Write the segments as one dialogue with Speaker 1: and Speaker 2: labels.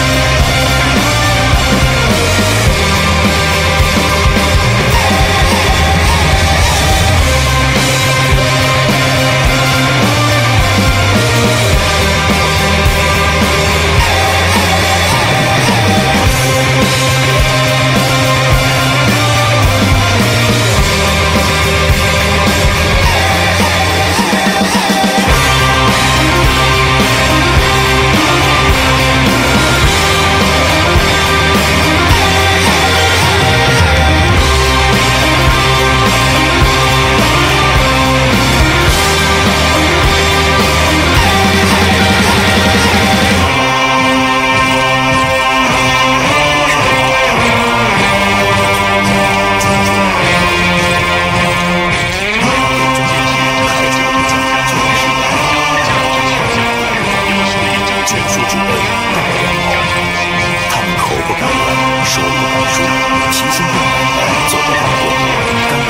Speaker 1: 哎
Speaker 2: 他们口不敢言，手不敢书，提心吊胆，走不敢躲，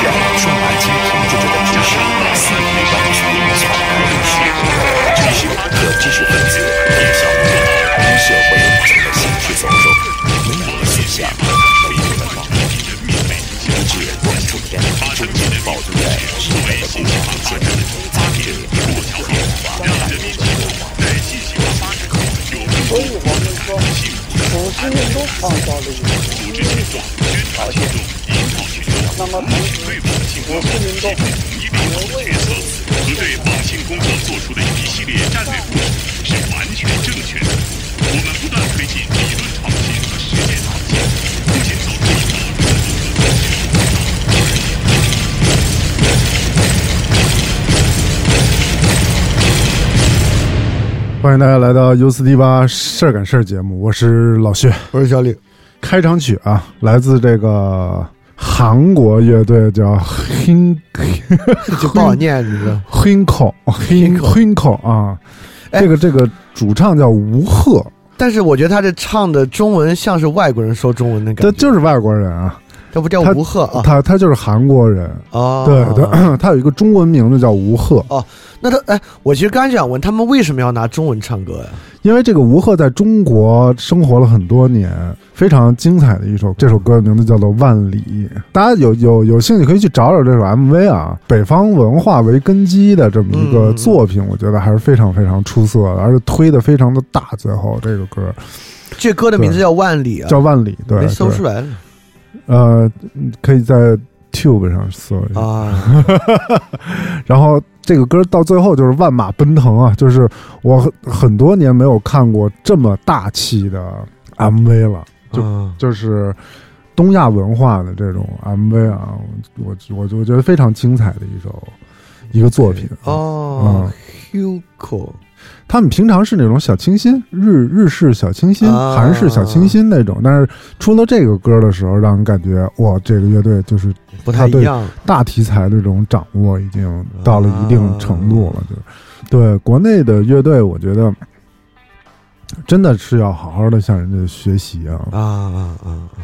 Speaker 2: 干掉双白鸡统治者的知识，肆意弯曲，篡改历史。知识和知识分子一条路，一社会成了行尸走肉，没有了思想，没有了道义，以致我们逐渐逐渐暴露在时代的鼓浪尖，才致不条变化，带着
Speaker 3: 所以我们说，五十运动创造了一个新的条件。那么同时，五十运动能为
Speaker 4: 和对网信工作做出的一系列战略部署是完全正确的。我们不断推进理论创新和实践创新，不仅走出一条
Speaker 5: 欢迎大家来到 U 四 D 八事儿赶事儿节目，我是老薛。
Speaker 6: 我是小李，
Speaker 5: 开场曲啊，来自这个韩国乐队叫 Hin
Speaker 6: 就嗯不好念，你知道？
Speaker 5: Hinko Hin Hinko 啊，
Speaker 6: 哎
Speaker 5: 这个这个主唱叫吴赫，
Speaker 6: 但是我觉得他这唱的中文像是外国人说中文的感
Speaker 5: 他
Speaker 6: 觉，
Speaker 5: 就是外国人啊，
Speaker 6: 他不叫
Speaker 5: 他
Speaker 6: 吴赫啊？
Speaker 5: 他他就是韩国人，
Speaker 6: 哦，
Speaker 5: 对对， 他有一个中文名字叫吴赫，
Speaker 6: 那他哎，我其实刚想问他们为什么要拿中文唱歌呀？
Speaker 5: 因为这个吴赫在中国生活了很多年，非常精彩的一首，这首歌的名字叫做《万里》。大家有有有兴趣可以去找找这首 MV 啊，北方文化为根基的这么一
Speaker 6: 嗯
Speaker 5: 个作品，我觉得还是非常非常出色的，而且推的非常的大。最后这个歌
Speaker 6: 这歌的名字叫《万里》
Speaker 5: 叫
Speaker 6: 啊，
Speaker 5: 《万里》，对，
Speaker 6: 没搜
Speaker 5: 对
Speaker 6: 出来了
Speaker 5: 呃，嗯可以在 Tube 上搜一下。
Speaker 6: 啊！
Speaker 5: 然后这个歌到最后就是万马奔腾啊，就是我很很多年没有看过这么大气的 MV 了。
Speaker 6: 就
Speaker 5: 就是东亚文化的这种 MV 啊，我我我觉得非常精彩的一首一个作品。
Speaker 6: 哦
Speaker 5: 嗯
Speaker 6: ，Hugo，
Speaker 5: 他们平常是那种小清新，日日式小清新、
Speaker 6: 啊
Speaker 5: 韩式小清新那种，但是出了这个歌的时候，让人感觉哇，这个乐队就是
Speaker 6: 不太一样。
Speaker 5: 大题材的这种掌握已经到了一定程度
Speaker 6: 啊
Speaker 5: 了，就是对国内的乐队，我觉得真的是要好好的向人家学习啊，
Speaker 6: 啊啊啊！啊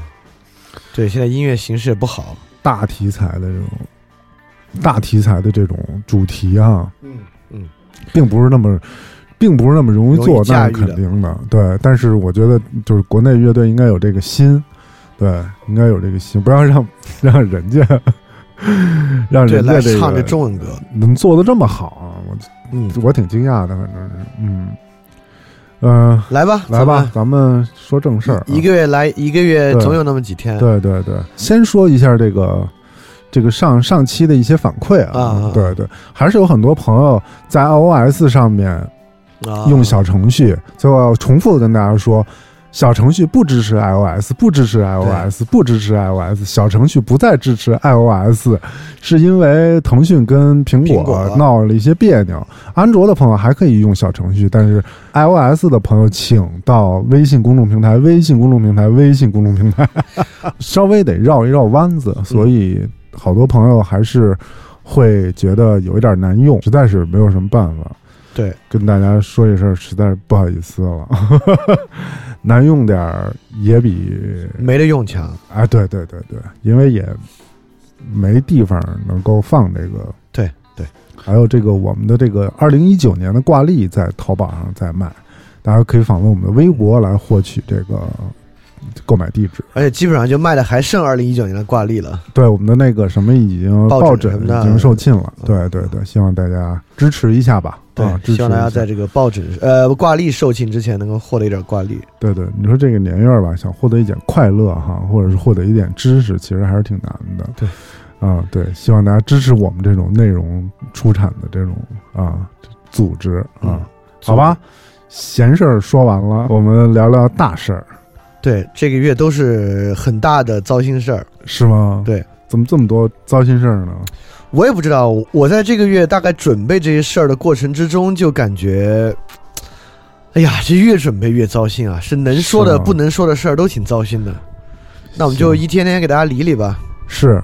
Speaker 6: 对，现在音乐形势也不好，
Speaker 5: 大题材的这种大题材的这种主题啊，
Speaker 6: 嗯嗯，
Speaker 5: 并不是那么，并不是那么容易
Speaker 6: 容
Speaker 5: 做
Speaker 6: 易，
Speaker 5: 那
Speaker 6: 驾驭
Speaker 5: 是
Speaker 6: 的
Speaker 5: 肯定的。对，但是我觉得就是国内乐队应该有这个心，对，应该有这个心，不要让 让人家让
Speaker 6: 对，
Speaker 5: 人家
Speaker 6: 来
Speaker 5: 这
Speaker 6: 唱这
Speaker 5: 个
Speaker 6: 中文歌，
Speaker 5: 能做的这么好啊，我
Speaker 6: 嗯，
Speaker 5: 我挺惊讶的，反正是，嗯，呃，
Speaker 6: 来吧，
Speaker 5: 来吧，咱们说正事儿、啊，
Speaker 6: 一个月来一个月，
Speaker 5: 对
Speaker 6: 总有那么几天。
Speaker 5: 对对对，先说一下这个这个上上期的一些反馈啊，
Speaker 6: 啊啊
Speaker 5: 对对，还是有很多朋友在 iOS 上面
Speaker 6: 啊，
Speaker 5: 用小程序，所以我要重复的跟大家说。小程序不支持 iOS，不支持 iOS，不支持 iOS。小程序不再支持 iOS，是因为腾讯跟苹果
Speaker 6: 苹果
Speaker 5: 闹了一些别扭。安卓的朋友还可以用小程序，但是 iOS 的朋友请到微信公众平台、微信公众平台、微信公众平台，稍微得绕一绕弯子。所以好多朋友还是会觉得有一点难用，实在是没有什么办法。
Speaker 6: 对，
Speaker 5: 跟大家说一声，实在是不好意思了， 难用点儿也比
Speaker 6: 没得用强。
Speaker 5: 啊，对对对对，因为也没地方能够放这个，
Speaker 6: 对对，
Speaker 5: 还有这个我们的这个二零一九年的挂历在淘宝上在卖，大家可以访问我们的微博来获取这个购买地址。
Speaker 6: 而且基本上就卖的还剩二零一九年的挂历了。
Speaker 5: 对，我们的那个什么已经
Speaker 6: 抱
Speaker 5: 抱
Speaker 6: 枕
Speaker 5: 枕
Speaker 6: 什么的
Speaker 5: 已经售罄了，对
Speaker 6: 嗯
Speaker 5: 对对，希望大家支持一下吧，
Speaker 6: 对，
Speaker 5: 啊、支持
Speaker 6: 希望大
Speaker 5: 一
Speaker 6: 家
Speaker 5: 下
Speaker 6: 在这个报纸呃挂历售罄之前能够获得一点挂历。
Speaker 5: 对对，你说这个年月儿吧，想获得一点快乐哈，或者是获得一点知识，其实还是挺难的。
Speaker 6: 对，
Speaker 5: 啊，对，希望大家支持我们这种内容出产的这种啊组织啊，
Speaker 6: 嗯
Speaker 5: 好吧。闲事儿说完了，我们聊聊大事儿，
Speaker 6: 对，这个月都是很大的糟心事儿。
Speaker 5: 是吗？
Speaker 6: 对，
Speaker 5: 怎么这么多糟心事儿呢？
Speaker 6: 我也不知道，我在这个月大概准备这些事儿的过程之中，就感觉，哎呀，这越准备越糟心啊！是能说
Speaker 5: 是
Speaker 6: 的、
Speaker 5: 吗
Speaker 6: 不能说的
Speaker 5: 啊
Speaker 6: 事儿都挺糟心的。那我们就一天天给大家理理吧。
Speaker 5: 是，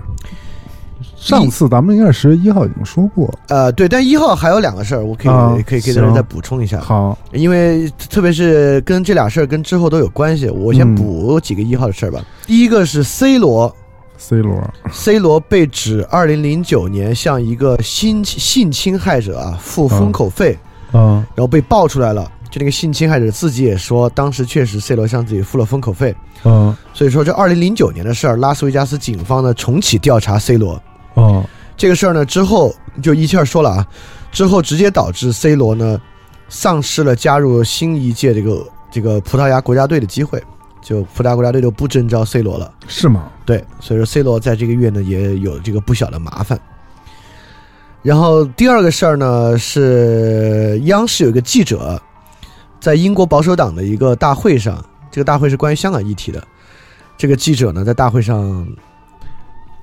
Speaker 5: 上次咱们应该是十月一号已经说过，
Speaker 6: 呃，对，但一号还有两个事儿，我可以、
Speaker 5: 啊
Speaker 6: 可以可以在这儿
Speaker 5: 行
Speaker 6: 再补充一下，
Speaker 5: 好，
Speaker 6: 因为特别是跟这俩事儿跟之后都有关系，我先
Speaker 5: 嗯
Speaker 6: 补几个一号的事儿吧。第一个是 C 罗
Speaker 5: C 罗，
Speaker 6: ，C 罗被指二零零九年向一个性性侵害者啊付封口费，
Speaker 5: 嗯
Speaker 6: 然后被爆出来了。就那个性侵害者自己也说，当时确实 C 罗向自己付了封口费，
Speaker 5: 嗯
Speaker 6: 所以说这二零零九年的事儿，拉斯维加斯警方呢重启调查 C 罗。
Speaker 5: 嗯
Speaker 6: 这个事儿呢之后就一气儿说了啊，之后直接导致 C 罗呢丧失了加入新一届这个这个葡萄牙国家队的机会，就葡萄牙国家队就不征召 C 罗了。
Speaker 5: 是吗？
Speaker 6: 对，所以说 C 罗在这个月呢也有这个不小的麻烦。然后第二个事儿呢是央视有一个记者在英国保守党的一个大会上，这个大会是关于香港议题的。这个记者呢在大会上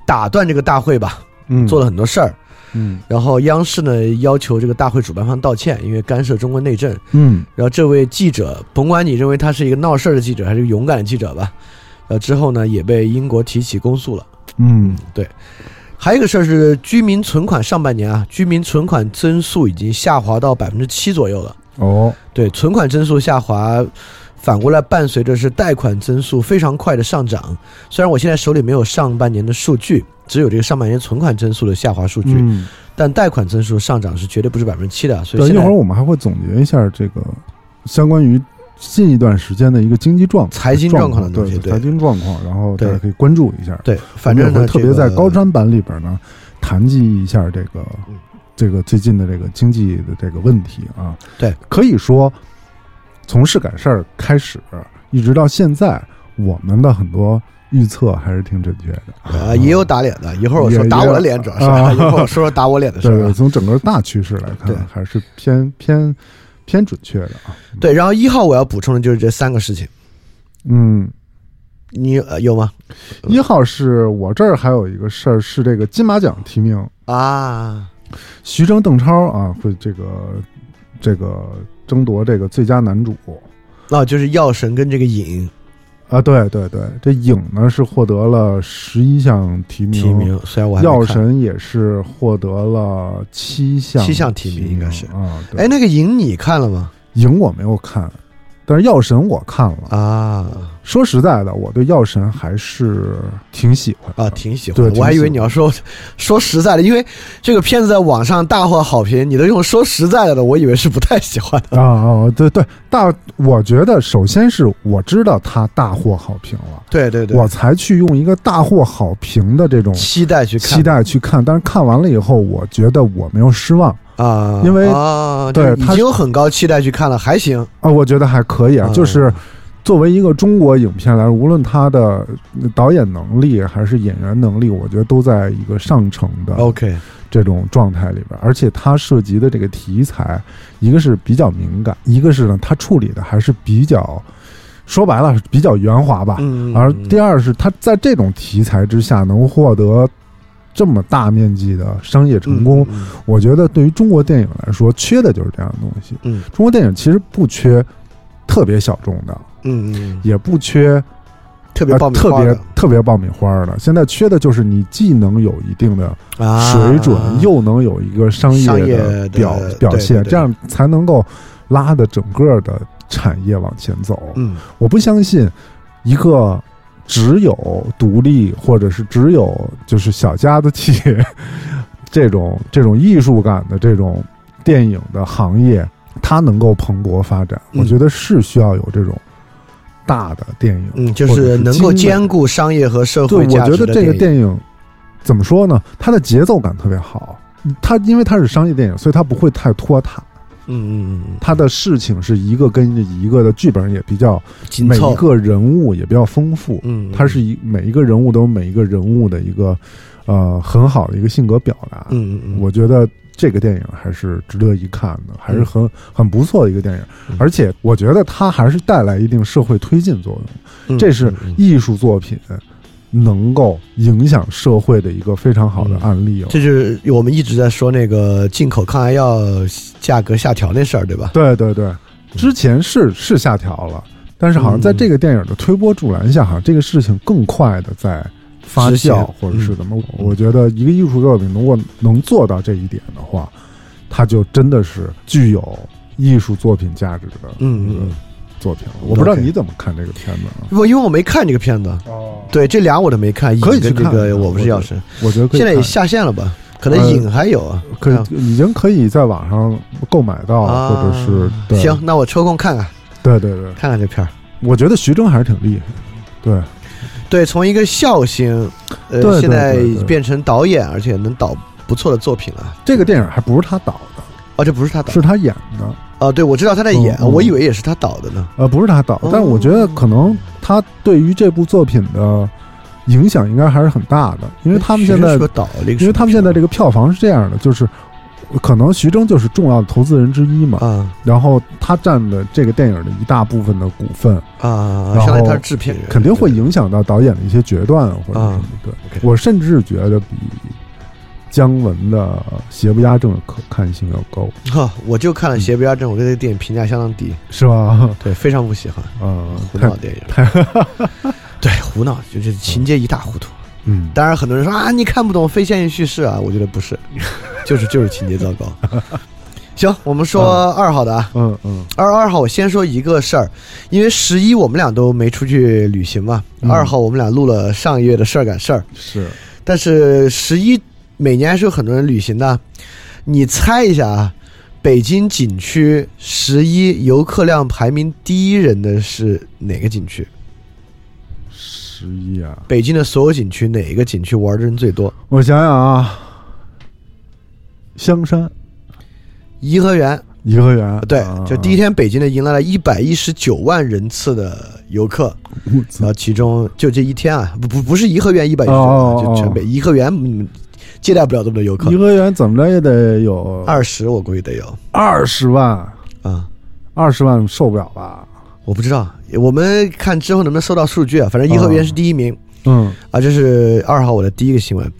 Speaker 6: 打断这个大会吧，
Speaker 5: 嗯，
Speaker 6: 做了很多事儿。
Speaker 5: 嗯
Speaker 6: 然后央视呢要求这个大会主办方道歉，因为干涉中国内政。
Speaker 5: 嗯
Speaker 6: 然后这位记者，甭管你认为他是一个闹事儿的记者还是一个勇敢的记者吧，呃，之后呢也被英国提起公诉了。
Speaker 5: 嗯
Speaker 6: 还有一个事儿是居民存款，上半年啊，居民存款增速已经下滑到百分之七左右了。
Speaker 5: 哦，
Speaker 6: 对，存款增速下滑，反过来伴随着是贷款增速非常快的上涨。虽然我现在手里没有上半年的数据，只有这个上半年存款增速的下滑数据，
Speaker 5: 嗯，
Speaker 6: 但贷款增速上涨是绝对不是百分之七的啊。所以
Speaker 5: 对，
Speaker 6: 现
Speaker 5: 一
Speaker 6: 在
Speaker 5: 会儿我们还会总结一下这个相关于近一段时间的一个经济状况、
Speaker 6: 财经状
Speaker 5: 状
Speaker 6: 况的东西
Speaker 5: 对
Speaker 6: 对
Speaker 5: 财经状况，然后大
Speaker 6: 对
Speaker 5: 家可以关注一下。
Speaker 6: 对，反正
Speaker 5: 我
Speaker 6: 呢，
Speaker 5: 们也会特别
Speaker 6: 这个嗯
Speaker 5: 在高瞻版里边呢，谈及一下这个这个最近的这个经济的这个问题啊。
Speaker 6: 对，
Speaker 5: 可以说从是赶事儿开始，一直到现在，我们的很多预测还是挺准确的
Speaker 6: 啊，也有打脸的。一会儿我说
Speaker 5: 也
Speaker 6: 打我的
Speaker 5: 也
Speaker 6: 脸，主要是、
Speaker 5: 啊
Speaker 6: 一会儿我说说打我脸的 事
Speaker 5: 对
Speaker 6: 儿
Speaker 5: 对，
Speaker 6: 啊。
Speaker 5: 从整个大趋势来
Speaker 6: 对
Speaker 5: 看，还是偏偏偏准确的啊。
Speaker 6: 对，然后一号我要补充的就是这三个事情，
Speaker 5: 嗯，
Speaker 6: 你、呃、有吗？
Speaker 5: 一号是我这儿还有一个事儿是这个金马奖提名，
Speaker 6: 啊，
Speaker 5: 徐峥、邓超啊会这个这个争夺这个最佳男主。
Speaker 6: 那、哦就是药神跟这个影
Speaker 5: 啊，对对对，这影呢是获得了十一项提名，
Speaker 6: 提名，虽然我还没
Speaker 5: 药
Speaker 6: 看。
Speaker 5: 神也是获得了七项
Speaker 6: 七项提
Speaker 5: 提
Speaker 6: 名应该是
Speaker 5: 啊。对
Speaker 6: 哎，，那个影你看了吗？
Speaker 5: 影我没有看，但是药神我看了。
Speaker 6: 啊
Speaker 5: 说实在的，我对药神还是挺喜欢的
Speaker 6: 啊，挺喜欢的。
Speaker 5: 对
Speaker 6: 我还以为
Speaker 5: 挺喜欢
Speaker 6: 你要说说实在的，因为这个片子在网上大获好评，你都用说实在的了，我以为是不太喜欢的。
Speaker 5: 啊啊，对对，大我觉得首先是我知道他大获好评了，
Speaker 6: 对对对，
Speaker 5: 我才去用一个大获好评的这种
Speaker 6: 期待去看
Speaker 5: 期待去看，但是看完了以后，我觉得我没有失望。
Speaker 6: 啊，
Speaker 5: 因为
Speaker 6: 啊，
Speaker 5: 对
Speaker 6: 就是已
Speaker 5: 它
Speaker 6: 经
Speaker 5: 是
Speaker 6: 有很高期待去看了，还行。
Speaker 5: 啊，我觉得还可以啊，
Speaker 6: 嗯
Speaker 5: 就是作为一个中国影片来说，无论他的导演能力还是演员能力，我觉得都在一个上乘的
Speaker 6: OK，
Speaker 5: 这种状态里边儿。而且它涉及的这个题材，一个是比较敏感，一个是呢，它处理的还是比较说白了比较圆滑吧。
Speaker 6: 嗯，
Speaker 5: 而
Speaker 6: 嗯
Speaker 5: 第二是它在这种题材之下能获得这么大面积的商业成功，，
Speaker 6: 嗯
Speaker 5: 我觉得对于中国电影来说，缺的就是这样的东西。
Speaker 6: 嗯
Speaker 5: 中国电影其实不缺特别小众的，
Speaker 6: 嗯嗯嗯，
Speaker 5: 也不缺
Speaker 6: 特别
Speaker 5: 呃
Speaker 6: 爆米
Speaker 5: 特
Speaker 6: 花
Speaker 5: 别
Speaker 6: 的
Speaker 5: 特别爆米花儿的。现在缺的就是你既能有一定的
Speaker 6: 啊
Speaker 5: 水准，又能有一个商
Speaker 6: 商业
Speaker 5: 的
Speaker 6: 的
Speaker 5: 表
Speaker 6: 对
Speaker 5: 表现，
Speaker 6: 对对
Speaker 5: 这样才能够拉的整个的产业往前走。
Speaker 6: 嗯
Speaker 5: 我不相信一个。只有独立，或者是只有就是小家子气 这种这种艺术感的这种电影的行业，它能够蓬勃发展，
Speaker 6: 嗯
Speaker 5: 我觉得是需要有这种大的电影，
Speaker 6: 嗯，就
Speaker 5: 或者
Speaker 6: 是
Speaker 5: 是
Speaker 6: 能
Speaker 5: 精
Speaker 6: 够
Speaker 5: 美
Speaker 6: 兼顾商业和社
Speaker 5: 对，
Speaker 6: 会
Speaker 5: 我
Speaker 6: 价值
Speaker 5: 觉得
Speaker 6: 的
Speaker 5: 这个
Speaker 6: 电
Speaker 5: 电
Speaker 6: 影
Speaker 5: 影怎么说呢？它的节奏感特别好，它因为它是商业电影，所以它不会太拖沓。
Speaker 6: 嗯嗯嗯
Speaker 5: 它的事情是一个跟着一个的，剧本也比较，
Speaker 6: 嗯，紧
Speaker 5: 每
Speaker 6: 凑
Speaker 5: 一，个人物也比较丰富。
Speaker 6: 嗯，嗯
Speaker 5: 它是一每一个人物都有每一个人物的一个呃很好的一个性格表达。
Speaker 6: 嗯嗯嗯，
Speaker 5: 我觉得这个电影还是值得一看的，还是很很不错的一个电影
Speaker 6: 嗯，
Speaker 5: 而且我觉得它还是带来一定社会推进作用。
Speaker 6: 嗯
Speaker 5: 这是
Speaker 6: 嗯嗯
Speaker 5: 艺术作品能够影响社会的一个非常好的案例哦。
Speaker 6: 嗯这就是我们一直在说那个进口抗癌药价格下调那事儿，对吧？
Speaker 5: 对对
Speaker 6: 嗯
Speaker 5: 对，之前是是下调了，但是好像在这个电影的推波助澜下，好像这个事情更快的在发
Speaker 6: 实现嗯
Speaker 5: 酵或者是什么。我觉得一个艺术作品如果能做到这一点的话，它就真的是具有艺术作品价值的
Speaker 6: 嗯嗯嗯，
Speaker 5: 作品了。我不知道
Speaker 6: OK
Speaker 5: 你怎么看这个片子啊？
Speaker 6: 不，因为我没看这个片子，
Speaker 5: 哦，
Speaker 6: 对这俩我都没看，
Speaker 5: 可以
Speaker 6: 影
Speaker 5: 去
Speaker 6: 跟这
Speaker 5: 看
Speaker 6: 个
Speaker 5: 看
Speaker 6: 我不是
Speaker 5: 我
Speaker 6: 药
Speaker 5: 觉
Speaker 6: 神，
Speaker 5: 我觉得可以
Speaker 6: 现在也
Speaker 5: 看
Speaker 6: 下线了吧？可能
Speaker 5: 呃
Speaker 6: 影还有啊，
Speaker 5: 可
Speaker 6: 啊
Speaker 5: 以已经可以在网上购买到，
Speaker 6: 啊
Speaker 5: 或者是对
Speaker 6: 行，，那我抽空看看
Speaker 5: 对对对，
Speaker 6: 看看这片儿。
Speaker 5: 我觉得徐峥还是挺厉害的。
Speaker 6: 嗯
Speaker 5: 对，
Speaker 6: 对，从一个笑星，
Speaker 5: 对
Speaker 6: 呃，
Speaker 5: 对
Speaker 6: 现在
Speaker 5: 对对
Speaker 6: 变成导演，而且能导不错的作品了。
Speaker 5: 这个电影还不是他导的，
Speaker 6: 哦，这不是他导
Speaker 5: 是他演的，
Speaker 6: 哦，对，我知道他在演，
Speaker 5: 嗯嗯
Speaker 6: 我以为也是他导的呢。
Speaker 5: 呃，不是他导
Speaker 6: 哦，
Speaker 5: 但是我觉得可能他对于这部作品的影响应该还是很大的，因为他们现在
Speaker 6: 谁说导这个，
Speaker 5: 因为他们现在这
Speaker 6: 个
Speaker 5: 个票房是这样的，就是可能徐峥就是重要的投资人之一嘛，
Speaker 6: 啊
Speaker 5: 然后他占了这个电影的一大部分的股份，
Speaker 6: 啊啊，
Speaker 5: 然后
Speaker 6: 相当于他是制片人，
Speaker 5: 肯定会
Speaker 6: 对啊
Speaker 5: 影响到导演的一些决断或者什么。对
Speaker 6: OK
Speaker 5: 我甚至觉得比姜文的《邪不压正》可看性要高，
Speaker 6: 哈，哦我就看了《邪不压正》，我对这个电影评价相当低，
Speaker 5: 是 吧？
Speaker 6: 对，非常不喜欢，
Speaker 5: 嗯，
Speaker 6: 胡
Speaker 5: 太
Speaker 6: 闹电影。对，胡闹就是情节一塌糊涂。
Speaker 5: 嗯，
Speaker 6: 当然，很多人说啊，你看不懂非线性叙事啊，我觉得 不是，就是就是情节糟糕。行，我们说二号的啊，
Speaker 5: 嗯嗯
Speaker 6: 二十二号我先说一个事儿，因为十一我们俩都没出去旅行嘛，
Speaker 5: 嗯
Speaker 6: 二、号我们俩录了上一月的事儿赶事儿，
Speaker 5: 是
Speaker 6: 但是十一每年还是有很多人旅行的，啊你猜一下啊，北京景区十一游客量排名第一人的是哪个景区？
Speaker 5: 十一啊！
Speaker 6: 北京的所有景区哪一个景区玩的人最多？
Speaker 5: 我想想啊，香山
Speaker 6: 颐和园，
Speaker 5: 颐和园，
Speaker 6: 啊
Speaker 5: 啊
Speaker 6: 对，就第一
Speaker 5: 天，
Speaker 6: 天北京呢迎来了一百一十九万人次的游客，
Speaker 5: 我操
Speaker 6: 然后其中就这一天啊，不不不是颐和园一百一十九啊
Speaker 5: 哦
Speaker 6: 万，就全北颐和园嗯接待不了这么多游客
Speaker 5: 颐，和园怎么着也得有
Speaker 6: 二十我估计得有
Speaker 5: 二十万，
Speaker 6: 啊，
Speaker 5: 二十万受不了吧？
Speaker 6: 我不知道，我们看之后能不能搜到数据啊，反正颐和园是第一名
Speaker 5: 嗯
Speaker 6: 啊，这是二号我的第一个新闻。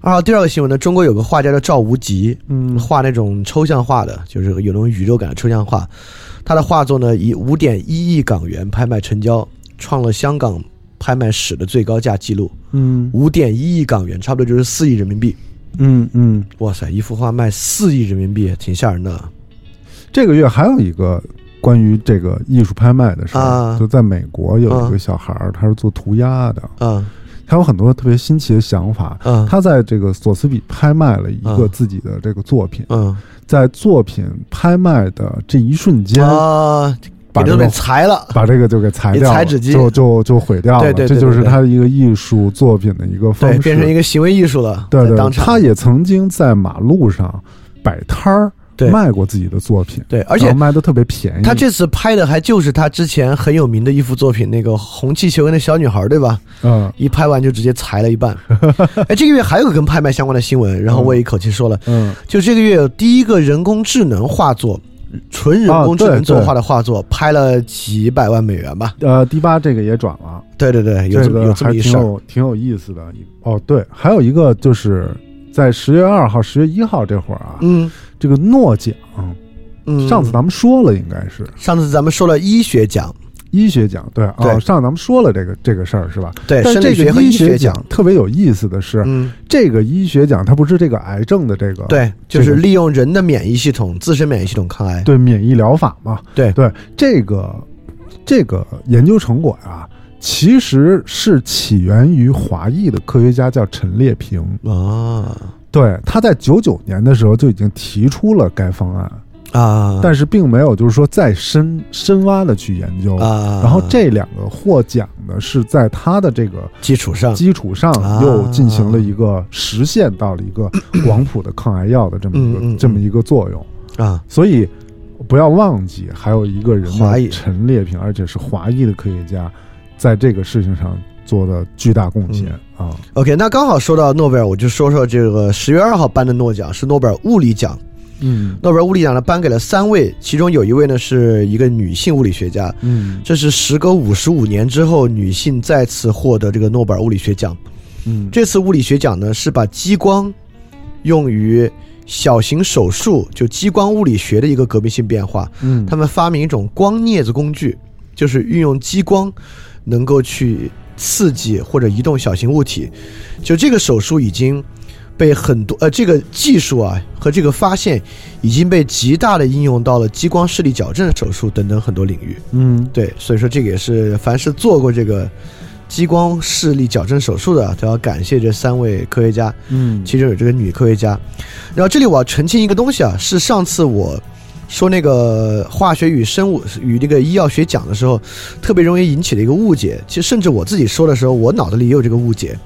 Speaker 6: 二号第二个新闻呢，中国有个画家叫赵无极，
Speaker 5: 嗯
Speaker 6: 画那种抽象画的，就是有那种宇宙感的抽象画。他的画作呢，以五点一亿港元拍卖成交，创了香港拍卖史的最高价记录，
Speaker 5: 嗯
Speaker 6: 五点一亿港元，差不多就是四亿人民币。
Speaker 5: 嗯嗯，
Speaker 6: 哇塞，一幅画卖四亿人民币，挺吓人的啊
Speaker 5: 这个月还有一个关于这个艺术拍卖的事儿，
Speaker 6: 啊
Speaker 5: 就在美国有
Speaker 6: 啊
Speaker 5: 一个小孩儿，他是做涂鸦的，
Speaker 6: 啊
Speaker 5: 他有很多特别新奇的想法。
Speaker 6: 啊！
Speaker 5: 他在这个索斯比拍卖了一
Speaker 6: 啊
Speaker 5: 个自己的这个作品，
Speaker 6: 嗯
Speaker 5: 在作品拍卖的这一瞬间，
Speaker 6: 啊，
Speaker 5: 把
Speaker 6: 给
Speaker 5: 这
Speaker 6: 都被
Speaker 5: 个
Speaker 6: 裁了。
Speaker 5: 把这个就给裁
Speaker 6: 一
Speaker 5: 掉了，
Speaker 6: 裁纸机
Speaker 5: 就就就毁掉了。
Speaker 6: 对对对
Speaker 5: 这
Speaker 6: 对
Speaker 5: 就是
Speaker 6: 对
Speaker 5: 他的一个艺术作品的一个方
Speaker 6: 对，
Speaker 5: 式，
Speaker 6: 变成一个行为艺术了，
Speaker 5: 对
Speaker 6: 在
Speaker 5: 对
Speaker 6: 当
Speaker 5: 对，
Speaker 6: 场
Speaker 5: 他也曾经在马路上摆摊儿
Speaker 6: 对
Speaker 5: 卖过自己的作品，
Speaker 6: 对，而
Speaker 5: 然
Speaker 6: 且
Speaker 5: 后卖的特别便宜。
Speaker 6: 他这次拍的还就是他之前很有名的一幅作品，那个红气球跟那小女孩，对吧？
Speaker 5: 嗯
Speaker 6: 一拍完就直接裁了 一半。哎，这个月还有个跟拍卖相关的新闻，然后我也一口气说了，
Speaker 5: 嗯
Speaker 6: 就这个月有第一个人工智能画作，纯人工智能作画的画作，拍了几百万美元吧？
Speaker 5: 呃，迪吧这个也转了，
Speaker 6: 对对对，哎有
Speaker 5: 这
Speaker 6: 这么
Speaker 5: 个
Speaker 6: 有这
Speaker 5: 还
Speaker 6: 么一
Speaker 5: 挺
Speaker 6: 事儿。
Speaker 5: 有挺有意思的。哦，对，还有一个就是在十月二号、十月一号这会儿啊，
Speaker 6: 嗯
Speaker 5: 这个诺奖，
Speaker 6: 嗯，
Speaker 5: 上次咱们说了，应该是
Speaker 6: 上次咱们说了医学奖，
Speaker 5: 医学奖，对啊，
Speaker 6: 对
Speaker 5: 上次咱们说了这个这个事儿是吧？
Speaker 6: 对，
Speaker 5: 但
Speaker 6: 生
Speaker 5: 这
Speaker 6: 理学
Speaker 5: 个
Speaker 6: 和
Speaker 5: 医
Speaker 6: 学
Speaker 5: 奖，特别有意思的是，
Speaker 6: 嗯，
Speaker 5: 这个医学奖它不是这个癌症的这个
Speaker 6: 对，就
Speaker 5: 这
Speaker 6: 是
Speaker 5: 个
Speaker 6: 利用人的免疫系统、自身免疫系统抗癌。
Speaker 5: 对免疫疗法嘛，
Speaker 6: 对
Speaker 5: 对，这个这个研究成果啊，其实是起源于华裔的科学家叫陈列平，
Speaker 6: 啊
Speaker 5: 对，他在九九年的时候就已经提出了该方案，
Speaker 6: 啊，
Speaker 5: 但是并没有就是说再深深挖的去研究。
Speaker 6: 啊，
Speaker 5: 然后这两个获奖的是在他的这个
Speaker 6: 基础上
Speaker 5: 基础上
Speaker 6: 啊
Speaker 5: 又进行了一个实现到了一个 广谱的抗癌药的这么一
Speaker 6: 嗯嗯嗯
Speaker 5: 个这么一个作用。
Speaker 6: 啊，
Speaker 5: 所以不要忘记，还有一个人
Speaker 6: 华裔
Speaker 5: 呢，陈列平，而且是华裔的科学家，在这个事情上做的巨大贡献
Speaker 6: 嗯
Speaker 5: 啊。
Speaker 6: OK，那刚好说到诺贝尔，我就说说这个十月二号颁的诺奖是诺贝尔物理奖。
Speaker 5: 嗯
Speaker 6: 诺贝尔物理奖呢颁给了三位，其中有一位呢是一个女性物理学家，
Speaker 5: 嗯
Speaker 6: 这是时隔五十五年之后，女性再次获得这个诺贝尔物理学奖。
Speaker 5: 嗯，
Speaker 6: 这次物理学奖呢是把激光用于小型手术，就激光物理学的一个革命性变化。
Speaker 5: 嗯
Speaker 6: 他们发明一种光镊子工具，就是运用激光能够去刺激或者移动小型物体，就这个手术已经被很多呃这个技术啊和这个发现已经被极大的应用到了激光视力矫正手术等等很多领域。
Speaker 5: 嗯，
Speaker 6: 对，所以说这个也是凡是做过这个激光视力矫正手术的啊，都要感谢这三位科学家。
Speaker 5: 嗯
Speaker 6: 其中有这个女科学家。然后这里我要澄清一个东西啊，是上次我说那个化学与生物与那个医药学讲的时候，特别容易引起的一个误解。其实甚至我自己说的时候，我脑子里也有这个误解。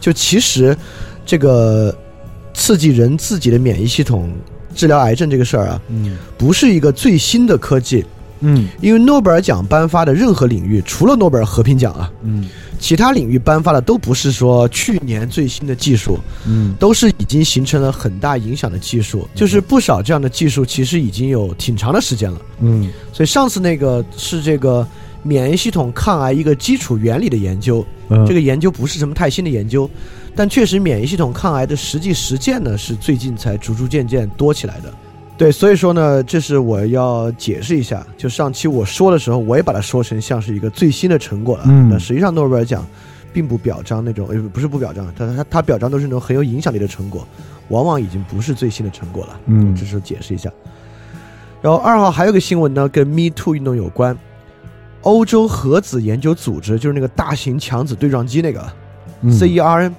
Speaker 6: 就其实这个刺激人自己的免疫系统治疗癌症这个事儿啊，
Speaker 5: 嗯
Speaker 6: 不是一个最新的科技，
Speaker 5: 嗯
Speaker 6: 因为诺贝尔奖颁发的任何领域，除了诺贝尔和平奖啊，
Speaker 5: 嗯
Speaker 6: 其他领域颁发的都不是说去年最新的技术，
Speaker 5: 嗯
Speaker 6: 都是已经形成了很大影响的技术，就是不少这样的技术其实已经有挺长的时间了。
Speaker 5: 嗯
Speaker 6: 所以上次那个是这个免疫系统抗癌一个基础原理的研究，
Speaker 5: 嗯，
Speaker 6: 这个研究不是什么太新的研究，但确实免疫系统抗癌的实际实践呢是最近才逐逐渐渐多起来的。对，所以说呢，这是我要解释一下。就上期我说的时候，我也把它说成像是一个最新的成果了。
Speaker 5: 嗯
Speaker 6: 那实际上诺贝尔奖并不表彰那种，呃，不是不表彰，它它它表彰都是那种很有影响力的成果，往往已经不是最新的成果了。
Speaker 5: 嗯
Speaker 6: 这是解释一下。然后二号还有个新闻呢，跟 Me Too 运动有关。欧洲核子研究组织就是那个大型强子对撞机那个、
Speaker 5: 嗯
Speaker 6: CERN，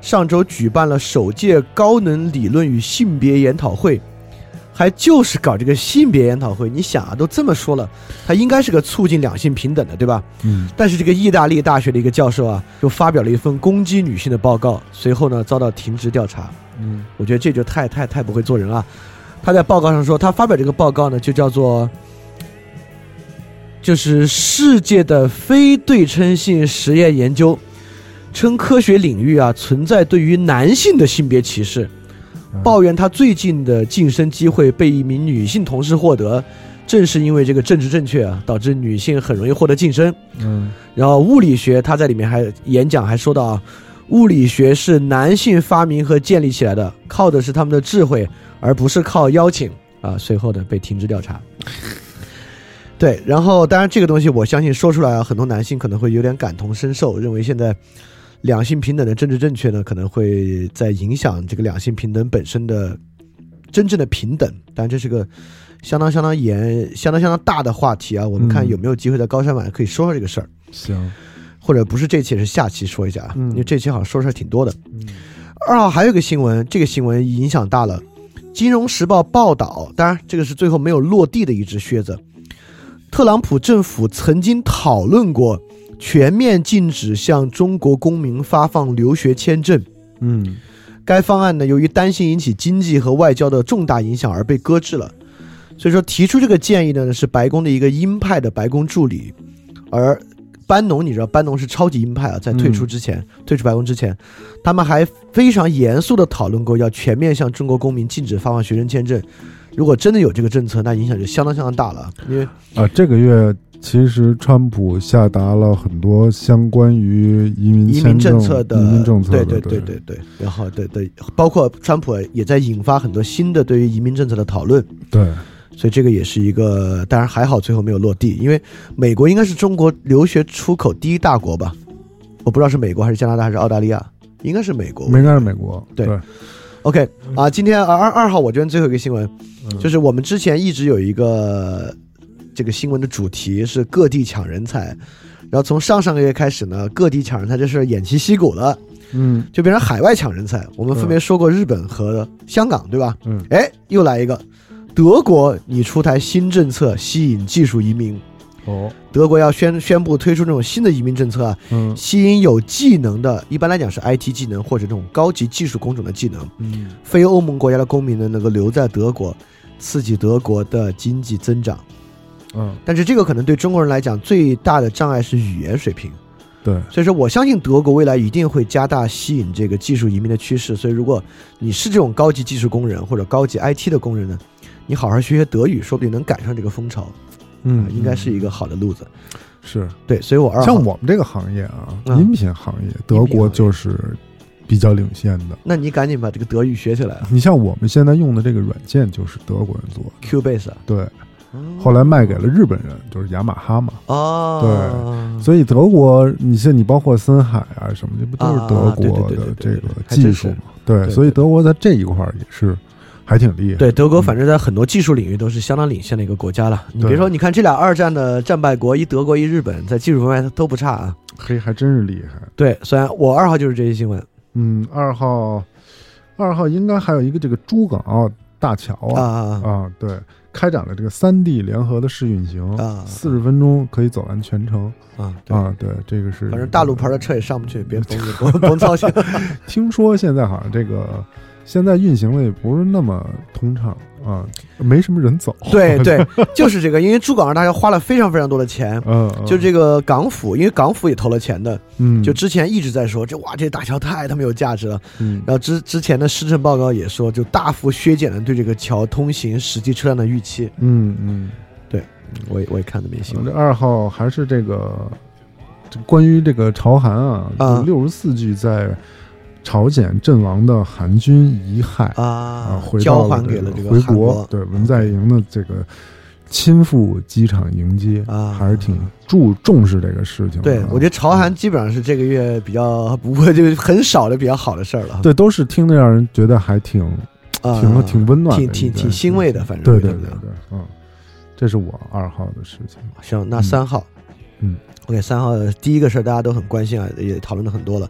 Speaker 6: 上周举办了首届高能理论与性别研讨会，还就是搞这个性别研讨会。你想啊，都这么说了，它应该是个促进两性平等的，对吧？
Speaker 5: 嗯
Speaker 6: 但是这个意大利大学的一个教授啊，就发表了一份攻击女性的报告，随后呢遭到停职调查。
Speaker 5: 嗯
Speaker 6: 我觉得这就太太太不会做人了。他在报告上说，他发表这个报告呢，就叫做就是世界的非对称性实验研究，称科学领域啊存在对于男性的性别歧视，抱怨他最近的晋升机会被一名女性同事获得，正是因为这个政治正确啊，导致女性很容易获得晋升。
Speaker 5: 嗯
Speaker 6: 然后物理学，他在里面还演讲还说到啊，物理学是男性发明和建立起来的，靠的是他们的智慧，而不是靠邀请啊。随后呢，被停职调查。对，然后当然这个东西我相信说出来啊，很多男性可能会有点感同身受，认为现在两性平等的政治正确呢，可能会在影响这个两性平等本身的真正的平等。当然这是个相当相当严、相当相当大的话题啊，我们看
Speaker 5: 嗯
Speaker 6: 有没有机会在高山晚可以说说这个事儿。
Speaker 5: 行
Speaker 6: 或者不是这期，也是下期说一下啊，
Speaker 5: 嗯
Speaker 6: 因为这期好像说事儿挺多的。
Speaker 5: 嗯
Speaker 6: 二号还有一个新闻，这个新闻影响大了，《金融时报》报道，当然这个是最后没有落地的一只靴子。特朗普政府曾经讨论过全面禁止向中国公民发放留学签证，
Speaker 5: 嗯
Speaker 6: 该方案呢，由于担心引起经济和外交的重大影响而被搁置了。所以说，提出这个建议呢，是白宫的一个鹰派的白宫助理，而班农，你知道班农是超级鹰派啊，在退出之前，
Speaker 5: 嗯
Speaker 6: 退出白宫之前，他们还非常严肃地讨论过要全面向中国公民禁止发放学生签证。如果真的有这个政策，那影响就相当相当大了，因为
Speaker 5: 啊，这个月其实川普下达了很多相关于移民
Speaker 6: 移
Speaker 5: 签
Speaker 6: 民
Speaker 5: 证
Speaker 6: 政策的，
Speaker 5: 移民政策
Speaker 6: 对
Speaker 5: 的，
Speaker 6: 对对
Speaker 5: 对
Speaker 6: 对对，然后对对，包括川普也在引发很多新的对于移民政策的讨论。
Speaker 5: 对，
Speaker 6: 所以这个也是一个，当然还好最后没有落地，因为美国应该是中国留学出口第一大国吧，我不知道是美国还是加拿大还是澳大利亚，应该是美国。
Speaker 5: 应该是美国
Speaker 6: 对
Speaker 5: 对
Speaker 6: OK 啊，今天二二二号我这边最后一个新闻，
Speaker 5: 嗯
Speaker 6: 就是我们之前一直有一个这个新闻的主题是各地抢人才，然后从上上个月开始呢，各地抢人才这事儿偃旗息鼓了，
Speaker 5: 嗯
Speaker 6: 就变成海外抢人才。我们分别说过日本和香港，对吧？
Speaker 5: 嗯
Speaker 6: 哎，又来一个，德国拟出台新政策吸引技术移民。
Speaker 5: 哦
Speaker 6: 德国要宣宣布推出这种新的移民政策啊，
Speaker 5: 嗯
Speaker 6: 吸引有技能的，一般来讲是 IT 技能或者这种高级技术工种的技能，
Speaker 5: 嗯
Speaker 6: 非欧盟国家的公民呢能够留在德国，刺激德国的经济增长。
Speaker 5: 嗯
Speaker 6: 但是这个可能对中国人来讲最大的障碍是语言水平，
Speaker 5: 对
Speaker 6: 所以说我相信德国未来一定会加大吸引这个技术移民的趋势。所以如果你是这种高级技术工人或者高级 IT 的工人呢，你好好学学德语，说不定能赶上这个风潮，啊
Speaker 5: 嗯，
Speaker 6: 应该是一个好的路子。
Speaker 5: 是
Speaker 6: 对，所以我二号
Speaker 5: 像我们这个行业啊，
Speaker 6: 嗯
Speaker 5: 音频行业，德国就是比较领先的。
Speaker 6: 那你赶紧把这个德语学起来啊
Speaker 5: 你像我们现在用的这个软件就是德国人做的，
Speaker 6: ，Q Base 啊，
Speaker 5: 对，后来卖给了日本人，就是雅马哈嘛。
Speaker 6: 哦，
Speaker 5: 对所以德国，你像你包括森海啊什么，这不都是德国
Speaker 6: 啊对对
Speaker 5: 的这
Speaker 6: 对对对
Speaker 5: 个
Speaker 6: 对还
Speaker 5: 技
Speaker 6: 真
Speaker 5: 术
Speaker 6: 是
Speaker 5: 嘛？对，
Speaker 6: 对
Speaker 5: 所以
Speaker 6: 对
Speaker 5: 德国在这一块儿也是还挺厉害。
Speaker 6: 对，德国反正在很多技术领域都是相当领先的一个国家了。你
Speaker 5: 对
Speaker 6: 别说，你看这俩二战的战败国，一德国一日本，在技术方面它都不差啊。
Speaker 5: 嘿，还真是厉害。
Speaker 6: 对，虽然我二号就是这些新闻
Speaker 5: 嗯，二号，二号应该还有一个这个珠港澳大桥
Speaker 6: 啊
Speaker 5: 啊
Speaker 6: 啊
Speaker 5: 啊，对，开展了这个三地联合的试运行
Speaker 6: 啊
Speaker 5: 四十分钟可以走完全程
Speaker 6: 啊！对，
Speaker 5: 啊。对，这个是
Speaker 6: 反正大陆牌的车也上不去，别甭 甭甭操心。
Speaker 5: 听说现在好像这个现在运行的也不是那么通畅啊，没什么人走。
Speaker 6: 对对，就是这个，因为珠港澳大桥花了非常非常多的钱。
Speaker 5: 嗯，嗯，
Speaker 6: 就这个港府，因为港府也投了钱的，
Speaker 5: 嗯，
Speaker 6: 就之前一直在说这哇，这大桥太他妈有价值了。
Speaker 5: 嗯
Speaker 6: 然后之之前的施政报告也说，就大幅削减了对这个桥通行实际车辆的预期。
Speaker 5: 嗯嗯，
Speaker 6: 我也我也看的没新
Speaker 5: 行，
Speaker 6: 闻
Speaker 5: 这二号还是这个这关于这个朝韩啊，
Speaker 6: 啊
Speaker 5: 六十四具在朝鲜阵亡的韩军遗骸啊，
Speaker 6: 啊
Speaker 5: 回，到
Speaker 6: 交还
Speaker 5: 这
Speaker 6: 给了这个
Speaker 5: 回
Speaker 6: 韩
Speaker 5: 国
Speaker 6: 国，
Speaker 5: 对文在寅的这个亲赴机场迎接，
Speaker 6: 啊
Speaker 5: 还是挺注重视这个事情的啊。
Speaker 6: 对，我觉得朝韩基本上是这个月比较不会就是很少的比较好的事儿了。
Speaker 5: 对都是听着让人觉得还挺
Speaker 6: 啊，
Speaker 5: 挺挺温暖的
Speaker 6: 挺挺
Speaker 5: 应该
Speaker 6: 挺
Speaker 5: 是
Speaker 6: 欣慰的，反正
Speaker 5: 对
Speaker 6: 会
Speaker 5: 对
Speaker 6: 这么
Speaker 5: 对
Speaker 6: 样
Speaker 5: 对，嗯，这是我二号的事情。
Speaker 6: 行，那
Speaker 5: 嗯
Speaker 6: 三号，
Speaker 5: 嗯
Speaker 6: ，OK，三号的第一个事儿大家都很关心啊，也讨论的很多了。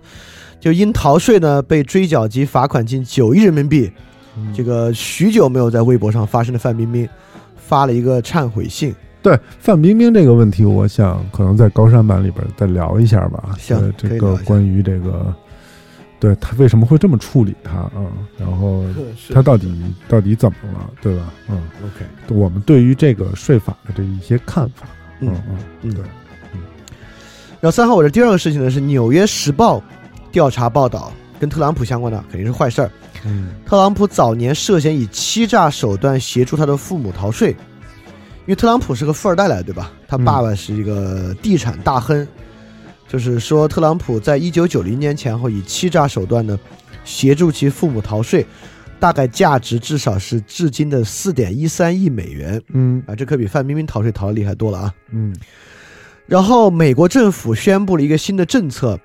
Speaker 6: 就因逃税呢被追缴及罚款近九亿人民币，
Speaker 5: 嗯
Speaker 6: 这个许久没有在微博上发声的范冰冰发了一个忏悔信，
Speaker 5: 对范冰冰这个问题，我想可能在高山版里边再聊一下吧。
Speaker 6: 行
Speaker 5: 呃
Speaker 6: 可
Speaker 5: 这
Speaker 6: 以
Speaker 5: 个
Speaker 6: 聊一下
Speaker 5: 关于这个，对他为什么会这么处理他啊？然后他到底到底怎么了，对吧？嗯，
Speaker 6: OK，
Speaker 5: 我们对于这个税法的这一些看法，嗯
Speaker 6: 嗯
Speaker 5: 嗯，
Speaker 6: 嗯
Speaker 5: 对。
Speaker 6: 然后三号我的第二个事情呢是《纽约时报》调查报道跟特朗普相关的，肯定是坏事儿。
Speaker 5: 嗯
Speaker 6: 特朗普早年涉嫌以欺诈手段协助他的父母逃税，因为特朗普是个富二代来，对吧？他爸爸是一个地产大亨，就是说特朗普在一九九零年前后以欺诈手段呢，协助其父母逃税，大概价值至少是至今的四点一三亿美元
Speaker 5: 嗯
Speaker 6: 啊，这可比范冰冰逃税逃的厉害多了啊。
Speaker 5: 嗯
Speaker 6: 然后美国政府宣布了一个新的政策，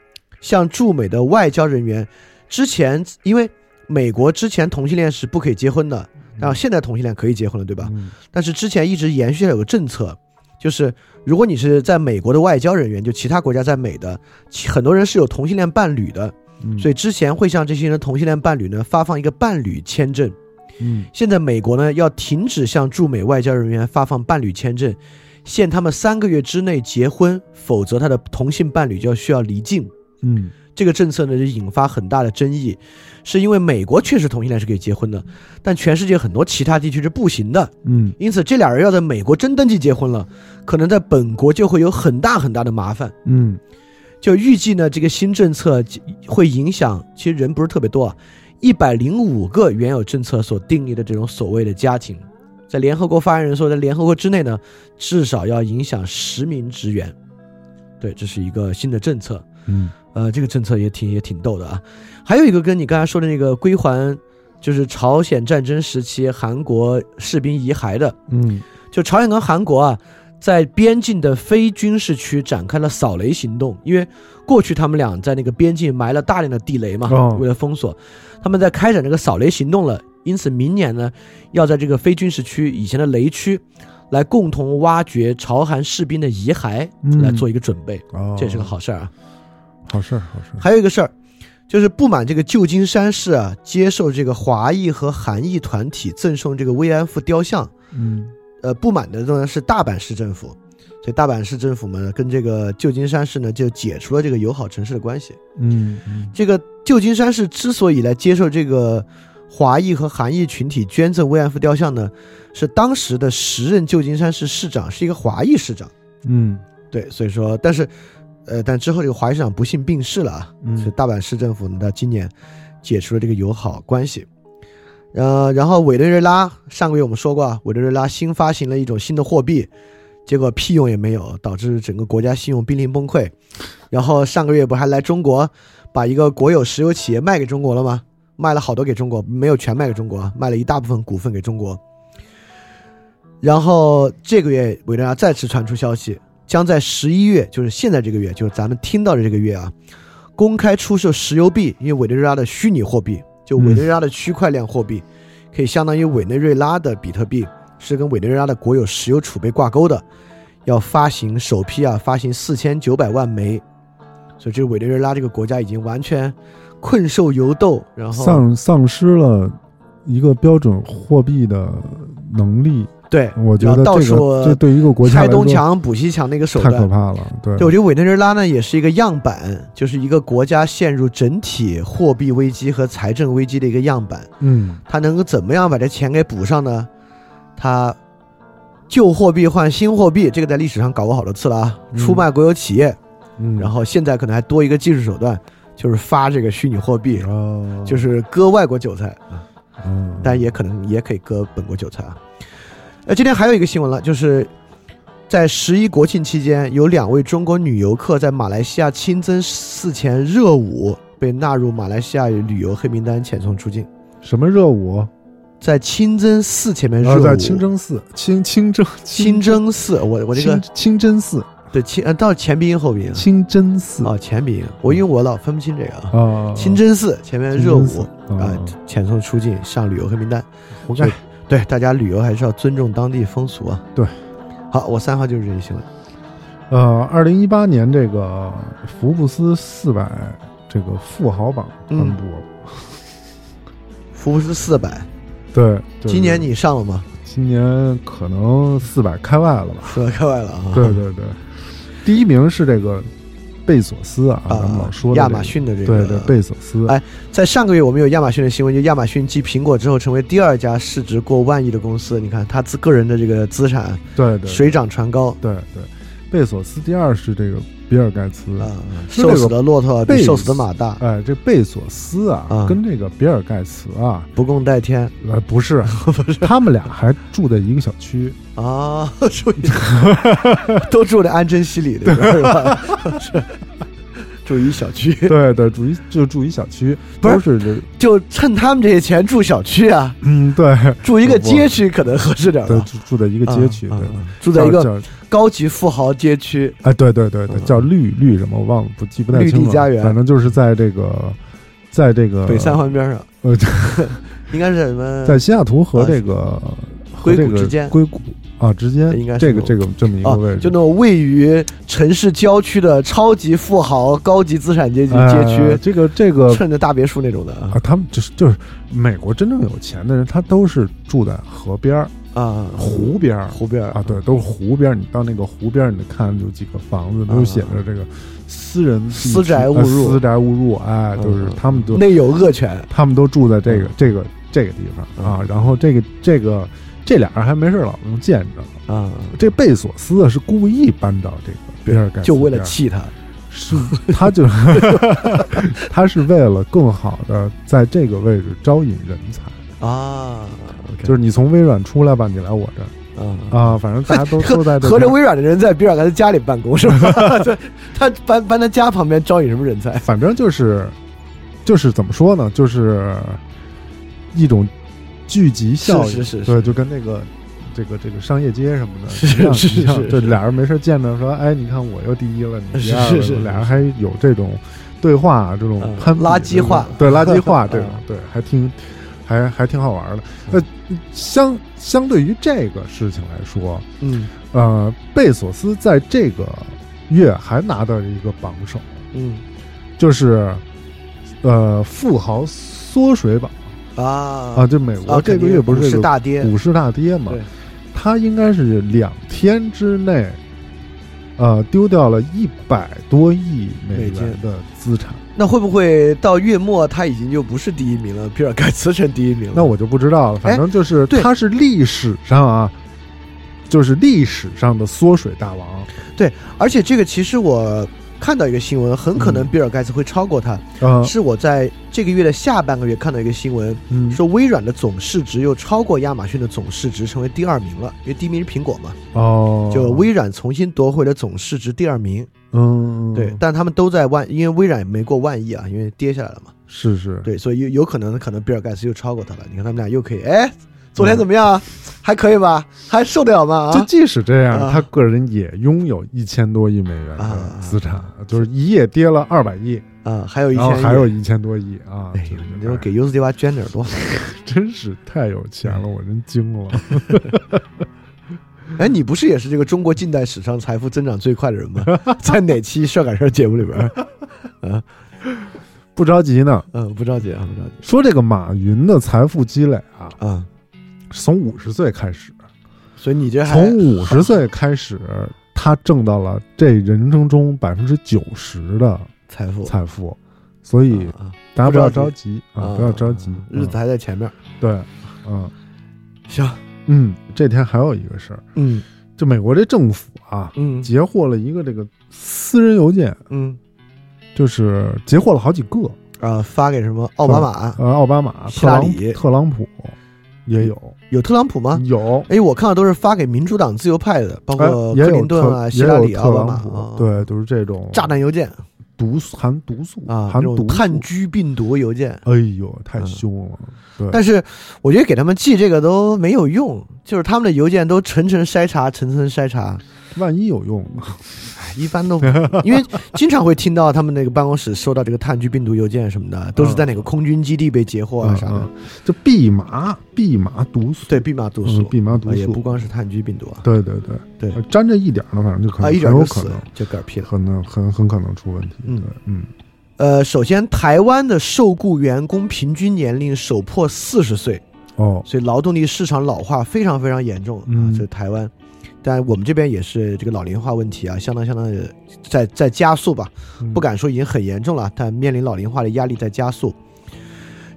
Speaker 6: 向驻美的外交人员，之前因为美国之前同性恋是不可以结婚的，然后现在同性恋可以结婚了，对吧？
Speaker 5: 嗯
Speaker 6: 但是之前一直延续下有个政策，就是如果你是在美国的外交人员，就其他国家在美的，其很多人是有同性恋伴侣的，
Speaker 5: 嗯，
Speaker 6: 所以之前会向这些人同性恋伴侣呢发放一个伴侣签证。
Speaker 5: 嗯
Speaker 6: 现在美国呢要停止向驻美外交人员发放伴侣签证，限他们三个月之内结婚，否则他的同性伴侣就要需要离境。
Speaker 5: 嗯
Speaker 6: 这个政策呢就引发很大的争议，是因为美国确实同性恋是可以结婚的，但全世界很多其他地区是不行的。
Speaker 5: 嗯
Speaker 6: 因此，这俩人要在美国真登记结婚了，可能在本国就会有很大很大的麻烦。
Speaker 5: 嗯
Speaker 6: 就预计呢，这个新政策会影响，其实人不是特别多啊，一百零五个原有政策所定义的这种所谓的家庭，在联合国发言人说，在联合国之内呢，至少要影响十名职员。对，这是一个新的政策，
Speaker 5: 嗯
Speaker 6: 呃，这个政策也挺也挺逗的啊。还有一个跟你刚才说的那个归还，就是朝鲜战争时期韩国士兵遗骸的，
Speaker 5: 嗯
Speaker 6: 就朝鲜跟韩国啊，在边境的非军事区展开了扫雷行动，因为过去他们俩在那个边境埋了大量的地雷嘛，
Speaker 5: 哦
Speaker 6: 为了封锁，他们在开展这个扫雷行动了。因此，明年呢，要在这个非军事区以前的雷区，来共同挖掘朝韩士兵的遗骸，
Speaker 5: 嗯
Speaker 6: 来做一个准备，
Speaker 5: 哦，
Speaker 6: 这也是个好事儿啊。
Speaker 5: 好事儿，好事儿。
Speaker 6: 还有一个事儿，就是不满这个旧金山市啊，接受这个华裔和韩裔团体赠送这个慰安妇雕像，
Speaker 5: 嗯
Speaker 6: 呃不满的呢是大阪市政府，所以大阪市政府们跟这个旧金山市呢就解除了这个友好城市的关系。
Speaker 5: 嗯嗯
Speaker 6: 这个旧金山市之所以来接受这个华裔和韩裔群体捐赠慰安妇雕像呢，是当时的时任旧金山市市长是一个华裔市长，
Speaker 5: 嗯
Speaker 6: 对，所以说但是，呃，但之后这个华裔市长不幸病逝了啊，
Speaker 5: 嗯
Speaker 6: 所以大阪市政府呢，在今年解除了这个友好关系。呃，然后委内瑞拉上个月我们说过啊，委内瑞拉新发行了一种新的货币，结果屁用也没有，导致整个国家信用濒临崩溃。然后上个月不还来中国，把一个国有石油企业卖给中国了吗？啊卖了好多给中国，没有全卖给中国，卖了一大部分股份给中国。然后这个月委内瑞拉再次传出消息，将在十一月，就是现在这个月，就是咱们听到的这个月啊，公开出售石油币，因为委内瑞拉的虚拟货币，就委内瑞拉的区块链货币，可以相当于委内瑞拉的比特币，是跟委内瑞拉的国有石油储备挂钩的，要发行首批啊，发行四千九百万枚，所以这委内瑞拉这个国家已经完全困兽犹斗，然后
Speaker 5: 丧丧失了一个标准货币的能力，
Speaker 6: 对，
Speaker 5: 我觉
Speaker 6: 然后
Speaker 5: 得
Speaker 6: 到
Speaker 5: 这
Speaker 6: 处
Speaker 5: 个这对于一个国家
Speaker 6: 拆
Speaker 5: 来
Speaker 6: 东
Speaker 5: 说
Speaker 6: 墙补西墙那个手
Speaker 5: 太可
Speaker 6: 段。
Speaker 5: 怕了。对，
Speaker 6: 对，我觉得委内瑞拉呢也是一个样板，就是一个国家陷入整体货币危机和财政危机的一个样板。
Speaker 5: 嗯，
Speaker 6: 它能够怎么样把这钱给补上呢？它旧货币换新货币，这个在历史上搞过好多次了啊！
Speaker 5: 嗯
Speaker 6: 出卖国有企业，
Speaker 5: 嗯
Speaker 6: 然后现在可能还多一个技术手段，就是发这个虚拟货币，
Speaker 5: 哦，
Speaker 6: 就是割外国韭菜。
Speaker 5: 嗯，
Speaker 6: 但也可能也可以割本国韭菜啊。呃，今天还有一个新闻了，就是在十一国庆期间，有两位中国女游客在马来西亚清真寺前热舞，被纳入马来西亚旅游黑名单，遣送出境。
Speaker 5: 什么热舞？
Speaker 6: 在清真寺前面
Speaker 5: 然
Speaker 6: 热
Speaker 5: 后
Speaker 6: 舞，
Speaker 5: 在呃清真寺，清清真
Speaker 6: 清真寺，我我这个
Speaker 5: 清清真寺，
Speaker 6: 对清呃，到底前鼻音后鼻音啊
Speaker 5: 清真寺
Speaker 6: 哦，前鼻音，我因为我老分不清这个啊。
Speaker 5: 啊，
Speaker 6: 清真寺前面热舞
Speaker 5: 啊
Speaker 6: 啊，遣送出境，上旅游黑名单。
Speaker 5: 活该
Speaker 6: 所以。对，大家旅游还是要尊重当地风俗啊。
Speaker 5: 对，
Speaker 6: 好，我三号就是这些新闻。
Speaker 5: 呃，二零一八年这个福布斯四百这个富豪榜颁
Speaker 6: 嗯
Speaker 5: 布了，
Speaker 6: 福布斯四百，
Speaker 5: 对，就是
Speaker 6: 今年你上了吗？
Speaker 5: 今年可能四百开外了吧？
Speaker 6: 说开外了啊。
Speaker 5: 对对对，第一名是这个贝索斯啊，
Speaker 6: 啊
Speaker 5: 咱们老说的
Speaker 6: 亚
Speaker 5: 这个
Speaker 6: 马逊的这个
Speaker 5: 对对贝索斯，
Speaker 6: 哎在上个月我们有亚马逊的新闻，就亚马逊继苹果之后成为第二家市值过万亿的公司。你看他自个人的这个资产
Speaker 5: 对对
Speaker 6: 水涨船高
Speaker 5: 对对，贝索斯第二是这个比尔盖茨，
Speaker 6: 啊，
Speaker 5: 是那
Speaker 6: 瘦
Speaker 5: 个
Speaker 6: 死的骆驼
Speaker 5: 贝
Speaker 6: 比
Speaker 5: 斯
Speaker 6: 瘦死的马大，
Speaker 5: 哎，这贝索斯啊，
Speaker 6: 啊
Speaker 5: 跟这个比尔盖茨啊，
Speaker 6: 不共戴天
Speaker 5: 呃，不 是，不是，他们俩还住在一个小区，
Speaker 6: 啊，注意， 都住在安贞西里那边是吧？ 是住一小区，
Speaker 5: 对对，住一就住一小区，
Speaker 6: 不是
Speaker 5: 都是这，
Speaker 6: 就趁他们这些钱住小区啊，
Speaker 5: 嗯， 对
Speaker 6: 住一个街区可能合适点
Speaker 5: 对，
Speaker 6: 吧。
Speaker 5: 住住在一个街区，
Speaker 6: 啊
Speaker 5: 对，
Speaker 6: 啊住在一
Speaker 5: 叫
Speaker 6: 个
Speaker 5: 叫
Speaker 6: 高级富豪街区，
Speaker 5: 哎，对对对对，
Speaker 6: 嗯
Speaker 5: 叫绿绿什么我忘了，不记不太
Speaker 6: 绿地
Speaker 5: 清了，
Speaker 6: 家园
Speaker 5: 反正就是在这个，在这个
Speaker 6: 北三环嗯边上，
Speaker 5: 呃，
Speaker 6: 应该是什么？
Speaker 5: 啊在西雅图和这个和
Speaker 6: 嗯硅谷
Speaker 5: 这个
Speaker 6: 之间
Speaker 5: 硅谷啊之间，
Speaker 6: 应该是
Speaker 5: 这个
Speaker 6: 那种
Speaker 5: 这个这么一
Speaker 6: 啊
Speaker 5: 个位置，，
Speaker 6: 就那种位于城市郊区的超级富豪、高级资产阶级街
Speaker 5: 呃
Speaker 6: 区，
Speaker 5: 这个这个
Speaker 6: 趁着大别墅那种的
Speaker 5: 啊，他们就是就是美国真正有钱的人，他都是住在河边儿、
Speaker 6: 啊，
Speaker 5: 湖边儿
Speaker 6: 湖边儿
Speaker 5: 啊，对，都是湖边儿。你到那个湖边儿，你看有几个房子都
Speaker 6: 啊
Speaker 5: 是写着这个私人地区
Speaker 6: 私宅勿
Speaker 5: 呃
Speaker 6: 入
Speaker 5: 私宅勿入，哎，就是
Speaker 6: 嗯
Speaker 5: 他们都
Speaker 6: 内有恶犬
Speaker 5: 他们都住在这个
Speaker 6: 嗯
Speaker 5: 这个这个地方啊。然后这个这个这俩人还没事儿老能见着。
Speaker 6: 啊，
Speaker 5: 这贝索斯啊是故意搬到这个比尔盖茨
Speaker 6: 就为了
Speaker 5: 边儿
Speaker 6: 气他
Speaker 5: 是，他就是 他是为了更好的在这个位置招引人才，
Speaker 6: 啊。OK
Speaker 5: 就是你从微软出来吧，你来我这儿
Speaker 6: 啊。
Speaker 5: 啊，反正大 家都
Speaker 6: 合
Speaker 5: 都在这
Speaker 6: 合着
Speaker 5: 边儿，
Speaker 6: 微软的人在比尔盖茨家里办公是吧？ 对他搬搬他家旁边招引什么人才？
Speaker 5: 反正就是就是怎么说呢，就是一种聚集效应，
Speaker 6: 是是是
Speaker 5: 对，就跟那个。这个这个商业街什么的，
Speaker 6: 是
Speaker 5: 一样
Speaker 6: 是
Speaker 5: 一样
Speaker 6: 是
Speaker 5: 就是俩人没事见着说，哎，你看我又第一了，你第
Speaker 6: 是
Speaker 5: 二了，
Speaker 6: 是是
Speaker 5: 俩人还有这种对话，这种
Speaker 6: 嗯
Speaker 5: 攀比
Speaker 6: 垃
Speaker 5: 的
Speaker 6: 圾
Speaker 5: 这种
Speaker 6: 话
Speaker 5: 对垃圾 话这种
Speaker 6: 嗯，
Speaker 5: 对，还挺还还挺好玩的。呃，相相对于这个事情来说，
Speaker 6: 嗯
Speaker 5: 呃，贝索斯在这个月还拿到了一个榜首，
Speaker 6: 嗯
Speaker 5: 就是呃富豪缩水榜
Speaker 6: 啊
Speaker 5: 啊，就美国
Speaker 6: 啊，
Speaker 5: 这个月不
Speaker 6: 是
Speaker 5: 是
Speaker 6: 大跌
Speaker 5: 股市大跌嘛
Speaker 6: 对，
Speaker 5: 它应该是两天之内。呃，丢掉了一百多亿美
Speaker 6: 美金
Speaker 5: 元的资产，
Speaker 6: 那会不会到月末他已经就不是第一名了？比尔盖茨成第一名了？
Speaker 5: 那我就不知道了。反正就是
Speaker 6: 哎对
Speaker 5: 他是历史上啊，就是历史上的缩水大王。
Speaker 6: 对，而且这个其实我看到一个新闻，很可能
Speaker 5: 嗯
Speaker 6: 比尔盖茨会超过他。
Speaker 5: 呃，
Speaker 6: 是我在这个月的下半个月看到一个新闻，
Speaker 5: 嗯，
Speaker 6: 说微软的总市值又超过亚马逊的总市值，成为第二名了。因为第一名是苹果嘛，
Speaker 5: 哦，
Speaker 6: 就微软重新夺回了总市值第二名。
Speaker 5: 嗯，
Speaker 6: 对，但他们都在万，因为微软也没过万亿啊，因为跌下来了嘛。
Speaker 5: 是是，
Speaker 6: 对，所以有有可能可能比尔盖茨又超过他了。你看他们俩又可以哎昨天怎么样啊？还可以吧？还受得了吗？
Speaker 5: 嗯就
Speaker 6: 啊，
Speaker 5: 即使这样，
Speaker 6: 啊
Speaker 5: 他个人也拥有一千多亿美元的
Speaker 6: 啊
Speaker 5: 资产，就是一夜跌了二百亿，
Speaker 6: 啊，还有一
Speaker 5: 然后
Speaker 6: 千亿，
Speaker 5: 哦还有一千多亿啊！
Speaker 6: 哎
Speaker 5: 就
Speaker 6: 呀
Speaker 5: 是，
Speaker 6: 你说给嗯 U C Y 捐点儿多好。
Speaker 5: 真是太有钱了，我真惊了。
Speaker 6: 哎，你不是也是这个中国近代史上财富增长最快的 人吗？在哪期《事儿赶事儿》节目里边儿？
Speaker 5: 不着急呢，
Speaker 6: 嗯，不着急啊，不着急
Speaker 5: 说这个马云的财富积累啊，
Speaker 6: 啊。
Speaker 5: 从五十岁开始，
Speaker 6: 所以你这还
Speaker 5: 从五十岁开始，他挣到了这人生中百分之九十的
Speaker 6: 财富
Speaker 5: 财富，所以
Speaker 6: 啊
Speaker 5: 大家不要
Speaker 6: 不着
Speaker 5: 着急
Speaker 6: 啊
Speaker 5: 啊，不要着急，
Speaker 6: 日子
Speaker 5: 嗯
Speaker 6: 还在前面。
Speaker 5: 对，嗯
Speaker 6: 行，
Speaker 5: 嗯，这天还有一个事儿，
Speaker 6: 嗯
Speaker 5: 就美国这政府啊，
Speaker 6: 嗯
Speaker 5: 截获了一个这个私人邮件，
Speaker 6: 嗯
Speaker 5: 就是截获了好几个，
Speaker 6: 啊，发给什么奥巴马？
Speaker 5: 呃，奥巴马、
Speaker 6: 希
Speaker 5: 特
Speaker 6: 拉
Speaker 5: 朗
Speaker 6: 里
Speaker 5: 特朗普也有
Speaker 6: 有特朗普吗？
Speaker 5: 有。
Speaker 6: 哎，我看到都是发给民主党自由派的，包
Speaker 5: 哎
Speaker 6: 括，
Speaker 5: 也
Speaker 6: 克
Speaker 5: 有
Speaker 6: 林顿啊、
Speaker 5: 特
Speaker 6: 希
Speaker 5: 也
Speaker 6: 拉
Speaker 5: 有
Speaker 6: 里、奥
Speaker 5: 特
Speaker 6: 巴
Speaker 5: 朗
Speaker 6: 马
Speaker 5: 普
Speaker 6: 啊，，
Speaker 5: 对，都是这种
Speaker 6: 炸弹邮件
Speaker 5: 毒素含毒素
Speaker 6: 啊，这
Speaker 5: 含
Speaker 6: 种
Speaker 5: 毒
Speaker 6: 炭
Speaker 5: 素
Speaker 6: 疽病毒邮件。
Speaker 5: 哎呦，太凶了！对，
Speaker 6: 但是我觉得给他们寄这个都没有用，就是他们的邮件都层层筛查，层层筛查，
Speaker 5: 万一有用呢？
Speaker 6: 哎一 般都因为经常会听到他们那个办公室收到这个炭疽病毒邮件什么的，都是在哪个空军基地被截获啊
Speaker 5: 嗯
Speaker 6: 啥的
Speaker 5: 嗯。就蓖麻，蓖麻毒素，
Speaker 6: 对，蓖麻毒素
Speaker 5: 嗯，蓖麻毒
Speaker 6: 啊也
Speaker 5: 素
Speaker 6: 不，光是炭疽病毒啊，
Speaker 5: 对对对
Speaker 6: 对
Speaker 5: 呃沾这一点儿呢，反正就可
Speaker 6: 啊
Speaker 5: 能
Speaker 6: 一
Speaker 5: 很
Speaker 6: 点
Speaker 5: 有
Speaker 6: 就
Speaker 5: 可
Speaker 6: 死
Speaker 5: 能，
Speaker 6: 就嗝屁了。
Speaker 5: 可能很很可能出问题。
Speaker 6: 嗯
Speaker 5: 对，嗯，
Speaker 6: 呃，首先，台湾的受雇员工平均年龄首破四十岁，
Speaker 5: 哦，
Speaker 6: 所以劳动力市场老化非常非常严重啊
Speaker 5: 嗯，
Speaker 6: 这是台湾。但我们这边也是这个老龄化问题啊，相当相当的在在加速吧，
Speaker 5: 嗯
Speaker 6: 不敢说已经很严重了，但面临老龄化的压力在加速。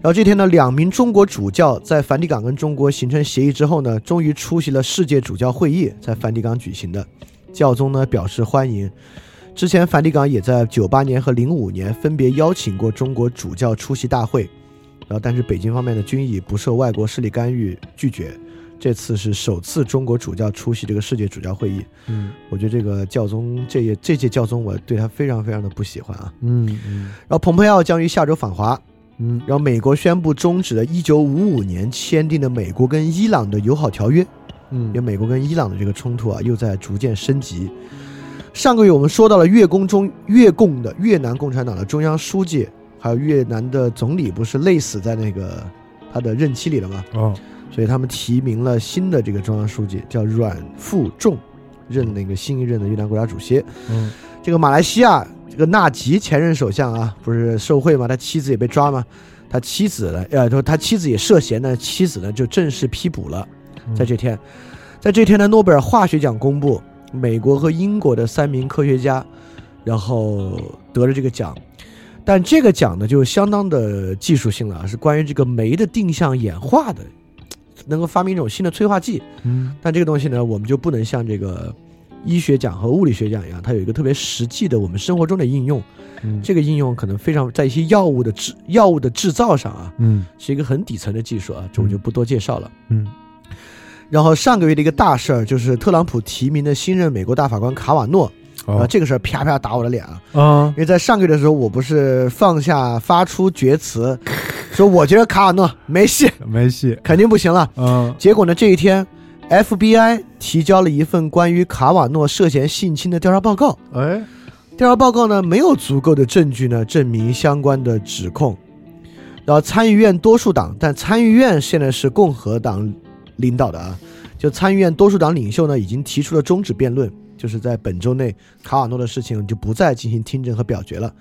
Speaker 6: 然后这天呢，两名中国主教在梵蒂冈跟中国形成协议之后呢，终于出席了世界主教会议，在梵蒂冈举行的。教宗呢表示欢迎。之前梵蒂冈也在九八年和零五年分别邀请过中国主教出席大会，然后但是北京方面呢均以不受外国势力干预拒绝。这次是首次中国主教出席这个世界主教会议，
Speaker 5: 嗯
Speaker 6: 我觉得这个教宗这届这届教宗我对他非常非常的不喜欢啊。
Speaker 5: 嗯嗯
Speaker 6: 然后蓬佩奥将于下周访华，
Speaker 5: 嗯
Speaker 6: 然后美国宣布终止了1955年签订的美国跟伊朗的友好条约，因为
Speaker 5: 嗯，
Speaker 6: 美国跟伊朗的这个冲突啊又在逐渐升级。上个月我们说到了越共中越共的越南共产党的中央书记，还有越南的总理不是累死在那个他的任期里了吗？
Speaker 5: 哦，
Speaker 6: 所以他们提名了新的这个中央书记，叫阮富仲，任那个新一任的越南国家主席。
Speaker 5: 嗯
Speaker 6: 这个马来西亚这个纳吉前任首相啊，不是受贿吗？他妻子也被抓吗？他妻子呢？呃，他他妻子也涉嫌呢，妻子呢就正式批捕了。
Speaker 5: 嗯
Speaker 6: 在这天，在这天呢，诺贝尔化学奖公布，美国和英国的三名科学家，然后得了这个奖。但这个奖呢，就相当的技术性了啊，是关于这个酶的定向演化的，能够发明一种新的催化剂。
Speaker 5: 嗯
Speaker 6: 但这个东西呢，我们就不能像这个医学奖和物理学奖一样，它有一个特别实际的我们生活中的应用。
Speaker 5: 嗯
Speaker 6: 这个应用可能非常在一些药物的制药物的制造上啊，
Speaker 5: 嗯
Speaker 6: 是一个很底层的技术啊，这我就不多介绍了。
Speaker 5: 嗯
Speaker 6: 然后上个月的一个大事儿就是特朗普提名的新任美国大法官卡瓦诺，啊，
Speaker 5: 哦
Speaker 6: 这个事儿啪啪打我的脸啊！
Speaker 5: 啊
Speaker 6: 因为在上个月的时候，我不是放下发出厥词，说我觉得卡瓦诺没戏，
Speaker 5: 没戏
Speaker 6: 肯定不行了。
Speaker 5: 啊
Speaker 6: 结果呢，这一天，FBI 提交了一份关于卡瓦诺涉嫌性侵的调查报告。
Speaker 5: 哎
Speaker 6: 调查报告呢，没有足够的证据呢证明相关的指控。然后参议院多数党，但参议院现在是共和党领导的啊，就参议院多数党领袖呢已经提出了终止辩论，就是在本周内卡瓦诺的事情就不再进行听证和表决了。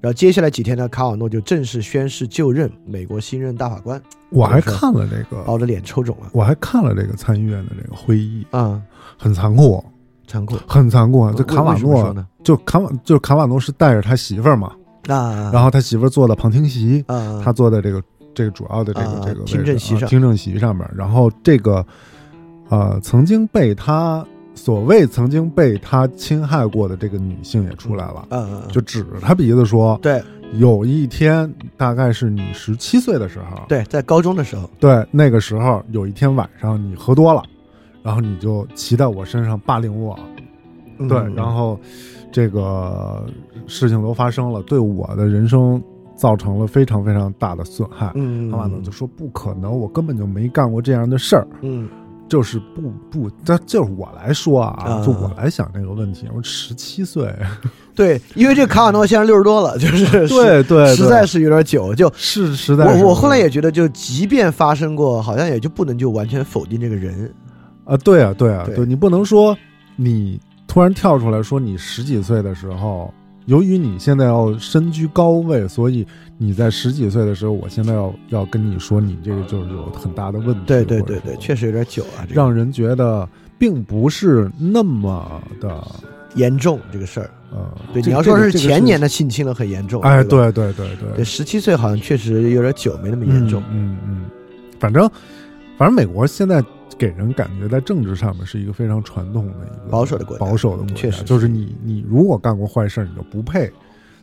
Speaker 6: 然后接下来几天呢，卡瓦诺就正式宣誓就任美国新任大法官，
Speaker 5: 我还看了这
Speaker 6: 把我
Speaker 5: 个，
Speaker 6: 的脸抽肿了
Speaker 5: 我还看了这个参议院的这个会议，
Speaker 6: 啊、
Speaker 5: 很残酷，
Speaker 6: 残酷。
Speaker 5: 很残酷啊！这
Speaker 6: 为
Speaker 5: 卡瓦
Speaker 6: 为什么说
Speaker 5: 诺
Speaker 6: 呢？
Speaker 5: 就卡瓦就是卡瓦诺是带着他媳妇儿嘛，
Speaker 6: 啊，
Speaker 5: 然后他媳妇儿坐在旁听席，
Speaker 6: 啊，
Speaker 5: 他坐在这个这个主要的这个
Speaker 6: 啊
Speaker 5: 这个位置
Speaker 6: 听证席上
Speaker 5: 啊听证席上面。然后这个呃，曾经被他所谓曾经被他侵害过的这个女性也出来了，
Speaker 6: 啊，
Speaker 5: 就指着他鼻子说
Speaker 6: 对：“
Speaker 5: 有一天，大概是你十七岁的时候，
Speaker 6: 对，在高中的时候，
Speaker 5: 对那个时候有一天晚上你喝多了，然后你就骑在我身上霸凌我。”
Speaker 6: 嗯
Speaker 5: 对，然后这个事情都发生了，对我的人生造成了非常非常大的损害。
Speaker 6: 嗯，
Speaker 5: 哈瓦呢就说不可能，我根本就没干过这样的事儿，
Speaker 6: 嗯
Speaker 5: 就是不不，这就是我来说啊，
Speaker 6: 啊
Speaker 5: 就我来想这个问题。我十七 岁，
Speaker 6: 对，因为这卡瓦诺先生六十多了，就是
Speaker 5: 对对，
Speaker 6: 实在
Speaker 5: 是
Speaker 6: 是有点久。就是
Speaker 5: 实在是，
Speaker 6: 我我后来也觉得，就即便发生过，好像也就不能就完全否定这个人。
Speaker 5: 啊，对啊，对啊，
Speaker 6: 对
Speaker 5: 对你不能说你突然跳出来说你十几岁的时候，由于你现在要身居高位，所以你在十几岁的时候，我现在要要跟你说，你这个就是有很大的问题。
Speaker 6: 对对
Speaker 5: 或者
Speaker 6: 对
Speaker 5: 说
Speaker 6: 对，确实有点久啊，这个
Speaker 5: 让人觉得并不是那么的
Speaker 6: 严重这个事儿。
Speaker 5: 呃，
Speaker 6: 对，
Speaker 5: 这
Speaker 6: 你要说是
Speaker 5: 这个
Speaker 6: 前年的性侵了，很严重。
Speaker 5: 这个是哎，
Speaker 6: 吧，
Speaker 5: 对对对对
Speaker 6: 对，，十七岁好像确实有点久，没那么严重。
Speaker 5: 嗯嗯嗯，反正反正美国现在给人感觉在政治上面是一个非常传统的一个
Speaker 6: 保守的国家
Speaker 5: 保守的国家，
Speaker 6: 嗯确实
Speaker 5: 就是
Speaker 6: 是
Speaker 5: 你你如果干过坏事儿，你就不配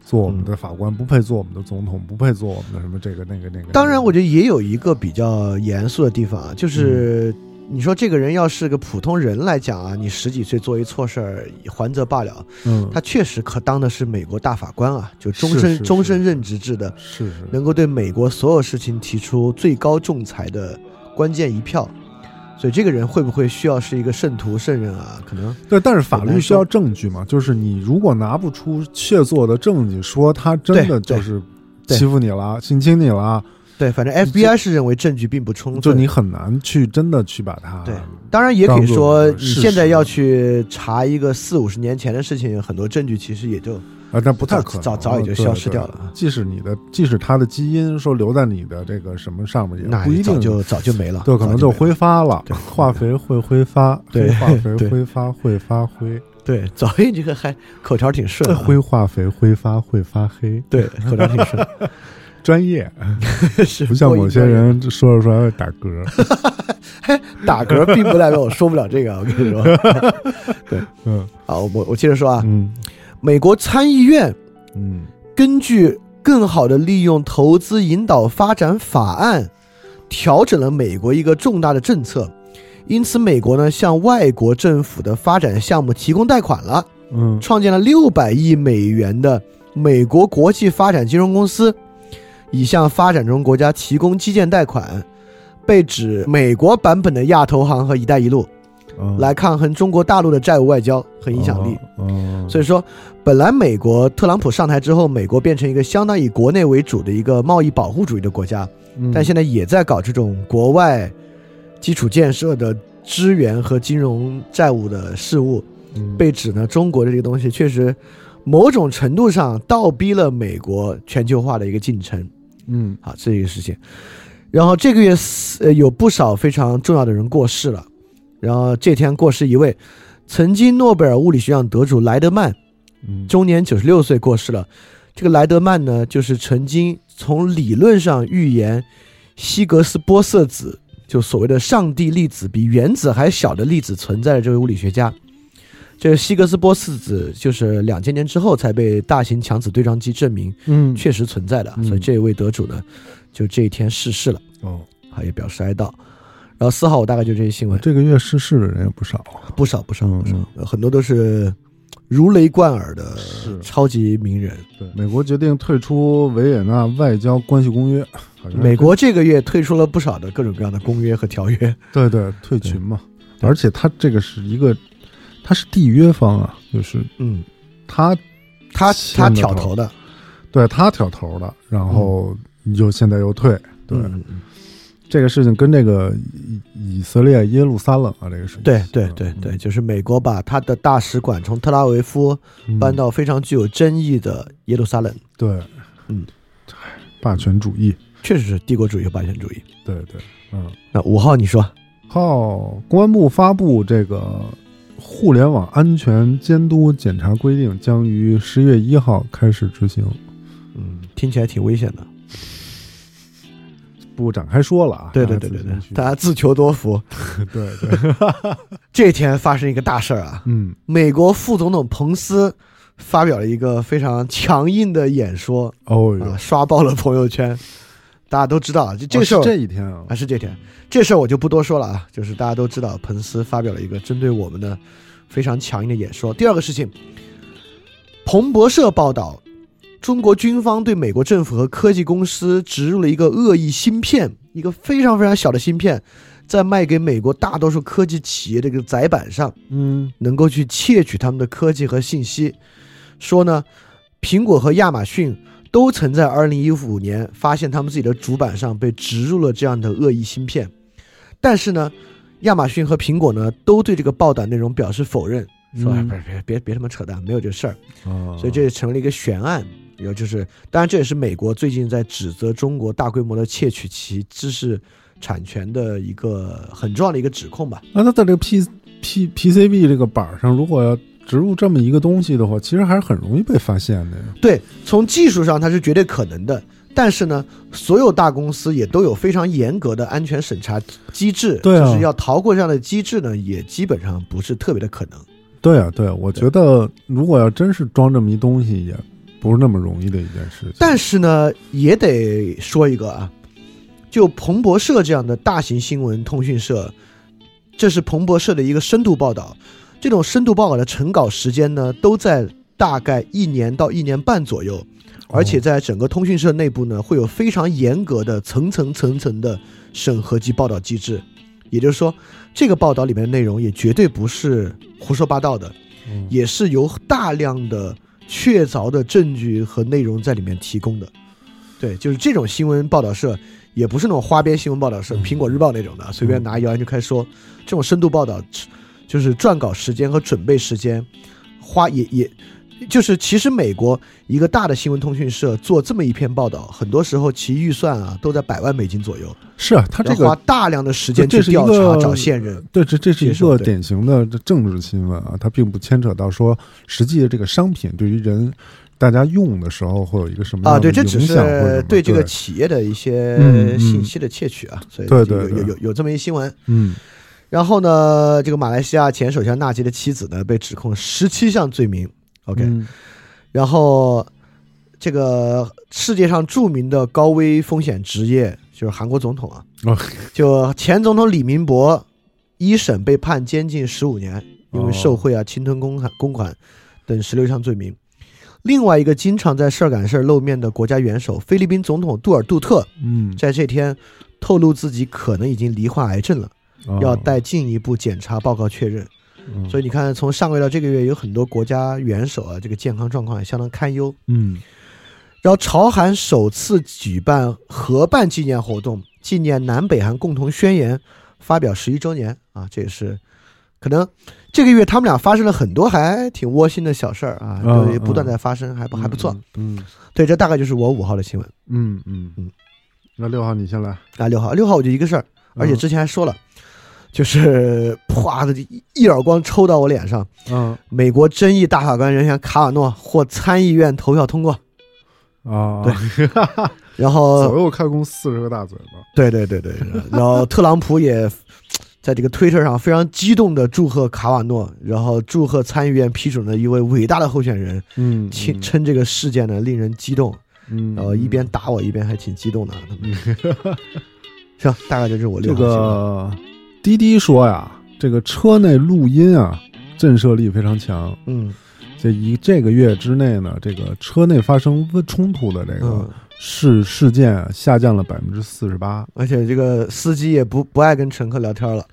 Speaker 5: 做我们
Speaker 6: 嗯
Speaker 5: 的法官，不配做我们的总统，不配做我们的什么这个那个那个。
Speaker 6: 当然，我
Speaker 5: 就
Speaker 6: 觉得也有一个比较严肃的地方啊，
Speaker 5: 嗯
Speaker 6: 就是你说这个人要是个普通人来讲啊，你十几岁做一错事儿，还则罢了，
Speaker 5: 嗯，
Speaker 6: 他确实可当的是美国大法官啊，就终
Speaker 5: 是
Speaker 6: 身
Speaker 5: 是嗯
Speaker 6: 终身
Speaker 5: 是
Speaker 6: 任职制的，
Speaker 5: 是是
Speaker 6: 能够对美国所有事情提出最高仲裁的关键一票。所以这个人会不会需要是一个圣徒圣人啊？可能
Speaker 5: 对，但是法
Speaker 6: 很
Speaker 5: 律
Speaker 6: 难
Speaker 5: 需要
Speaker 6: 说
Speaker 5: 证据嘛，就是你如果拿不出确凿的证据，说他真的
Speaker 6: 对对
Speaker 5: 就是
Speaker 6: 对
Speaker 5: 欺负你了、性侵你了，
Speaker 6: 对，反正 FBI 是认为证据并不充分。
Speaker 5: 就你很难去真的去把他
Speaker 6: 对，当然也可以说，
Speaker 5: 啊当做
Speaker 6: 你
Speaker 5: 事实
Speaker 6: 现在要去查一个四五十年前的事情，有很多证据其实也就
Speaker 5: 啊，但不太
Speaker 6: 早
Speaker 5: 可能，
Speaker 6: 早早也就
Speaker 5: 对
Speaker 6: 消失掉
Speaker 5: 对
Speaker 6: 了啊
Speaker 5: 即使你的，即使它的基因说留在你的这个什么上面，也
Speaker 6: 那
Speaker 5: 不一
Speaker 6: 早
Speaker 5: 定，
Speaker 6: 就早就没了，
Speaker 5: 对，可能
Speaker 6: 早就
Speaker 5: 就
Speaker 6: 没了
Speaker 5: 挥发了
Speaker 6: 对，
Speaker 5: 化肥会挥发，
Speaker 6: 对
Speaker 5: 黑化肥
Speaker 6: 对
Speaker 5: 挥发会发灰，
Speaker 6: 对， 早一这个还口条挺顺
Speaker 5: 这
Speaker 6: 啊，
Speaker 5: 灰化肥挥发会发黑，
Speaker 6: 对口条 挺顺，
Speaker 5: 专业，
Speaker 6: 是
Speaker 5: 不像
Speaker 6: 过于
Speaker 5: 某些
Speaker 6: 专业
Speaker 5: 人说着说着还会打嗝。
Speaker 6: 打嗝，并不代表我说不了这个啊，我跟 你说
Speaker 5: 嗯
Speaker 6: 啊，我我我接着说啊，
Speaker 5: 嗯
Speaker 6: 美国参议院
Speaker 5: 嗯，
Speaker 6: 根据更好的利用投资引导发展法案，调整了美国一个重大的政策，因此美国呢向外国政府的发展项目提供贷款了，
Speaker 5: 嗯
Speaker 6: 创建了六百亿美元的美国国际发展金融公司，以向发展中国家提供基建贷款，被指美国版本的亚投行和“一带一路”
Speaker 5: 嗯，
Speaker 6: 来抗衡中国大陆的债务外交和影响力。
Speaker 5: 嗯，嗯，
Speaker 6: 所以说，本来美国特朗普上台之后，美国变成一个相当以国内为主的一个贸易保护主义的国家，
Speaker 5: 嗯
Speaker 6: 但现在也在搞这种国外基础建设的支援和金融债务的事务。
Speaker 5: 嗯
Speaker 6: 被指呢，中国的这个东西确实某种程度上倒逼了美国全球化的一个进程。
Speaker 5: 嗯
Speaker 6: 啊，这一个事情。然后这个月四呃有不少非常重要的人过世了，然后这天过世一位曾经诺贝尔物理学奖得主莱德曼，
Speaker 5: 嗯
Speaker 6: 终年九十六岁过世了。这个莱德曼呢，就是曾经从理论上预言希格斯玻色子，就所谓的上帝粒子比原子还小的粒子存在的这位物理学家。这个希格斯玻色子就是两千年之后才被大型强子对撞机证明
Speaker 5: 嗯
Speaker 6: 确实存在的，
Speaker 5: 嗯
Speaker 6: 所以这位得主呢，就这一天逝世了，
Speaker 5: 哦，
Speaker 6: 啊，也表示哀悼。然后四号我大概就这些新闻，啊
Speaker 5: 这个月逝世的人也不少，
Speaker 6: 不少不少
Speaker 5: 嗯
Speaker 6: 不少
Speaker 5: 嗯，
Speaker 6: 呃很多都是如雷贯耳的
Speaker 5: 是
Speaker 6: 超级名人。
Speaker 5: 对，美国决定退出维也纳外交关系公约，好像是
Speaker 6: 美国这个月推出了不少的各种各样的公约和条约，
Speaker 5: 对对，退群嘛，
Speaker 6: 对
Speaker 5: 而且它这个是一个，它是缔约方啊，就是
Speaker 6: 嗯，
Speaker 5: 他
Speaker 6: 他他
Speaker 5: 牵着
Speaker 6: 挑
Speaker 5: 头
Speaker 6: 头的，
Speaker 5: 对他挑头的，然后又现在又退，对、
Speaker 6: 嗯嗯
Speaker 5: 这个事情跟这个以以色列耶路撒冷啊这个事情，
Speaker 6: 对对对对，就是美国把他的大使馆从特拉维夫
Speaker 5: 嗯
Speaker 6: 搬到非常具有争议的耶路撒冷，
Speaker 5: 对，
Speaker 6: 嗯
Speaker 5: 唉，霸权主义，
Speaker 6: 确实是帝国主义和霸权主义。
Speaker 5: 对对，嗯，
Speaker 6: 那五号你说，
Speaker 5: 好，公安部发布这个。互联网安全监督检查规定将于十月一号开始执行，
Speaker 6: 嗯，听起来挺危险的。
Speaker 5: 不展开说了啊。
Speaker 6: 对对
Speaker 5: 大
Speaker 6: 对
Speaker 5: 家
Speaker 6: 对
Speaker 5: 自
Speaker 6: 对
Speaker 5: 行，去
Speaker 6: 大家自求多福。
Speaker 5: 对对，
Speaker 6: 这天发生一个大事儿啊，
Speaker 5: 嗯，
Speaker 6: 美国副总统彭斯发表了一个非常强硬的演说
Speaker 5: 哦哟，
Speaker 6: 啊，刷爆了朋友圈。大家都知道啊，就
Speaker 5: 哦
Speaker 6: 这个
Speaker 5: 是
Speaker 6: 事儿、
Speaker 5: 这一天啊
Speaker 6: 啊，是这天，这事儿我就不多说了啊，就是大家都知道，彭斯发表了一个针对我们的非常强硬的演说。第二个事情，彭博社报道，中国军方对美国政府和科技公司植入了一个恶意芯片，一个非常非常小的芯片，在卖给美国大多数科技企业这个载板上，
Speaker 5: 嗯
Speaker 6: 能够去窃取他们的科技和信息。说呢，苹果和亚马逊都曾在2015年发现他们自己的主板上被植入了这样的恶意芯片，但是呢，亚马逊和苹果呢都对这个报道内容表示否认，哦说、哎
Speaker 5: 嗯
Speaker 6: 别别别别他妈扯淡，没有这事儿。
Speaker 5: 啊，
Speaker 6: 所以这也成了一个悬案。然后就是，当然这也是美国最近在指责中国大规模的窃取其知识产权的一个很重要的一个指控吧。
Speaker 5: 那它在这个 P P P C B 这个板儿上，如果要植入这么一个东西的话，其实还是很容易被发现的呀。
Speaker 6: 对，从技术上它是绝对可能的，但是呢，所有大公司也都有非常严格的安全审查机制，
Speaker 5: 对啊
Speaker 6: 就是要逃过这样的机制呢，也基本上不是特别的可能。
Speaker 5: 对啊，对啊，我觉得如果要真是装这么一东西，也不是那么容易的一件事情。
Speaker 6: 但是呢，也得说一个啊，就彭博社这样的大型新闻通讯社，这是彭博社的一个深度报道。这种深度报道的成稿时间呢，都在大概一年到一年半左右，
Speaker 5: 哦
Speaker 6: 而且在整个通讯社内部呢，会有非常严格的层层层层的审核及报道机制。也就是说，这个报道里面的内容也绝对不是胡说八道的，
Speaker 5: 嗯
Speaker 6: 也是由大量的确凿的证据和内容在里面提供的。对，就是这种新闻报道社，也不是那种花边新闻报道社，
Speaker 5: 嗯
Speaker 6: 苹果日报那种的，随便拿谣言就开始说。这种深度报道，就是撰稿时间和准备时间，花也也，就是其实美国一个大的新闻通讯社做这么一篇报道，很多时候其预算啊都在百万美金左右，
Speaker 5: 是啊，它这
Speaker 6: 要花
Speaker 5: 个
Speaker 6: 大量的时间
Speaker 5: 这
Speaker 6: 去
Speaker 5: 是一
Speaker 6: 调
Speaker 5: 个
Speaker 6: 查找线人。
Speaker 5: 对，这这是一
Speaker 6: 接受
Speaker 5: 个
Speaker 6: 对
Speaker 5: 典型的政治新闻啊，它并不牵扯到说实际的这个商品对于人大家用的时候会有一个什么
Speaker 6: 啊，
Speaker 5: 样的
Speaker 6: 对，这只
Speaker 5: 嗯影响或者什
Speaker 6: 是
Speaker 5: 么
Speaker 6: 对这个
Speaker 5: 对
Speaker 6: 企业的一些
Speaker 5: 嗯嗯
Speaker 6: 信息的窃取啊，所以
Speaker 5: 对对
Speaker 6: 有
Speaker 5: 对
Speaker 6: 有有有这么一新闻。
Speaker 5: 嗯
Speaker 6: 然后呢，这个马来西亚前首相纳吉的妻子呢被指控十七项罪名，OK，、
Speaker 5: 嗯
Speaker 6: 然后这个世界上著名的高危风险职业就是韩国总统啊，
Speaker 5: 哦
Speaker 6: 就前总统李明博一审被判监禁十五年，因为受贿啊、侵吞公款、公款等十六项罪名。另外一个经常在事儿赶事儿露面的国家元首，菲律宾总统杜尔杜特，
Speaker 5: 嗯，
Speaker 6: 在这天透露自己可能已经罹患癌症了，
Speaker 5: 哦
Speaker 6: 要
Speaker 5: 啊
Speaker 6: 待进一步检查报告确认。所
Speaker 5: 以
Speaker 6: 以你看，从上个月到这个月，有很多国家元首啊，这个健康状况也相当堪忧。
Speaker 5: 嗯
Speaker 6: 然后朝韩首次举办合办纪念活动，纪念南北韩共同宣言发表十一周年啊，这也是可能这个月他们俩发生了很多还挺窝心的小事儿啊，
Speaker 5: 嗯
Speaker 6: 对，
Speaker 5: 嗯
Speaker 6: 不断在发生，还不还不错。
Speaker 5: 嗯
Speaker 6: 对，这大概就是我五号的新闻
Speaker 5: 嗯嗯嗯
Speaker 6: 嗯，
Speaker 5: 那六号你先来，
Speaker 6: 啊。六号，六号我就一个事儿，
Speaker 5: 嗯
Speaker 6: 而且之前还说了，就是 啪的一一耳光抽到我脸上。
Speaker 5: 嗯
Speaker 6: 美国争议大法官人选卡瓦诺获参议院投票通过，
Speaker 5: 啊，
Speaker 6: 对然后
Speaker 5: 左右开弓四十个大嘴巴，
Speaker 6: 对对对对，对 然后特朗普也在这个推特上非常激动的祝贺卡瓦诺，然后祝贺参议院批准了一位伟大的候选人，
Speaker 5: 嗯，
Speaker 6: 称称这个事件呢令人激动，
Speaker 5: 嗯，
Speaker 6: 然后一边打我一边还挺激 动的啊。行，大概就是我
Speaker 5: 嗯这
Speaker 6: 六号新闻
Speaker 5: 个滴滴说呀，这个车内录音啊，震慑力非常强。
Speaker 6: 嗯
Speaker 5: 这一这个月之内呢，这个车内发生问冲突的这个
Speaker 6: 嗯，
Speaker 5: 事、事件啊下降了百分之四十八。
Speaker 6: 而且这个司机也不不爱跟乘客聊天了，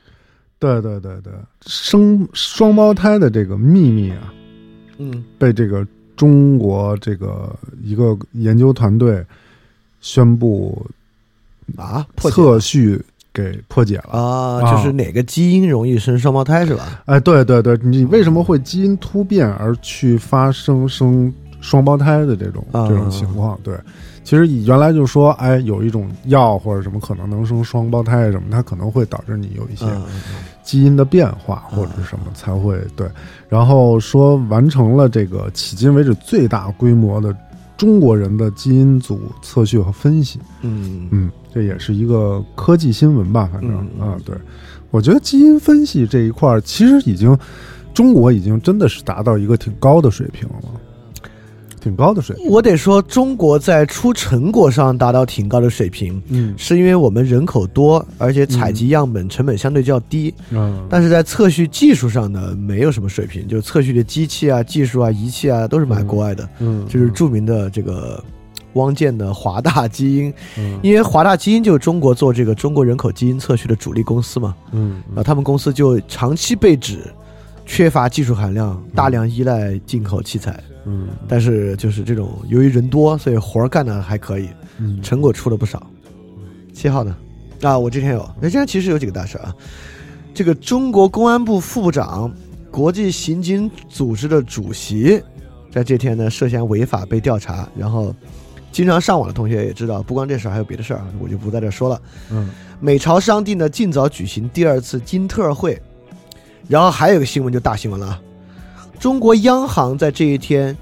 Speaker 5: 对对对对，生双胞胎的这个秘密啊，
Speaker 6: 嗯
Speaker 5: 被这个中国这个一个研究团队宣布
Speaker 6: 啊破解
Speaker 5: 测序给破解了。
Speaker 6: 啊，
Speaker 5: 啊
Speaker 6: 就是哪个基因容易生双胞胎是吧？
Speaker 5: 哎，对对对，你为什么会基因突变而去发生生双胞胎的这种
Speaker 6: 啊
Speaker 5: 这种情况？对，其实原来就说，哎，有一种药或者什么可能能生双胞胎什么，它可能会导致你有一些
Speaker 6: 嗯
Speaker 5: 基因的变化
Speaker 6: 嗯
Speaker 5: 或者是什么才会对。然后说完成了这个迄今为止最大规模的中国人的基因组测序和分析。
Speaker 6: 嗯嗯
Speaker 5: 嗯，这也是一个科技新闻吧，反正
Speaker 6: 嗯嗯
Speaker 5: 啊，对，我觉得基因分析这一块儿其实已经中国已经真的是达到一个挺高的水平了。挺高的水平。
Speaker 6: 我得说，中国在出成果上达到挺高的水平，
Speaker 5: 嗯
Speaker 6: 是因为我们人口多，而且采集样本成本相对较低。
Speaker 5: 嗯，
Speaker 6: 但是在测序技术上呢，没有什么水平，就是测序的机器啊、技术啊、仪器啊，都是买国外的，
Speaker 5: 嗯
Speaker 6: 就是著名的这个汪建的华大基因，
Speaker 5: 嗯
Speaker 6: 因为华大基因就是中国做这个中国人口基因测序的主力公司嘛，
Speaker 5: 嗯
Speaker 6: 然后他们公司就长期被指缺乏技术含量，大量依赖进口器材，
Speaker 5: 嗯
Speaker 6: 但是就是这种由于人多，所以活儿干的还可以，
Speaker 5: 嗯
Speaker 6: 成果出了不少。七号呢？啊，我之前有，那今天其实有几个大事儿啊。这个中国公安部副部长、国际刑警组织的主席，在这天呢涉嫌违法被调查，然后经常上网的同学也知道，不光这事儿还有别的事儿啊，我就不在这儿说了。
Speaker 5: 嗯
Speaker 6: 美朝商定呢尽早举行第二次金特会。然后还有一个新闻就大新闻了啊，中国央行在这一天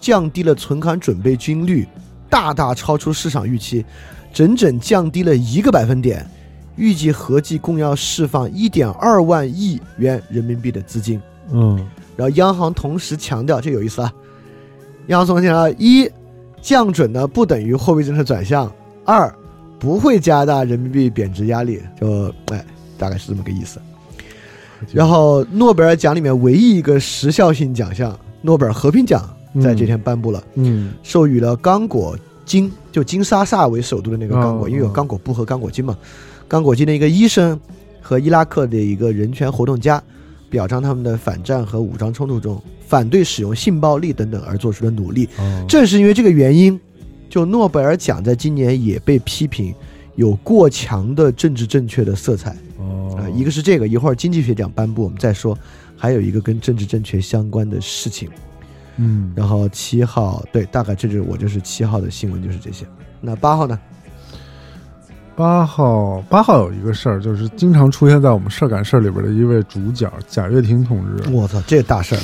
Speaker 6: 降低了存款准备金率，大大超出市场预期，整整降低了一个百分点，预计合计共要释放一点二万亿元人民币的资金。
Speaker 5: 嗯
Speaker 6: 然后央行同时强调，这有意思啊，央行同时强调：一，降准呢不等于货币政策转向；二，不会加大人民币贬值压力，就哎，大概是这么个意思。然后诺贝尔奖里面唯一一个时效性奖项——诺贝尔和平奖，在这天颁布了，
Speaker 5: 嗯
Speaker 6: 授予了刚果金，就金沙萨为首都的那个刚果，
Speaker 5: 哦
Speaker 6: 因为有
Speaker 5: 哦
Speaker 6: 刚果布和刚果金嘛，刚果金的一个医生和伊拉克的一个人权活动家，表彰他们的反战和武装冲突中反对使用性暴力等等而做出的努力。
Speaker 5: 哦
Speaker 6: 正是因为这个原因，就诺贝尔奖在今年也被批评有过强的政治正确的色彩。啊、
Speaker 5: 哦
Speaker 6: 一个是这个，一会儿经济学奖颁布我们再说，还有一个跟政治正确相关的事情。
Speaker 5: 嗯
Speaker 6: 然后七号，对，大概这就是我就是七号的新闻就是这些。那八号呢？
Speaker 5: 八号八号有一个事儿，就是经常出现在我们事儿赶事儿里边的一位主角贾跃亭同志，
Speaker 6: 我操，这大事儿！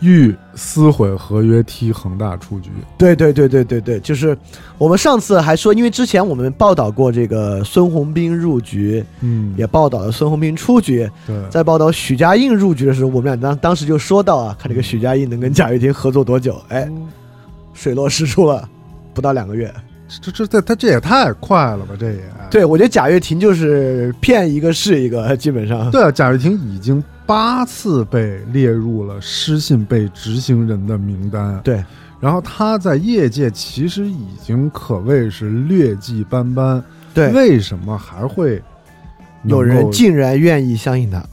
Speaker 5: 欲撕毁合约，踢恒大出局。
Speaker 6: 对对对对对对，就是我们上次还说，因为之前我们报道过这个孙宏斌入局，
Speaker 5: 嗯
Speaker 6: 也报道了孙宏斌出局，
Speaker 5: 对，
Speaker 6: 在报道许家印入局的时候，我们俩当当时就说到啊，看这个许家印能跟贾跃亭合作多久？哎，水落石出了，不到两个月。
Speaker 5: 这这这他这也太快了吧，这也
Speaker 6: 对，我觉得贾跃亭就是骗一个是一个，基本上。
Speaker 5: 对啊，贾跃亭已经八次被列入了失信被执行人的名单。
Speaker 6: 对，
Speaker 5: 然后他在业界其实已经可谓是劣迹斑斑，
Speaker 6: 对
Speaker 5: 为什么还会能够
Speaker 6: 有人竟然愿意相信他，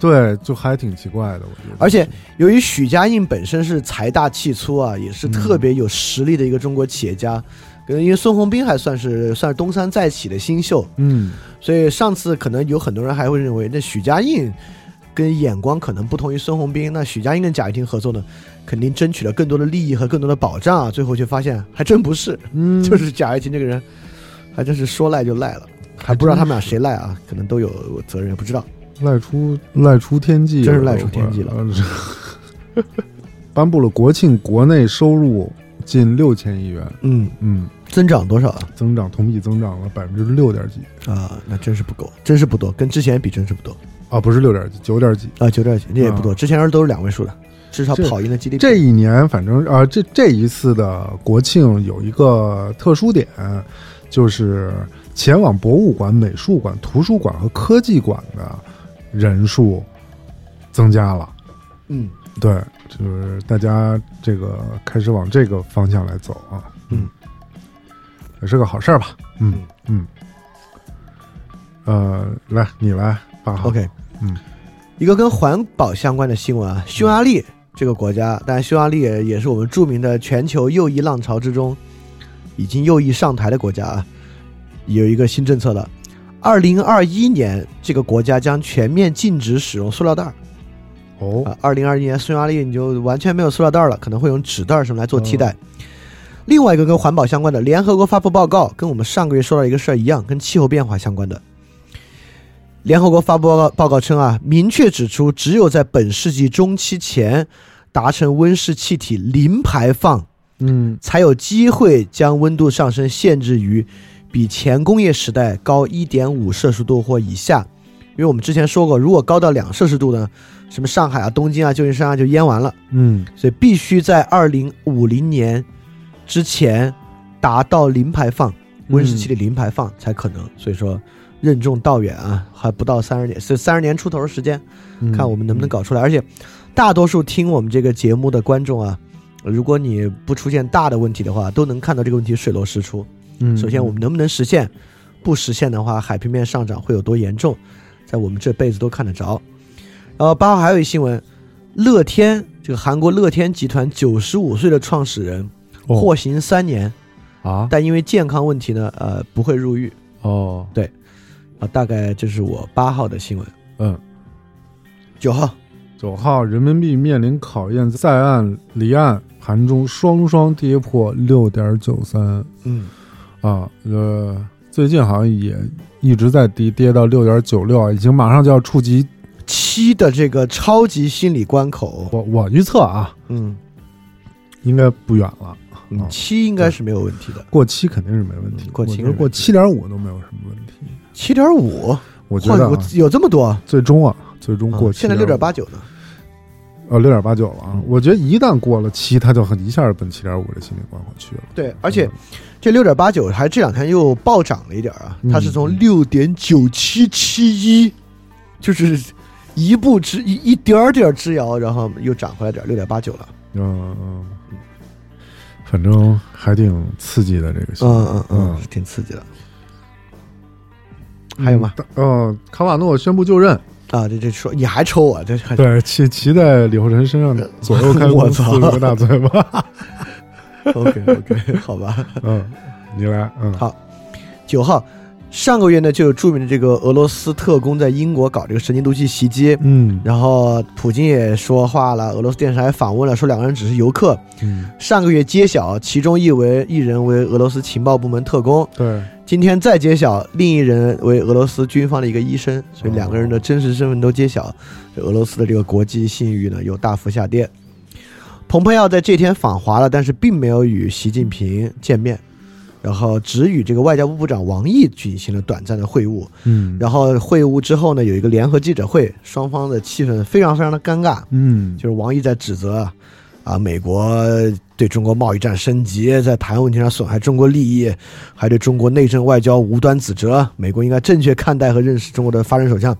Speaker 5: 对，就还挺奇怪的，我觉得。
Speaker 6: 而且由于许家印本身是财大气粗啊，也是特别有实力的一个中国企业家。呃因为孙宏斌还算是算是东山再起的新秀，
Speaker 5: 嗯，
Speaker 6: 所以上次可能有很多人还会认为，那许家印跟眼光可能不同于孙宏斌，那许家印跟贾跃亭合作呢，肯定争取了更多的利益和更多的保障啊。最后却发现还真不是，
Speaker 5: 嗯
Speaker 6: 就是贾跃亭这个人，还真是说赖就赖了，还不知道他们俩谁赖啊，可能都有责任，也不知道。
Speaker 5: 赖出赖出天际了，
Speaker 6: 真是赖出天际了
Speaker 5: 我。呃 颁布了国庆国内收入近六千亿元，
Speaker 6: 嗯，
Speaker 5: 嗯，
Speaker 6: 增长多少啊？
Speaker 5: 增长同比增长了百分之六点几
Speaker 6: 啊，那真是不够，真是不多，跟之前比真是不多
Speaker 5: 啊，不是六点几，九点几。
Speaker 6: 啊，九点几，那也不多，之前都是两位数的，至少
Speaker 5: 这
Speaker 6: 跑赢了 GDP。
Speaker 5: 这一年反正啊，这这一次的国庆有一个特殊点，就是前往博物馆、美术馆、图书馆和科技馆的人数增加了。
Speaker 6: 嗯，
Speaker 5: 对，就是大家这个开始往这个方向来走啊。
Speaker 6: 嗯，
Speaker 5: 也是个好事儿吧。嗯嗯。呃，来，你来，八号。
Speaker 6: OK，
Speaker 5: 嗯，
Speaker 6: 一个跟环保相关的新闻啊，匈牙利这个国家，但匈牙利也也是我们著名的全球右翼浪潮之中，已经右翼上台的国家啊，有一个新政策了。二零二一年，这个国家将全面禁止使用塑料袋儿
Speaker 5: 哦，
Speaker 6: 啊。二零二一年，匈牙利你就完全没有塑料袋儿了，可能会用纸袋儿什么来做替代。另外一个跟环保相关的，联合国发布报告，跟我们上个月说到一个事儿一样，跟气候变化相关的。联合国发布报告报告称啊，明确指出，只有在本世纪中期前达成温室气体零排放，
Speaker 5: 嗯
Speaker 6: 才有机会将温度上升限制于比前工业时代高1.5摄氏度或以下，因为我们之前说过，如果高到两摄氏度呢，什么上海啊、东京啊、旧金山啊就淹完了，
Speaker 5: 嗯，
Speaker 6: 所以必须在二零五零年之前达到零排放，温室气体零排放才可能。所以说，任重道远啊，还不到三十年，所以三十年出头的时间，
Speaker 5: 嗯
Speaker 6: 看我们能不能搞出来。而且，大多数听我们这个节目的观众啊，如果你不出现大的问题的话，都能看到这个问题水落石出。
Speaker 5: 嗯
Speaker 6: 首先，我们能不能实现？不实现的话，海平面上涨会有多严重，在我们这辈子都看得着。然后八号还有一新闻，乐天这个韩国乐天集团九十五岁的创始人
Speaker 5: 哦
Speaker 6: 获刑三年，
Speaker 5: 啊
Speaker 6: 但因为健康问题呢，呃，不会入狱
Speaker 5: 哦
Speaker 6: 啊。大概这是我八号的新闻，
Speaker 5: 嗯，
Speaker 6: 九号
Speaker 5: 九号人民币面临考验，在岸离岸盘中双双跌破六点九三
Speaker 6: 嗯，
Speaker 5: 啊，呃，最近好像也一直在跌，跌到六点九六啊，已经马上就要触及
Speaker 6: 七的这个超级心理关口，
Speaker 5: 我我预测啊，
Speaker 6: 嗯，
Speaker 5: 应该不远了。
Speaker 6: 嗯
Speaker 5: 哦
Speaker 6: 七应该是没有问题的，
Speaker 5: 过期肯定是没问题，
Speaker 6: 嗯过期
Speaker 5: 我觉
Speaker 6: 没
Speaker 5: 得
Speaker 6: 问
Speaker 5: 过
Speaker 6: 题
Speaker 5: 七点五都没有什么问题。
Speaker 6: 七点五，
Speaker 5: 我觉
Speaker 6: 换
Speaker 5: 得、啊
Speaker 6: 股、有这么多，
Speaker 5: 最终啊，最终
Speaker 6: 啊
Speaker 5: 过期、
Speaker 6: 现在六点八，嗯九呢，
Speaker 5: 呃，六点八九了啊。我觉得一旦过了七，它就很一下奔七点五这心理关口去了。
Speaker 6: 对，而且这六点八九还这两天又暴涨了一点儿啊，它是从六点九七七一，就是一步之一一点儿点儿之遥，然后又涨回来点六点八九了。
Speaker 5: 嗯嗯，反正还挺刺激的这个新闻。
Speaker 6: 嗯嗯嗯，
Speaker 5: 嗯
Speaker 6: 是挺刺激的。还有吗？
Speaker 5: 嗯？呃，卡瓦诺宣布就任，
Speaker 6: 啊，这这说你还抽我，这 还
Speaker 5: 对，骑骑在李厚辰身上呃左 右开
Speaker 6: 我
Speaker 5: 弓，四
Speaker 6: 操
Speaker 5: 个大嘴 巴。
Speaker 6: OK OK 好吧。
Speaker 5: 嗯，你来，嗯，
Speaker 6: 好九号，上个月呢就有著名的这个俄罗斯特工在英国搞这个神经毒气袭击，
Speaker 5: 嗯
Speaker 6: 然后普京也说话了，俄罗斯电视台访问了，说两个人只是游客，
Speaker 5: 嗯，
Speaker 6: 上个月揭晓，其中一为一人为俄罗斯情报部门特工，
Speaker 5: 对，
Speaker 6: 今天再揭晓，另一人为俄罗斯军方的一个医生，所以
Speaker 5: 哦
Speaker 6: 两个人的真实身份都揭晓，这俄罗斯的这个国际信誉呢又大幅下跌。蓬佩奥在这天访华了，但是并没有与习近平见面，然后只与这个外交部部长王毅举行了短暂的会晤。
Speaker 5: 嗯，
Speaker 6: 然后会晤之后呢，有一个联合记者会，双方的气氛非常非常的尴尬。
Speaker 5: 嗯，
Speaker 6: 就是王毅在指责啊，美国对中国贸易战升级，在台湾问题上损害中国利益，还对中国内政外交无端指责。美国应该正确看待和认识中国的发展走向，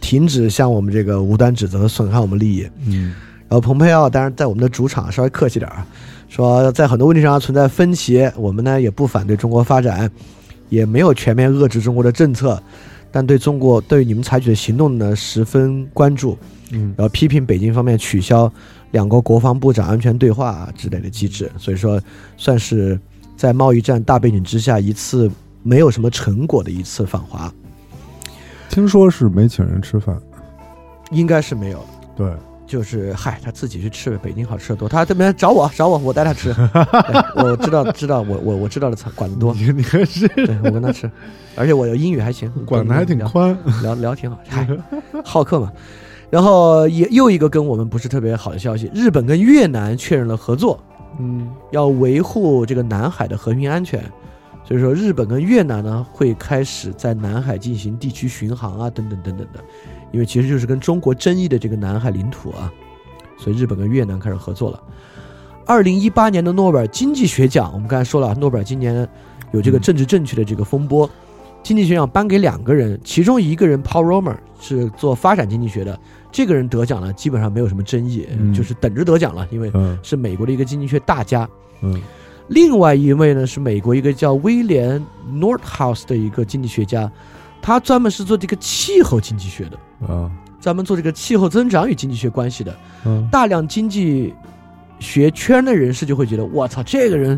Speaker 6: 停止向我们这个无端指责和损害我们利益。
Speaker 5: 嗯
Speaker 6: 然后呃蓬佩奥当然在我们的主场稍微客气点儿啊，说在很多问题上存在分歧，我们呢也不反对中国发展，也没有全面遏制中国的政策，但对中国对你们采取的行动呢十分关注。
Speaker 5: 嗯
Speaker 6: 然后批评北京方面取消两国国防部长安全对话、啊、之类的机制，所以说算是在贸易战大背景之下一次没有什么成果的一次访华，
Speaker 5: 听说是没请人吃饭，
Speaker 6: 应该是没有。
Speaker 5: 对，
Speaker 6: 就是嗨，他自己去吃呗，北京好吃的多。他这边找我，找我，我带他 吃。对我知道，知道，我我我知道的餐管得多，
Speaker 5: 你 你还是
Speaker 6: 对我跟他吃，而且我英语还行，
Speaker 5: 管的还挺
Speaker 6: 聊
Speaker 5: 宽，
Speaker 6: 聊聊挺好，嗨，好客嘛。然后也又一个跟我们不是特别好的消息，日本跟越南确认了合作，
Speaker 5: 嗯
Speaker 6: 要维护这个南海的和平安全。所以说，日本跟越南呢会开始在南海进行地区巡航啊，等等等等的，因为其实就是跟中国争议的这个南海领土啊，所以日本跟越南开始合作了。二零一八年的诺贝尔经济学奖，我们刚才说了，诺贝尔今年有这个政治正确的这个风
Speaker 5: 嗯
Speaker 6: 波，经济学奖颁给两个人，其中一个人 Paul Romer 是做发展经济学的，这个人得奖了，基本上没有什么争议，
Speaker 5: 嗯
Speaker 6: 就是等着得奖了，因为
Speaker 5: 嗯
Speaker 6: 是美国的一个经济学大家。
Speaker 5: 嗯
Speaker 6: 另外一位呢是美国一个叫威廉 Northhouse 的一个经济学家，他专门是做这个气候经济学的，
Speaker 5: 啊
Speaker 6: 专门做这个气候增长与经济学关系的。
Speaker 5: 嗯
Speaker 6: 大量经济学圈的人士就会觉得，我操，这个人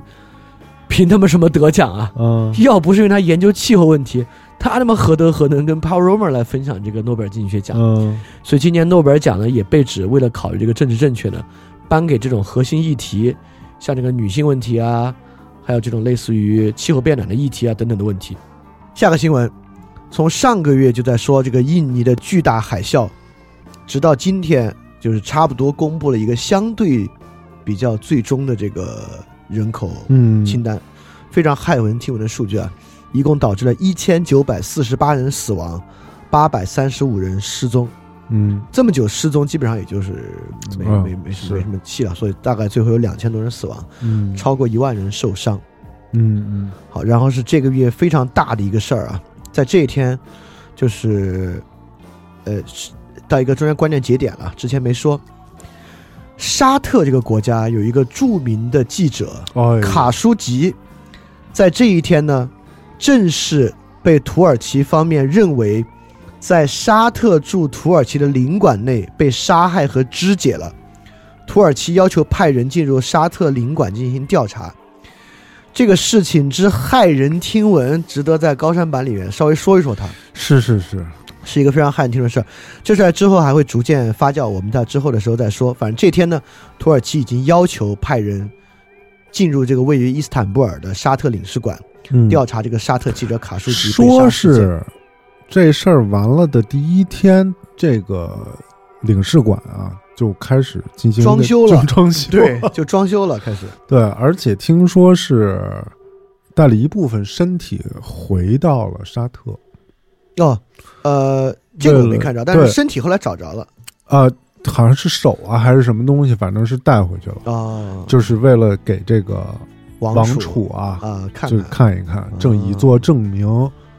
Speaker 6: 凭他妈什么得奖啊？
Speaker 5: 嗯
Speaker 6: 要不是因为他研究气候问题，他他妈何德何能跟 Paul Romer 来分享这个诺贝尔经济学奖？
Speaker 5: 嗯
Speaker 6: 所以今年诺贝尔奖呢，也被指为了考虑这个政治正确呢，颁给这种核心议题，像这个女性问题啊，还有这种类似于气候变暖的议题啊等等的问题。下个新闻，从上个月就在说这个印尼的巨大海啸，直到今天就是差不多公布了一个相对比较最终的这个人口
Speaker 5: 嗯
Speaker 6: 清单，非常骇人听闻的数据啊，一共导致了一千九百四十八人死亡，八百三十五人失踪，
Speaker 5: 嗯
Speaker 6: 这么久失踪，基本上也就是没
Speaker 5: 嗯
Speaker 6: 没没什
Speaker 5: 是
Speaker 6: 么没什么气了，所以大概最后有两千多人死亡，
Speaker 5: 嗯
Speaker 6: 超过一万人受伤。
Speaker 5: 嗯嗯
Speaker 6: 好，然后是这个月非常大的一个事儿啊，在这一天，就是，呃，是到一个中间关键节点了，之前没说。沙特这个国家有一个著名的记者
Speaker 5: 哦
Speaker 6: 卡舒吉，在这一天呢，正式被土耳其方面认为在沙特驻土耳其的领馆内被杀害和肢解了。土耳其要求派人进入沙特领馆进行调查。这个事情之骇人听闻，值得在高山版里面稍微说一说它。
Speaker 5: 是是是
Speaker 6: 是一个非常罕听的事儿。这事儿之后还会逐渐发酵，我们在之后的时候再说。反正这天呢，土耳其已经要求派人进入这个位于伊斯坦布尔的沙特领事馆，
Speaker 5: 嗯
Speaker 6: 调查这个沙特记者卡舒吉被杀
Speaker 5: 说
Speaker 6: 事件。
Speaker 5: 是这事儿完了的第一天，这个领事馆啊就开始进行
Speaker 6: 装修了
Speaker 5: 就装修
Speaker 6: 对，就装修了，开始
Speaker 5: 对，而且听说是带了一部分身体回到了沙特。
Speaker 6: 哦，呃，这个我没看着，但是
Speaker 5: 对
Speaker 6: 身体后来找着了
Speaker 5: 呃，好像是手啊还是什么东西，反正是带回去了，
Speaker 6: 哦，
Speaker 5: 就是为了给这个
Speaker 6: 王
Speaker 5: 王
Speaker 6: 储
Speaker 5: 储啊，
Speaker 6: 啊，看嗯
Speaker 5: 就
Speaker 6: 看
Speaker 5: 看一看，正以作证明。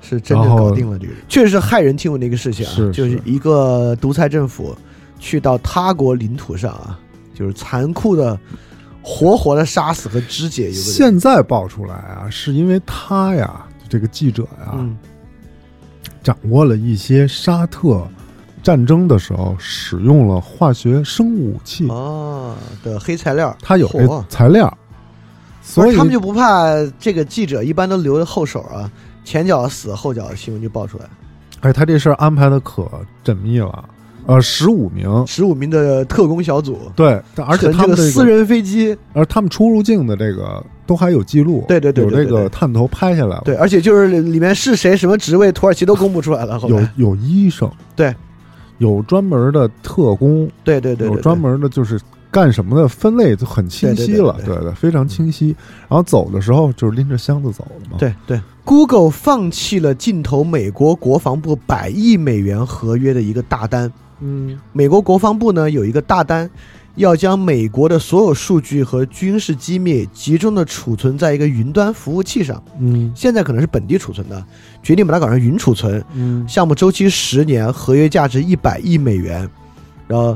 Speaker 6: 是真正
Speaker 5: 然后
Speaker 6: 搞定了这个人，确实是骇人听闻的一个事情啊，
Speaker 5: 是
Speaker 6: 就是
Speaker 5: 是
Speaker 6: 一个独裁政府去到他国领土上啊，就是残酷的、活活的杀死和肢解一个人。
Speaker 5: 现在爆出来啊，是因为他呀，这个记者呀，
Speaker 6: 嗯，
Speaker 5: 掌握了一些沙特战争的时候使用了化学生物武器，
Speaker 6: 哦的黑材料，
Speaker 5: 他有这
Speaker 6: 嚯
Speaker 5: 材料，所
Speaker 6: 不
Speaker 5: 以
Speaker 6: 是他们就不怕这个记者一般都留着后手啊，前脚死后脚新闻就爆出来。
Speaker 5: 哎，他这事儿安排的可缜密了。呃，十五名，
Speaker 6: 十五名的特工小组，
Speaker 5: 对，但而且
Speaker 6: 乘
Speaker 5: 他
Speaker 6: 这
Speaker 5: 们
Speaker 6: 个
Speaker 5: 这个哦
Speaker 6: 私人飞机，
Speaker 5: 而他们出入境的这个都还有记录，
Speaker 6: 对对对对对
Speaker 5: 有这
Speaker 6: 对
Speaker 5: 个探头拍下来了，
Speaker 6: 对，而且就是里面是谁什么职位，土耳其都公布出来了。后
Speaker 5: 有
Speaker 6: 面
Speaker 5: 有医生，
Speaker 6: 对，
Speaker 5: 有专门的特工，
Speaker 6: 对对对对，
Speaker 5: 有
Speaker 6: 对
Speaker 5: 专门的就是干什么的分类就很清晰了，
Speaker 6: 对对对对
Speaker 5: 对对，非常清晰。然后走的时候就是拎着箱子走的嘛，，
Speaker 6: 对对，Google 放弃了竞投美国国防部百亿美元合约的一个大单。
Speaker 5: 嗯
Speaker 6: 美国国防部呢有一个大单，要将美国的所有数据和军事机密集中的储存在一个云端服务器上，
Speaker 5: 嗯
Speaker 6: 现在可能是本地储存的，决定把它搞成云储存。
Speaker 5: 嗯
Speaker 6: 项目周期十年，合约价值一百亿美元。然后，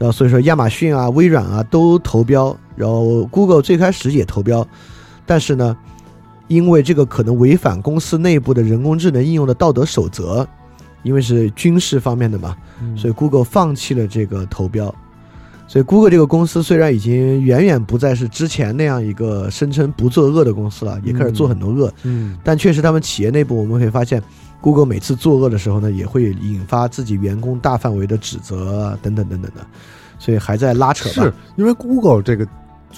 Speaker 6: 然后所以说亚马逊啊、微软啊都投标，然后 Google 最开始也投标，但是呢，因为这个可能违反公司内部的人工智能应用的道德守则，因为是军事方面的嘛，所以 Google 放弃了这个投标。所以 Google 这个公司虽然已经远远不再是之前那样一个声称不作恶的公司了，也开始做很多恶，
Speaker 5: 嗯
Speaker 6: 但确实，他们企业内部我们会发现，Google 每次作恶的时候呢，也会引发自己员工大范围的指责啊，等等等等的，所以还在拉扯
Speaker 5: 是
Speaker 6: 吧。
Speaker 5: 因为 Google 这个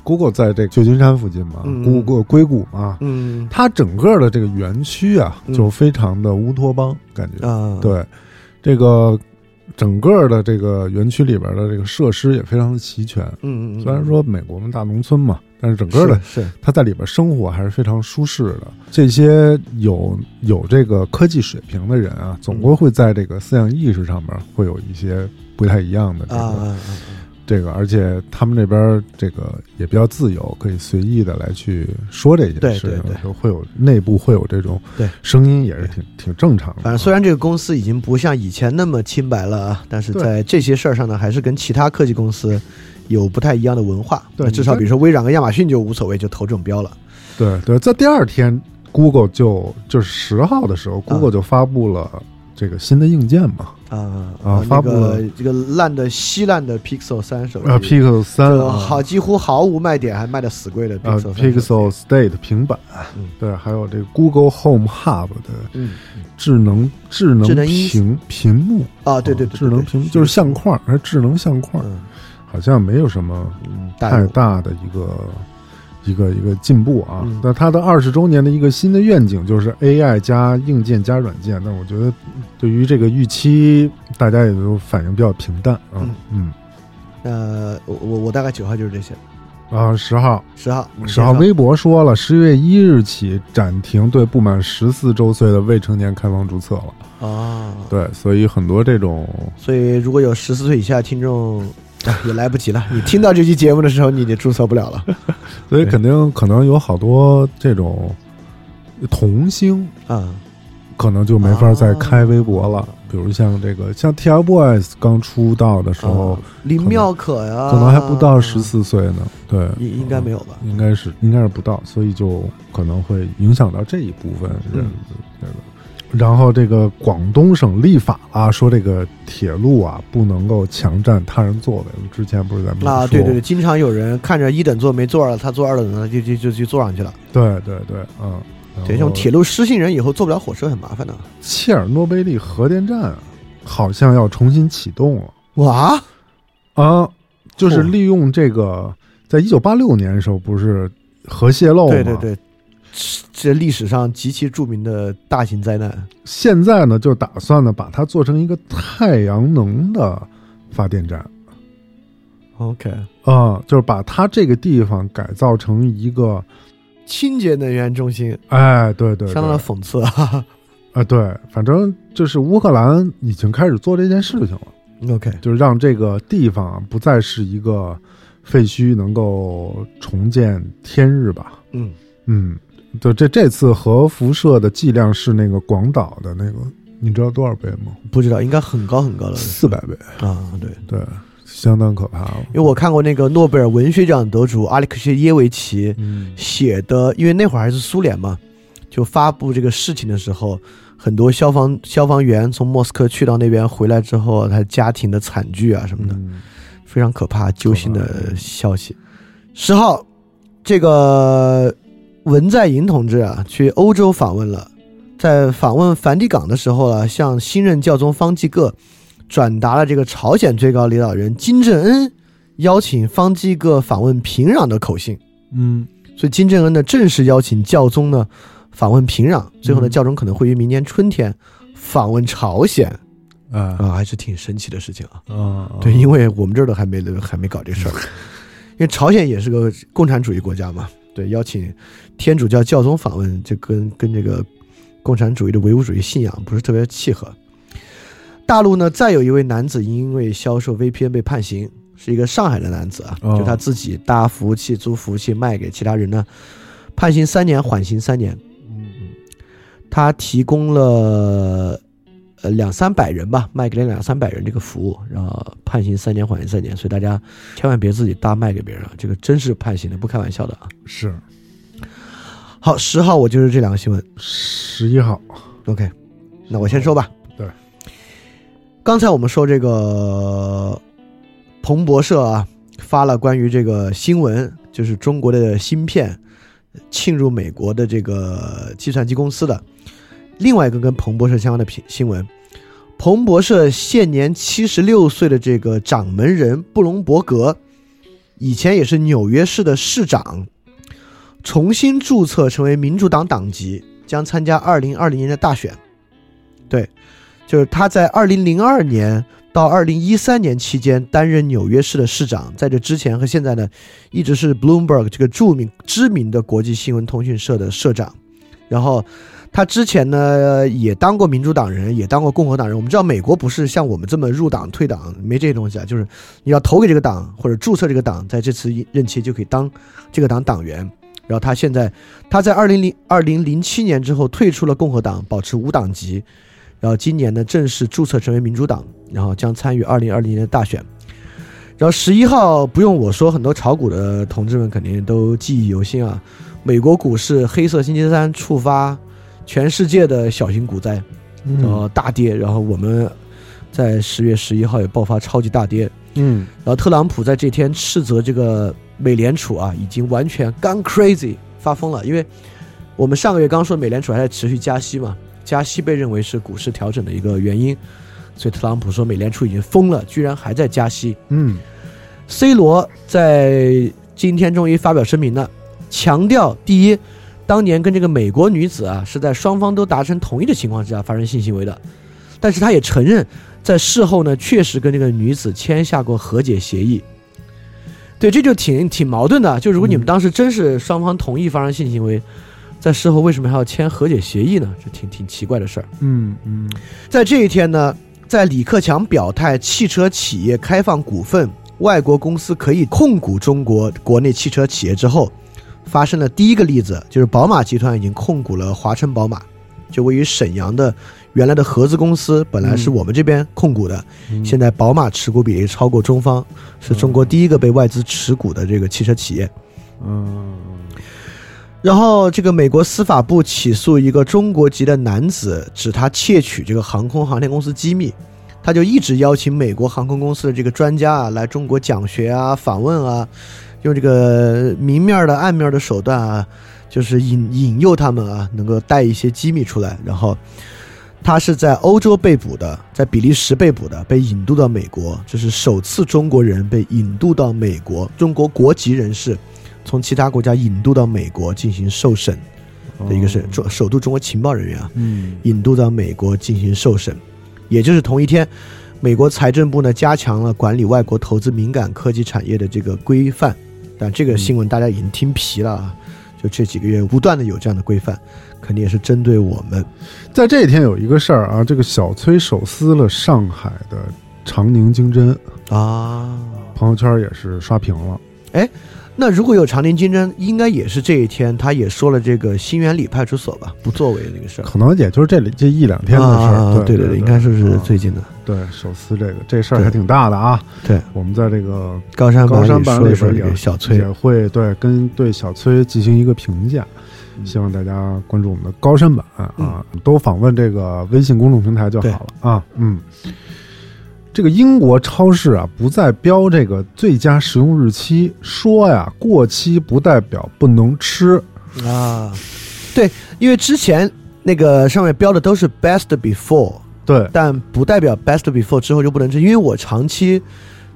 Speaker 5: Google 在这个旧金山附近嘛
Speaker 6: 嗯
Speaker 5: ，Google 硅谷嘛，
Speaker 6: 嗯
Speaker 5: 它整个的这个园区啊
Speaker 6: 嗯
Speaker 5: 就非常的乌托邦感觉，
Speaker 6: 啊，，
Speaker 5: 对，这个整个的这个园区里边的这个设施也非常的齐全。
Speaker 6: 嗯嗯，
Speaker 5: 虽然说美国嘛大农村嘛，但是整个的
Speaker 6: 是是
Speaker 5: 它在里边生活还是非常舒适的。这些有有这个科技水平的人啊，
Speaker 6: 嗯
Speaker 5: 总归会在这个思想意识上面会有一些不太一样的这
Speaker 6: 啊
Speaker 5: 个、
Speaker 6: 啊啊
Speaker 5: 这个，而且他们这边这个也比较自由，可以随意的来去说这
Speaker 6: 对
Speaker 5: 件事
Speaker 6: 对
Speaker 5: 情
Speaker 6: 对，
Speaker 5: 就会有内部会有这种
Speaker 6: 对
Speaker 5: 声音，也是挺挺正常的。
Speaker 6: 反正虽然这个公司已经不像以前那么清白了啊，但是
Speaker 5: 对
Speaker 6: 在这些事儿上呢，还是跟其他科技公司有不太一样的文化。
Speaker 5: 对
Speaker 6: 那至少
Speaker 5: 你看
Speaker 6: 比如说微软和亚马逊就无所谓，就投这种标了。
Speaker 5: 对对，在第二天，Google 就就是十号的时候，Google 就发布了这个新的硬件嘛，
Speaker 6: 啊
Speaker 5: 啊发布
Speaker 6: 那个
Speaker 5: 了
Speaker 6: 这个烂的稀烂的 Pixel 三手机
Speaker 5: 呃，Pixel 三
Speaker 6: 就好
Speaker 5: 啊
Speaker 6: 几乎毫无卖点，还卖的死贵的
Speaker 5: 呃
Speaker 6: Pixel 三手
Speaker 5: ，Pixel State 平板
Speaker 6: 嗯，
Speaker 5: 对，还有这个 Google Home Hub 的
Speaker 6: 机嗯
Speaker 5: 智能智
Speaker 6: 智
Speaker 5: 能
Speaker 6: 能音
Speaker 5: 屏屏幕
Speaker 6: 啊，对对对，
Speaker 5: 智能屏幕
Speaker 6: 幕
Speaker 5: 就是相框，还是智能相框，
Speaker 6: 嗯
Speaker 5: 好像没有什么
Speaker 6: 嗯，
Speaker 5: 太
Speaker 6: 有
Speaker 5: 大的一个。一个一个进步啊
Speaker 6: 嗯，
Speaker 5: 那它的二十周年的一个新的愿景就是 AI 加硬件加软件，但我觉得对于这个预期，大家也都反应比较平淡啊
Speaker 6: 嗯。
Speaker 5: 嗯，
Speaker 6: 呃，我我我大概九号就是这些，
Speaker 5: 啊，十号，
Speaker 6: 十号，你
Speaker 5: 嗯十号
Speaker 6: 介绍
Speaker 5: 微博说了，十月一日起暂停对不满十四周岁的未成年开放注册了。
Speaker 6: 啊。
Speaker 5: 对，所以很多这种
Speaker 6: 所以如果有十四岁以下的听众。啊也来不及了！你听到这期节目的时候，你也注册不了了。
Speaker 5: 所以肯定可能有好多这种童星，
Speaker 6: 啊
Speaker 5: 可能就没法再
Speaker 6: 啊
Speaker 5: 开微博了。比如像这个，像 TFBOYS 刚出道的时候，
Speaker 6: 啊，林妙可呀，
Speaker 5: 哦
Speaker 6: 嗯
Speaker 5: 可能还不到十，四岁呢。对，嗯
Speaker 6: 应应该没有吧？
Speaker 5: 应该是应该是不到，所以就可能会影响到这一部分人。
Speaker 6: 嗯
Speaker 5: 对吧然后这个广东省立法啊，说这个铁路啊不能够强占他人座位。我们之前嗯不是咱们
Speaker 6: 啊，
Speaker 5: 说
Speaker 6: 对对对，经常有人看着一等座没座了，他坐二等的就就就就坐上去了。
Speaker 5: 对对对，嗯，然
Speaker 6: 对，这
Speaker 5: 后
Speaker 6: 种铁路失信人以后坐不了火车很麻烦的。
Speaker 5: 切尔诺贝利核电站啊好像要重新启动了
Speaker 6: 哇，
Speaker 5: 啊，就是
Speaker 6: 哦
Speaker 5: 利用这个，在一九八六年的时候不是核泄漏吗？
Speaker 6: 对对对，这这历史上极其著名的大型灾难。
Speaker 5: 现在呢，就打算呢把它做成一个太阳能的发电站
Speaker 6: OK，
Speaker 5: 啊、就是把它这个地方改造成一个，
Speaker 6: 清洁能源中心，
Speaker 5: 哎，对对对，
Speaker 6: 相当的
Speaker 5: 啊、
Speaker 6: 讽刺啊。
Speaker 5: 对，反正就是乌克兰已经开始做这件事情了，
Speaker 6: OK，
Speaker 5: 就是让这个地方不再是一个废墟，能够重见天日吧。
Speaker 6: 嗯，
Speaker 5: 嗯，就这这次核辐射的剂量是那个广岛的那个，你知道多少倍吗？
Speaker 6: 不知道，应该很高很高了
Speaker 5: 四百倍，
Speaker 6: 啊。对，
Speaker 5: 对，相当可怕了。
Speaker 6: 因为我看过那个诺贝尔文学奖得主阿列克谢耶维奇
Speaker 5: 嗯
Speaker 6: 写的，因为那会儿还是苏联嘛，就发布这个事情的时候，很多消防消防员从莫斯科去到那边回来之后，他家庭的惨剧啊什么的，
Speaker 5: 嗯，
Speaker 6: 非常可怕、揪心的消息。十号，这个文在寅同志啊，去欧洲访问了，在访问梵蒂冈的时候啊，向新任教宗方济各转达了这个朝鲜最高领导人金正恩邀请方济各访问平壤的口信。
Speaker 5: 嗯，
Speaker 6: 所以金正恩呢正式邀请教宗呢访问平壤，最后呢
Speaker 5: 嗯
Speaker 6: 教宗可能会于明年春天访问朝鲜
Speaker 5: 啊
Speaker 6: 啊，还是挺神奇的事情啊。
Speaker 5: 啊，
Speaker 6: 对，因为我们这儿都还没还没搞这事儿，因为朝鲜也是个共产主义国家嘛。对，邀请天主教教宗访问，这跟跟这个共产主义的唯物主义信仰不是特别契合。大陆呢，再有一位男子因为销售 VPN 被判刑，是一个上海的男子啊，
Speaker 5: 哦
Speaker 6: 就他自己搭服务器、租服务器卖给其他人呢，判刑三年，缓刑三年。
Speaker 5: 嗯
Speaker 6: 他提供了呃两三百人吧，卖给了两三百人这个服务，然后判刑三年缓刑三年，所以大家千万别自己大卖给别人啊，这个真是判刑的，不开玩笑的啊。
Speaker 5: 是
Speaker 6: 好，十号我就是这两个新闻
Speaker 5: 十一号，
Speaker 6: ，OK，那我先说吧。
Speaker 5: 对，
Speaker 6: 刚才我们说这个彭博社啊发了关于这个新闻，就是中国的芯片侵入美国的这个计算机公司的。另外一个跟彭博社相关的评新闻，彭博社现年七十六岁的这个掌门人布隆伯格，以前也是纽约市的市长，重新注册成为民主党党籍，将参加二零二零年的大选。对，就是他在二零零二年到二零一三年期间担任纽约市的市长，在这之前和现在呢，一直是 Bloomberg 这个著名知名的国际新闻通讯社的社长。然后他之前呢也当过民主党人，也当过共和党人。我们知道美国不是像我们这么入党退党，没这些东西啊，就是你要投给这个党或者注册这个党，在这次任期就可以当这个党党员。然后他现在他在二零零二零零七年之后退出了共和党，保持无党籍。然后今年呢正式注册成为民主党，然后将参与二零二零年的大选。然后十一号不用我说，很多炒股的同志们肯定都记忆犹新啊。美国股市黑色星期三触发全世界的小型股灾，呃大跌，然后我们在十月十一号也爆发超级大跌。
Speaker 5: 嗯
Speaker 6: 然后特朗普在这天斥责这个美联储啊，已经完全 gone crazy 发疯了，因为我们上个月刚说美联储还在持续加息嘛，加息被认为是股市调整的一个原因，所以特朗普说美联储已经疯了，居然还在加息。
Speaker 5: 嗯
Speaker 6: C 罗在今天终于发表声明了，强调第一，当年跟这个美国女子啊是在双方都达成同意的情况之下发生性行为的，但是他也承认在事后呢确实跟这个女子签下过和解协议。对，这就挺挺矛盾的。啊就如果你们当时真是双方同意发生性行为，在事后为什么还要签和解协议呢？这挺挺奇怪的事儿。
Speaker 5: 嗯嗯
Speaker 6: 在这一天呢，在李克强表态汽车企业开放股份，外国公司可以控股中国国内汽车企业之后，发生了第一个例子，就是宝马集团已经控股了华晨宝马，就位于沈阳的原来的合资公司，本来是我们这边控股的，现在宝马持股比例超过中方，是中国第一个被外资持股的这个汽车企业。
Speaker 5: 嗯
Speaker 6: 然后，这个美国司法部起诉一个中国籍的男子，指他窃取这个航空航天公司机密，他就一直邀请美国航空公司的这个专家啊来中国讲学啊、访问啊，用这个明面儿的、暗面儿的手段啊，就是引引诱他们啊，能够带一些机密出来。然后，他是在欧洲被捕的，在比利时被捕的，被引渡到美国，这是首次中国人被引渡到美国，中国国籍人士从其他国家引渡到美国进行受审的一个是中首都中国情报人员啊，
Speaker 5: 哦嗯
Speaker 6: 引渡到美国进行受审，也就是同一天，美国财政部呢加强了管理外国投资敏感科技产业的这个规范，但这个新闻大家已经听疲了啊，就这几个月不断的有这样的规范，肯定也是针对我们，
Speaker 5: 在这一天有一个事儿啊，这个小崔手撕了上海的长宁经侦，
Speaker 6: 啊。
Speaker 5: 朋友圈也是刷屏了。
Speaker 6: 那如果有长宁竞争，应该也是这一天，他也说了这个新源里派出所吧，不作为那个事儿。
Speaker 5: 可能也就是这里这一两天的事儿、
Speaker 6: 啊、对
Speaker 5: 对
Speaker 6: 对，应该说是
Speaker 5: 啊
Speaker 6: 最近的。
Speaker 5: 对手撕这个这事儿还挺大的啊。
Speaker 6: 对，
Speaker 5: 我们在这个
Speaker 6: 高山
Speaker 5: 高山
Speaker 6: 里
Speaker 5: 版
Speaker 6: 说
Speaker 5: 里
Speaker 6: 一说
Speaker 5: 边
Speaker 6: 这
Speaker 5: 也
Speaker 6: 个小崔
Speaker 5: 也，会对跟对小崔进行一个评价，
Speaker 6: 嗯
Speaker 5: 希望大家关注我们的高山版啊，都访问这个微信公众平台就好了啊。嗯，这个英国超市啊不再标这个最佳食用日期，说呀过期不代表不能吃。
Speaker 6: 啊，对，因为之前那个上面标的都是 best before，
Speaker 5: 对，
Speaker 6: 但不代表 best before 之后就不能吃，因为我长期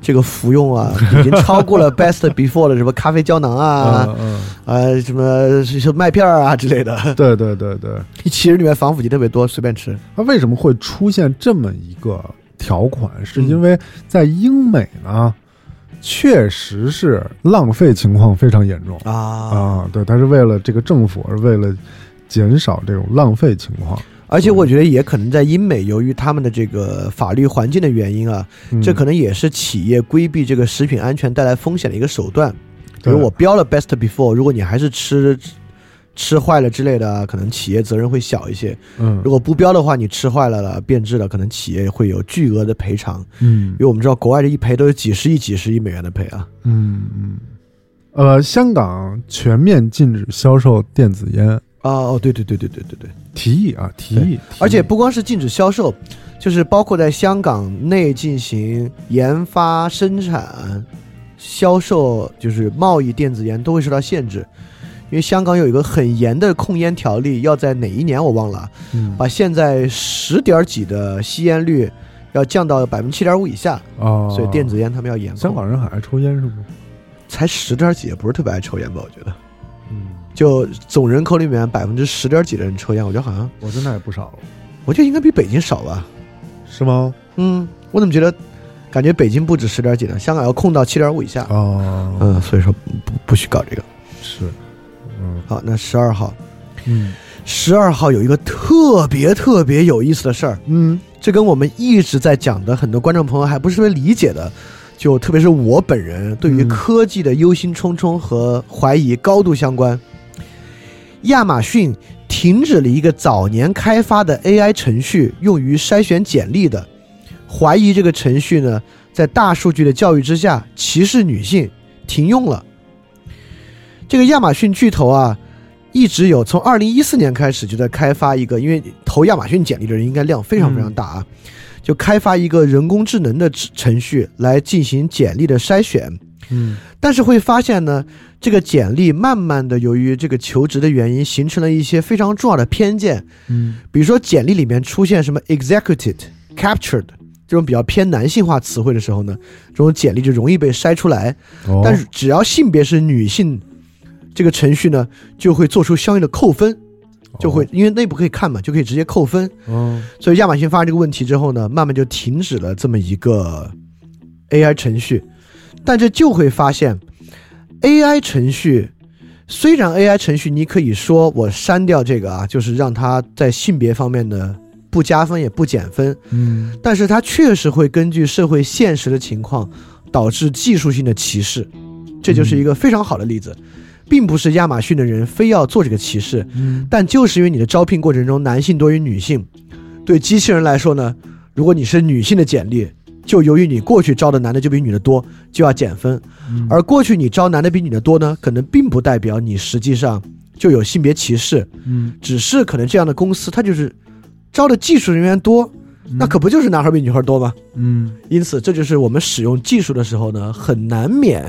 Speaker 6: 这个服用 啊，已经超过了 best before 的什么咖啡胶囊啊
Speaker 5: 嗯，嗯，
Speaker 6: 呃，什么什么麦片儿啊之类的，
Speaker 5: 对对对对。
Speaker 6: 其实里面防腐剂特别多，随便吃。
Speaker 5: 它为什么会出现这么一个条款？是因为在英美呢，确实是浪费情况非常严重
Speaker 6: 啊，
Speaker 5: 啊。对，它是为了这个政府，是为了减少这种浪费情况。
Speaker 6: 而且我觉得也可能在英美，由于他们的这个法律环境的原因啊，
Speaker 5: 嗯
Speaker 6: 这可能也是企业规避这个食品安全带来风险的一个手段。比
Speaker 5: 对
Speaker 6: 如我标了 best before，如果你还是吃吃坏了之类的啊，可能企业责任会小一些。
Speaker 5: 嗯
Speaker 6: 如果不标的话，你吃坏了了变质了，可能企业会有巨额的赔偿。
Speaker 5: 嗯
Speaker 6: 因为我们知道国外这一赔都是几十亿、几十亿美元的赔啊。
Speaker 5: 嗯嗯，呃，香港全面禁止销售电子烟，
Speaker 6: 啊哦，对对对对对对对，
Speaker 5: 提议啊，提议，
Speaker 6: 而且
Speaker 5: 提议
Speaker 6: 不光是禁止销售，就是包括在香港内进行研发、生产、销售，就是贸易电子烟都会受到限制。因为香港有一个很严的控烟条例，要在哪一年我忘了，啊
Speaker 5: 嗯
Speaker 6: 把现在十点儿几的吸烟率要降到百分之七点五以下，
Speaker 5: 啊，
Speaker 6: 所以电子烟嗯他们要严控。
Speaker 5: 香港人很爱抽烟是吗？
Speaker 6: 才十点儿几，也不是特别爱抽烟吧？我觉得，
Speaker 5: 嗯，
Speaker 6: 就总人口里面百分之十点儿几的人抽烟，我觉得好像，
Speaker 5: 我真的也不少了，
Speaker 6: 我觉得应该比北京少吧。
Speaker 5: 是吗？
Speaker 6: 嗯，我怎么觉得，感觉北京不止十点几呢？香港要控到七点五以下。
Speaker 5: 哦，
Speaker 6: 嗯，所以说不不许搞这个。
Speaker 5: 是，嗯
Speaker 6: 好，那十二号，
Speaker 5: 嗯。
Speaker 6: 十二号有一个特别特别有意思的事儿，
Speaker 5: 嗯
Speaker 6: 这跟我们一直在讲的很多观众朋友还不是特别理解的，就特别是我本人对于
Speaker 5: 嗯
Speaker 6: 科技的忧心忡忡和怀疑高度相关。亚马逊停止了一个早年开发的 AI 程序，用于筛选简历的，怀疑这个程序呢在大数据的教育之下歧视女性，停用了。这个亚马逊巨头啊，一直有从二零一四年开始就在开发一个，因为投亚马逊简历的人应该量非常非常大啊，
Speaker 5: 嗯
Speaker 6: 就开发一个人工智能的程序来进行简历的筛选。
Speaker 5: 嗯
Speaker 6: 但是会发现呢，这个简历慢慢的由于这个求职的原因，形成了一些非常重要的偏见，
Speaker 5: 嗯
Speaker 6: 比如说简历里面出现什么 executed、captured 这种比较偏男性化词汇的时候呢，这种简历就容易被筛出来。
Speaker 5: 哦
Speaker 6: 但是只要性别是女性，这个程序呢就会做出相应的扣分，就会因为内部可以看嘛，就可以直接扣分。
Speaker 5: 哦
Speaker 6: 所以亚马逊发现这个问题之后呢，慢慢就停止了这么一个 AI 程序，但这就会发现 AI 程序虽然 AI 程序你可以说我删掉这个啊，就是让它在性别方面的不加分也不减分，
Speaker 5: 嗯
Speaker 6: 但是它确实会根据社会现实的情况导致技术性的歧视，这就是一个非常好的例子，并不是亚马逊的人非要做这个歧视，
Speaker 5: 嗯
Speaker 6: 但就是因为你的招聘过程中男性多于女性，对机器人来说呢，如果你是女性的简历，就由于你过去招的男的就比女的多，就要减分；
Speaker 5: 嗯
Speaker 6: 而过去你招男的比女的多呢，可能并不代表你实际上就有性别歧视，
Speaker 5: 嗯，
Speaker 6: 只是可能这样的公司它就是招的技术人员多，那可不就是男孩比女孩多吗？
Speaker 5: 嗯
Speaker 6: 因此，这就是我们使用技术的时候呢，很难免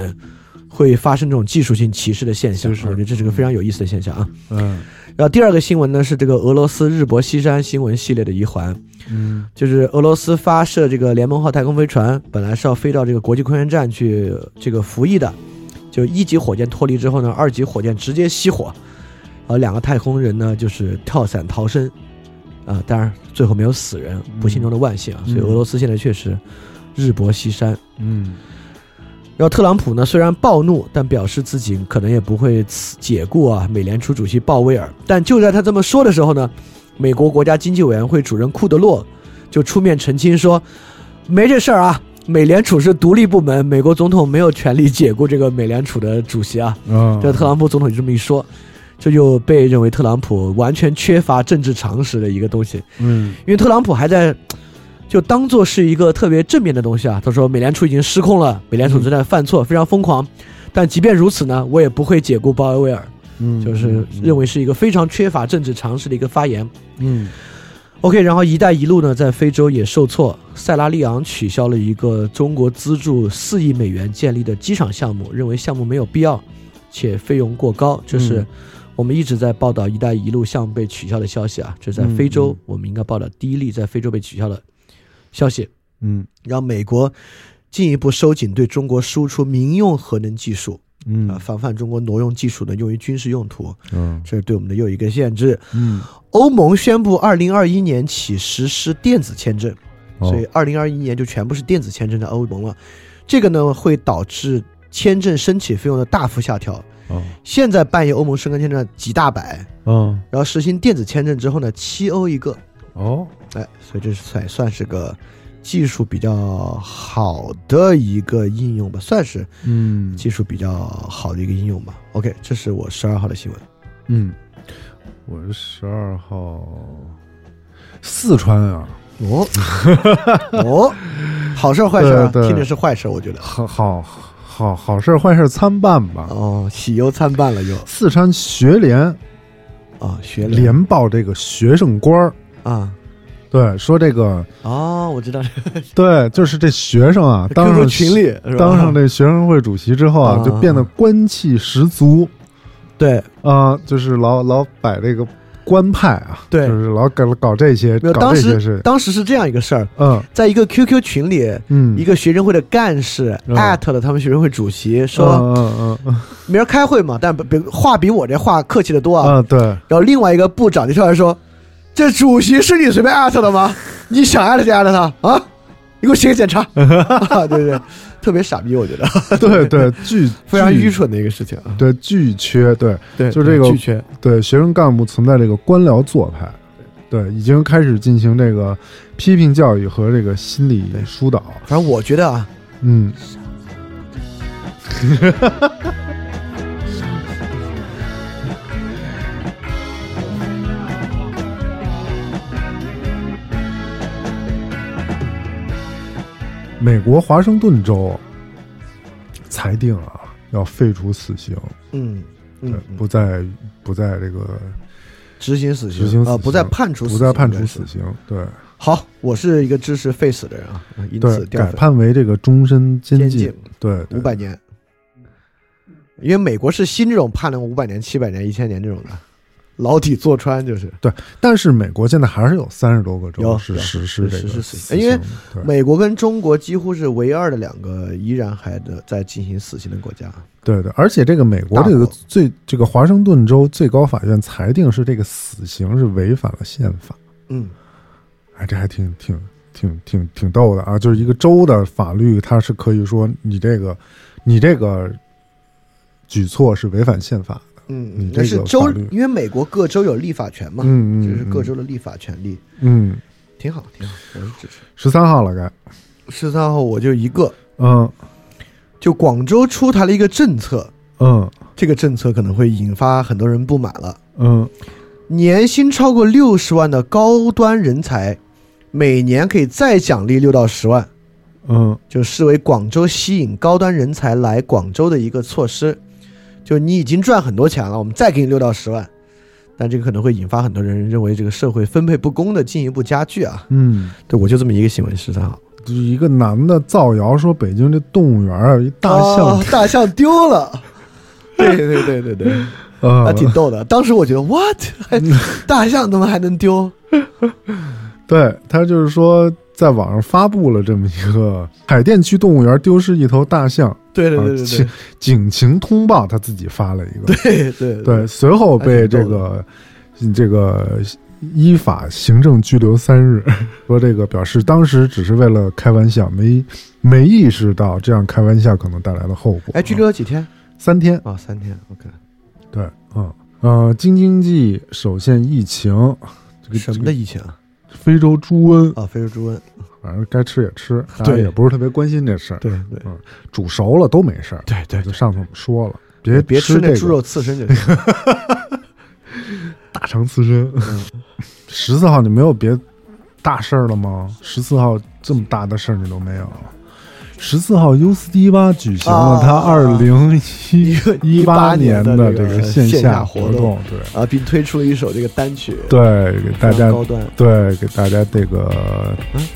Speaker 6: 会发生这种技术性歧视的现象。
Speaker 5: 就是
Speaker 6: 我觉得这是个非常有意思的现象啊。
Speaker 5: 嗯
Speaker 6: 然后第二个新闻呢是这个俄罗斯日薄西山新闻系列的一环，
Speaker 5: 嗯
Speaker 6: 就是俄罗斯发射这个联盟号太空飞船，本来是要飞到这个国际空间站去呃这个服役的，就一级火箭脱离之后呢，二级火箭直接熄火，然后两个太空人呢就是跳伞逃生，啊、当然最后没有死人，不幸中的万幸啊，所以
Speaker 5: 嗯
Speaker 6: 俄罗斯现在确实日薄西山。
Speaker 5: 嗯
Speaker 6: 然后特朗普呢，虽然暴怒，但表示自己可能也不会辞解雇啊美联储主席鲍威尔。但就在他这么说的时候呢，美国国家经济委员会主任库德洛就出面澄清说，没这事儿啊，美联储是独立部门，美国总统没有权利解雇这个美联储的主席啊。
Speaker 5: 啊，
Speaker 6: 这特朗普总统就这么一说，这就被认为特朗普完全缺乏政治常识的一个东西。
Speaker 5: 嗯
Speaker 6: 因为特朗普还在就当做是一个特别正面的东西啊。他说美联储已经失控了，美联
Speaker 5: 嗯
Speaker 6: 储正在犯错，非常疯狂。但即便如此呢，我也不会解雇鲍威尔，
Speaker 5: 嗯，
Speaker 6: 就是认为是一个非常缺乏政治常识的一个发言。
Speaker 5: 嗯
Speaker 6: OK，然后“一带一路”呢，在非洲也受挫。塞拉利昂取消了一个中国资助四亿美元建立的机场项目，认为项目没有必要，且费用过高。这是
Speaker 5: 嗯
Speaker 6: 我们一直在报道“一带一路”项目被取消的消息啊，这是在
Speaker 5: 嗯
Speaker 6: 非洲
Speaker 5: 嗯，
Speaker 6: 我们应该报道第一例在非洲被取消的消息。
Speaker 5: 嗯
Speaker 6: 让美国进一步收紧对中国输出民用核能技术，
Speaker 5: 嗯
Speaker 6: 啊，防范中国挪用技术呢用于军事用途，
Speaker 5: 嗯
Speaker 6: 这是对我们的又一个限制。
Speaker 5: 嗯，
Speaker 6: 欧盟宣布，二零二一年起实施电子签证，
Speaker 5: 哦
Speaker 6: 所以二零二一年就全部是电子签证在欧盟了。这个呢会导致签证申请费用的大幅下调。
Speaker 5: 哦
Speaker 6: 现在办理欧盟申根签证几大百，
Speaker 5: 嗯
Speaker 6: 然后实行电子签证之后呢，七欧一个，
Speaker 5: 哦
Speaker 6: 哎，所以这才算是个技术比较好的一个应用吧，算是
Speaker 5: 嗯
Speaker 6: 技术比较好的一个应用吧。OK，这是我十二号的新闻。
Speaker 5: 嗯，我是十二号，四川啊，
Speaker 6: 哦哦，好事儿坏事儿啊，
Speaker 5: 对对
Speaker 6: 听着是坏事儿，我觉得。
Speaker 5: 好好好好事儿坏事儿参半吧。
Speaker 6: 哦，喜忧参半了又
Speaker 5: 四川学联
Speaker 6: 啊，学联
Speaker 5: 联报这个学生官儿，
Speaker 6: 啊，
Speaker 5: 对，说这个
Speaker 6: 哦，我知道
Speaker 5: 对，就是这学生啊，当上
Speaker 6: QQ 群里是吧
Speaker 5: 当上这学生会主席之后啊
Speaker 6: 啊，
Speaker 5: 就变得官气十足
Speaker 6: 对，
Speaker 5: 啊、就是老老摆这个官派啊，
Speaker 6: 对
Speaker 5: 就是老搞搞这些
Speaker 6: 没有
Speaker 5: 搞
Speaker 6: 当
Speaker 5: 这些事
Speaker 6: 时
Speaker 5: 情，
Speaker 6: 当时是这样一个事儿，
Speaker 5: 嗯
Speaker 6: 在一个 QQ 群里，
Speaker 5: 嗯，
Speaker 6: 一
Speaker 5: 个
Speaker 6: 个学生会的干事
Speaker 5: 嗯
Speaker 6: 艾特了他们学生会主席，说
Speaker 5: 嗯嗯嗯
Speaker 6: 明儿开会嘛，但别话比我这话客气的多啊。
Speaker 5: 嗯， 对，
Speaker 6: 然后另外一个部长就跳来说：“这主席是你随便艾特的吗？你想艾特就艾特他啊！你给我写个 检查。啊”对对，特别傻逼，我觉得
Speaker 5: 对对，巨
Speaker 6: 非常
Speaker 5: 巨
Speaker 6: 愚蠢的一个事情啊。
Speaker 5: 对巨缺，对
Speaker 6: 对，
Speaker 5: 就这个
Speaker 6: 拒绝
Speaker 5: 对，学生干部存在这个官僚做派，对，已经开始进行这个批评教育和这个心理疏导，
Speaker 6: 反正我觉得啊，
Speaker 5: 嗯， 美国华盛顿州裁定啊，要废除死刑，
Speaker 6: 嗯
Speaker 5: 对
Speaker 6: 嗯，嗯
Speaker 5: 不再不再这个
Speaker 6: 执行死
Speaker 5: 执行
Speaker 6: 刑
Speaker 5: 死
Speaker 6: 啊，
Speaker 5: 刑
Speaker 6: 不再判处死
Speaker 5: 不
Speaker 6: 刑，
Speaker 5: 再判处
Speaker 6: 应该是
Speaker 5: 死。刑，对
Speaker 6: 好，我是一个支持废死的人啊，因
Speaker 5: 对
Speaker 6: 此，掉
Speaker 5: 改
Speaker 6: 粉
Speaker 5: 判为这个终身监
Speaker 6: 监
Speaker 5: 禁
Speaker 6: 禁，
Speaker 5: 对，对
Speaker 6: 五百年。因为美国是新这种判了五百年、七百年、一千年这种的，牢底坐穿就是。
Speaker 5: 但是美国现在还是有三十多个州
Speaker 6: 有
Speaker 5: 是
Speaker 6: 有
Speaker 5: 实施这
Speaker 6: 是
Speaker 5: 个
Speaker 6: 是
Speaker 5: 死
Speaker 6: 是
Speaker 5: 刑的，
Speaker 6: 因为
Speaker 5: 对
Speaker 6: 美国跟中国几乎是唯二的两个依然还的在进行死刑的国家。
Speaker 5: 对对，而且这个美国这个
Speaker 6: 大国
Speaker 5: 最这个华盛顿州最高法院裁定是这个死刑是违反了宪法，
Speaker 6: 嗯，
Speaker 5: 哎，这还挺挺挺挺挺逗的啊！就是一个州的法律，它是可以说你这个你这个举措是违反宪法的。
Speaker 6: 嗯
Speaker 5: 你，
Speaker 6: 那
Speaker 5: 这
Speaker 6: 是
Speaker 5: 个
Speaker 6: 州
Speaker 5: 法律，
Speaker 6: 因为美国各州有立法权嘛，
Speaker 5: 嗯嗯
Speaker 6: 就是各
Speaker 5: 嗯
Speaker 6: 州的立法权利，
Speaker 5: 嗯，
Speaker 6: 挺好，挺好，我是支持。
Speaker 5: 十三号了该，
Speaker 6: 十三号我就一个，
Speaker 5: 嗯
Speaker 6: 就广州出台了一个政策，
Speaker 5: 嗯
Speaker 6: 这个政策可能会引发很多人不满了。
Speaker 5: 嗯
Speaker 6: 年薪超过六十万的高端人才，每年可以再奖励六到十万，
Speaker 5: 嗯
Speaker 6: 就视为广州吸引高端人才来广州的一个措施。就你已经赚很多钱了，我们再给你六到十万，但这个可能会引发很多人认为这个社会分配不公的进一步加剧啊。
Speaker 5: 嗯，
Speaker 6: 对，我就这么一个新闻十三号。
Speaker 5: 就是一个男的造谣说北京这动物园儿有一大象
Speaker 6: 哦，大象丢了。 对对对对对，
Speaker 5: 呃
Speaker 6: 还挺逗的。当时我觉得 what，还大象怎么还能丢？
Speaker 5: 对他就是说，在网上发布了这么一个海淀区动物园丢失一头大象，
Speaker 6: 对对对
Speaker 5: 啊
Speaker 6: 对
Speaker 5: 警警情通报，他自己发了一个，
Speaker 6: 对对对哎
Speaker 5: 对，随后被
Speaker 6: 还挺
Speaker 5: 这
Speaker 6: 逗
Speaker 5: 个这个依法行政拘留三日， 说这个表示当时只是为了开玩笑，没没意识到这样开玩笑可能带来的后果。
Speaker 6: 哎，拘留了几天？
Speaker 5: 三天，
Speaker 6: 啊、三天。OK，
Speaker 5: 对，嗯呃，京津冀首现疫情，这个
Speaker 6: 什么
Speaker 5: 这
Speaker 6: 的
Speaker 5: 个
Speaker 6: 疫情啊？
Speaker 5: 非洲猪瘟，
Speaker 6: 啊，非洲猪瘟。
Speaker 5: 反正该吃也吃，大家
Speaker 6: 对
Speaker 5: 也不是特别关心这事儿。
Speaker 6: 对对
Speaker 5: 煮熟了都没事儿。
Speaker 6: 对对
Speaker 5: 就上次我们说了，别
Speaker 6: 别吃
Speaker 5: 吃
Speaker 6: 那
Speaker 5: 这
Speaker 6: 猪
Speaker 5: 个
Speaker 6: 肉刺身就行。
Speaker 5: 大肠刺身。 十四号你没有别大事儿了吗？十四号这么大的事儿你都没有。十四号 U 斯迪巴举行了他
Speaker 6: 啊
Speaker 5: 二零一一八
Speaker 6: 18
Speaker 5: 年的
Speaker 6: 年的
Speaker 5: 这
Speaker 6: 这
Speaker 5: 个
Speaker 6: 个
Speaker 5: 线
Speaker 6: 线下活
Speaker 5: 活
Speaker 6: 动
Speaker 5: 动，对
Speaker 6: 啊，并推出了一首这个单曲，
Speaker 5: 对，给大
Speaker 6: 非常
Speaker 5: 家
Speaker 6: 高端。嗯
Speaker 5: 对给大家这个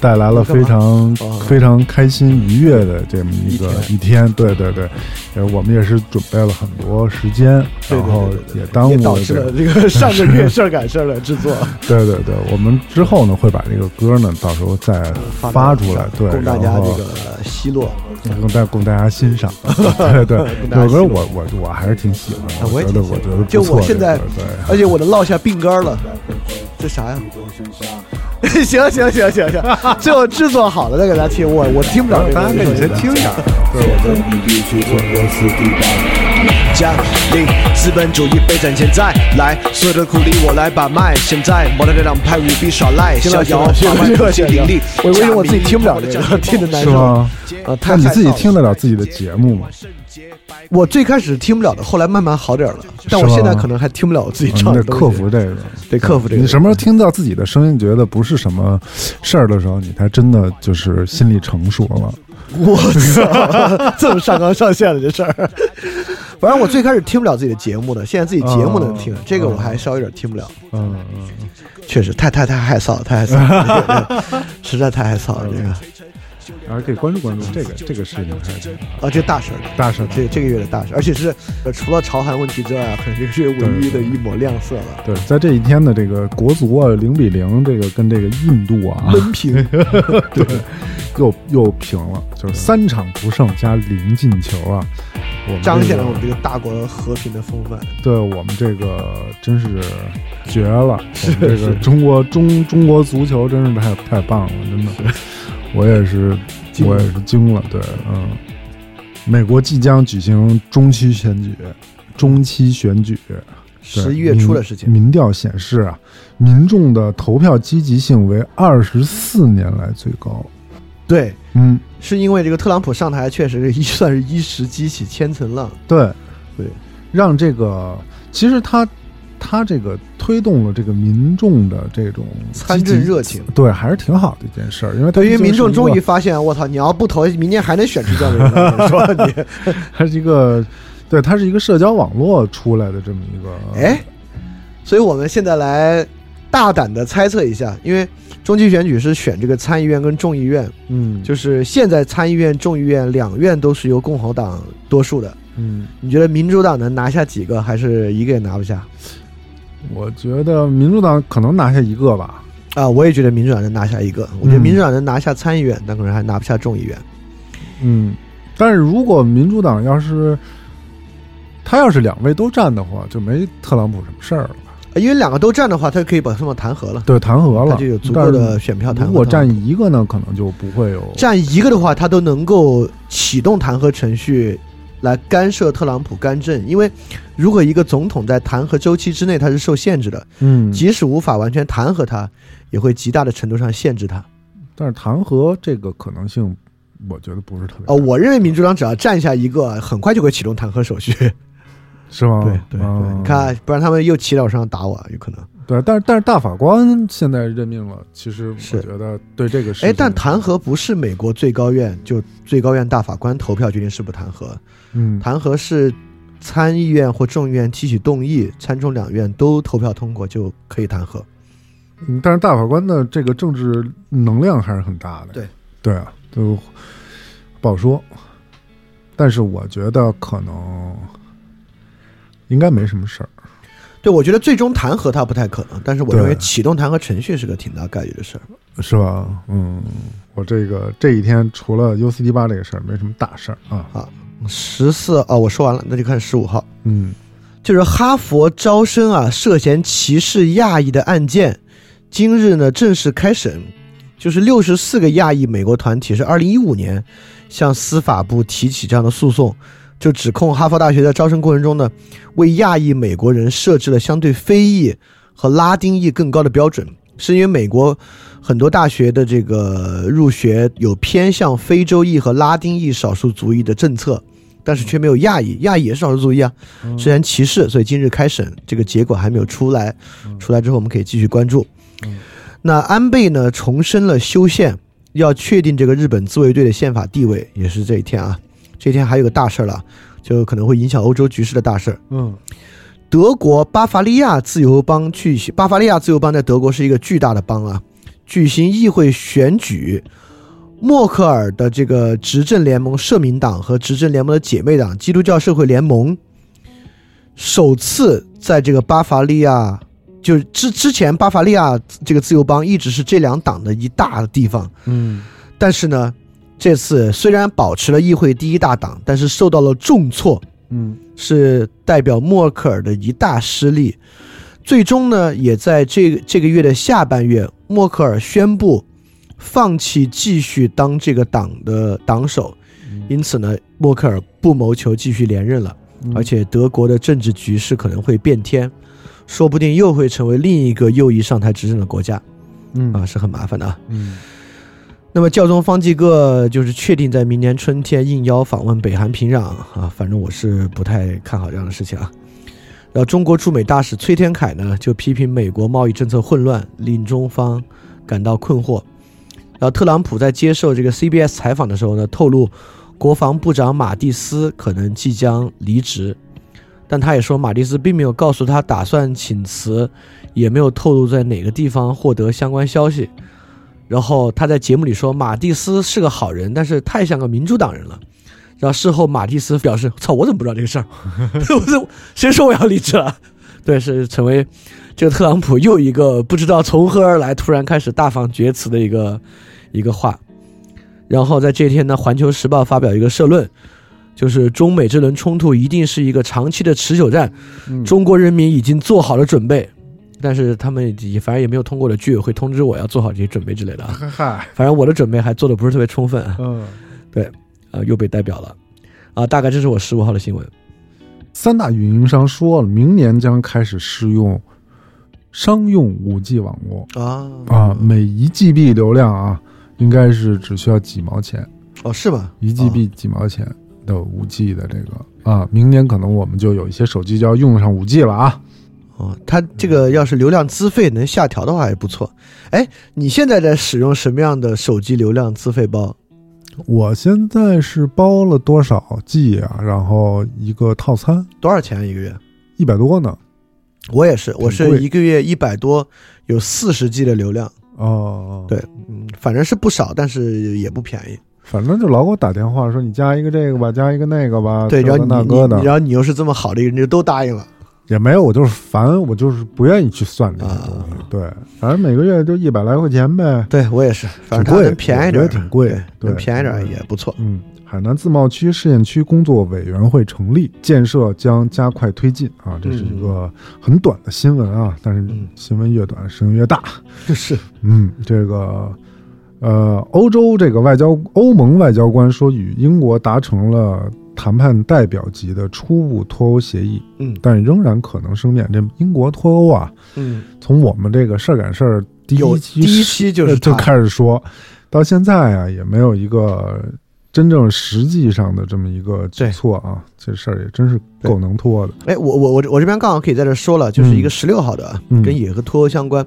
Speaker 5: 带来了
Speaker 6: 你干
Speaker 5: 非
Speaker 6: 嘛
Speaker 5: 常
Speaker 6: 哦
Speaker 5: 非常开心愉悦的这么一个
Speaker 6: 一
Speaker 5: 一天，对对对，呃，我们也是准备了很多时间，
Speaker 6: 对
Speaker 5: 然
Speaker 6: 对
Speaker 5: 后
Speaker 6: 对对对
Speaker 5: 也耽误
Speaker 6: 也
Speaker 5: 了
Speaker 6: 导致
Speaker 5: 这
Speaker 6: 了
Speaker 5: 个，
Speaker 6: 这个上个月事儿赶事儿的制作，
Speaker 5: 对对对，我们之后呢会把这个歌呢到时候再
Speaker 6: 嗯
Speaker 5: 发出来，对，
Speaker 6: 供大
Speaker 5: 然
Speaker 6: 家
Speaker 5: 后
Speaker 6: 这个奚落。
Speaker 5: 供大供大家欣 赏，对对，
Speaker 6: 大家
Speaker 5: 这首歌
Speaker 6: 欣赏
Speaker 5: 我我我还是挺喜欢的，
Speaker 6: 啊我
Speaker 5: 我
Speaker 6: 也
Speaker 5: 觉得
Speaker 6: 挺喜
Speaker 5: 我
Speaker 6: 欢
Speaker 5: 觉得
Speaker 6: 就
Speaker 5: 不
Speaker 6: 我
Speaker 5: 错，
Speaker 6: 现在
Speaker 5: 这歌对，
Speaker 6: 而且我都落下病根儿了，这啥呀？行行行行行，最后制作好了再给大家听，我我听不了这个。
Speaker 5: 大家可以先听一下，对，我觉得。
Speaker 7: 奖励。资本主义备战现在，来，所有的苦力我来把脉。现在毛的这两派舞弊耍赖，
Speaker 6: 行
Speaker 7: 逍
Speaker 6: 了
Speaker 7: 遥
Speaker 6: 行
Speaker 7: 法
Speaker 6: 了
Speaker 7: 外
Speaker 6: 行
Speaker 7: 不
Speaker 6: 了行
Speaker 7: 尽
Speaker 6: 了行
Speaker 7: 凌
Speaker 6: 了
Speaker 7: 厉。
Speaker 6: 我以为我自己听不了这个，听着难
Speaker 5: 是
Speaker 6: 受。
Speaker 5: 吗？
Speaker 6: 啊，太
Speaker 5: 那你自己
Speaker 6: 害臊了
Speaker 5: 听得了自己的节目吗？
Speaker 6: 我最开始听不了的，后来慢慢好点儿了，但我
Speaker 5: 是吗
Speaker 6: 现在可能还听不了我自己
Speaker 5: 你
Speaker 6: 唱
Speaker 5: 得
Speaker 6: 的东西。
Speaker 5: 克服这个，
Speaker 6: 得克服这个
Speaker 5: 你什么时候听到自己的声音，觉得不是什么事儿的时候，你才真的就是心理成熟了。
Speaker 6: 我 操，这么上纲上线了这事儿。反正我最开始听不了自己的节目的，现在自己节目能听
Speaker 5: 哦
Speaker 6: 了，这个我还稍微有点听不了。
Speaker 5: 嗯嗯，
Speaker 6: 确实太太太害臊，了，太害臊，了，这 个实在太害臊了。这个
Speaker 5: 哦然后可以关注关注这个这个事情，还是
Speaker 6: 啊，这大事儿，
Speaker 5: 大事儿
Speaker 6: 这这个月的大事儿，而且是呃除了朝韩问题之外，可能这个月唯一的一抹亮色 了。
Speaker 5: 对，在这一天的这个国足啊零比零，这个跟这个印度啊
Speaker 6: 闷平，
Speaker 5: 对又又平了，就是三场不胜加零进球啊，我们这
Speaker 6: 彰显
Speaker 5: 个
Speaker 6: 了我们这个大国和平的风范。
Speaker 5: 对我们这个真是绝了！我们这个中国中中国足球真是太太棒了，真的，我也是
Speaker 6: 惊了
Speaker 5: 我也是惊了。对，嗯，美国即将举行中期选举，中期选举对
Speaker 6: 十一月初的事情，
Speaker 5: 民民调显示啊，民众的投票积极性为二十四年来最高。
Speaker 6: 对，
Speaker 5: 嗯，
Speaker 6: 是因为这个特朗普上台确实是一算是一石激起千层浪。
Speaker 5: 对
Speaker 6: 对，
Speaker 5: 让这个其实他他这个推动了这个民众的这种
Speaker 6: 参
Speaker 5: 积极
Speaker 6: 政热情
Speaker 5: 对，还是挺好的一件事儿，因为它
Speaker 6: 对于
Speaker 5: 毕竟
Speaker 6: 民
Speaker 5: 是
Speaker 6: 众
Speaker 5: 一
Speaker 6: 终
Speaker 5: 个
Speaker 6: 于发现，我操，你要不投，明年还能选出这样的人来。我说你，
Speaker 5: 它是一个对，它是一个社交网络出来的这么一个
Speaker 6: 哎，所以我们现在来大胆的猜测一下，因为中期选举是选这个参议院跟众议院，
Speaker 5: 嗯
Speaker 6: 就是现在参议院、众议院两院都是由共和党多数的。
Speaker 5: 嗯，
Speaker 6: 你觉得民主党能拿下几个，还是一个也拿不下？
Speaker 5: 我觉得民主党可能拿下一个吧，
Speaker 6: 啊，我也觉得民主党能拿下一个。我觉得
Speaker 5: 嗯
Speaker 6: 民主党能拿下参议院，但可能还拿不下众议院。
Speaker 5: 嗯，但是如果民主党要是他要是两位都占的话，就没特朗普什么事儿了，
Speaker 6: 啊因为两个都占的话，他可以把他们弹劾了，
Speaker 5: 对，弹劾
Speaker 6: 他
Speaker 5: 了，
Speaker 6: 就有足
Speaker 5: 但
Speaker 6: 够
Speaker 5: 是
Speaker 6: 的选票弹劾他们。
Speaker 5: 如果占一个呢，可能就不会有
Speaker 6: 占一个的话，他都能够启动弹劾程序，来干涉特朗普干政，因为如果一个总统在弹劾周期之内他是受限制的，
Speaker 5: 嗯，
Speaker 6: 即使无法完全弹劾他，也会极大的程度上限制他。
Speaker 5: 但是弹劾这个可能性，我觉得不是特别大
Speaker 6: 哦，我认为民主党只要占下一个，很快就会启动弹劾 手续。
Speaker 5: 是吗？啊
Speaker 6: 你看，不然他们又骑到我身上打我，有可能。
Speaker 5: 对，但是但是大法官现在任命了，其实我
Speaker 6: 是
Speaker 5: 觉得对这个事情，
Speaker 6: 哎，但弹劾不是美国最高院就最高院大法官投票决定是不弹劾，
Speaker 5: 嗯，
Speaker 6: 弹劾是参议院或众议院提起动议，参众两院都投票通过就可以弹劾。
Speaker 5: 嗯但是大法官的这个政治能量还是很大的，
Speaker 6: 对
Speaker 5: 对啊，就不好说。但是我觉得可能应该没什么事儿，
Speaker 6: 对，我觉得最终弹劾他不太可能，但是我认为
Speaker 5: 对
Speaker 6: 启动弹劾程序是个挺大概率的事儿。
Speaker 5: 是吧？嗯，我这个这一天除了 U C D 八这个事儿，没什么大事儿啊。
Speaker 6: 十四啊，我说完了，那就看十五号，
Speaker 5: 嗯，
Speaker 6: 就是哈佛招生啊涉嫌歧视亚裔的案件，今日呢正式开审，就是六十四个亚裔美国团体是二零一五年向司法部提起这样的诉讼，就指控哈佛大学在招生过程中呢为亚裔美国人设置了相对非裔和拉丁裔更高的标准，是因为美国很多大学的这个入学有偏向非洲裔和拉丁裔少数族裔的政策，但是却没有亚裔，亚裔也是少数族裔啊，涉嫌歧视，所以今日开审，这个结果还没有出来，出来之后我们可以继续关注。那安倍呢重申了修宪，要确定这个日本自卫队的宪法地位，也是这一天啊，这一天还有个大事儿了，啊就可能会影响欧洲局势的大事儿。
Speaker 5: 嗯，
Speaker 6: 德国巴伐利亚自由邦巨星，巴伐利亚自由邦在德国是一个巨大的邦啊，举行议会选举。默克尔的这个执政联盟社民党和执政联盟的姐妹党基督教社会联盟，首次在这个巴伐利亚，就是之之前巴伐利亚这个自由邦一直是这两党的一大地方，
Speaker 5: 嗯，
Speaker 6: 但是呢，这次虽然保持了议会第一大党，但是受到了重挫，
Speaker 5: 嗯，
Speaker 6: 是代表默克尔的一大失利。最终呢，也在这个这个月的下半月，默克尔宣布放弃继续当这个党的党首，因此呢，默克尔不谋求继续连任了，而且德国的政治局势可能会变天，说不定又会成为另一个右翼上台执政的国家
Speaker 5: 嗯
Speaker 6: 啊，是很麻烦的啊。
Speaker 5: 嗯
Speaker 6: 那么教宗方济各就是确定在明年春天应邀访问北韩平壤啊，反正我是不太看好这样的事情啊。然后中国驻美大使崔天凯呢就批评美国贸易政策混乱，令中方感到困惑。然后特朗普在接受这个 CBS 采访的时候呢，透露国防部长马蒂斯可能即将离职，但他也说马蒂斯并没有告诉他打算请辞，也没有透露在哪个地方获得相关消息。然后他在节目里说马蒂斯是个好人，但是太像个民主党人了。然后事后马蒂斯表示：“操，我怎么不知道这个事儿？ 我怎么谁说我要离职了？”对，是成为这个特朗普又一个不知道从何而来，突然开始大放厥词的一个一个话。然后在这天呢，《环球时报》发表一个社论，就是中美这轮冲突一定是一个长期的持久战，
Speaker 5: 嗯
Speaker 6: 中国人民已经做好了准备，但是他们也反正也没有通过了居委会通知我要做好这些准备之类的啊。
Speaker 5: 嗨嗨，
Speaker 6: 反正我的准备还做的不是特别充分啊、
Speaker 5: 嗯，
Speaker 6: 呃又被代表了啊、大概这是我十五号的新闻。
Speaker 5: 三大运营商说了，明年将开始试用商用五 G 网络
Speaker 6: 啊
Speaker 5: 啊，每一 GB 流量啊，应该是只需要几毛钱，
Speaker 6: 哦是吗？
Speaker 5: 一 GB 几毛钱的五 G 的这个啊，明年可能我们就有一些手机就要用得上五 G 了啊。
Speaker 6: 哦，它这个要是流量资费能下调的话还不错。哎，你现在在使用什么样的手机流量资费包？
Speaker 5: 我现在是包了多少 G 啊？然后一个套餐
Speaker 6: 多少钱一个月？
Speaker 5: 一百多呢？
Speaker 6: 我也是，我
Speaker 5: 挺
Speaker 6: 是
Speaker 5: 贵
Speaker 6: 一个月一百多，有四十 G 的流量。
Speaker 5: 哦，
Speaker 6: 对，嗯，反正是不少，但是也不便宜。
Speaker 5: 反正就老给我打电话说你加一个这个吧，加一个那个吧，
Speaker 6: 对，
Speaker 5: 这
Speaker 6: 然
Speaker 5: 个
Speaker 6: 后
Speaker 5: 那
Speaker 6: 你
Speaker 5: 个
Speaker 6: 你
Speaker 5: 的
Speaker 6: 你，然后你又是这么好的一个人，你就都答应了。
Speaker 5: 也没有，我就是烦，我就是不愿意去算这些东西。对，反正每个月就一百来块钱呗。
Speaker 6: 啊对我也是，
Speaker 5: 挺
Speaker 6: 反正它
Speaker 5: 贵
Speaker 6: 能便宜点
Speaker 5: 我
Speaker 6: 儿，
Speaker 5: 觉得挺贵对
Speaker 6: 能便宜点儿
Speaker 5: 嗯
Speaker 6: 也不错。
Speaker 5: 嗯，海南自贸区试验区工作委员会成立，建设将加快推进啊。这是一个很短的新闻啊，但是
Speaker 6: 嗯
Speaker 5: 新闻越短声音越大。
Speaker 6: 就是
Speaker 5: 嗯，这个呃，欧洲这个外交欧盟外交官说与英国达成了。谈判代表级的初步脱欧协议，
Speaker 2: 嗯
Speaker 5: 但仍然可能生变。这英国脱欧啊，
Speaker 2: 嗯，
Speaker 5: 从我们这个事儿赶事儿第
Speaker 2: 有
Speaker 5: 一
Speaker 2: 第
Speaker 5: 期
Speaker 2: 一期就是
Speaker 5: 就
Speaker 2: 他
Speaker 5: 开始说，到现在啊也没有一个真正实际上的这么一个举措啊，这事儿也真是够能拖的。
Speaker 2: 哎，我我我这我这边刚好可以在这说了，就是一个十六号的啊，
Speaker 5: 嗯
Speaker 2: 跟也和脱欧相关。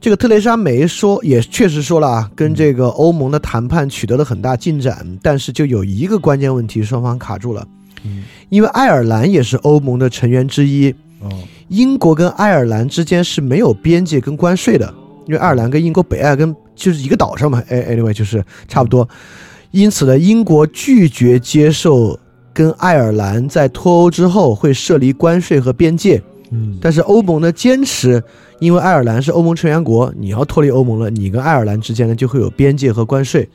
Speaker 2: 这个特蕾莎梅说，也确实说了啊，
Speaker 5: 嗯
Speaker 2: 跟这个欧盟的谈判取得了很大进展，但是就有一个关键问题，双方卡住了。
Speaker 5: 嗯
Speaker 2: 因为爱尔兰也是欧盟的成员之一，
Speaker 5: 哦，
Speaker 2: 英国跟爱尔兰之间是没有边界跟关税的，因为爱尔兰跟英国北爱跟就是一个岛上嘛，哎，anyway 就是差不多。因此呢，英国拒绝接受跟爱尔兰在脱欧之后会设立关税和边界，
Speaker 5: 嗯，
Speaker 2: 但是欧盟呢坚持，因为爱尔兰是欧盟成员国，你要脱离欧盟了，你跟爱尔兰之间呢就会有边界和关税，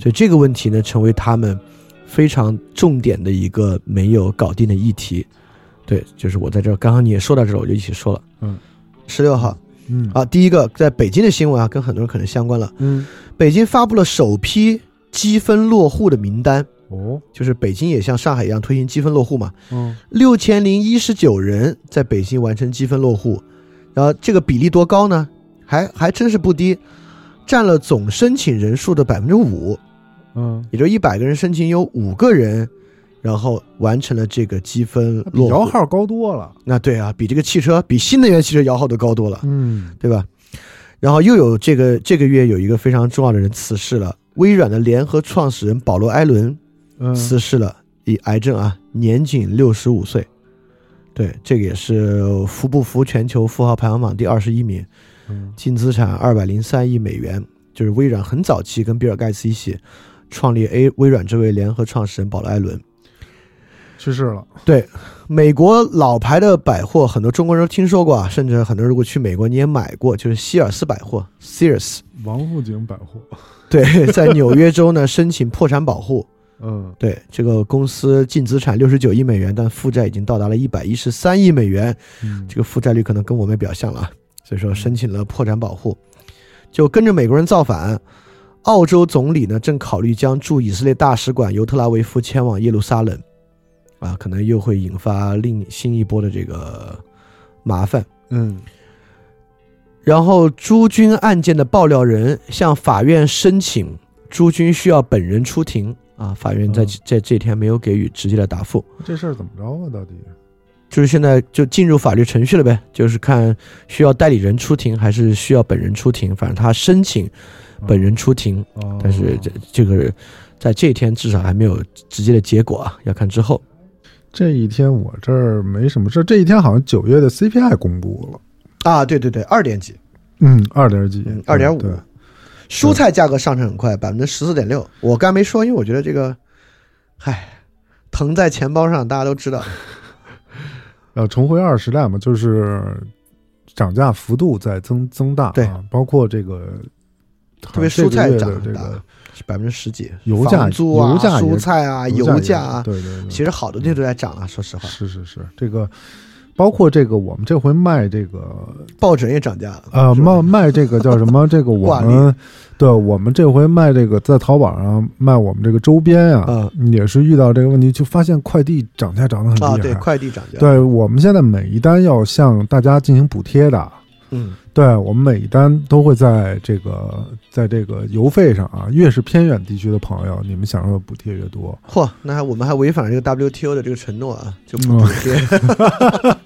Speaker 2: 所以这个问题呢成为他们非常重点的一个没有搞定的议题。对，就是我在这儿，刚刚你也说到这儿，我就一起说了。
Speaker 5: 嗯，
Speaker 2: 十六号
Speaker 5: 嗯
Speaker 2: 啊，第一个在北京的新闻啊，跟很多人可能相关了。
Speaker 5: 嗯，
Speaker 2: 北京发布了首批积分落户的名单，
Speaker 5: 哦，
Speaker 2: 就是北京也像上海一样推行积分落户嘛。
Speaker 5: 嗯，
Speaker 2: 六千零一十九人在北京完成积分落户，然后这个比例多高呢？还还真是不低，占了总申请人数的百分之五，
Speaker 5: 嗯，
Speaker 2: 也就一百个人申请有五个人，然后完成了这个积分
Speaker 5: 比摇
Speaker 2: 落户。
Speaker 5: 号高多了。
Speaker 2: 那对啊，比这个汽车，比新能源汽车摇号都高多了。
Speaker 5: 嗯，
Speaker 2: 对吧？然后又有这个这个月有一个非常重要的人辞世了，微软的联合创始人保罗·艾伦
Speaker 5: 嗯
Speaker 2: 辞世了，以癌症啊，年仅六十五岁。对，这个也是福布福全球富豪排行榜第二十一名，
Speaker 5: 嗯
Speaker 2: 净资产二百零三亿美元。就是微软很早期跟比尔盖茨一起创立 A 微软这位联合创始人保罗·艾伦。
Speaker 5: 去世了。
Speaker 2: 对，美国老牌的百货，很多中国人都听说过啊，甚至很多人如果去美国你也买过，就是希尔斯百货 （Sears）。
Speaker 5: 王府井百货，
Speaker 2: 对，在纽约州呢申请破产保护。
Speaker 5: 嗯
Speaker 2: 对，这个公司净资产六十九亿美元，但负债已经到达了一百一十三亿美元，
Speaker 5: 嗯
Speaker 2: 这个负债率可能跟我们比较像了啊，所以说申请了破产保护，就跟着美国人造反。澳洲总理呢正考虑将驻以色列大使馆由特拉维夫迁往耶路撒冷，啊，可能又会引发另新一波的这个麻烦。
Speaker 5: 嗯
Speaker 2: 然后朱军案件的爆料人向法院申请，朱军需要本人出庭啊，法院在、
Speaker 5: 嗯
Speaker 2: 在这天没有给予直接的答复，
Speaker 5: 这事儿怎么着啊？到底？
Speaker 2: 就是现在就进入法律程序了呗，就是看需要代理人出庭还是需要本人出庭，反正他申请本人出庭，
Speaker 5: 嗯哦
Speaker 2: 但是这这个在这一天至少还没有直接的结果啊，要看之后。
Speaker 5: 这一天我这儿没什么事儿。这一天好像九月的 CPI 公布了，
Speaker 2: 啊，对对对，二点几，
Speaker 5: 嗯，二点几
Speaker 2: 嗯，2.5
Speaker 5: 对，
Speaker 2: 蔬菜价格上涨很快，百分之十四点六。我刚没说，因为我觉得这个，唉，疼在钱包上，大家都知道。
Speaker 5: 呃，重回二时代嘛，就是涨价幅度在增增大、啊，
Speaker 2: 对，
Speaker 5: 包括这个，
Speaker 2: 特别蔬菜涨
Speaker 5: 的这
Speaker 2: 很大
Speaker 5: 个，
Speaker 2: 是百分之十几。
Speaker 5: 油价
Speaker 2: 房租啊、
Speaker 5: 油价也
Speaker 2: 蔬菜啊、
Speaker 5: 油
Speaker 2: 油
Speaker 5: 价
Speaker 2: 价
Speaker 5: 也
Speaker 2: 啊，
Speaker 5: 对对对，
Speaker 2: 其实好的地方都在涨啊了。说实话，
Speaker 5: 是是是，这个包括这个我们这回卖这个
Speaker 2: 抱枕也涨价了。
Speaker 5: 呃，
Speaker 2: 是吧啊
Speaker 5: 卖卖这个叫什么？这个我
Speaker 2: 挂
Speaker 5: 们对，我们这回卖这个在淘宝上卖我们这个周边呀、也是遇到这个问题，就发现快递涨价涨得很厉害。
Speaker 2: 嗯啊，对，快递涨价。，
Speaker 5: 对我们现在每一单要向大家进行补贴的，
Speaker 2: 嗯，
Speaker 5: 对我们每一单都会在这个在这个邮费上啊，越是偏远地区的朋友，你们享受的补贴越多。
Speaker 2: 嚯，那还我们还违反了这个 WTO 的这个承诺啊，就不
Speaker 5: 嗯
Speaker 2: 补 贴。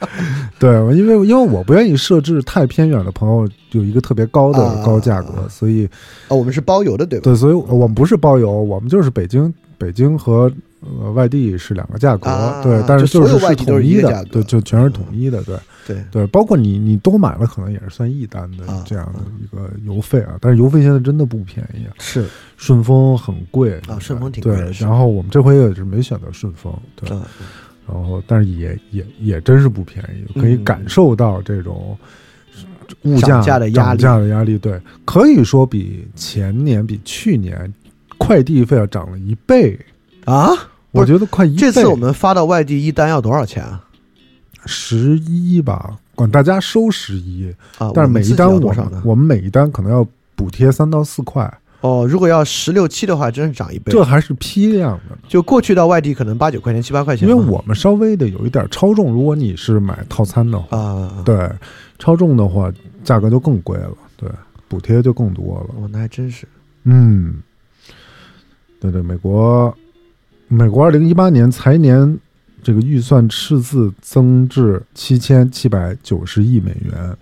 Speaker 5: 对，因为因为我不愿意设置太偏远的朋友有一个特别高的
Speaker 2: 啊
Speaker 5: 高价格，所以
Speaker 2: 啊，我们是包邮的，对吧？
Speaker 5: 对，所以我们不是包邮，我们就是北京，北京和呃外地是两个价格，
Speaker 2: 啊
Speaker 5: 对，但是
Speaker 2: 就所
Speaker 5: 是
Speaker 2: 有外地都
Speaker 5: 统
Speaker 2: 是一
Speaker 5: 一
Speaker 2: 个
Speaker 5: 的，
Speaker 2: 价格
Speaker 5: 对，就全是统一的，对
Speaker 2: 对，
Speaker 5: 对，包括你你多买了，可能也是算一单的
Speaker 2: 啊
Speaker 5: 这样的一个邮费啊，但是邮费现在真的不便宜啊，
Speaker 2: 是
Speaker 5: 顺丰很贵
Speaker 2: 啊顺丰挺贵的
Speaker 5: 对，
Speaker 2: 是
Speaker 5: 然后我们这回也是没选择顺丰，对，
Speaker 2: 啊，
Speaker 5: 然后但是也也也真是不便宜，可以
Speaker 2: 嗯
Speaker 5: 感受到这种。物价
Speaker 2: 涨价的压力
Speaker 5: 涨价的压力，对，可以说比前年、比去年快递费要涨了一倍，
Speaker 2: 啊，不
Speaker 5: 我
Speaker 2: 是
Speaker 5: 觉得快一倍。
Speaker 2: 这次我们发到外地一单要多少钱啊？
Speaker 5: 十一吧，管大家收十一，
Speaker 2: 啊，
Speaker 5: 但
Speaker 2: 我
Speaker 5: 是
Speaker 2: 们
Speaker 5: 每
Speaker 2: 自
Speaker 5: 一
Speaker 2: 己要
Speaker 5: 单我
Speaker 2: 多少
Speaker 5: 们
Speaker 2: 呢？
Speaker 5: 我们每一单可能要补贴三到四块，
Speaker 2: 哦，如果要十六七的话，真是涨一倍。
Speaker 5: 这还是批量的，
Speaker 2: 就过去到外地可能八九块钱、七八块钱
Speaker 5: 因
Speaker 2: 嘛，
Speaker 5: 为我们稍微的有一点超重。如果你是买套餐的话，
Speaker 2: 啊，
Speaker 5: 对，超重的话价格就更贵了，对，补贴就更多了。
Speaker 2: 哦，那还真是
Speaker 5: 嗯，对对，美国，美国二零一八年财年这个预算赤字增至七千七百九十亿美元，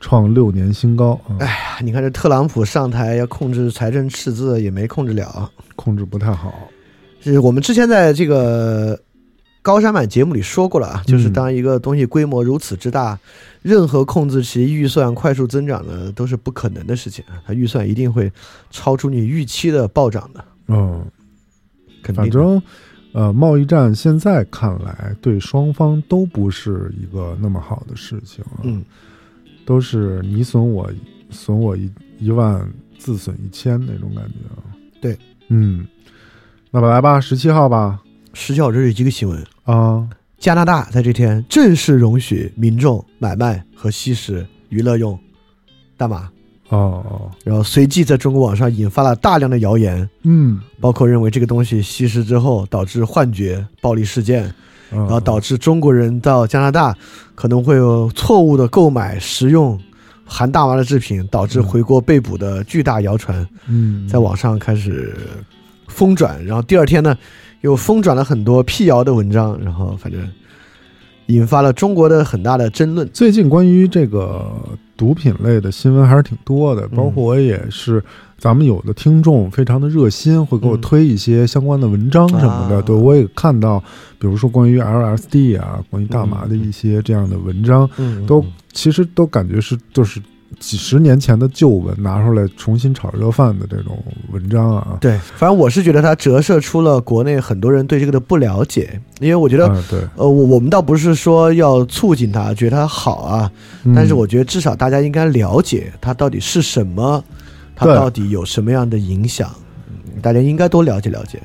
Speaker 5: 创六年新高啊、
Speaker 2: 啊！你看这特朗普上台要控制财政赤字，也没控制了。
Speaker 5: 控制不太好。
Speaker 2: 是我们之前在这个高山版节目里说过了啊，就是
Speaker 5: 嗯
Speaker 2: 当一个东西规模如此之大，任何控制其预算快速增长呢都是不可能的事情啊，它预算一定会超出你预期的暴涨的，
Speaker 5: 嗯，
Speaker 2: 肯定的。
Speaker 5: 反正，呃，贸易战现在看来对双方都不是一个那么好的事情、啊，
Speaker 2: 嗯，
Speaker 5: 都是你损我损我一一万，自损一千那种感觉啊。
Speaker 2: 对，
Speaker 5: 嗯，那么来吧，十七号吧，
Speaker 2: 十九日一个新闻，
Speaker 5: 啊，
Speaker 2: 加拿大在这天正式容许民众买卖和吸食娱乐用大麻，
Speaker 5: 哦哦，
Speaker 2: 然后随即在中国网上引发了大量的谣言，
Speaker 5: 嗯，
Speaker 2: 包括认为这个东西吸食之后导致幻觉、暴力事件，
Speaker 5: 然
Speaker 2: 然后导致中国人到加拿大可能会有错误的购买、食用含大麻的制品，导致回国被捕的巨大谣传，
Speaker 5: 嗯，
Speaker 2: 在网上开始疯转。然后第二天呢，又疯转了很多辟谣的文章，然后反正引发了中国的很大的争论。
Speaker 5: 最近关于这个毒品类的新闻还是挺多的，
Speaker 2: 嗯
Speaker 5: 包括我也是，咱们有的听众非常的热心，会给我
Speaker 2: 嗯
Speaker 5: 推一些相关的文章什么的。
Speaker 2: 啊
Speaker 5: 对我也看到，比如说关于 LSD 啊，关于大麻的一些这样的文章，
Speaker 2: 嗯
Speaker 5: 都其实都感觉是就是几十年前的旧闻拿出来重新炒热饭的这种文章啊。
Speaker 2: 对，反正我是觉得它折射出了国内很多人对这个的不了解，因为我觉得，
Speaker 5: 啊，对，
Speaker 2: 呃，我我们倒不是说要促进它，觉得它好啊，
Speaker 5: 嗯
Speaker 2: 但是我觉得至少大家应该了解它到底是什么，它
Speaker 5: 对
Speaker 2: 到底有什么样的影响，嗯大家应该多了解了解，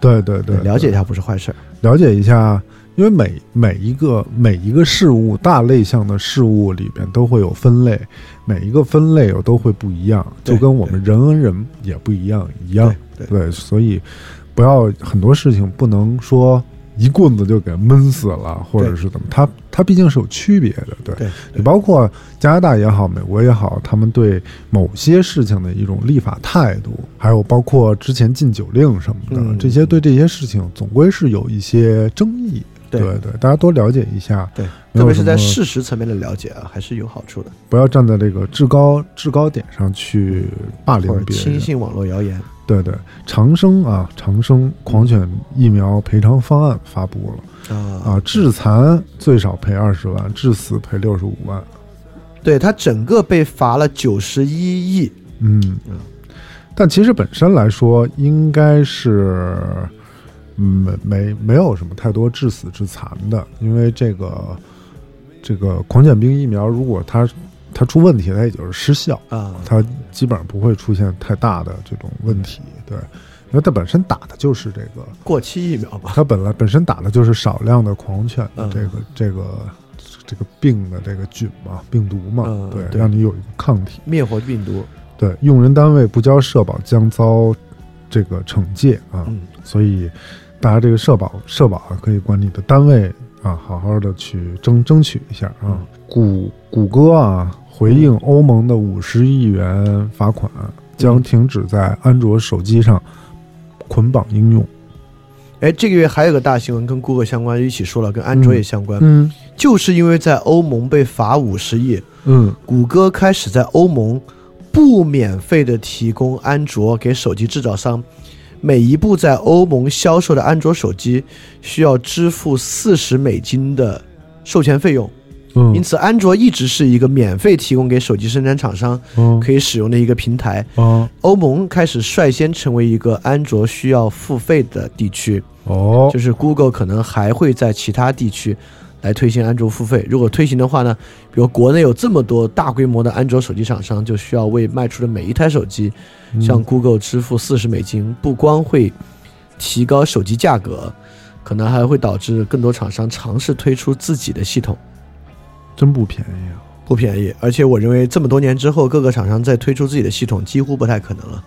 Speaker 5: 对对对，
Speaker 2: 了解一下不是坏事儿。
Speaker 5: 了解一下，因为每每一个每一个事物大类项的事物里边都会有分类，每一个分类又都会不一样，
Speaker 2: 对
Speaker 5: 就跟我们人跟人也不一样一样。
Speaker 2: 对
Speaker 5: 对，所以不要很多事情不能说一棍子就给闷死了，或者是怎么，它它毕竟是有区别的，对。
Speaker 2: 对
Speaker 5: 你包括加拿大也好，美国也好，他们对某些事情的一种立法态度，还有包括之前禁酒令什么的，
Speaker 2: 嗯
Speaker 5: 这些对这些事情总归是有一些争议。
Speaker 2: 对
Speaker 5: 对大家多了解一下，
Speaker 2: 对，
Speaker 5: 没有
Speaker 2: 特别是在
Speaker 5: 什么
Speaker 2: 事实层面的了解啊，还是有好处的，
Speaker 5: 不要站在这个制高制高点上去霸凌
Speaker 2: 或者
Speaker 5: 别
Speaker 2: 轻
Speaker 5: 人。
Speaker 2: 信网络谣言。
Speaker 5: 对对，长生啊，长生狂犬疫苗赔偿方案发布
Speaker 2: 啊
Speaker 5: 了啊，致残最少赔二十万，致死赔六十五万。
Speaker 2: 对他整个被罚了九十一亿，
Speaker 5: 嗯
Speaker 2: 嗯，
Speaker 5: 但其实本身来说，应该是嗯没没没有什么太多致死致残的，因为这个这个狂犬病疫苗，如果它它出问题，它也就是失效，
Speaker 2: 啊，
Speaker 5: 它基本上不会出现太大的这种问题。对，因为它本身打的就是这个，
Speaker 2: 过期疫苗嘛，
Speaker 5: 它本来本身打的就是少量的狂犬的
Speaker 2: 嗯
Speaker 5: 这个、这个。这个病的这个菌嘛，病毒嘛，
Speaker 2: 嗯
Speaker 5: 对，
Speaker 2: 对
Speaker 5: 让你有一个抗体。
Speaker 2: 灭活病毒。
Speaker 5: 对，用人单位不交社保将遭这个惩戒啊，
Speaker 2: 嗯，
Speaker 5: 所以大家这个社保社保啊，可以管你的单位啊，好好的去争争取一下啊。
Speaker 2: 嗯
Speaker 5: 谷谷歌啊，回应欧盟的五十亿元罚款，将停止在安卓手机上捆绑应用。
Speaker 2: 哎，这个月还有个大新闻跟 Google 相关，一起说了，跟安卓也相关，
Speaker 5: 嗯
Speaker 2: 就是因为在欧盟被罚五十亿，
Speaker 5: 嗯，
Speaker 2: 谷歌开始在欧盟不免费的提供安卓给手机制造商，每一部在欧盟销售的安卓手机需要支付四十美金的授权费用。
Speaker 5: 嗯
Speaker 2: 因此，安卓一直是一个免费提供给手机生产厂商
Speaker 5: 嗯
Speaker 2: 可以使用的一个平台。
Speaker 5: 嗯
Speaker 2: 欧盟开始率先成为一个安卓需要付费的地区，
Speaker 5: 哦
Speaker 2: 就是 Google 可能还会在其他地区来推行安卓付费。如果推行的话呢，比如国内有这么多大规模的安卓手机厂商，就需要为卖出的每一台手机向 Google 支付四十美金，不光会提高手机价格，可能还会导致更多厂商尝试推出自己的系统。
Speaker 5: 真不便宜啊。
Speaker 2: 不便宜，而且我认为这么多年之后，各个厂商再推出自己的系统几乎不太可能了，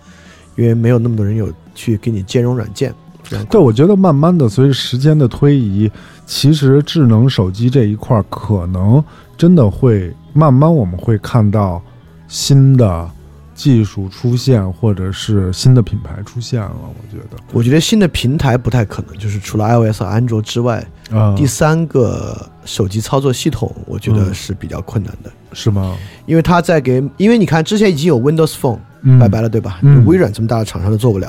Speaker 2: 因为没有那么多人有去给你兼容软件。这样
Speaker 5: 对，我觉得慢慢的随着时间的推移，其实智能手机这一块儿可能真的会慢慢我们会看到新的技术出现，或者是新的品牌出现了。我觉得
Speaker 2: 我觉得新的平台不太可能，就是除了 iOS 和安卓之外，
Speaker 5: 啊、
Speaker 2: 第三个手机操作系统，我觉得
Speaker 5: 嗯
Speaker 2: 是比较困难的，
Speaker 5: 是吗？
Speaker 2: 因为它在给，因为你看之前已经有 Windows Phone，
Speaker 5: 嗯，
Speaker 2: 拜拜了，对吧？
Speaker 5: 嗯
Speaker 2: 微软这么大的厂商都做不了，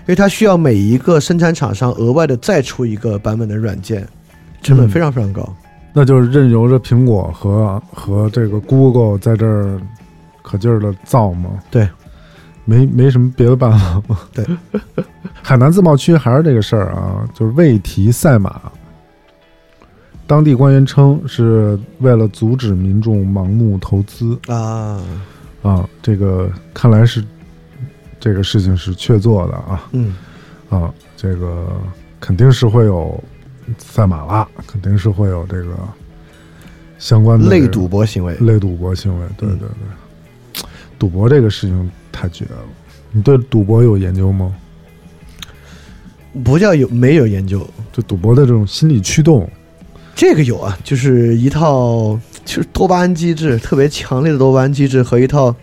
Speaker 2: 因为它需要每一个生产厂商额外的再出一个版本的软件，成
Speaker 5: 嗯
Speaker 2: 本非常非常高。
Speaker 5: 那就是任由着苹果和和这个 Google 在这儿可劲儿的造嘛。
Speaker 2: 对，
Speaker 5: 没没什么别的办法嘛。
Speaker 2: 对，
Speaker 5: 海南自贸区还是这个事儿啊，就是未提赛马。当地官员称，是为了阻止民众盲目投资
Speaker 2: 啊，
Speaker 5: 啊。这个看来是这个事情是确做的啊
Speaker 2: 嗯，
Speaker 5: 啊，这个肯定是会有赛马啦，肯定是会有这个相关的这
Speaker 2: 类
Speaker 5: 个
Speaker 2: 赌博嗯行为，
Speaker 5: 类赌博行为，对对对，赌博这个事情太绝了。你对赌博有研究吗？
Speaker 2: 不叫有没有研究，
Speaker 5: 就赌博的这种心理驱动，
Speaker 2: 这个有啊，就是一套就是多巴胺机制特别强烈的多巴胺机制和一套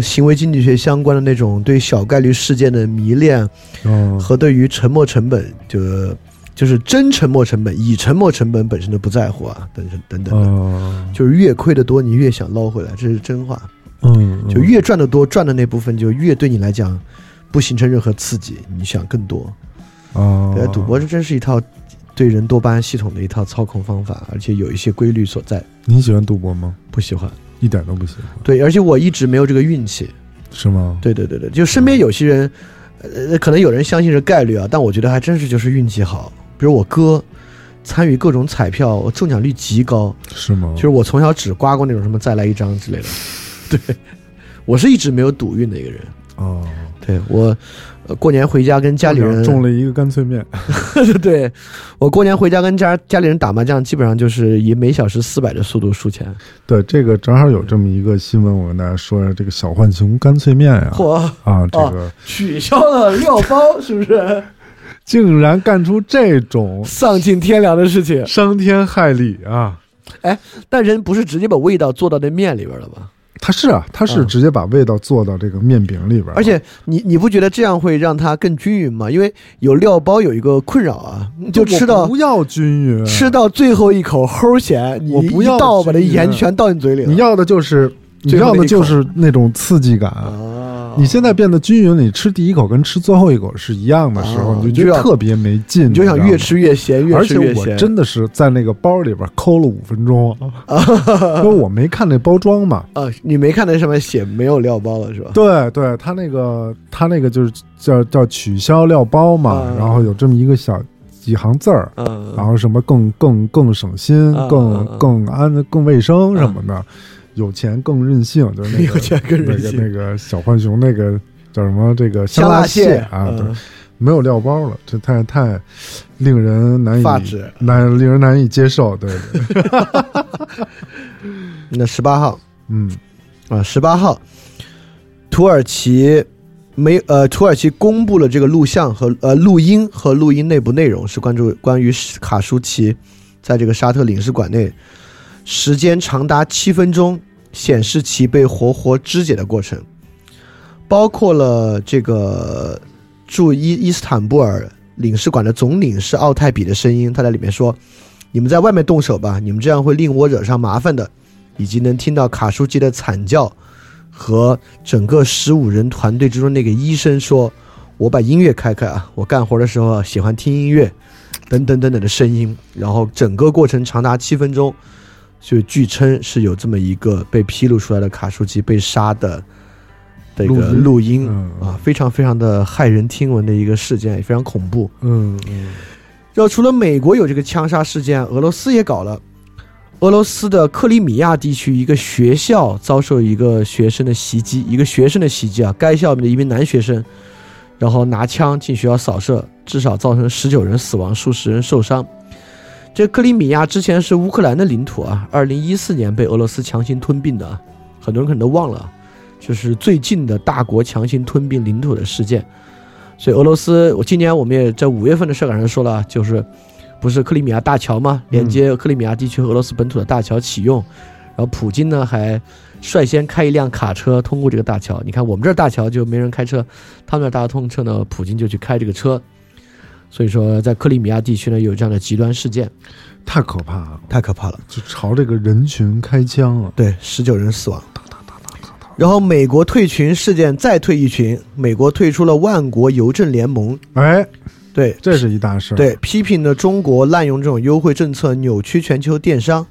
Speaker 2: 行为经济学相关的那种对小概率事件的迷恋
Speaker 5: 嗯，
Speaker 2: 和对于沉没成本就。就是真沉没成本，以沉没成本本身的不在乎啊，等等等等的，
Speaker 5: 嗯
Speaker 2: 就是越亏的多，你越想捞回来，这是真话。
Speaker 5: 嗯，
Speaker 2: 就越赚的多，赚的那部分就越对你来讲不形成任何刺激，你想更多。
Speaker 5: 啊
Speaker 2: 对，，赌博这真是一套对人多巴胺系统的一套操控方法，而且有一些规律所在。
Speaker 5: 你喜欢赌博吗？
Speaker 2: 不喜欢，
Speaker 5: 一点都不喜欢，
Speaker 2: 对，而且我一直没有这个运气。
Speaker 5: 是吗？
Speaker 2: 对对对对，就身边有些人，呃，可能有人相信是概率啊，但我觉得还真是就是运气好。比如我哥参与各种彩票，中奖率极高，
Speaker 5: 是吗？
Speaker 2: 就是我从小只刮过那种什么再来一张之类的。对，我是一直没有赌运的一个人。
Speaker 5: 啊，
Speaker 2: 对我、呃过年回家跟家里人，
Speaker 5: 中了一个干脆面，
Speaker 2: 对我过年回家跟家家里人打麻将，基本上就是以每小时四百的速度输 钱。
Speaker 5: 对，这个正好有这么一个新闻，我跟大家说一下，这个小浣熊干脆面呀，
Speaker 2: 嚯，
Speaker 5: 啊，这个
Speaker 2: 取消了料包，是不是
Speaker 5: 竟然干出这种
Speaker 2: 丧尽天良的事情？
Speaker 5: 伤天害理啊！
Speaker 2: 但人不是直接把味道做到那面里边了吗？
Speaker 5: 它是啊，它是
Speaker 2: 嗯
Speaker 5: 直接把味道做到这个面饼里边儿，
Speaker 2: 而且你你不觉得这样会让它更均匀吗？因为有料包有一个困扰啊，你就吃
Speaker 5: 嗯我
Speaker 2: 到
Speaker 5: 不要均匀，啊
Speaker 2: 吃到最后一口齁咸，你
Speaker 5: 我不
Speaker 2: 一
Speaker 5: 要
Speaker 2: 倒把
Speaker 5: 均
Speaker 2: 这
Speaker 5: 匀
Speaker 2: 盐全倒你嘴里了。
Speaker 5: 你要的就是你
Speaker 2: 最后
Speaker 5: 要
Speaker 2: 那
Speaker 5: 的
Speaker 2: 一
Speaker 5: 就是那种刺激感。
Speaker 2: 啊，
Speaker 5: 你现在变得均匀，你吃第一口跟吃最后一口是一样的时候，
Speaker 2: 啊
Speaker 5: 你就觉
Speaker 2: 你就
Speaker 5: 得
Speaker 2: 要
Speaker 5: 特别没劲，
Speaker 2: 你就想
Speaker 5: 知道吗
Speaker 2: 越。吃越咸，越
Speaker 5: 而
Speaker 2: 吃
Speaker 5: 且
Speaker 2: 越
Speaker 5: 我
Speaker 2: 咸。
Speaker 5: 真的是在那个包里边抠了五分钟， 因为我没看那包装嘛。
Speaker 2: 啊，你没看那上面写没有料包了是吧？
Speaker 5: 对对，他那个他那个就是叫叫取消料包嘛，
Speaker 2: 啊
Speaker 5: 然后有这么一个小几行字儿，然
Speaker 2: 嗯，
Speaker 5: 后什么更更更省心
Speaker 2: 啊、
Speaker 5: 更
Speaker 2: 啊啊
Speaker 5: 更安、更卫生什么的，有钱更任性，就是那个
Speaker 2: 嗯 有钱更任性
Speaker 5: 那个那个小浣熊那个叫什么这个
Speaker 2: 香
Speaker 5: 辣
Speaker 2: 蟹
Speaker 5: 啊，对
Speaker 2: 嗯，
Speaker 5: 没有料包了，这太太令人难以
Speaker 2: 发指
Speaker 5: 难令人难以接受，对对，
Speaker 2: 那十八号
Speaker 5: 嗯
Speaker 2: 啊，十八号，土耳其没呃，土耳其公布了这个录像和呃录音和录音内部内容，是关注关于卡舒奇在这个沙特领事馆内时间长达七分钟，显示其被活活肢解的过程，包括了这个驻伊伊斯坦布尔领事馆的总领事奥泰比的声音，他在里面说：“你们在外面动手吧，你们这样会令我惹上麻烦的。”以及能听到卡舒基的惨叫和整个十五人团队之中那个医生说：“我把音乐开开啊，我干活的时候啊喜欢听音乐，等等等等的声音。”然后整个过程长达七分钟，就据称是有这么一个被披露出来的卡舒基被杀的这
Speaker 5: 录
Speaker 2: 个
Speaker 5: 音
Speaker 2: 录音
Speaker 5: 嗯
Speaker 2: 啊，非常非常的骇人听闻的一个事件，也非常恐怖。
Speaker 5: 嗯嗯
Speaker 2: 然后除了美国有这个枪杀事件，俄罗斯也搞了。俄罗斯的克里米亚地区一个学校遭受一个学生的袭击，一个学生的袭击啊，该校的一名男学生，然后拿枪进学校扫射，至少造成十九人死亡，数十人受伤。这克里米亚之前是乌克兰的领土啊，二零一四年被俄罗斯强行吞并的啊，很多人可能都忘了。就是最近的大国强行吞并领土的事件。所以俄罗斯，我今年我们也在五月份的社稿上说了，就是不是克里米亚大桥吗？连接克里米亚地区和俄罗斯本土的大桥启用，然后普京呢还率先开一辆卡车通过这个大桥。你看我们这儿大桥就没人开车，他们那儿大桥通车呢，普京就去开这个车。所以说，在克里米亚地区呢，有这样的极端事件，
Speaker 5: 太可怕了，
Speaker 2: 太可怕了。
Speaker 5: 就朝这个人群开枪了。
Speaker 2: 对，十九人死亡。然后美国退群事件再退一群，美国退出了万国邮政联盟。
Speaker 5: 哎，
Speaker 2: 对
Speaker 5: 这是一大事。，
Speaker 2: 对，批评了中国滥用这种优惠政策，扭曲全球电商。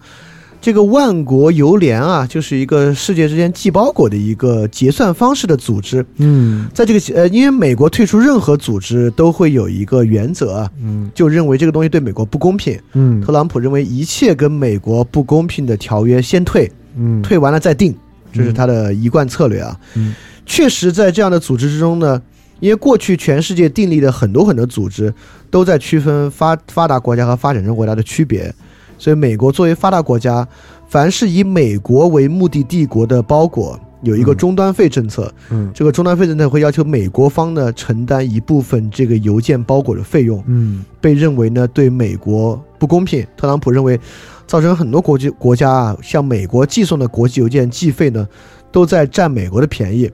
Speaker 2: 这个万国邮联啊，就是一个世界之间寄包裹的一个结算方式的组织。
Speaker 5: 嗯
Speaker 2: 在这个呃，因为美国退出任何组织都会有一个原则啊，
Speaker 5: 嗯
Speaker 2: 就认为这个东西对美国不公平。
Speaker 5: 嗯
Speaker 2: 特朗普认为一切跟美国不公平的条约先退，
Speaker 5: 嗯，
Speaker 2: 退完了再定，这是他的一贯策略啊。
Speaker 5: 嗯
Speaker 2: 确实，在这样的组织之中呢，因为过去全世界订立的很多很多组织都在区分发发达国家和发展中国家的区别，所以美国作为发达国家，凡是以美国为目的帝国的包裹。有一个终端费政策，
Speaker 5: 嗯
Speaker 2: 这个终端费政策会要求美国方呢承担一部分这个邮件包裹的费用，
Speaker 5: 嗯
Speaker 2: 被认为呢对美国不公平。特朗普认为，造成很多国际国家啊向美国寄送的国际邮件寄费呢，都在占美国的便宜。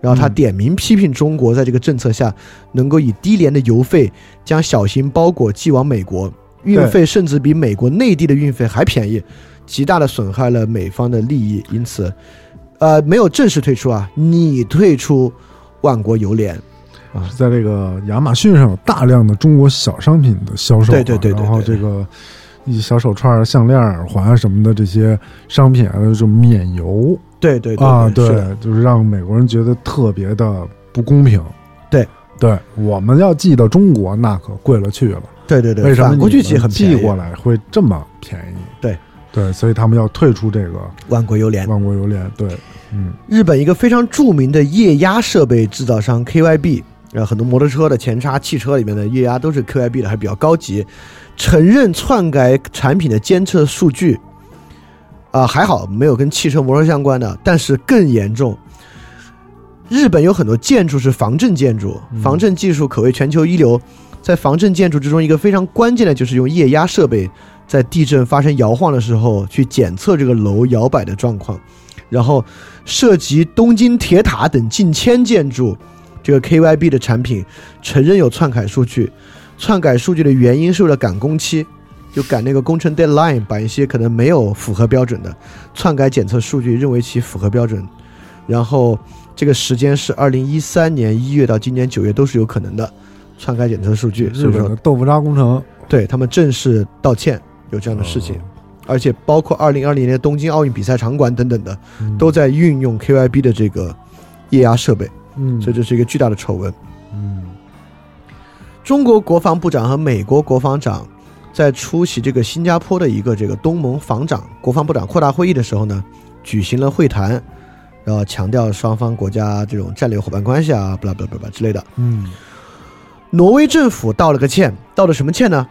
Speaker 2: 然后他点名批评中国在这个政策下，能够以低廉的邮费将小型包裹寄往美国，运费甚至比美国内地的运费还便宜，极大的损害了美方的利益。因此，呃，没有正式退出啊，你退出万国邮联，
Speaker 5: 啊在这个亚马逊上有大量的中国小商品的销售啊，
Speaker 2: 对对对对
Speaker 5: 然后
Speaker 2: 对
Speaker 5: 这个一些小手串儿、项链儿、耳环啊什么的这些商品啊，就免邮
Speaker 2: 对对对
Speaker 5: 啊，
Speaker 2: 对是的
Speaker 5: 对，就是让美国人觉得特别的不公平。
Speaker 2: 对
Speaker 5: 对，我们要寄到中国，那可贵了去了。
Speaker 2: 对对对，
Speaker 5: 为什么
Speaker 2: 反过去
Speaker 5: 你们
Speaker 2: 寄很便宜
Speaker 5: 寄过来会这么便宜？
Speaker 2: 对哎
Speaker 5: 对，所以他们要退出这个
Speaker 2: 万国邮联。
Speaker 5: 万国邮联。对，嗯
Speaker 2: 日本一个非常著名的液压设备制造商 KYB，呃，很多摩托车的前叉、汽车里面的液压都是 KYB 的，还比较高级。承认篡改产品的监测数据，啊、还好没有跟汽车、摩托相关的，但是更严重。日本有很多建筑是防震建筑，防震技术可谓全球一流。在防震建筑之中，一个非常关键的就是用液压设备，在地震发生摇晃的时候去检测这个楼摇摆的状况，然后涉及东京铁塔等近千建筑，这个 KYB 的产品承认有篡改数据。篡改数据的原因是为了赶工期，就赶那个工程 deadline，把一些可能没有符合标准的篡改检测数据认为其符合标准，然后这个时间是二零一三年一月到今年九月都是有可能的篡改检测数据。
Speaker 5: 日
Speaker 2: 所以
Speaker 5: 本
Speaker 2: 说
Speaker 5: 的豆腐渣工程
Speaker 2: 对他们正式道歉，有这样
Speaker 5: 哦
Speaker 2: 的事情，而且包括二零二零年东京奥运比赛场馆等等的，
Speaker 5: 嗯
Speaker 2: 都在运用 KYB 的这个液压设备，
Speaker 5: 嗯，
Speaker 2: 所以这是一个巨大的丑闻。
Speaker 5: 嗯
Speaker 2: 中国国防部长和美国国防长在出席这个新加坡的一个这个东盟防长国防部长扩大会议的时候呢，举行了会谈，然后强调双方国家这种战略伙伴关系啊，巴拉巴拉巴拉之类的。
Speaker 5: 嗯
Speaker 2: 挪威政府道了个歉，道了什么歉呢？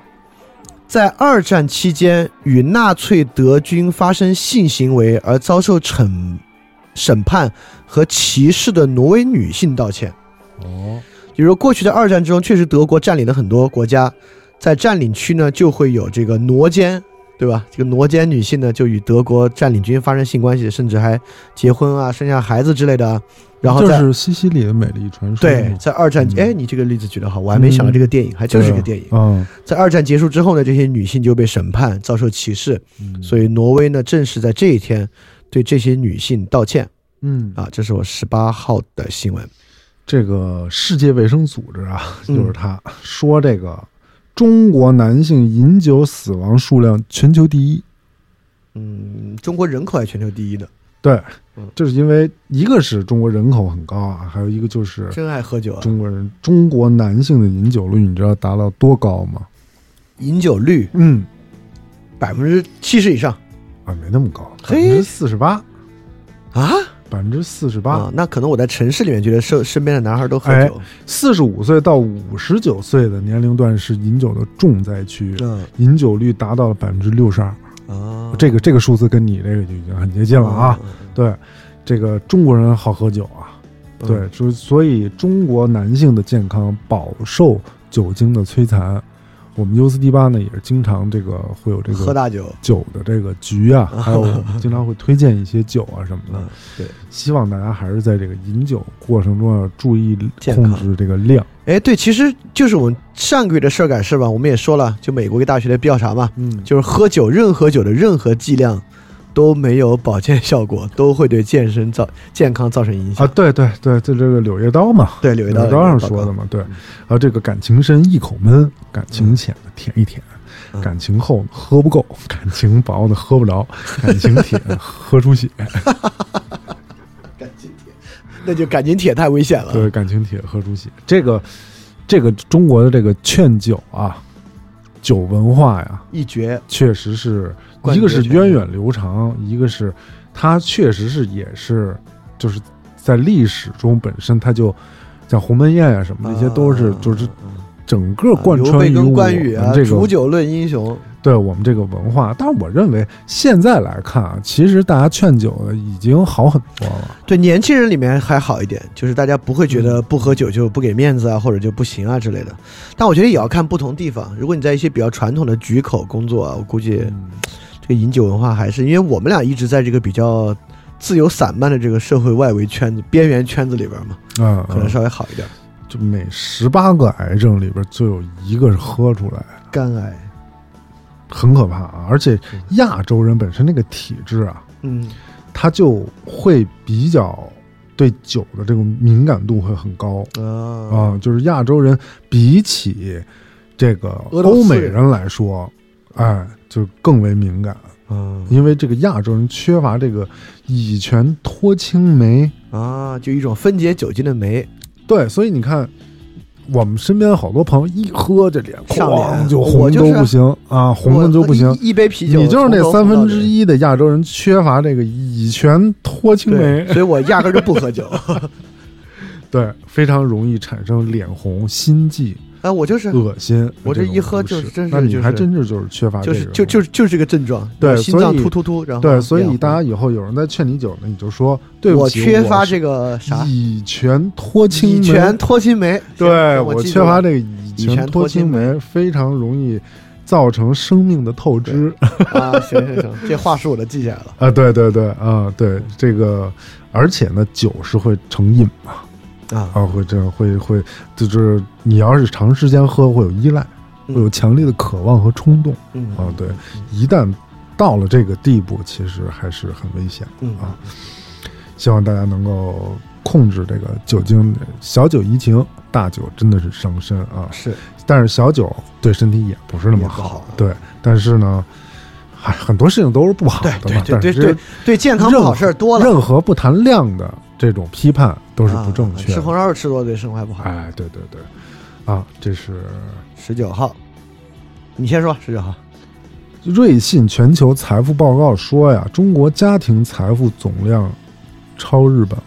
Speaker 2: 在二战期间与纳粹德军发生性行为而遭受惩审判和歧视的挪威女性道歉。
Speaker 5: 哦
Speaker 2: 比如说过去的二战之中，确实德国占领了很多国家，在占领区呢就会有这个挪奸，对吧？这个挪奸女性呢就与德国占领军发生性关系，甚至还结婚啊、生下孩子之类的啊。然后
Speaker 5: 就
Speaker 2: 在、
Speaker 5: 是西西里的美丽传说
Speaker 2: 对
Speaker 5: 嘛。，
Speaker 2: 在二战，
Speaker 5: 嗯
Speaker 2: 哎，你这个例子举得好，我还没想到这个电影，还真是个电影。
Speaker 5: 嗯，
Speaker 2: 在二战结束之后呢，这些女性就被审判，遭受歧视，
Speaker 5: 嗯
Speaker 2: 所以挪威呢正式在这一天对这些女性道歉
Speaker 5: 嗯，
Speaker 2: 啊。这是我十八号的新闻。
Speaker 5: 这个世界卫生组织啊，
Speaker 2: 嗯
Speaker 5: 就是他说这个中国男性饮酒死亡数量全球第一，
Speaker 2: 嗯，中国人口还全球第一呢，
Speaker 5: 对
Speaker 2: 嗯，
Speaker 5: 这是因为一个是中国人口很高啊，还有一个就是
Speaker 2: 真爱喝酒啊，
Speaker 5: 中国人中国男性的饮酒率，你知道达到多高吗？
Speaker 2: 饮酒率
Speaker 5: 嗯，
Speaker 2: 百分之七十以上
Speaker 5: 啊，没那么高，百分
Speaker 2: 嘿
Speaker 5: 之四十八，
Speaker 2: 啊
Speaker 5: 百分之四十八
Speaker 2: 啊！，那可能我在城市里面觉得身身边的男孩都喝
Speaker 5: 哎
Speaker 2: 酒，
Speaker 5: 四十五岁到五十九岁的年龄段是饮酒的重灾区，
Speaker 2: 嗯
Speaker 5: 饮酒率达到了百分之六十二。
Speaker 2: 啊，嗯
Speaker 5: 这个这个数字跟你这个就已经很接近了啊。对，这个中国人好喝酒啊，
Speaker 2: 嗯
Speaker 5: 对，所以所以中国男性的健康饱受酒精的摧残。我们 U 四 D 八呢也是经常这个会有这
Speaker 2: 喝
Speaker 5: 个
Speaker 2: 大酒，
Speaker 5: 酒的这个局啊，还有我们经常会推荐一些酒啊什么的
Speaker 2: 嗯。，对。
Speaker 5: 希望大家还是在这个饮酒过程中要注意
Speaker 2: 健
Speaker 5: 控
Speaker 2: 康
Speaker 5: 制这个量。
Speaker 2: 哎，对，其实就是我们上个月的事儿感是吧？我们也说了，就美国一个大学的调查嘛，
Speaker 5: 嗯，
Speaker 2: 就是喝酒，任何酒的任何剂量都没有保健效果，都会对健身造健康造成影响。
Speaker 5: 啊，对对对，这这个柳叶刀嘛，
Speaker 2: 对，柳叶刀
Speaker 5: 柳叶刀上说的，嘛，对。
Speaker 2: 嗯
Speaker 5: 然后这个感情深一口闷，感情浅的舔一舔，
Speaker 2: 嗯
Speaker 5: 感情厚的喝不够，感情薄的喝不着，感情铁 喝出血，
Speaker 2: 嗯感情铁，那就感情铁太危险了。
Speaker 5: 对，感情铁喝出血。这个这个中国的这个劝酒啊，酒文化呀，
Speaker 2: 一啊绝，
Speaker 5: 确实是
Speaker 2: 冠
Speaker 5: 一个
Speaker 2: 绝
Speaker 5: 是
Speaker 2: 全
Speaker 5: 源
Speaker 2: 球
Speaker 5: 远流长，一个是它确实是也是就是在历史中本身它就像鸿门宴啊什么的，这些都是
Speaker 2: 啊
Speaker 5: 就是
Speaker 2: 啊啊
Speaker 5: 整个
Speaker 2: 啊
Speaker 5: 贯
Speaker 2: 刘
Speaker 5: 穿
Speaker 2: 备
Speaker 5: 于
Speaker 2: 跟
Speaker 5: 我
Speaker 2: 关羽啊
Speaker 5: 们，这
Speaker 2: 煮
Speaker 5: 个
Speaker 2: 酒论英雄，
Speaker 5: 对我们这个文化。但我认为现在来看啊，其实大家劝酒的已经好很多了。
Speaker 2: 对年轻人里面还好一点，就是大家不会觉得不喝酒就不给面子啊，或者就不行啊之类的。但我觉得也要看不同地方。如果你在一些比较传统的局口工作啊，我估计这个饮酒文化还是因为我们俩一直在这个比较自由散漫的这个社会外围圈子、边缘圈子里边嘛，
Speaker 5: 啊，
Speaker 2: 可能稍微好一点。
Speaker 5: 就每十八个癌症里边就有一个是喝出来的。
Speaker 2: 肝癌，
Speaker 5: 很可怕啊！而且亚洲人本身那个体质啊，
Speaker 2: 嗯，
Speaker 5: 他就会比较对酒的这种敏感度会很高啊、
Speaker 2: 啊，
Speaker 5: 就是亚洲人比起这个
Speaker 2: 俄罗
Speaker 5: 欧
Speaker 2: 斯
Speaker 5: 美
Speaker 2: 人
Speaker 5: 人来说，哎，就更为敏感，
Speaker 2: 嗯
Speaker 5: 因为这个亚洲人缺乏这个乙醛脱氢酶，
Speaker 2: 啊，就一种分解酒精的酶，
Speaker 5: 对，所以你看。我们身边好多朋友一喝这脸
Speaker 2: 上
Speaker 5: 哐
Speaker 2: 脸
Speaker 5: 就
Speaker 2: 我
Speaker 5: 红
Speaker 2: 就
Speaker 5: 都
Speaker 2: 是
Speaker 5: 不行啊，红了就不行
Speaker 2: 我。一一杯啤酒，
Speaker 5: 你就是那
Speaker 2: 从头
Speaker 5: 三
Speaker 2: 喝到
Speaker 5: 分
Speaker 2: 底
Speaker 5: 之一的亚洲人缺乏这个乙醛脱氢酶
Speaker 2: 对，，所以我压根儿就不喝酒。
Speaker 5: 对，非常容易产生脸红、心悸、
Speaker 2: 哎，我就是
Speaker 5: 恶心。
Speaker 2: 我这
Speaker 5: 这种
Speaker 2: 一喝就
Speaker 5: 不
Speaker 2: 是真是
Speaker 5: 那你
Speaker 2: 就是
Speaker 5: 还真是就是缺乏
Speaker 2: 就
Speaker 5: 这
Speaker 2: 是
Speaker 5: 个
Speaker 2: 就就是就是这个症状，
Speaker 5: 对
Speaker 2: 心脏
Speaker 5: 所以
Speaker 2: 突突突，然后
Speaker 5: 对，所以
Speaker 2: 两
Speaker 5: 大家以后有人在劝你酒呢，你就说对不
Speaker 2: 我
Speaker 5: 起，
Speaker 2: 缺乏
Speaker 5: 是
Speaker 2: 这个啥
Speaker 5: 乙醛脱氢
Speaker 2: 乙
Speaker 5: 酶，
Speaker 2: 醛脱氢酶，
Speaker 5: 对
Speaker 2: 行我记住
Speaker 5: 缺乏
Speaker 2: 了
Speaker 5: 这个乙
Speaker 2: 乙醛脱
Speaker 5: 氢
Speaker 2: 氢酶
Speaker 5: 酶，非常容易造成生命的透支
Speaker 2: 啊，行行行，这话术我都记下来了。
Speaker 5: 啊！对对对啊，对这个，而且呢，酒是会成瘾嘛
Speaker 2: 啊，
Speaker 5: 啊，会这样会会就是你要是长时间喝会有依赖，会有强烈的渴望和冲动。
Speaker 2: 嗯
Speaker 5: 啊，对，一旦到了这个地步，其实还是很危险的
Speaker 2: 嗯
Speaker 5: 啊。希望大家能够控制这个酒精，小酒怡情，大酒真的是伤身啊。
Speaker 2: 是
Speaker 5: 但是小酒对身体也不是那么好，
Speaker 2: 也不好
Speaker 5: 对。但是呢，还很多事情都是不好的嘛。
Speaker 2: 对
Speaker 5: 但
Speaker 2: 对
Speaker 5: 是
Speaker 2: 对对，健康不好事儿多了，
Speaker 5: 任何不谈量的这种批判都是不正确
Speaker 2: 啊吃
Speaker 5: 的。
Speaker 2: 红烧肉吃多了对生活还不好。
Speaker 5: 哎，对对对，啊，这是
Speaker 2: 十九号，你先说十九号，
Speaker 5: 瑞信全球财富报告说呀，中国家庭财富总量超日本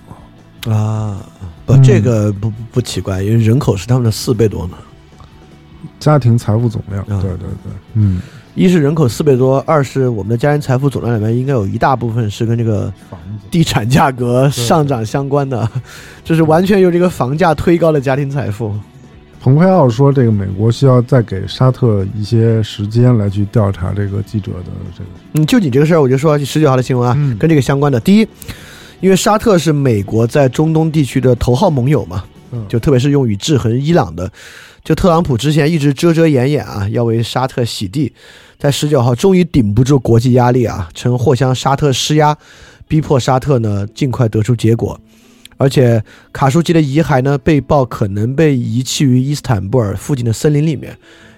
Speaker 5: 了。
Speaker 2: 啊，不，
Speaker 5: 嗯
Speaker 2: 这个不不不奇怪，因为人口是他们的四倍多嘛。
Speaker 5: 嗯家庭财富总量，
Speaker 2: 啊
Speaker 5: 对对对，嗯，
Speaker 2: 一是人口四倍多，二是我们的家庭财富总量里面应该有一大部分是跟这个
Speaker 5: 房子，
Speaker 2: 地产价格上涨相关的，就是完全由这个房价推高了家庭财富。
Speaker 5: 蓬佩奥说，这个美国需要再给沙特一些时间来去调查这个记者的这个，
Speaker 2: 嗯，就你这个事儿，我就说十九号的新闻啊，
Speaker 5: 嗯
Speaker 2: 跟这个相关的。第一，因为沙特是美国在中东地区的头号盟友嘛，
Speaker 5: 嗯，
Speaker 2: 就特别是用于制衡伊朗的。就特朗普之前一直遮遮掩掩啊，要为沙特洗地，在十九号终于顶不住国际压力啊，曾或向沙特施压，逼迫沙特呢尽快得出结果。而且卡舒吉的遗骸呢被曝可能被遗弃于伊斯坦布尔附近的森林里面，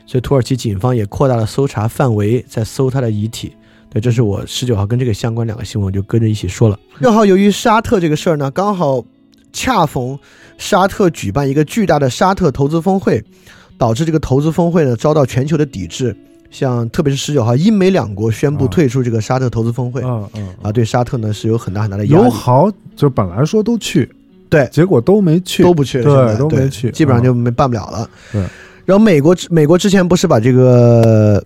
Speaker 2: 所以土耳其警方也扩大了搜查范围，在搜他的遗体。对，这是我十九号跟这个相关两个新闻，我就跟着一起说了。正好由于沙特这个事儿呢，刚好恰逢沙特举办一个巨大的沙特投资峰会，导致这个投资峰会呢遭到全球的抵制。像特别是十九号，英美两国宣布
Speaker 5: 啊
Speaker 2: 退出这个沙特投资峰会
Speaker 5: 嗯嗯，
Speaker 2: 啊，对沙特呢是有很大很大的压力
Speaker 5: 有。好就本来说都去，
Speaker 2: 对
Speaker 5: 结果都没去，
Speaker 2: 都不去了，
Speaker 5: 对
Speaker 2: 现在
Speaker 5: 都没
Speaker 2: 对
Speaker 5: 去啊
Speaker 2: 基本上就没办不了了。
Speaker 5: 对
Speaker 2: 然后美国之美国之前不是把这个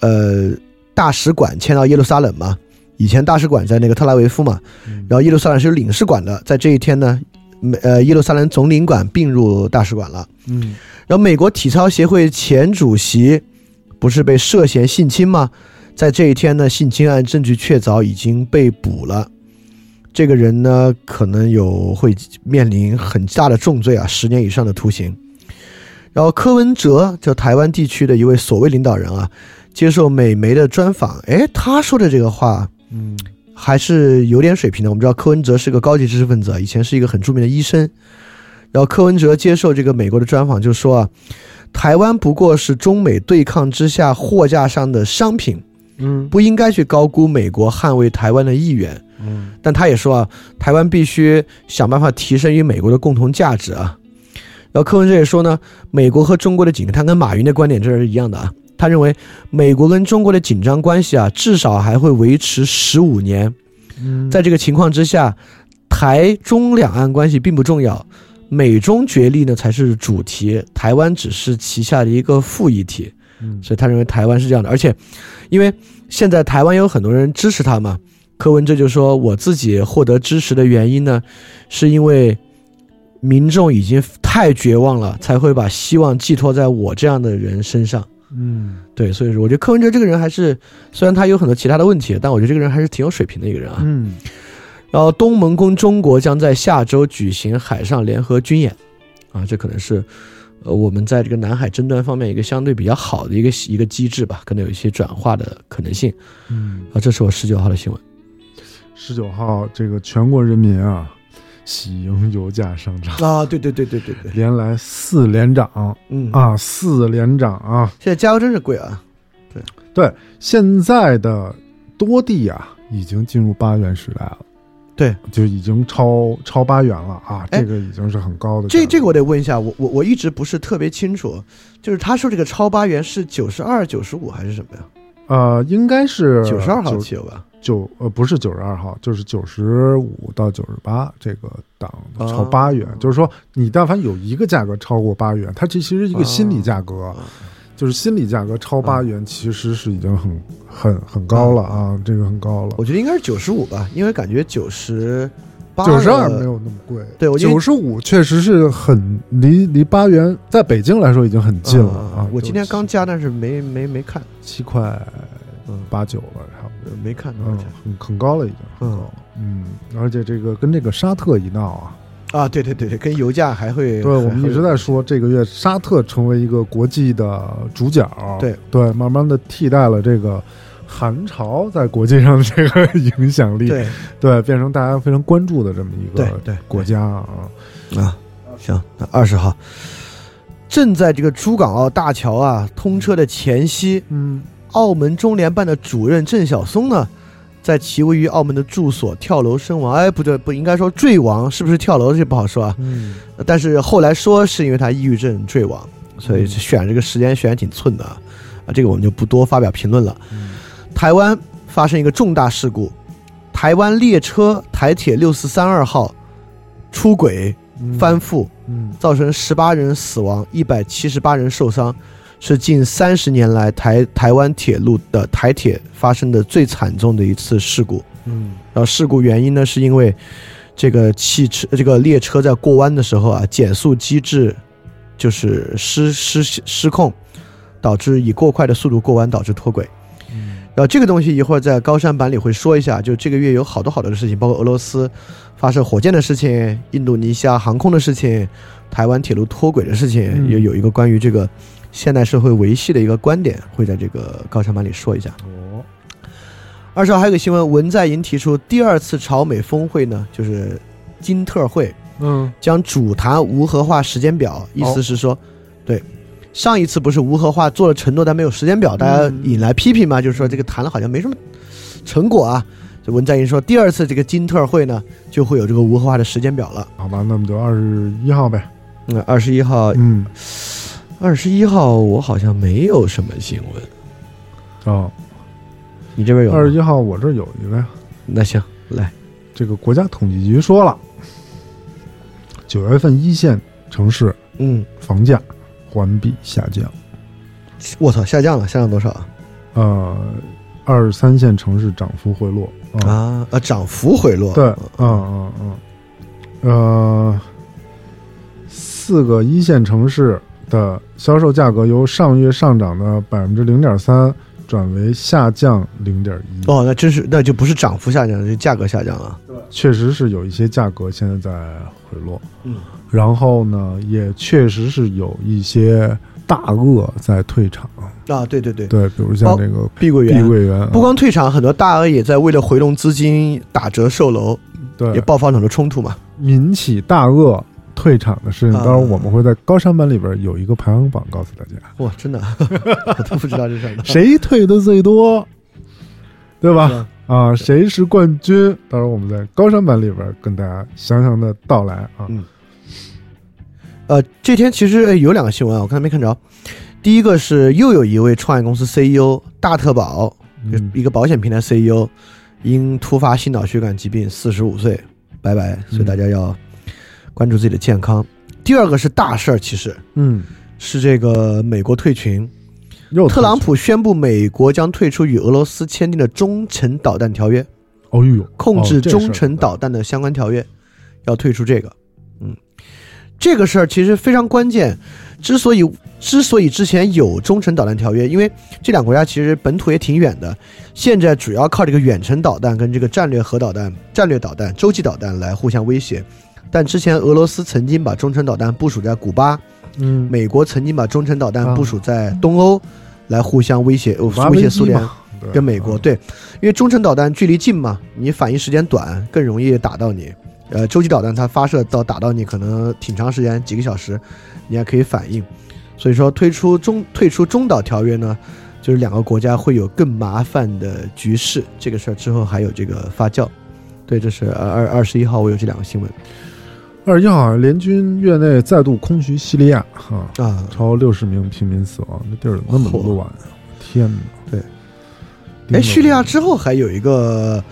Speaker 2: 呃大使馆迁到耶路撒冷吗？以前大使馆在那个特拉维夫嘛，
Speaker 5: 嗯
Speaker 2: 然后耶路撒冷是有领事馆的，在这一天呢，美呃耶路撒冷总领馆并入大使馆了。
Speaker 5: 嗯，
Speaker 2: 然后美国体操协会前主席不是被涉嫌性侵吗？在这一天呢，性侵案证据确凿，已经被捕了。这个人呢，可能有会面临很大的重罪啊，十年以上的徒刑。然后柯文哲，就台湾地区的一位所谓领导人啊，接受美媒的专访，哎，他说的这个话，
Speaker 5: 嗯
Speaker 2: 还是有点水平的。我们知道柯文哲是个高级知识分子啊，以前是一个很著名的医生。然后柯文哲接受这个美国的专访，就说啊，台湾不过是中美对抗之下货架上的商品，
Speaker 5: 嗯
Speaker 2: 不应该去高估美国捍卫台湾的意愿。
Speaker 5: 嗯
Speaker 2: 但他也说啊，台湾必须想办法提升与美国的共同价值啊。然后柯文哲也说呢，美国和中国的紧，他跟马云的观点这是一样的啊。他认为美国跟中国的紧张关系啊，至少还会维持十五年。
Speaker 5: 嗯
Speaker 2: 在这个情况之下，台中两岸关系并不重要，美中角力呢才是主题，台湾只是旗下的一个副议题。
Speaker 5: 嗯
Speaker 2: 所以他认为台湾是这样的，而且因为现在台湾有很多人支持他嘛，柯文哲就说我自己获得支持的原因呢，是因为民众已经太绝望了，才会把希望寄托在我这样的人身上。
Speaker 5: 嗯
Speaker 2: 对，所以说我觉得柯文哲这个人还是，虽然他有很多其他的问题，但我觉得这个人还是挺有水平的一个人啊。
Speaker 5: 嗯
Speaker 2: 然后东盟跟中国将在下周举行海上联合军演，啊，这可能是呃我们在这个南海争端方面一个相对比较好的一个一个机制吧，可能有一些转化的可能性
Speaker 5: 嗯，
Speaker 2: 啊。这是我十九号的新闻，
Speaker 5: 十九号这个全国人民啊，喜迎油价上涨，
Speaker 2: 啊，对对对对对对，
Speaker 5: 连来四连涨
Speaker 2: 嗯，
Speaker 5: 啊，四连涨啊！
Speaker 2: 现在加油真是贵啊，
Speaker 5: 现在的多地啊，已经进入八元时代了。
Speaker 2: 对，
Speaker 5: 就已经超超八元了啊！
Speaker 2: 哎
Speaker 5: 这个已经是很高的价格。
Speaker 2: 这这个我得问一下，我我我一直不是特别清楚，就是他说这个超八元是九十二、九十五还是什么呀？
Speaker 5: 呃，应该是
Speaker 2: 九十二号
Speaker 5: 九
Speaker 2: 汽油吧？
Speaker 5: 九呃不是九十二号，就是九十五到九十八这个档的超
Speaker 2: 哦
Speaker 5: 八元，就是说你但凡有一个价格超过八元，它这其实是一个心理价格，
Speaker 2: 哦嗯
Speaker 5: 就是心理价格超八元，其实是已经很很很高了啊，这个很高了
Speaker 2: 我。觉得应该是九十五吧，因为感觉九十八、
Speaker 5: 九十二没有那么贵，
Speaker 2: 对我觉得
Speaker 5: 九十五确实是很离离八元，在北京来说已经很近了
Speaker 2: 嗯
Speaker 5: 啊！
Speaker 2: 我今天
Speaker 5: 就
Speaker 2: 刚加，但是没没没看，
Speaker 5: 七块
Speaker 2: 嗯，
Speaker 5: 八九了，差不多。
Speaker 2: 没看多少
Speaker 5: 嗯
Speaker 2: 钱，
Speaker 5: 很很高了，已经很高了。嗯，而且这个跟这个沙特一闹啊，
Speaker 2: 啊？对对对对，跟油价还会
Speaker 5: 对，我们一直在
Speaker 2: 说，
Speaker 5: 说这个月沙特成为一个国际的主角，
Speaker 2: 对
Speaker 5: 对，慢慢的替代了这个韩朝在国际上的这个 影响力，
Speaker 2: 对
Speaker 5: 对变成大家非常关注的这么一
Speaker 2: 对
Speaker 5: 个
Speaker 2: 对
Speaker 5: 国家啊，
Speaker 2: 啊。行，那二十号，正在这个珠港澳大桥啊通车的前夕，
Speaker 5: 嗯
Speaker 2: 澳门中联办的主任郑晓松呢，在其位于澳门的住所跳楼身亡。哎，不对，不应该说坠亡，是不是跳楼这不好说啊。
Speaker 5: 嗯
Speaker 2: 但是后来说是因为他抑郁症坠亡，所以
Speaker 5: 嗯
Speaker 2: 选这个时间选得挺寸的啊。啊，这个我们就不多发表评论了。
Speaker 5: 嗯
Speaker 2: 台湾发生一个重大事故，台湾列车台铁六四三二号出轨
Speaker 5: 嗯
Speaker 2: 翻覆，
Speaker 5: 嗯
Speaker 2: 造成十八人死亡，一百七十八人受伤，是近三十年来台台湾铁路的台铁发生的最惨重的一次事故。
Speaker 5: 嗯
Speaker 2: 然后事故原因呢，是因为这个汽车这个列车在过弯的时候啊，减速机制就是失失失控，导致以过快的速度过弯，导致脱轨。
Speaker 5: 嗯
Speaker 2: 然后这个东西一会儿在高山版里会说一下，就这个月有好多好多的事情，包括俄罗斯发射火箭的事情、印度尼西亚航空的事情、台湾铁路脱轨的事情，
Speaker 5: 嗯
Speaker 2: 也有一个关于这个现代社会维系的一个观点，会在这个高山版里说一下。
Speaker 5: 哦
Speaker 2: 二十号还有个新闻，文在寅提出第二次朝美峰会呢，就是金特会，
Speaker 5: 嗯
Speaker 2: 将主谈无核化时间表，意思是说，对，上一次不是无核化做了承诺，但没有时间表，大家引来批评嘛，就是说这个谈了好像没什么成果啊。就文在寅说，第二次这个金特会呢，就会有这个无核化的时间表了。
Speaker 5: 好吧，那么就二十一号呗，
Speaker 2: 那二十一号，
Speaker 5: 嗯
Speaker 2: 二十一号我好像没有什么新闻，
Speaker 5: 哦，
Speaker 2: 你这边有吗？
Speaker 5: 二十一号我这儿有一个呀。
Speaker 2: 那行，来，
Speaker 5: 这个国家统计局说了，九月份一线城市
Speaker 2: 嗯，
Speaker 5: 房价环比下降，
Speaker 2: 我操，下降了，下降多少啊？
Speaker 5: 呃，二三线城市涨幅回落啊。
Speaker 2: 啊啊，涨幅回落，
Speaker 5: 对，嗯嗯嗯，呃，四个一线城市的销售价格由上月上涨的百分之零点三转为下降零点一，
Speaker 2: 哦，那真是那就不是涨幅下降，是价格下降了。
Speaker 5: 确实是有一些价格现在在回落。
Speaker 2: 嗯，
Speaker 5: 然后呢，也确实是有一些大鳄在退场，
Speaker 2: 啊，对对对，
Speaker 5: 对，比如像这个
Speaker 2: 哦碧桂园
Speaker 5: 碧桂园啊，
Speaker 2: 不光退场，很多大额也在为了回笼资金打折售楼，也
Speaker 5: 对
Speaker 2: 爆发了很多冲突嘛。
Speaker 5: 民企大鳄。退场的事情，
Speaker 2: 啊
Speaker 5: 当然我们会在高山版里边有一个排行榜告诉大家。
Speaker 2: 哇，真的，啊 我都不知道这事儿呢。
Speaker 5: 谁退的最多，对吧
Speaker 2: 嗯？
Speaker 5: 啊，谁是冠军？到时候我们在高山版里边跟大家详详的道来啊。
Speaker 2: 嗯呃，这天其实、哎有两个新闻啊，我刚才没看着。第一个是又有一位创业公司 CEO 大特保，
Speaker 5: 嗯
Speaker 2: 一个保险平台 CEO，因突发心脑血管疾病，四十五岁，拜拜。所以大家要关注自己的健康。第二个是大事儿，其实
Speaker 5: 嗯，
Speaker 2: 是这个美国退群，
Speaker 5: 又
Speaker 2: 特朗，普宣布美国将退出与俄罗斯签订的中程导弹条约，
Speaker 5: 哦呦，
Speaker 2: 控制
Speaker 5: 哦这事儿
Speaker 2: 中程导弹的相关条约，要退出这个。嗯，这个事儿其实非常关键。之所以之所以之前有中程导弹条约，因为这两个国家其实本土也挺远的，现在主要靠这个远程导弹跟这个战略核导弹、战略导弹、洲际导弹来互相威胁。但之前俄罗斯曾经把中程导弹部署在古巴，
Speaker 5: 嗯，
Speaker 2: 美国曾经把中程导弹
Speaker 5: 啊
Speaker 2: 部署在东欧，来互相威胁、呃
Speaker 5: 华
Speaker 2: 威
Speaker 5: 为
Speaker 2: 胁苏联
Speaker 5: 嘛对
Speaker 2: 跟美国。
Speaker 5: 啊
Speaker 2: 对，因为中程导弹距离近嘛，你反应时间短，更容易打到你。呃，洲际导弹它发射到打到你可能挺长时间，几个小时，你还可以反应。所以说，推出中退出中导条约呢，就是两个国家会有更麻烦的局势。这个事儿之后还有这个发酵。对，这是二二二十一号，我有这两个新闻
Speaker 5: 二十一号，联军越内再度空袭叙利亚，哈，
Speaker 2: 啊。
Speaker 5: 超六十名平民死亡，这地儿怎么那么乱啊？天哪！
Speaker 2: 对，
Speaker 5: 盯
Speaker 2: 哎，
Speaker 5: 着
Speaker 2: 叙利亚之后还有一个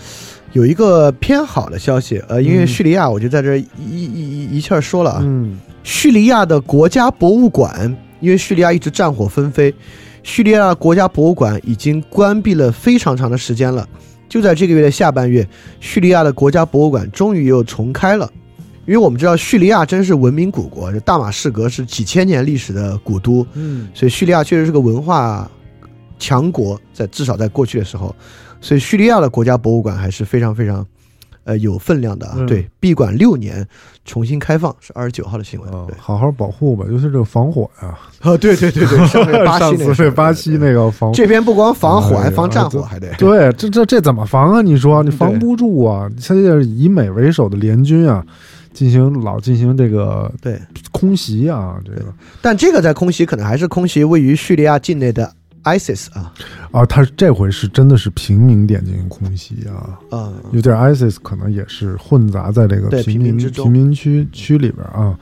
Speaker 2: 有一个偏好的消息，呃，因为
Speaker 5: 嗯
Speaker 2: 叙利亚我就在这儿一一一一一气儿说了啊，
Speaker 5: 嗯，
Speaker 2: 叙利亚的国家博物馆，因为叙利亚一直战火纷飞，叙利亚国家博物馆已经关闭了非常长的时间了。就在这个月的下半月，叙利亚的国家博物馆终于又重开了。因为我们知道叙利亚真是文明古国，这大马士革是几千年历史的古都，
Speaker 5: 嗯，
Speaker 2: 所以叙利亚确实是个文化强国，在至少在过去的时候，所以叙利亚的国家博物馆还是非常非常，呃有分量的啊。
Speaker 5: 嗯
Speaker 2: 对，闭馆六年，重新开放是二十九号的新闻。
Speaker 5: 啊
Speaker 2: 对，
Speaker 5: 好好保护吧，尤其是这个防火呀。
Speaker 2: 啊，对对对对， 上回巴西
Speaker 5: 上
Speaker 2: 那个
Speaker 5: 次
Speaker 2: 事儿
Speaker 5: 被巴西那个防火
Speaker 2: 这边不光防火，
Speaker 5: 哎
Speaker 2: 还
Speaker 5: 呀
Speaker 2: 防战火，
Speaker 5: 这
Speaker 2: 还得
Speaker 5: 对，这这这怎么防啊？你说你防不住啊！现在是以美为首的联军啊，进行老进行这个
Speaker 2: 对。
Speaker 5: 空袭啊，这个
Speaker 2: 但这个在空袭可能还是空袭位于叙利亚境内的 ISIS 啊，
Speaker 5: 啊，他这回是真的是平民点进行空袭啊，
Speaker 2: 啊、
Speaker 5: 有点 ISIS 可能也是混杂在这个
Speaker 2: 对
Speaker 5: 平
Speaker 2: 平民
Speaker 5: 民
Speaker 2: 之中嗯
Speaker 5: 平民区区里边啊。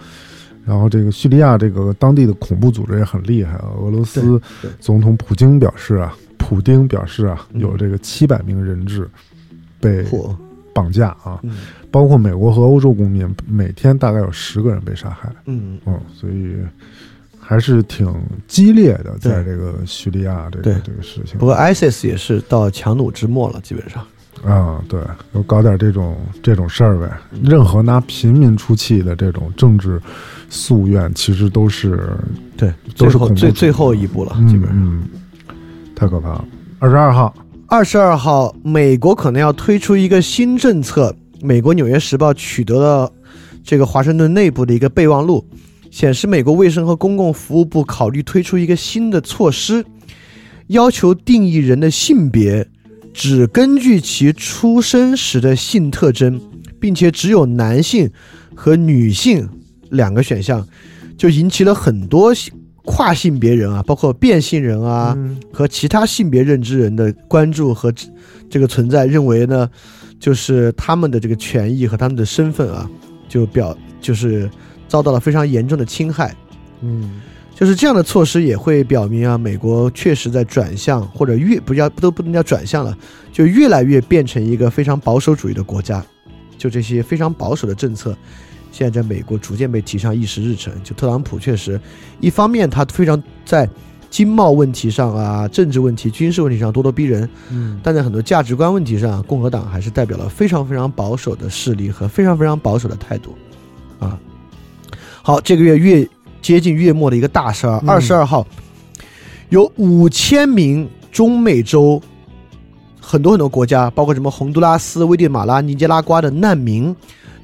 Speaker 5: 然后这个叙利亚这个当地的恐怖组织也很厉害啊。俄罗斯
Speaker 2: 对对
Speaker 5: 总统普京表示啊，普丁表示啊，
Speaker 2: 嗯
Speaker 5: 有这个七百名人质被
Speaker 2: 火，
Speaker 5: 绑架啊，
Speaker 2: 嗯
Speaker 5: 包括美国和欧洲公民，每天大概有十个人被杀害。
Speaker 2: 嗯，
Speaker 5: 嗯，所以还是挺激烈的，
Speaker 2: 对
Speaker 5: 在这个叙利亚这个
Speaker 2: 对
Speaker 5: 这个事情。
Speaker 2: 不过 ISIS 也是到强弩之末了，基本上，
Speaker 5: 啊，对，就搞点这种这种事儿呗。任何拿平民出气的这种政治夙愿，其实都是
Speaker 2: 对，
Speaker 5: 都
Speaker 2: 最
Speaker 5: 是
Speaker 2: 后
Speaker 5: 恐怖
Speaker 2: 最
Speaker 5: 主义
Speaker 2: 最后一步了，基
Speaker 5: 嗯
Speaker 2: 本上。
Speaker 5: 嗯，太可怕了。二十二号，
Speaker 2: 二十二号，美国可能要推出一个新政策。美国《纽约时报》取得了这个华盛顿内部的一个备忘录，显示美国卫生和公共服务部考虑推出一个新的措施，要求定义人的性别只根据其出生时的性特征，并且只有男性和女性两个选项，就引起了很多跨性别人啊，包括变性人啊。
Speaker 5: 嗯
Speaker 2: 和其他性别认知人的关注和这这个存在，认为呢，就是他们的这个权益和他们的身份啊，就表就是遭到了非常严重的侵害。
Speaker 5: 嗯，
Speaker 2: 就是这样的措施也会表明啊，美国确实在转向，或者越不叫都不能叫转向了，就越来越变成一个非常保守主义的国家。就这些非常保守的政策，现在在美国逐渐被提上议事日程。就特朗普确实，一方面他非常在经贸问题上啊、政治问题、军事问题上咄咄逼人，
Speaker 5: 嗯，
Speaker 2: 但在很多价值观问题上，共和党还是代表了非常非常保守的势力和非常非常保守的态度，啊，好，这个月月接近月末的一个大事儿，
Speaker 5: 嗯
Speaker 2: 二十二号，有五千名中美洲很多很多国家，包括什么洪都拉斯、危地马拉、尼加拉瓜的难民，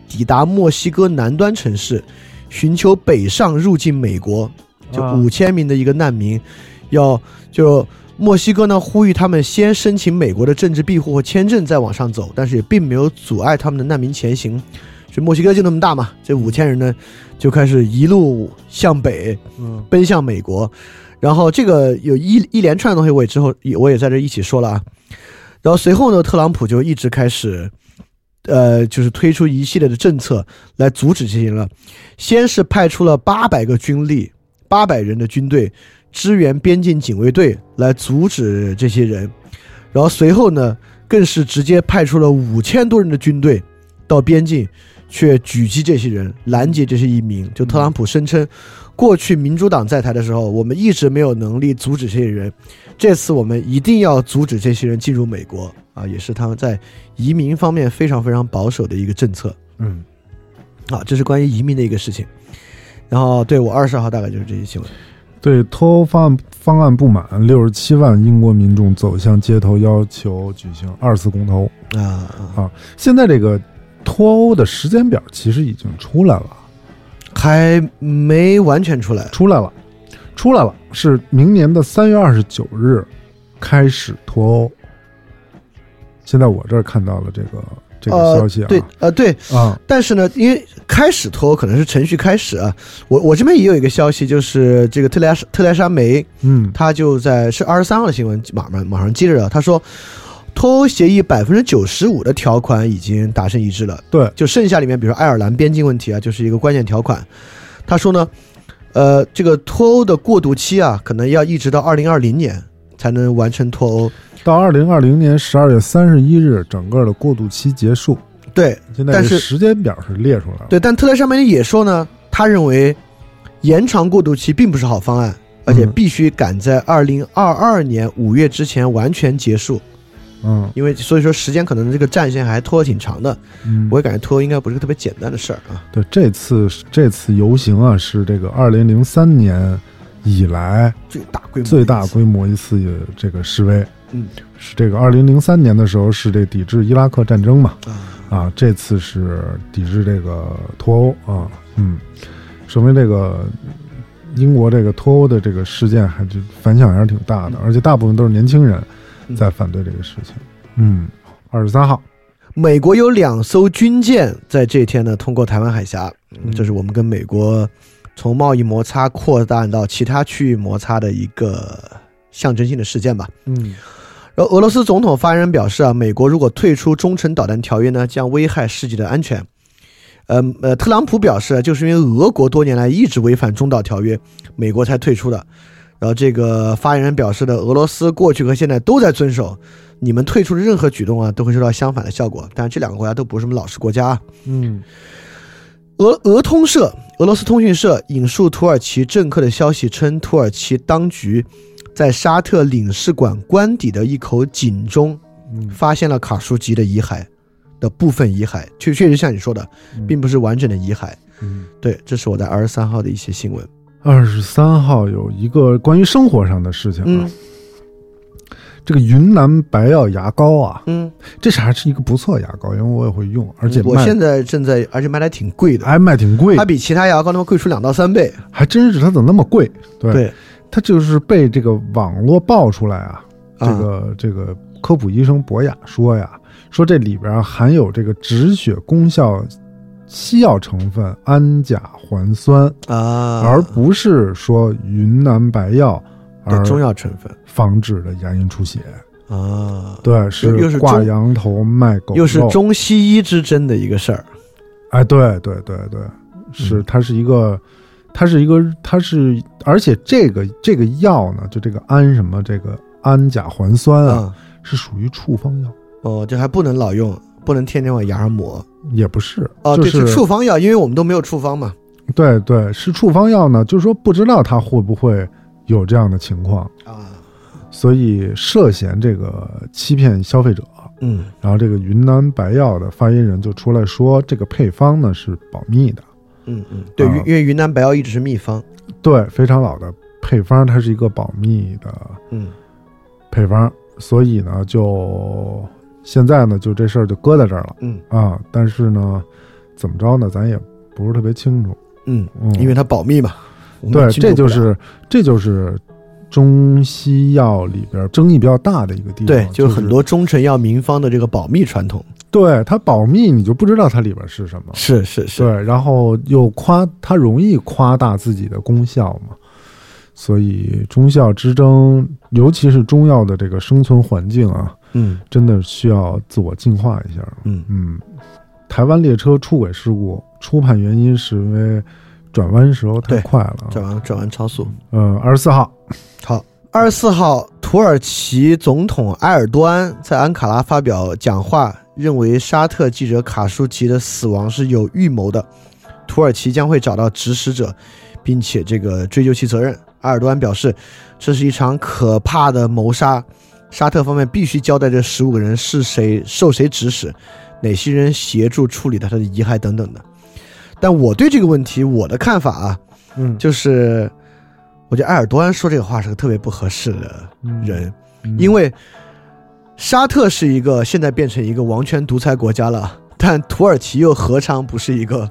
Speaker 2: 抵达墨西哥南端城市，寻求北上入境美国，就
Speaker 5: 啊
Speaker 2: 五千名的一个难民，要就墨西哥呢呼吁他们先申请美国的政治庇护和签证再往上走，但是也并没有阻碍他们的难民前行。所以墨西哥就那么大嘛，这五千人呢就开始一路向北
Speaker 5: 嗯
Speaker 2: 奔向美国。然后这个有一一连串的东西，我也之后也我也在这一起说了啊。然后随后呢，特朗普就一直开始，呃，就是推出一系列的政策来阻止这些人了。先是派出了八百个军力，八百人的军队支援边境警卫队来阻止这些人。然后随后呢，更是直接派出了五千多人的军队到边境，却狙击这些人，拦截这些移民。就特朗普声称，过去民主党在台的时候，我们一直没有能力阻止这些人，这次我们一定要阻止这些人进入美国啊！也是他们在移民方面非常非常保守的一个政策
Speaker 5: 嗯，
Speaker 2: 啊。这是关于移民的一个事情。然后对我二十号大概就是这些新闻。
Speaker 5: 对脱欧方案方案不满，六十七万英国民众走向街头，要求举行二次公投。
Speaker 2: 啊
Speaker 5: 啊现在这个脱欧的时间表其实已经出来了，
Speaker 2: 还没完全出来。
Speaker 5: 出来了，出来了，是明年的三月二十九日开始脱欧。现在我这儿看到了这个这个消息啊，
Speaker 2: 呃，对，呃，对，
Speaker 5: 啊，
Speaker 2: 但是呢，因为开始脱欧可能是程序开始啊，我我这边也有一个消息，就是这个特莱莎特莱莎梅，
Speaker 5: 嗯，
Speaker 2: 她就在是二十三号的新闻，马上马上接着啊，她说，脱欧协议百分之九十五的条款已经达成一致了，
Speaker 5: 对，
Speaker 2: 就剩下里面，比如说爱尔兰边境问题啊，就是一个关键条款。他说呢，呃，这个脱欧的过渡期啊，可能要一直到二零二零年才能完成脱欧。
Speaker 5: 到二零二零年十二月三十一日，整个的过渡期结束。
Speaker 2: 对，
Speaker 5: 现在
Speaker 2: 但
Speaker 5: 这
Speaker 2: 是
Speaker 5: 时间表是列出来了，
Speaker 2: 对，但特莱莎梅也说呢，他认为延长过渡期并不是好方案，而且
Speaker 5: 嗯
Speaker 2: 必须赶在二零二二年五月之前完全结束，
Speaker 5: 嗯
Speaker 2: 因为所以说时间可能这个战线还拖得挺长的。
Speaker 5: 嗯，
Speaker 2: 我也感觉脱欧应该不是个特别简单的事儿啊。
Speaker 5: 对这次这次游行啊，是这个二零零三年以来
Speaker 2: 最大规模的
Speaker 5: 最
Speaker 2: 一
Speaker 5: 大
Speaker 2: 次
Speaker 5: 规模一次这个示威。
Speaker 2: 嗯，
Speaker 5: 是这个二零零三年的时候是这抵制伊拉克战争嘛？
Speaker 2: 啊，
Speaker 5: 啊，这次是抵制这个脱欧啊，嗯，说明这个英国这个脱欧的这个事件还是反响还是挺大
Speaker 2: 嗯
Speaker 5: 的，而且大部分都是年轻人在反对这个事情。嗯，二十三号，
Speaker 2: 美国有两艘军舰在这天呢通过台湾海峡，嗯这是我们跟美国从贸易摩擦扩大到其他区域摩擦的一个象征性的事件吧。
Speaker 5: 嗯
Speaker 2: 然后俄罗斯总统发言人表示啊，美国如果退出中程导弹条约呢，将危害世界的安全。呃呃，特朗普表示啊，就是因为俄国多年来一直违反中导条约，美国才退出的。然后这个发言人表示的，俄罗斯过去和现在都在遵守，你们退出的任何举动啊，都会受到相反的效果。但是这两个国家都不是什么老实国家啊。
Speaker 5: 嗯
Speaker 2: 俄俄通社，俄罗斯通讯社引述土耳其政客的消息称，土耳其当局在沙特领事馆官邸的一口井中
Speaker 5: 嗯
Speaker 2: 发现了卡舒吉的遗骸的部分遗骸，确确实像你说的，并不是完整的遗骸。
Speaker 5: 嗯，
Speaker 2: 对，这是我在二十三号的一些新闻。
Speaker 5: 二十三号有一个关于生活上的事情啊，
Speaker 2: 嗯
Speaker 5: 这个云南白药牙膏啊，
Speaker 2: 嗯，
Speaker 5: 这是还是一个不错的牙膏，因为我也会用，而且
Speaker 2: 我
Speaker 5: 卖
Speaker 2: 现在正在，而且卖的还挺贵的，
Speaker 5: 还卖挺贵
Speaker 2: 它，比其他牙膏他妈贵出两到三倍。
Speaker 5: 还真是它怎么那么贵？对，
Speaker 2: 对，
Speaker 5: 它就是被这个网络爆出来啊，这
Speaker 2: 啊
Speaker 5: 个、这个科普医生博雅说呀，说这里边含有这个止血功效西药成分氨甲环酸，
Speaker 2: 啊，
Speaker 5: 而不是说云南白药
Speaker 2: 对
Speaker 5: 而
Speaker 2: 中药成分
Speaker 5: 防止的牙龈出血。
Speaker 2: 啊，
Speaker 5: 对，
Speaker 2: 又是
Speaker 5: 是
Speaker 2: 中
Speaker 5: 挂羊头卖狗肉，
Speaker 2: 又是中西医之争的一个事儿。
Speaker 5: 哎，对对对对，
Speaker 2: 嗯
Speaker 5: 是它是一个，它是一个，它是，而且这个这个药呢，就这个氨什么这个氨甲环酸啊，
Speaker 2: 啊，
Speaker 5: 是属于处方药，
Speaker 2: 哦，这还不能老用，不能天天往牙上抹。
Speaker 5: 也不是，
Speaker 2: 哦，
Speaker 5: 就
Speaker 2: 对，
Speaker 5: 是
Speaker 2: 是处方药，因为我们都没有处方嘛。
Speaker 5: 对对是处方药呢，就是说不知道它会不会有这样的情况，
Speaker 2: 啊，
Speaker 5: 所以涉嫌这个欺骗消费者。
Speaker 2: 嗯
Speaker 5: 然后这个云南白药的发言人就出来说，这个配方呢是保密的，
Speaker 2: 嗯嗯，对，
Speaker 5: 啊
Speaker 2: 因因为云南白药一直是秘方，
Speaker 5: 对，非常老的配方，它是一个保密的
Speaker 2: 嗯
Speaker 5: 配方，所以呢，就现在呢，就这事儿就搁在这儿了
Speaker 2: 嗯
Speaker 5: 啊。但是呢，怎么着呢，咱也不是特别清楚。
Speaker 2: 嗯，
Speaker 5: 嗯，
Speaker 2: 因为它保密嘛。我们
Speaker 5: 对，
Speaker 2: 进入
Speaker 5: 这就
Speaker 2: 不了
Speaker 5: 是这就是中西药里边争议比较大的一个地方，
Speaker 2: 对，
Speaker 5: 嗯就
Speaker 2: 就是很多中成药民方的这个保密传统。
Speaker 5: 对它保密，你就不知道它里边是什么。
Speaker 2: 是是是，
Speaker 5: 对，然后又夸它容易夸大自己的功效嘛，所以中效之争，尤其是中药的这个生存环境啊，
Speaker 2: 嗯
Speaker 5: 真的需要自我净化一下了。
Speaker 2: 嗯
Speaker 5: 嗯，台湾列车出轨事故初判原因是因为转弯时候太
Speaker 2: 对
Speaker 5: 快了啊。
Speaker 2: 转弯转弯超速。
Speaker 5: 嗯，二十四号，
Speaker 2: 好，二十四号，土耳其总统埃尔多安在安卡拉发表讲话，认为沙特记者卡舒吉的死亡是有预谋的，土耳其将会找到指使者，并且这个追究其责任。埃尔多安表示，这是一场可怕的谋杀，沙特方面必须交代这十五个人是谁、受谁指使、哪些人协助处理他的遗骸等等的。但我对这个问题我的看法啊，
Speaker 5: 嗯，
Speaker 2: 就是我觉得埃尔多安说这个话是个特别不合适的人，
Speaker 5: 嗯
Speaker 2: 因为沙特是一个现在变成一个王权独裁国家了，但土耳其又何尝不是一个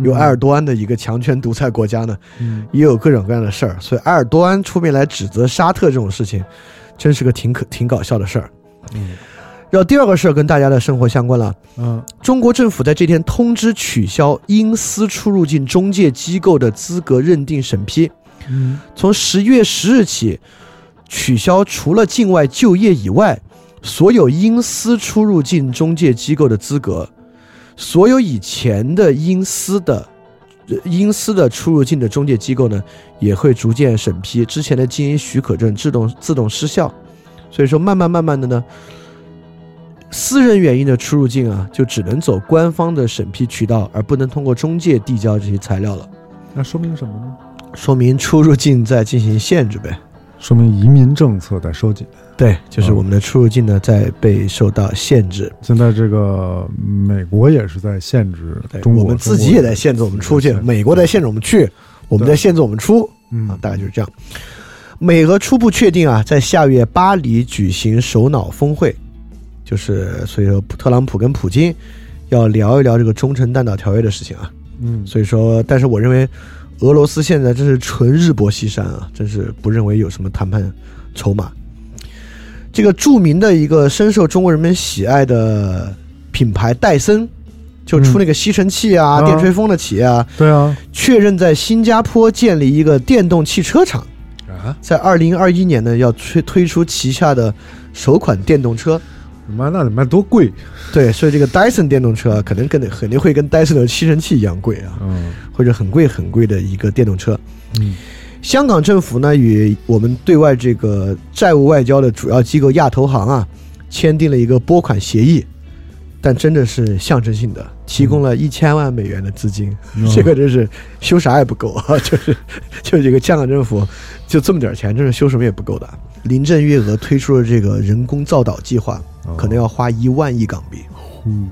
Speaker 2: 有埃尔多安的一个强权独裁国家呢？
Speaker 5: 嗯
Speaker 2: 也有各种各样的事儿，所以埃尔多安出面来指责沙特这种事情，真是个挺可挺搞笑的事儿。嗯，然后第二个事儿跟大家的生活相关了，
Speaker 5: 嗯
Speaker 2: 中国政府在这天通知取消因私出入境中介机构的资格认定审批，
Speaker 5: 嗯
Speaker 2: 从十月十日起，取消除了境外就业以外，所有因私出入境中介机构的资格，所有以前的因私的。呃因私的出入境的中介机构呢，也会逐渐审批之前的经营许可证自动自动失效，所以说慢慢慢慢的呢，私人原因的出入境啊，就只能走官方的审批渠道，而不能通过中介递交这些材料了，
Speaker 5: 那说明什么呢？
Speaker 2: 说明出入境在进行限制呗。
Speaker 5: 说明移民政策在收紧。
Speaker 2: 对，就是我们的出入境呢在被受到限制，
Speaker 5: 现在这个美国也是在限制
Speaker 2: 对
Speaker 5: 中国，
Speaker 2: 我们自己也在限制我们出去，美国在限制我们去，我们在限制我们出
Speaker 5: 嗯
Speaker 2: 啊，大概就是这样。美俄初步确定啊，在下月巴黎举行首脑峰会，就是所以说特朗普跟普京要聊一聊这个中程弹道条约的事情啊。
Speaker 5: 嗯
Speaker 2: 所以说，但是我认为俄罗斯现在真是纯日薄西山啊，真是不认为有什么谈判筹码。这个著名的一个深受中国人民喜爱的品牌戴森，就出那个吸尘器啊、
Speaker 5: 啊
Speaker 2: 电吹风的企业啊，
Speaker 5: 对啊
Speaker 2: 确认在新加坡建立一个电动汽车厂，
Speaker 5: 啊，
Speaker 2: 在二零二一年呢要推推出旗下的首款电动车。
Speaker 5: 你妈那得卖多贵？
Speaker 2: 对，所以这个戴森电动车啊，可能跟肯定会跟戴森的吸尘器一样贵啊。
Speaker 5: 嗯
Speaker 2: 或者很贵很贵的一个电动车。
Speaker 5: 嗯，
Speaker 2: 香港政府呢与我们对外这个债务外交的主要机构亚投行啊，签订了一个拨款协议，但真的是象征性的，提供了一千万美元的资金，
Speaker 5: 嗯
Speaker 2: 这个真是修啥也不够啊， 就是就是这个香港政府就这么点钱，真是修什么也不够的。林郑月娥推出了这个人工造岛计划，可能要花一万亿港币。
Speaker 5: 嗯，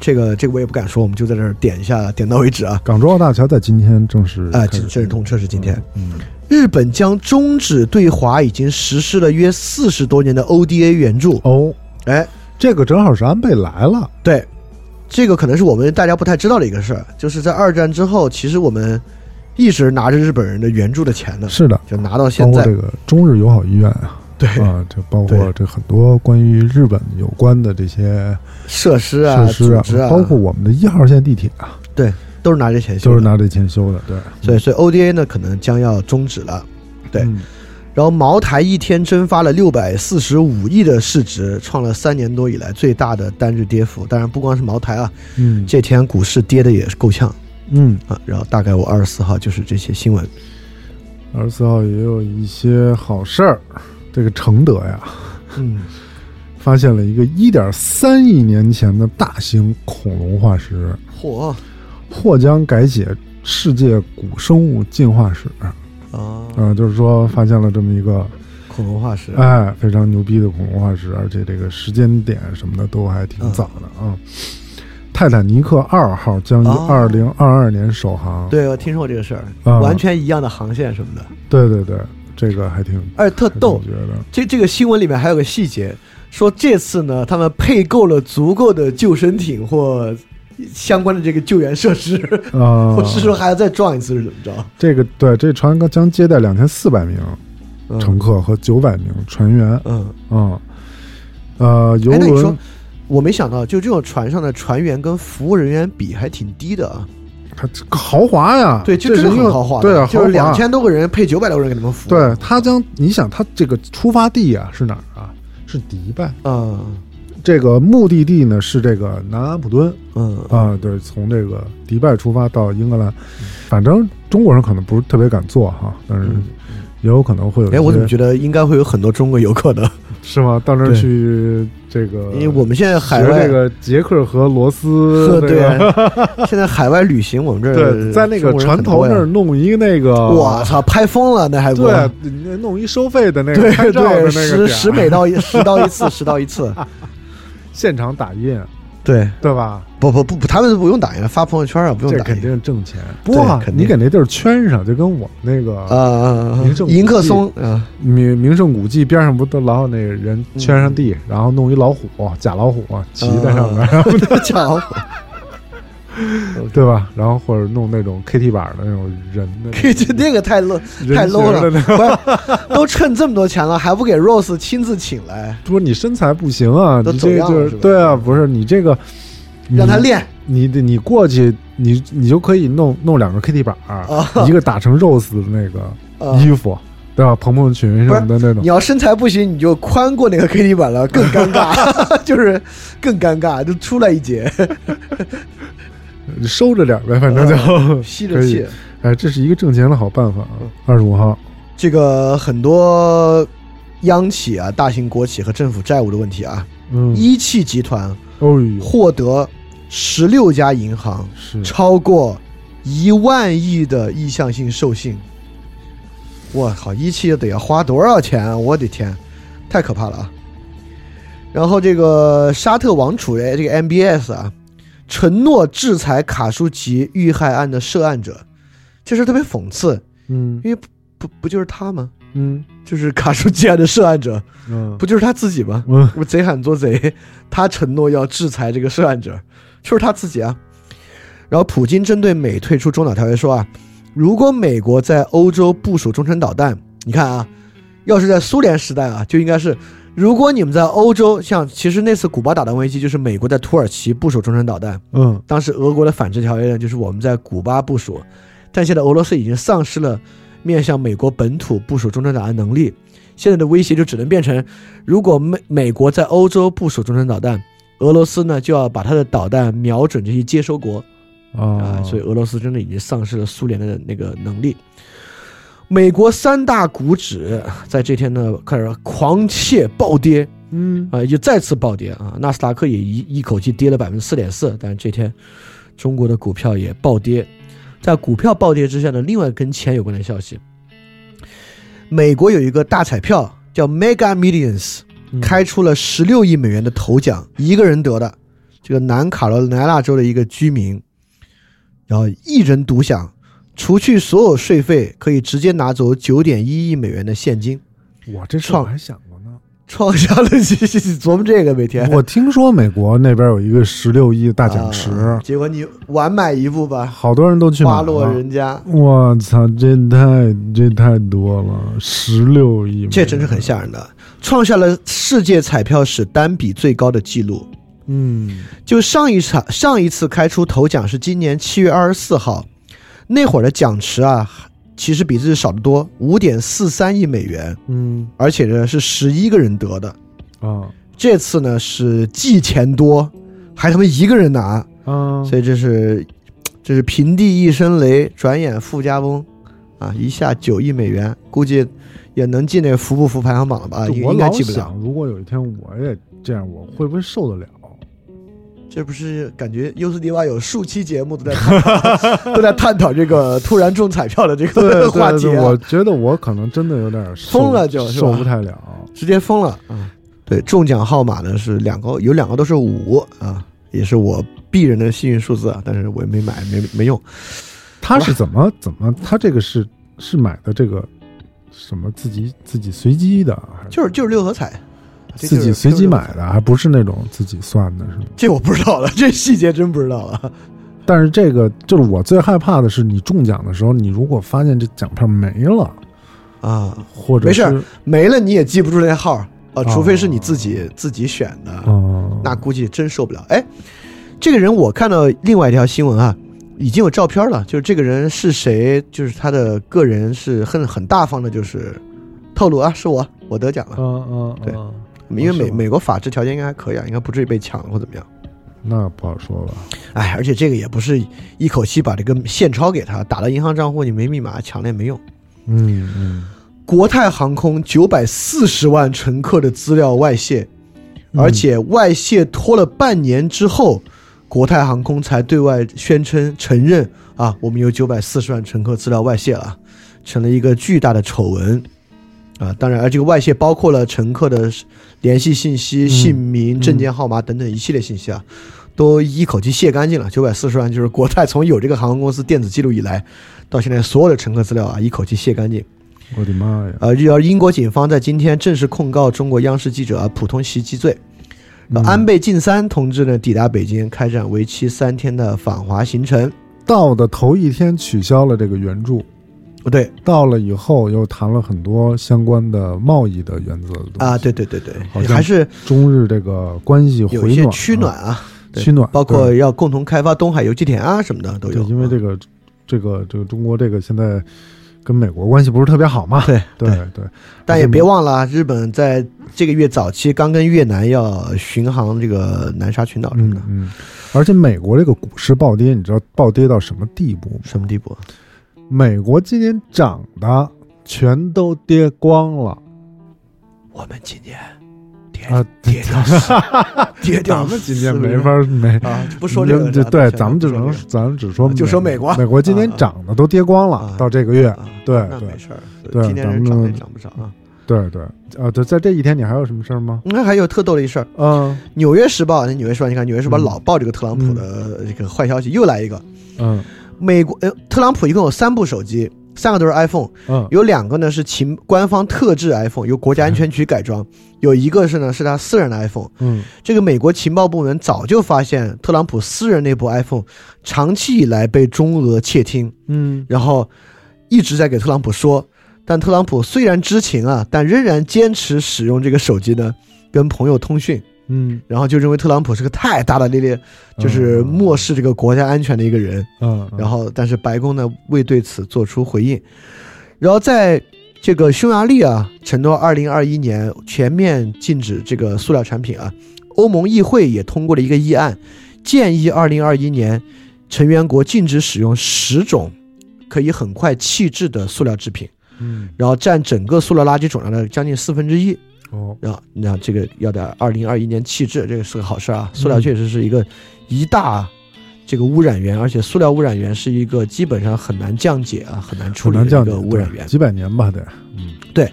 Speaker 2: 这个这个我也不敢说，我们就在这儿点一下，点到为止啊。
Speaker 5: 港珠澳大桥在今天正式
Speaker 2: 啊，
Speaker 5: 开
Speaker 2: 这
Speaker 5: 始
Speaker 2: 这是通车是今天。
Speaker 5: 嗯
Speaker 2: 日本将终止对华已经实施了约四十多年的 ODA 援助。
Speaker 5: 哦，
Speaker 2: 哎，
Speaker 5: 这个正好是安倍来了，
Speaker 2: 对，这个可能是我们大家不太知道的一个事儿，就是在二战之后，其实我们一直拿着日本人的援助的钱呢，
Speaker 5: 是的，
Speaker 2: 就拿到
Speaker 5: 包
Speaker 2: 现
Speaker 5: 括
Speaker 2: 在
Speaker 5: 这。个中日友好医院啊，
Speaker 2: 对，
Speaker 5: 啊，这包
Speaker 2: 对
Speaker 5: 括这很多关于日本有关的这些
Speaker 2: 设施啊，
Speaker 5: 设施
Speaker 2: 组织啊，
Speaker 5: 包括我们的一号线地铁啊，
Speaker 2: 对，都是拿这钱修
Speaker 5: 都
Speaker 2: 的。
Speaker 5: 是拿这钱修的，对，
Speaker 2: 对，所以 ODA 呢可能将要终止了。对
Speaker 5: 嗯
Speaker 2: 然后茅台一天蒸发了六百四十五亿的市值，创了三年多以来最大的单日跌幅。当然，不光是茅台啊，
Speaker 5: 嗯
Speaker 2: 这天股市跌的也是够呛
Speaker 5: 嗯，
Speaker 2: 啊。然后大概我二十四号就是这些新闻。
Speaker 5: 二十四号也有一些好事儿，这个承德呀。
Speaker 2: 嗯，
Speaker 5: 发现了一个1.3亿年前的大型恐龙化石，
Speaker 2: 嚯，
Speaker 5: 或将改写世界古生物进化史。
Speaker 2: 哦，
Speaker 5: 啊、就是说发现了这么一个
Speaker 2: 恐龙化石，
Speaker 5: 哎非常牛逼的恐龙化石，而且这个时间点什么的都还挺
Speaker 2: 嗯
Speaker 5: 早的啊。泰坦尼克二号将于
Speaker 2: 哦
Speaker 5: 二零二二年首航，
Speaker 2: 对我听说过这个事儿，
Speaker 5: 啊
Speaker 2: 完全一样的航线什么的，
Speaker 5: 对对对，这个还挺
Speaker 2: 而且特
Speaker 5: 还挺
Speaker 2: 哎逗
Speaker 5: 觉。得
Speaker 2: 这这个新闻里面还有个细节，说这次呢，他们配购了足够的救生艇或相关的这个救援设施，
Speaker 5: 啊，
Speaker 2: 我是说还要再撞一次是怎么着？
Speaker 5: 这个对这船将接待两千四百名
Speaker 2: 嗯
Speaker 5: 乘客和九百名船员，
Speaker 2: 嗯，
Speaker 5: 嗯，呃，游
Speaker 2: 哎，那你说
Speaker 5: 轮，
Speaker 2: 我没想到，就这种船上的船员跟服务人员比还挺低的啊。
Speaker 5: 它豪华呀，
Speaker 2: 对，就
Speaker 5: 啊这
Speaker 2: 真的
Speaker 5: 是一
Speaker 2: 很
Speaker 5: 个
Speaker 2: 豪华的，
Speaker 5: 对啊，
Speaker 2: 就
Speaker 5: 豪
Speaker 2: 是
Speaker 5: 华
Speaker 2: 两千多个人配九百多个人给他们服务。
Speaker 5: 对，他将你想，他这个出发地啊是哪儿啊？是迪拜。
Speaker 2: 嗯
Speaker 5: 这个目的地呢是这个南安普敦
Speaker 2: 嗯
Speaker 5: 啊，对，从这个迪拜出发到英格兰，反正中国人可能不是特别敢坐哈，但是
Speaker 2: 嗯
Speaker 5: 也有可能会有一些。
Speaker 2: 哎，我怎么觉得应该会有很多中国游客的？
Speaker 5: 是吗？到那儿
Speaker 2: 对
Speaker 5: 去这个，
Speaker 2: 因为我们现在海
Speaker 5: 学
Speaker 2: 外
Speaker 5: 这个捷克和罗
Speaker 2: 呵
Speaker 5: 斯，呃这
Speaker 2: 对
Speaker 5: 个
Speaker 2: 啊， 现在海外旅行，我们这儿
Speaker 5: 对， 在那
Speaker 2: 中
Speaker 5: 个
Speaker 2: 国人
Speaker 5: 船
Speaker 2: 很多
Speaker 5: 头
Speaker 2: 呀
Speaker 5: 那儿，弄一个那个，
Speaker 2: 我，操，拍疯了，那还不
Speaker 5: 对，你弄一收费的那个
Speaker 2: 啊对
Speaker 5: 拍照的
Speaker 2: 对，
Speaker 5: 那个
Speaker 2: 十
Speaker 5: 点
Speaker 2: 十
Speaker 5: 儿，啊
Speaker 2: 美到一十到一次，十到一 次，
Speaker 5: 现场打印，
Speaker 2: 对，
Speaker 5: 对吧？
Speaker 2: 不不不，他们不用打印，发朋友圈啊，不用
Speaker 5: 这
Speaker 2: 打
Speaker 5: 肯
Speaker 2: 印。
Speaker 5: 定挣钱。不
Speaker 2: 对
Speaker 5: 过
Speaker 2: 肯定
Speaker 5: 你给那地儿圈上，就跟我们那
Speaker 2: 啊
Speaker 5: 个
Speaker 2: 啊啊
Speaker 5: 名胜！古迹
Speaker 2: 迎客松啊，
Speaker 5: 名名胜古迹边上不都老有那个人
Speaker 2: 嗯
Speaker 5: 圈上地，然后弄一老虎，假老虎骑在上面，
Speaker 2: 啊， 巧，
Speaker 5: 对吧？然后或者弄那种 KT 板的那种人 的那种
Speaker 2: 这这那个太 low
Speaker 5: 人
Speaker 2: 太 low
Speaker 5: 形
Speaker 2: 了，
Speaker 5: 的那
Speaker 2: 不是，都趁这么多钱了，还不给 Rose 亲自请来，
Speaker 5: 不是你身材不行啊，
Speaker 2: 都
Speaker 5: 你
Speaker 2: 走
Speaker 5: 这
Speaker 2: 样
Speaker 5: 就
Speaker 2: 了是吧
Speaker 5: 对啊，不是你这个，
Speaker 2: 让他
Speaker 5: 你
Speaker 2: 练。
Speaker 5: 你得你过去，你你就可以弄弄两个 KT 板儿，
Speaker 2: 啊
Speaker 5: 一个打成肉丝的那个
Speaker 2: 啊
Speaker 5: 衣服，对吧？蓬蓬裙什么的那种
Speaker 2: 你，要身材不行，你就宽过那个 KT 板了，更尴尬， 就是更尴尬，就出来一截，
Speaker 5: 你收着点儿呗，反正就
Speaker 2: 吸
Speaker 5: 可
Speaker 2: 着
Speaker 5: 以
Speaker 2: 啊气。
Speaker 5: 哎，这是一个挣钱的好办法啊
Speaker 2: 嗯！
Speaker 5: 二十五号，
Speaker 2: 这个很多央企啊、大型国企和政府债务的问题啊，
Speaker 5: 嗯，
Speaker 2: 一汽集团
Speaker 5: 哦呦，
Speaker 2: 获得十六家银行
Speaker 5: 是
Speaker 2: 超过一万亿的意向性授信。我靠，一汽得要花多少钱啊？我的天，太可怕了啊！然后这个沙特王储哎，这个 MBS 啊，承诺制裁卡舒吉遇害案的涉案者，这事儿特别讽刺，
Speaker 5: 嗯
Speaker 2: 因为不不不就是他吗？
Speaker 5: 嗯
Speaker 2: 就是卡舒吉案的涉案者，
Speaker 5: 嗯
Speaker 2: 不就是他自己吗？
Speaker 5: 嗯
Speaker 2: 我贼喊捉贼， 他承诺要制裁这个涉案者，就是他自己啊。然后，普京针对美退出中导条约说啊，如果美国在欧洲部署中程导弹，你看啊，要是在苏联时代啊，就应该是，如果你们在欧洲，像其实那次古巴导弹危机，就是美国在土耳其部署中程导弹，
Speaker 5: 嗯
Speaker 2: 当时俄国的反制条约呢，就是我们在古巴部署，但现在俄罗斯已经丧失了面向美国本土部署中程导弹能力，现在的威胁就只能变成，如果美美国在欧洲部署中程导弹，俄罗斯呢就要把它的导弹瞄准这些接收国啊、
Speaker 5: 啊，
Speaker 2: 所以俄罗斯真的已经丧失了苏联的那个能力。美国三大股指在这天呢开始狂泻暴跌，
Speaker 5: 嗯
Speaker 2: 啊、又再次暴跌啊！纳斯达克也一一口气跌了百分之四点四，但是这天中国的股票也暴跌。在股票暴跌之下呢，另外跟钱有关的消息，美国有一个大彩票叫 Mega Millions，
Speaker 5: 嗯
Speaker 2: 开出了十六亿美元的头奖，一个人得的，这个南卡罗来纳州的一个居民，然后一人独享，除去所有税费，可以直接拿走九点一亿美元的现金，
Speaker 5: 我这事儿
Speaker 2: 创
Speaker 5: 我还想过呢。
Speaker 2: 创下了琢磨这个每天。
Speaker 5: 我听说美国那边有一个十六亿大奖池
Speaker 2: 啊，结果你晚买一步吧，
Speaker 5: 好多人都去买
Speaker 2: 花落
Speaker 5: 了。
Speaker 2: 人家，
Speaker 5: 我操，这太这太多了，十六亿美元，
Speaker 2: 这真是很吓人的，创下了世界彩票史单笔最高的记录。
Speaker 5: 嗯
Speaker 2: 就上一场上一次开出头奖是今年七月二十四号，那会儿的奖池啊，其实比这少得多，五点四三亿美元，
Speaker 5: 嗯
Speaker 2: 而且呢是十一个人得的。
Speaker 5: 啊
Speaker 2: 这次呢是既钱多，还他妈一个人拿，
Speaker 5: 啊，
Speaker 2: 所以这是这是平地一声雷，转眼富家翁啊，一下九亿美元，估计也能进那个服不服排行榜了吧？
Speaker 5: 就
Speaker 2: 啊应
Speaker 5: 我
Speaker 2: 应该
Speaker 5: 老
Speaker 2: 进不了
Speaker 5: 想，。如果有一天我也这样，我会不会受得了？
Speaker 2: 这不是感觉 USDY 有数期节目都在 探讨都在探讨这个突然中彩票的这
Speaker 5: 对
Speaker 2: 个 话
Speaker 5: 对
Speaker 2: 题、
Speaker 5: 对，
Speaker 2: 啊
Speaker 5: 我，觉得我可能真的有点受
Speaker 2: 疯了就是吧
Speaker 5: 受不太了。
Speaker 2: 直接疯了。
Speaker 5: 嗯
Speaker 2: 啊！对，中奖号码呢是两个，有两个都是五啊，也是我鄙人的幸运数字啊，但是我也没买，没没用。
Speaker 5: 他是怎么怎么？他这个是是买的这个什么自己自己随机的，啊还是
Speaker 2: 就是就是六合彩，这
Speaker 5: 自
Speaker 2: 就是
Speaker 5: 己随机。
Speaker 2: 就是六合
Speaker 5: 买
Speaker 2: 彩
Speaker 5: 的，还不是那种自己算的，是吗？
Speaker 2: 这我不知道了， 这细节真不知道了。
Speaker 5: 但是这个就是我最害怕的是，你中奖的时候，你如果发现这奖票没了，
Speaker 2: 啊，
Speaker 5: 或者
Speaker 2: 没事
Speaker 5: 是
Speaker 2: 儿没了你也记不住那号儿啊，除非是你自己、自己选的，
Speaker 5: 哦，
Speaker 2: 那估计真受不了。哎，这个人我看到另外一条新闻啊，已经有照片了，就是这个人是谁，就是他的个人是很很大方的，就是透露啊，是我，我得奖了。
Speaker 5: 嗯嗯，
Speaker 2: 对
Speaker 5: 嗯，
Speaker 2: 因为
Speaker 5: 是
Speaker 2: 美
Speaker 5: 吗
Speaker 2: 美国法治条件应该还可以啊，应该不至于被抢了或怎么样。
Speaker 5: 那不好说了。
Speaker 2: 哎，而且这个也不是一口气把这个现钞给他，打到银行账户你没密码抢了也没用。
Speaker 5: 嗯嗯，
Speaker 2: 国泰航空九百四十万乘客的资料外泄，而且外泄拖了半年之后，国泰航空才对外宣称承认啊，我们有九百四十万乘客资料外泄了，成了一个巨大的丑闻啊！当然，而这个外泄包括了乘客的联系信息、姓名、证件号码等等一系列信息啊。都一口气卸干净了，九百四十万就是国泰从有这个航空公司电子记录以来，到现在所有的乘客资料啊，一口气卸干净。
Speaker 5: 我的妈呀！
Speaker 2: 呃，而英国警方在今天正式控告中国央视记者、啊、普通袭击罪。呃
Speaker 5: 嗯
Speaker 2: 安倍晋三同志呢抵达北京，开展为期三天的访华行程。
Speaker 5: 到的头一天取消了这个援助，
Speaker 2: 不对
Speaker 5: 到了以后又谈了很多相关的贸易的原则的东西
Speaker 2: 啊，对，对对对
Speaker 5: 好，像
Speaker 2: 还是
Speaker 5: 中日这个关系
Speaker 2: 有一
Speaker 5: 回
Speaker 2: 些
Speaker 5: 暖，
Speaker 2: 取暖，啊，对
Speaker 5: 取暖，
Speaker 2: 包括
Speaker 5: 对
Speaker 2: 要共同开发东海油气田啊什么的都有。
Speaker 5: 对，因为这个这个这个中国这个现在跟美国关系不是特别好嘛，
Speaker 2: 对
Speaker 5: 对
Speaker 2: 对
Speaker 5: 对，
Speaker 2: 但也别忘了啊，日本在这个月早期刚跟越南要巡航这个南沙群岛什么
Speaker 5: 嗯
Speaker 2: 的，
Speaker 5: 嗯，而且美国这个股市暴跌，你知道暴跌到什么地步吗？
Speaker 2: 什么地步？
Speaker 5: 美国今年涨的全都跌光了
Speaker 2: 我们今年跌
Speaker 5: 啊！
Speaker 2: 跌 掉四，跌掉
Speaker 5: 咱们今年
Speaker 2: 四
Speaker 5: 没
Speaker 2: 分
Speaker 5: 法儿没
Speaker 2: 啊，就不说这个了
Speaker 5: 就
Speaker 2: 咱们
Speaker 5: 嗯对，
Speaker 2: 先
Speaker 5: 咱们
Speaker 2: 不
Speaker 5: 只
Speaker 2: 说这
Speaker 5: 能
Speaker 2: 个
Speaker 5: 咱们只说
Speaker 2: 啊就说美国
Speaker 5: 美国今年
Speaker 2: 啊啊
Speaker 5: 涨的都跌光了
Speaker 2: 啊，
Speaker 5: 到这个月
Speaker 2: 啊，
Speaker 5: 对
Speaker 2: 那
Speaker 5: 对
Speaker 2: 没事儿，
Speaker 5: 对
Speaker 2: 今天
Speaker 5: 咱
Speaker 2: 是
Speaker 5: 们
Speaker 2: 涨也涨不少啊。
Speaker 5: 对对啊，对，在这一天你还有什么事儿吗？
Speaker 2: 那还有特逗的一事儿，《
Speaker 5: 嗯
Speaker 2: 纽约时报》，《纽约时报》，你看《纽约时报》
Speaker 5: 嗯
Speaker 2: 老报这个特朗普的这个坏消息，又来一个，
Speaker 5: 嗯
Speaker 2: 美国呃，特朗普一共有三部手机，三个都是 iPhone，
Speaker 5: 嗯
Speaker 2: 有两个呢是情官方特制 iPhone，由国家安全局改装，有一个是呢是他私人的 iPhone。
Speaker 5: 嗯
Speaker 2: 这个美国情报部门早就发现，特朗普私人那部 iPhone 长期以来被中俄窃听，
Speaker 5: 嗯
Speaker 2: 然后一直在给特朗普说，但特朗普虽然知情啊，但仍然坚持使用这个手机呢跟朋友通讯，
Speaker 5: 嗯，
Speaker 2: 然后就认为特朗普是个太大大咧咧，就是漠视这个国家安全的一个人。
Speaker 5: 嗯，嗯
Speaker 2: 然后，但是白宫呢未对此做出回应。然后在这个匈牙利啊，承诺二零二一年全面禁止这个塑料产品啊。欧盟议会也通过了一个议案，建议二零二一年成员国禁止使用十种可以很快弃置的塑料制品，
Speaker 5: 嗯
Speaker 2: 然后占整个塑料垃圾总量的将近四分之一。
Speaker 5: 哦
Speaker 2: 啊，那这个要在二零二一年弃置，这个是个好事儿啊。塑料确实是一个一大这个污染源，而且塑料污染源是一个基本上很难降解啊，很难处
Speaker 5: 很
Speaker 2: 理
Speaker 5: 难
Speaker 2: 的
Speaker 5: 降
Speaker 2: 一
Speaker 5: 解
Speaker 2: 个污染
Speaker 5: 对
Speaker 2: 源。嗯
Speaker 5: 几百年吧得，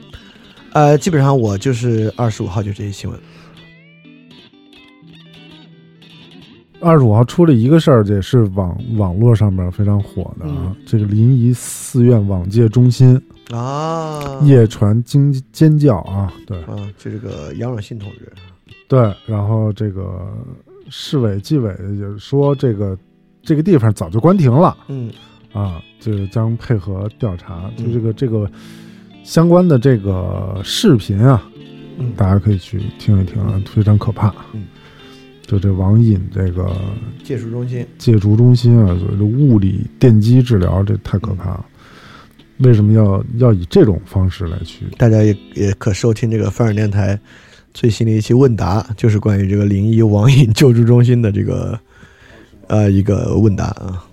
Speaker 2: 呃，基本上我就是二十五号就这些新闻。
Speaker 5: 二十五号出了一个事儿，这也是网网络上面非常火的
Speaker 2: 嗯
Speaker 5: 啊。这个临沂寺院网戒中心
Speaker 2: 啊，
Speaker 5: 夜传惊尖叫啊，对
Speaker 2: 啊，就这个杨永信同志，
Speaker 5: 对，然后这个市委纪委也说这个这个地方早就关停了
Speaker 2: 嗯
Speaker 5: 啊，就是将配合调查，就
Speaker 2: 嗯
Speaker 5: 这个这个相关的这个视频啊，
Speaker 2: 嗯
Speaker 5: 大家可以去听一听啊，非常可怕
Speaker 2: 嗯。
Speaker 5: 就这网瘾这个
Speaker 2: 戒术中心，
Speaker 5: 戒除中心啊，所谓的物理电击治疗，这太可怕了。为什么要要以这种方式来去？
Speaker 2: 大家也也可收听这个范儿电台最新的一期问答，就是关于这个临沂网瘾救助中心的这个呃一个问答啊。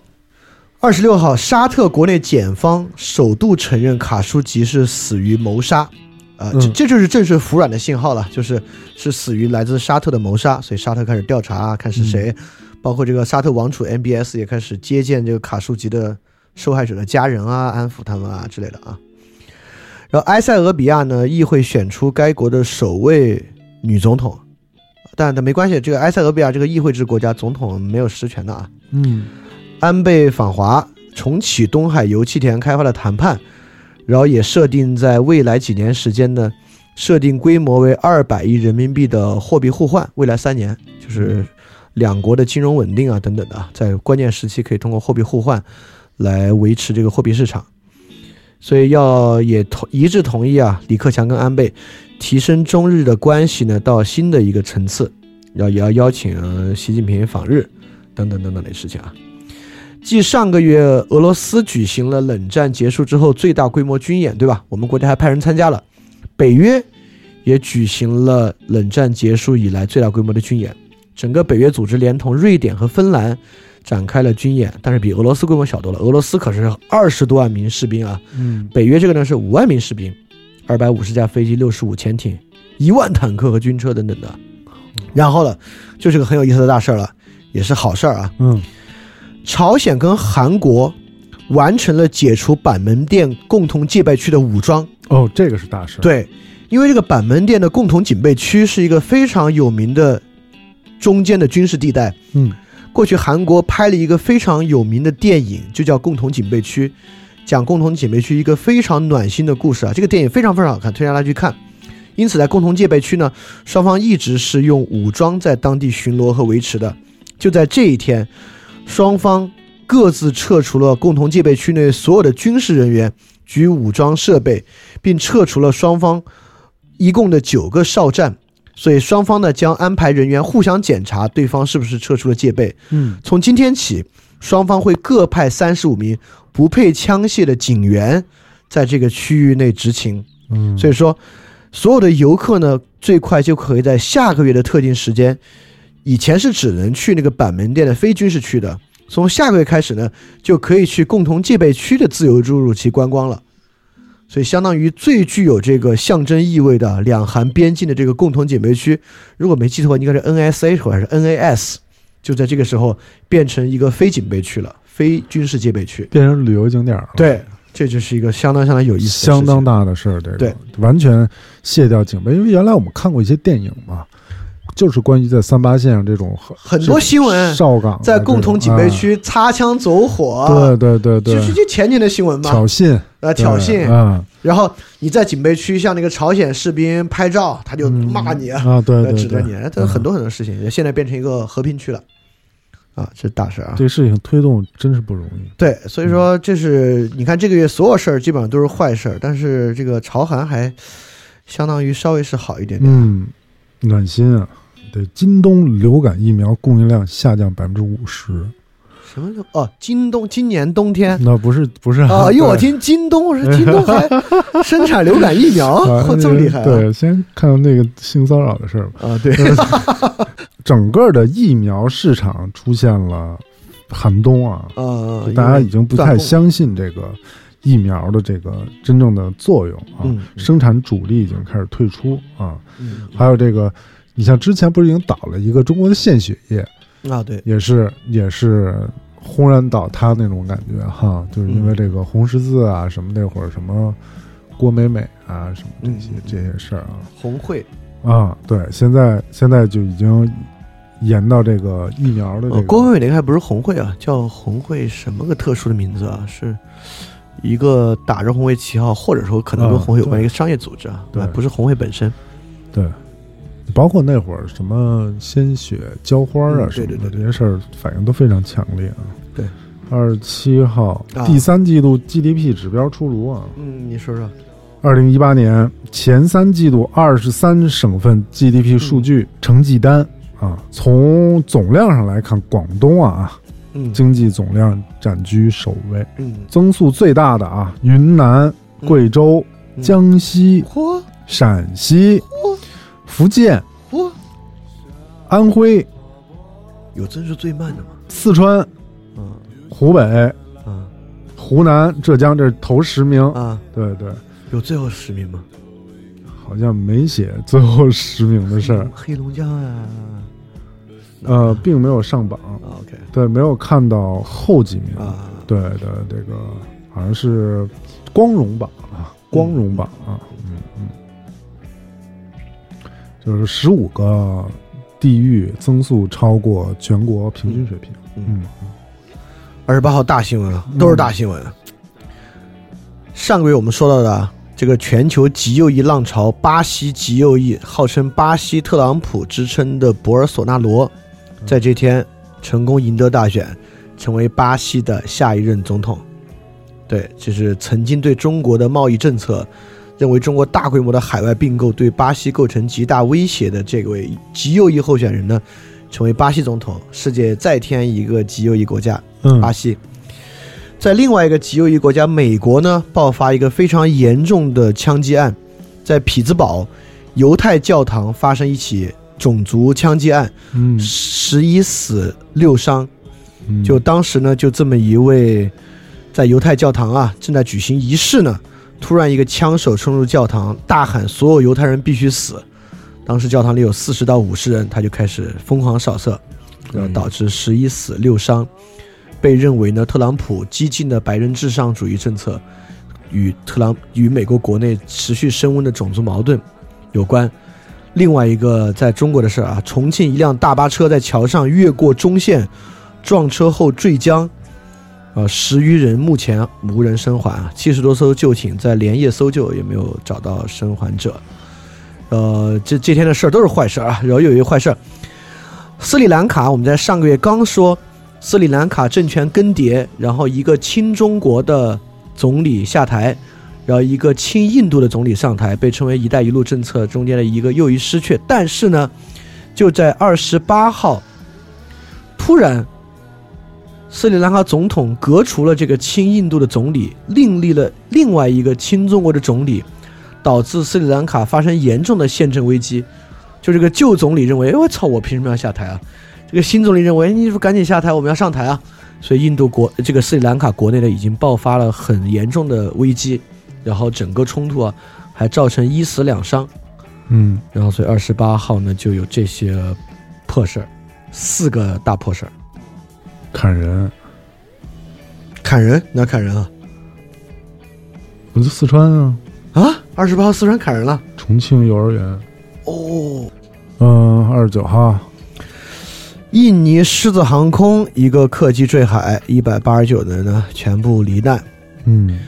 Speaker 2: 二十六号，沙特国内检方首度承认卡舒吉是死于谋杀，啊、
Speaker 5: 嗯
Speaker 2: 这这就是正是服软的信号了，就是是死于来自沙特的谋杀，所以沙特开始调查啊，看是谁，包括这个沙特王储 MBS 也开始接见这个卡舒吉的受害者的家人啊，安抚他们啊之类的啊。然后埃塞俄比亚呢，议会选出该国的首位女总统，但但没关系，这个埃塞俄比亚这个议会制国家总统没有实权的啊。
Speaker 5: 嗯
Speaker 2: 安倍访华重启东海油气田开发的谈判，然后也设定在未来几年时间呢，设定规模为二百亿人民币的货币互换，未来三年就是两国的金融稳定啊等等的啊，在关键时期可以通过货币互换来维持这个货币市场。所以要也同一致同意啊，李克强跟安倍提升中日的关系呢到新的一个层次，要也要邀请呃习近平访日等等等等的事情啊。继上个月俄罗斯举行了冷战结束之后最大规模军演，对吧？我们国家还派人参加了，北约也举行了冷战结束以来最大规模的军演，整个北约组织连同瑞典和芬兰展开了军演，但是比俄罗斯规模小多了。俄罗斯可是二十多万名士兵啊，
Speaker 5: 嗯
Speaker 2: 北约这个呢是五万名士兵，二百五十架飞机、六十五潜艇、一万坦克和军车等等的。然后呢，就是个很有意思的大事儿了，也是好事儿啊。
Speaker 5: 嗯
Speaker 2: 朝鲜跟韩国完成了解除板门店共同戒备区的武装。
Speaker 5: 哦，这个是大事。，
Speaker 2: 对，因为这个板门店的共同警备区是一个非常有名的中间的军事地带。
Speaker 5: 嗯
Speaker 2: 过去韩国拍了一个非常有名的电影，就叫《共同警备区》，讲共同警备区一个非常暖心的故事啊。这个电影非常非常好看，推荐大家去看。因此，在共同戒备区呢，双方一直是用武装在当地巡逻和维持的。就在这一天，双方各自撤除了共同戒备区内所有的军事人员及武装设备，并撤除了双方一共的九个哨站。所以，双方呢将安排人员互相检查对方是不是撤出了戒备。
Speaker 5: 嗯
Speaker 2: 从今天起，双方会各派三十五名不配枪械的警员在这个区域内执勤。
Speaker 5: 嗯，
Speaker 2: 所以说，所有的游客呢，最快就可以在下个月的特定时间，以前是只能去那个板门店的非军事区的，从下个月开始呢，就可以去共同戒备区的自由入入其观光了。所以，相当于最具有这个象征意味的两韩边境的这个共同警备区，如果没记错，应该是 NSA 或者是 NAS，就在这个时候变成一个非警备区了，非军事戒备区。
Speaker 5: 变成旅游景点了。
Speaker 2: 对，这就是一个相当相当有意思的事情，
Speaker 5: 相当大的事儿，这个
Speaker 2: 对
Speaker 5: 完全卸掉警备，因为原来我们看过一些电影嘛，就是关于在三八线上这种很
Speaker 2: 很多新闻
Speaker 5: 哨岗啊
Speaker 2: 在共同警备区擦枪走火，
Speaker 5: 这种，哎，对对对
Speaker 2: 就是
Speaker 5: 对，
Speaker 2: 就前年的新闻嘛
Speaker 5: 挑，衅
Speaker 2: 呃，挑
Speaker 5: 对
Speaker 2: 衅，
Speaker 5: 嗯
Speaker 2: 然后你在警备区向那个朝鲜士兵拍照，他就骂你，
Speaker 5: 啊，对
Speaker 2: 呃
Speaker 5: 对
Speaker 2: 指责
Speaker 5: 对嗯
Speaker 2: 你，，这很多很多事情，现在变成一个和平区了，啊，这大事儿啊
Speaker 5: 这，个事情推动真是不容易。
Speaker 2: 对，所以
Speaker 5: 嗯
Speaker 2: 说这是你看这个月所有事儿基本上都是坏事儿，但是这个朝韩还相当于稍微是好一点点，
Speaker 5: 嗯，暖心啊！对，京东流感疫苗供应量下降百分之五十，
Speaker 2: 什么叫哦，今冬今年冬天。
Speaker 5: 那不是不 是
Speaker 2: 啊！因为我
Speaker 5: 对
Speaker 2: 听京东，我说京东 还生产流感疫苗，
Speaker 5: 啊
Speaker 2: 嚯，这么厉害啊！
Speaker 5: 对，先看看那个性骚扰的事儿吧。
Speaker 2: 啊， 对，
Speaker 5: 整个的疫苗市场出现了寒冬啊，
Speaker 2: 呃，
Speaker 5: 大家已
Speaker 2: 因为
Speaker 5: 经不太相信这个疫苗的这个真正的作用啊，
Speaker 2: 嗯嗯
Speaker 5: 生产主力已经开始退出啊，
Speaker 2: 嗯
Speaker 5: 还有这个，你像之前不是已经倒了一个中国的献血液，
Speaker 2: 啊，对，
Speaker 5: 也是也是轰然倒塌那种感觉哈，就是因为
Speaker 2: 嗯
Speaker 5: 这个红十字啊什么那会儿什么郭美美啊什么这些
Speaker 2: 嗯嗯嗯
Speaker 5: 这些事儿啊，
Speaker 2: 红会，
Speaker 5: 啊，对，现在现在就已经延到这个疫苗的这
Speaker 2: 呃，
Speaker 5: 个，
Speaker 2: 郭美美那个还不是红会啊，叫红会什么个特殊的名字啊？是一个打着红会旗号，或者说可能跟
Speaker 5: 啊
Speaker 2: 红会有关
Speaker 5: 对
Speaker 2: 一个商业组织啊，
Speaker 5: 对
Speaker 2: 啊不是红会本身。
Speaker 5: 对，包括那会儿什么鲜血浇花啊
Speaker 2: 嗯
Speaker 5: 什么
Speaker 2: 对
Speaker 5: 的、
Speaker 2: 对对对
Speaker 5: 这些事儿，反应都非常强烈啊。
Speaker 2: 对，
Speaker 5: 二十七号、
Speaker 2: 啊
Speaker 5: 第三季度 GDP 指标出炉啊，
Speaker 2: 嗯，你说说，
Speaker 5: 二零一八年前三季度二十三省份 GDP 数据成绩单。啊，从总量上来看，广东啊
Speaker 2: 嗯
Speaker 5: 经济总量占居首位，
Speaker 2: 嗯，
Speaker 5: 增速最大的啊，云南、
Speaker 2: 嗯
Speaker 5: 贵州、
Speaker 2: 嗯
Speaker 5: 江西、
Speaker 2: 嚯
Speaker 5: 陕西、福建、
Speaker 2: 嚯，
Speaker 5: 安徽、
Speaker 2: 有增速最慢的吗？
Speaker 5: 四川、
Speaker 2: 嗯
Speaker 5: 湖北、
Speaker 2: 啊
Speaker 5: 湖南、浙江，这是头十名。
Speaker 2: 啊，
Speaker 5: 对对，
Speaker 2: 有最后十名吗？
Speaker 5: 好像没写最后十名的事儿，
Speaker 2: 嗯黑龙江啊，
Speaker 5: 呃，并没有上榜，
Speaker 2: 啊 OK
Speaker 5: 对，没有看到后几名。
Speaker 2: 啊，
Speaker 5: 对的，这个好像是光荣榜啊，光荣榜啊，嗯嗯，就是十五个地域增速超过全国平均水平。嗯，
Speaker 2: 二十八号大新闻啊，都是大新闻。上个月我们说到的啊这个全球极右翼浪潮，巴西极右翼号称巴西特朗普之称的博尔索纳罗，在这天成功赢得大选，成为巴西的下一任总统。对，就是曾经对中国的贸易政策，认为中国大规模的海外并购对巴西构成极大威胁的这位极右翼候选人呢，成为巴西总统，世界再添一个极右翼国家。
Speaker 5: 嗯
Speaker 2: 巴西。在另外一个极右翼国家美国呢，爆发一个非常严重的枪击案，在匹兹堡犹太教堂发生一起种族枪击案，
Speaker 5: 嗯
Speaker 2: 十一死六伤。
Speaker 5: 嗯，
Speaker 2: 就当时呢，就这么一位在犹太教堂啊正在举行仪式呢，突然一个枪手冲入教堂，大喊所有犹太人必须死。当时教堂里有四十到五十人，他就开始疯狂扫射，
Speaker 5: 嗯
Speaker 2: 然后导致十一死六伤，被认为呢特朗普激进的白人至上主义政策与特朗与美国国内持续升温的种族矛盾有关。另外一个在中国的事儿啊，重庆一辆大巴车在桥上越过中线，撞车后坠江，呃，十余人目前无人生还啊，七十多艘救艇在连夜搜救也没有找到生还者。呃，这这天的事儿都是坏事儿啊，然后又有一个坏事儿，斯里兰卡，我们在上个月刚说斯里兰卡政权更迭，然后一个亲中国的总理下台，然后一个亲印度的总理上台，被称为“一带一路”政策中间的一个又一失却。但是呢，就在二十八号，突然，斯里兰卡总统革除了这个亲印度的总理，另立了另外一个亲中国的总理，导致斯里兰卡发生严重的宪政危机。就这个旧总理认为，哎我操，我凭什么要下台啊？这个新总理认为，你是不是赶紧下台，我们要上台啊？所以印度国这个斯里兰卡国内呢，已经爆发了很严重的危机，然后整个冲突啊，还造成一死两伤。
Speaker 5: 嗯
Speaker 2: 然后所以二十八号呢，就有这些破事儿，四个大破事儿，
Speaker 5: 砍人，
Speaker 2: 砍人，哪砍人啊？
Speaker 5: 我就四川啊，
Speaker 2: 啊，二十八号四川砍人了。
Speaker 5: 重庆幼儿园，
Speaker 2: 哦，
Speaker 5: 嗯，二十九号，
Speaker 2: 印尼狮子航空一个客机坠海，一百八十九人呢全部罹难。
Speaker 5: 嗯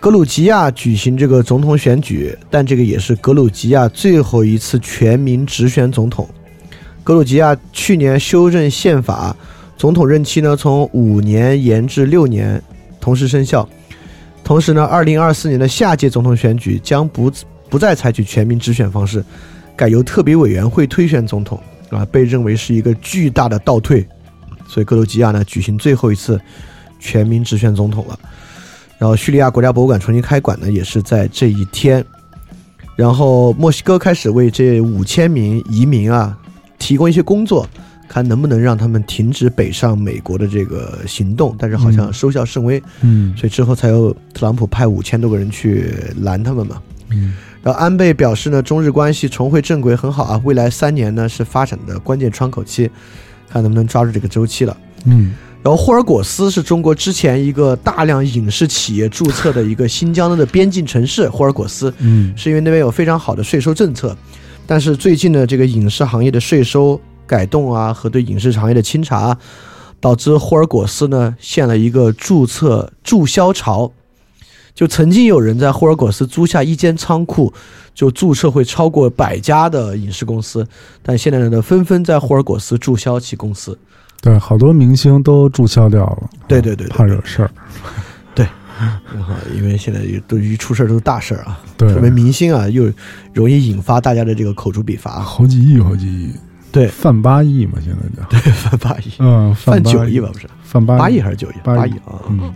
Speaker 2: 格鲁吉亚举行这个总统选举，但这个也是格鲁吉亚最后一次全民直选总统。格鲁吉亚去年修正宪法，总统任期呢从五年延至六年，同时生效。同时呢，二零二四年的下届总统选举将不不再采取全民直选方式，改由特别委员会推选总统啊，被认为是一个巨大的倒退。所以格鲁吉亚呢举行最后一次全民直选总统了。然后叙利亚国家博物馆重新开馆呢，也是在这一天。然后墨西哥开始为这五千名移民啊提供一些工作，看能不能让他们停止北上美国的这个行动，但是好像
Speaker 5: 嗯
Speaker 2: 收效甚微。
Speaker 5: 嗯
Speaker 2: 所以之后才有特朗普派五千多个人去拦他们嘛。
Speaker 5: 嗯
Speaker 2: 然后安倍表示呢，中日关系重回正轨很好啊，未来三年呢是发展的关键窗口期，看能不能抓住这个周期了。
Speaker 5: 嗯
Speaker 2: 然后霍尔果斯是中国之前一个大量影视企业注册的一个新疆的边境城市，霍尔果斯
Speaker 5: 嗯
Speaker 2: 是因为那边有非常好的税收政策，但是最近的这个影视行业的税收改动啊和对影视行业的清查啊，导致霍尔果斯呢陷了一个注册注销潮。就曾经有人在霍尔果斯租下一间仓库，就注册会超过百家的影视公司，但现在呢，纷纷在霍尔果斯注销其公司。
Speaker 5: 对，好多明星都注销掉了，
Speaker 2: 对对对对
Speaker 5: 怕惹事儿，
Speaker 2: 然后，啊因为现在也都一出事儿都是大事儿啊，
Speaker 5: 对
Speaker 2: 特，别明星啊，又容易引发大家的这个口诛笔伐啊，
Speaker 5: 好几亿，好几亿，
Speaker 2: 对
Speaker 5: 犯八亿嘛，现在叫，
Speaker 2: 犯八亿，
Speaker 5: 嗯，
Speaker 2: 犯
Speaker 5: 八
Speaker 2: 九亿吧，，不是
Speaker 5: 犯八
Speaker 2: 八亿还是九亿？
Speaker 5: 八
Speaker 2: 八
Speaker 5: 亿
Speaker 2: 亿啊。
Speaker 5: 嗯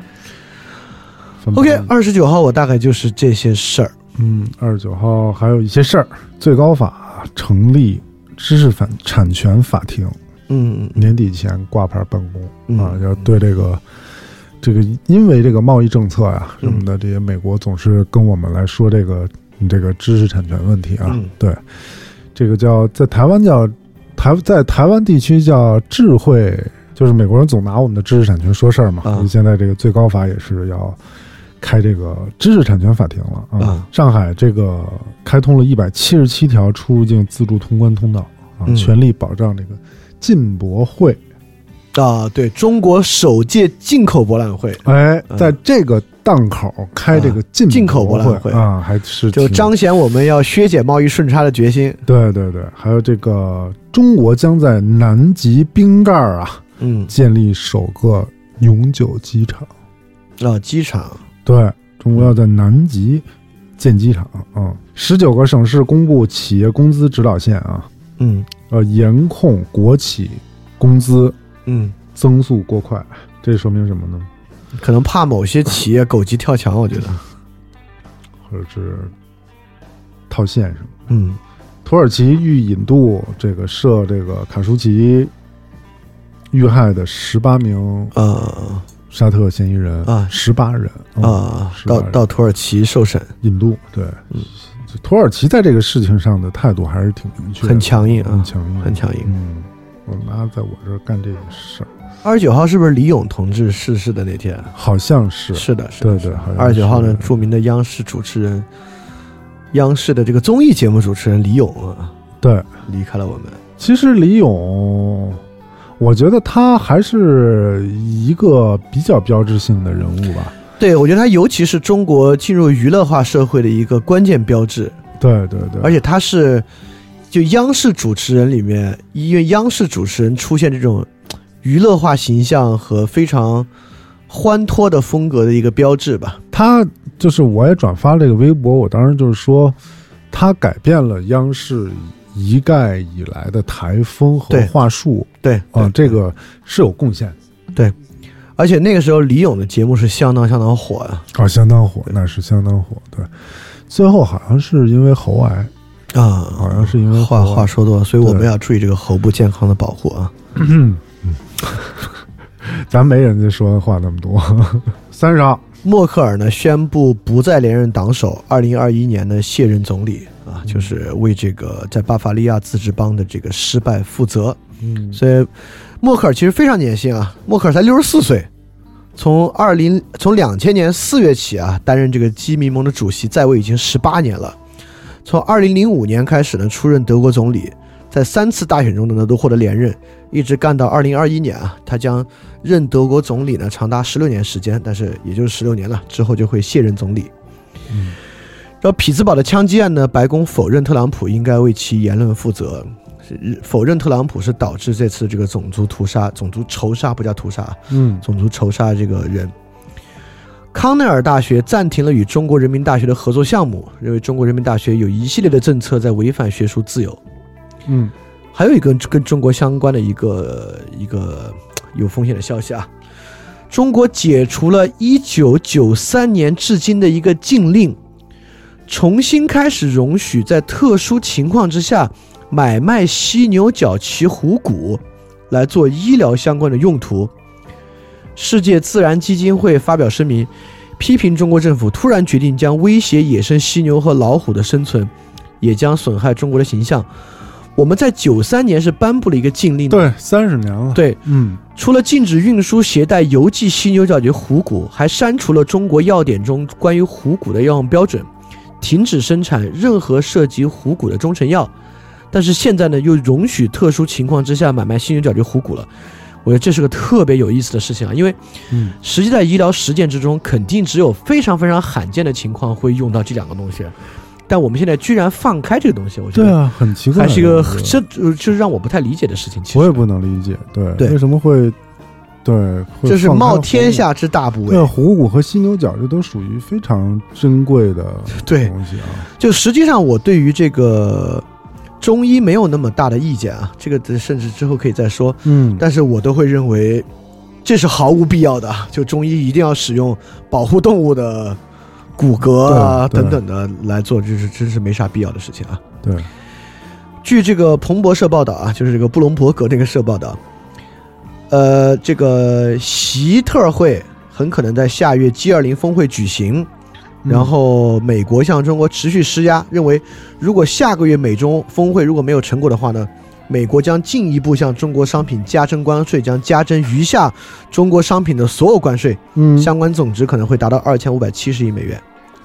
Speaker 5: 犯八亿
Speaker 2: OK，二十九号我大概就是这些事儿。
Speaker 5: 嗯，二十九号还有一些事儿，最高法成立知识产产权法庭，
Speaker 2: 嗯嗯
Speaker 5: 年底前挂牌办公、
Speaker 2: 嗯
Speaker 5: 啊，要对这个
Speaker 2: 嗯
Speaker 5: 这个，因为这个贸易政策呀、什么的，这些美国总是跟我们来说这个你这个知识产权问题啊。
Speaker 2: 嗯
Speaker 5: 对，这个叫在台湾叫台在台湾地区叫智慧，就是美国人总拿我们的知识产权说事儿嘛。
Speaker 2: 啊
Speaker 5: 所以现在这个最高法也是要开这个知识产权法庭了啊。
Speaker 2: 啊
Speaker 5: 上海这个开通了一百七十七条出入境自助通关通道啊，
Speaker 2: 嗯
Speaker 5: 全力保障这个进博会。
Speaker 2: 啊，对中国首届进口博览会，
Speaker 5: 哎，
Speaker 2: 嗯
Speaker 5: 在这个档口开这个进
Speaker 2: 进口博览
Speaker 5: 会
Speaker 2: 会
Speaker 5: 啊，还是
Speaker 2: 就
Speaker 5: 挺
Speaker 2: 彰显我们要削减贸易顺差的决心。
Speaker 5: 对对对，还有这个中国将在南极冰盖儿啊
Speaker 2: 嗯，
Speaker 5: 建立首个永久机场。
Speaker 2: 啊，机场
Speaker 5: 对中国要在南极建机场啊，十、九个省市公布企业工资指导线啊，
Speaker 2: 嗯
Speaker 5: 呃，严控国企工资
Speaker 2: 嗯，
Speaker 5: 增速过快，这说明什么呢？
Speaker 2: 可能怕某些企业狗急跳墙，我觉得，
Speaker 5: 或者是套现什么？
Speaker 2: 嗯
Speaker 5: 土耳其欲引渡这个涉这个卡舒奇遇害的十八名
Speaker 2: 啊
Speaker 5: 沙特嫌疑人
Speaker 2: 啊
Speaker 5: 十八人
Speaker 2: 啊，
Speaker 5: 18
Speaker 2: 到嗯
Speaker 5: 人
Speaker 2: 到土耳其受审，
Speaker 5: 引渡对，就土耳其在这个事情上的态度还是挺明确的，
Speaker 2: 很强硬
Speaker 5: 很
Speaker 2: 啊，
Speaker 5: 强硬，
Speaker 2: 很强硬。
Speaker 5: 嗯，我妈在我这儿干这个事儿，
Speaker 2: 二十九号是不是李勇同志逝世的那天啊？
Speaker 5: 好像是，
Speaker 2: 是的，是的
Speaker 5: 对对，好像
Speaker 2: 二十九号
Speaker 5: 是
Speaker 2: 呢，著名的央视主持人，央视的这个综艺节目主持人李咏啊，
Speaker 5: 对。
Speaker 2: 离开了我们。
Speaker 5: 其实李勇，我觉得他还是一个比较标志性的人物吧。
Speaker 2: 对，我觉得他尤其是中国进入娱乐化社会的一个关键标志，
Speaker 5: 对对对，
Speaker 2: 而且他是就央视主持人里面，因为央视主持人出现这种娱乐化形象和非常欢脱的风格的一个标志吧。
Speaker 5: 他就是我也转发这个微博，我当时就是说，他改变了央视一概以来的台风和
Speaker 2: 对
Speaker 5: 话术
Speaker 2: 对，
Speaker 5: 啊、
Speaker 2: 对
Speaker 5: 这个是有贡献的，
Speaker 2: 而且那个时候李咏的节目是相当相当火啊
Speaker 5: 啊，相当火，那是相当火，对。最后好像是因为喉癌，
Speaker 2: 啊，
Speaker 5: 好像是因为
Speaker 2: 话
Speaker 5: 喉癌
Speaker 2: 话说多了，所以我们
Speaker 5: 对
Speaker 2: 要注意这个喉部健康的保护啊。
Speaker 5: 咱没人家说的话那么多。 三十号，
Speaker 2: 默克尔呢宣布不再连任党首，二零二一年呢卸任总理啊，就是为这个在巴伐利亚自治邦的这个失败负责。
Speaker 5: 嗯，
Speaker 2: 所以，默克尔其实非常年轻啊，默克尔才六十四岁，从二零从两千年四月起啊，担任这个基民盟的主席，在位已经十八年了。从二零零五年开始呢，出任德国总理，在三次大选中呢都获得连任，一直干到二零二一年啊，他将任德国总理呢长达十六年时间，但是也就是十六年了，之后就会卸任总理。然后匹兹堡的枪击案呢，白宫否认特朗普应该为其言论负责，是否认特朗普是导致这次这个种族屠杀、种族仇杀不叫屠杀，啊
Speaker 5: 嗯
Speaker 2: 种族仇杀这个人。康奈尔大学暂停了与中国人民大学的合作项目，认为中国人民大学有一系列的政策在违反学术自由。
Speaker 5: 嗯
Speaker 2: 还有一个跟中国相关的一个一个有风险的消息啊，中国解除了1993年至今的一个禁令，重新开始容许在特殊情况之下买卖犀牛角鳍虎骨来做医疗相关的用途。世界自然基金会发表声明，批评中国政府突然决定将威胁野生犀牛和老虎的生存，也将损害中国的形象。我们在九三年是颁布了一个禁令的，
Speaker 5: 对，三十年了，，
Speaker 2: 对，
Speaker 5: 嗯
Speaker 2: 除了禁止运输携带邮寄犀牛角及虎骨，还删哎除了中国药典中关于虎骨的药用标准，停止生产任何涉及虎骨的中成药。但是现在呢，又容许特殊情况之下买卖犀牛角及虎骨了。我觉得这是个特别有意思的事情啊，因为
Speaker 5: 嗯，
Speaker 2: 实际在医疗实践之中，肯定只有非常非常罕见的情况会用到这两个东西，但我们现在居然放开这个东西，我觉
Speaker 5: 对
Speaker 2: 得
Speaker 5: 啊，很奇怪，
Speaker 2: 还是一个
Speaker 5: 这个
Speaker 2: 这就是让我不太理解的事情。其实
Speaker 5: 我也不能理解，对，
Speaker 2: 对
Speaker 5: 为什么会对，会
Speaker 2: 这是
Speaker 5: 放开
Speaker 2: 冒
Speaker 5: 虎
Speaker 2: 天
Speaker 5: 骨。
Speaker 2: 下之大不韪。
Speaker 5: 对，虎骨和犀牛角这都属于非常珍贵的
Speaker 2: 对
Speaker 5: 东西啊。
Speaker 2: 就实际上，我对于这个中医没有那么大的意见啊，这个甚至之后可以再说。
Speaker 5: 嗯，
Speaker 2: 但是我都会认为这是毫无必要的啊，就中医一定要使用保护动物的骨骼啊
Speaker 5: 对
Speaker 2: 等
Speaker 5: 对
Speaker 2: 等的来做，这是真是没啥必要的事情啊。
Speaker 5: 对，
Speaker 2: 据这个彭博社报道啊，就是这个布隆伯格那个社报道，呃，这个席特会很可能在下月 G 二零峰会举行，
Speaker 5: 嗯
Speaker 2: 然后美国向中国持续施压，认为如果下个月美中峰会如果没有成果的话呢，美国将进一步向中国商品加征关税，将加征余下中国商品的所有关税，
Speaker 5: 嗯，
Speaker 2: 相关总值可能会达到二千五百七十亿美元，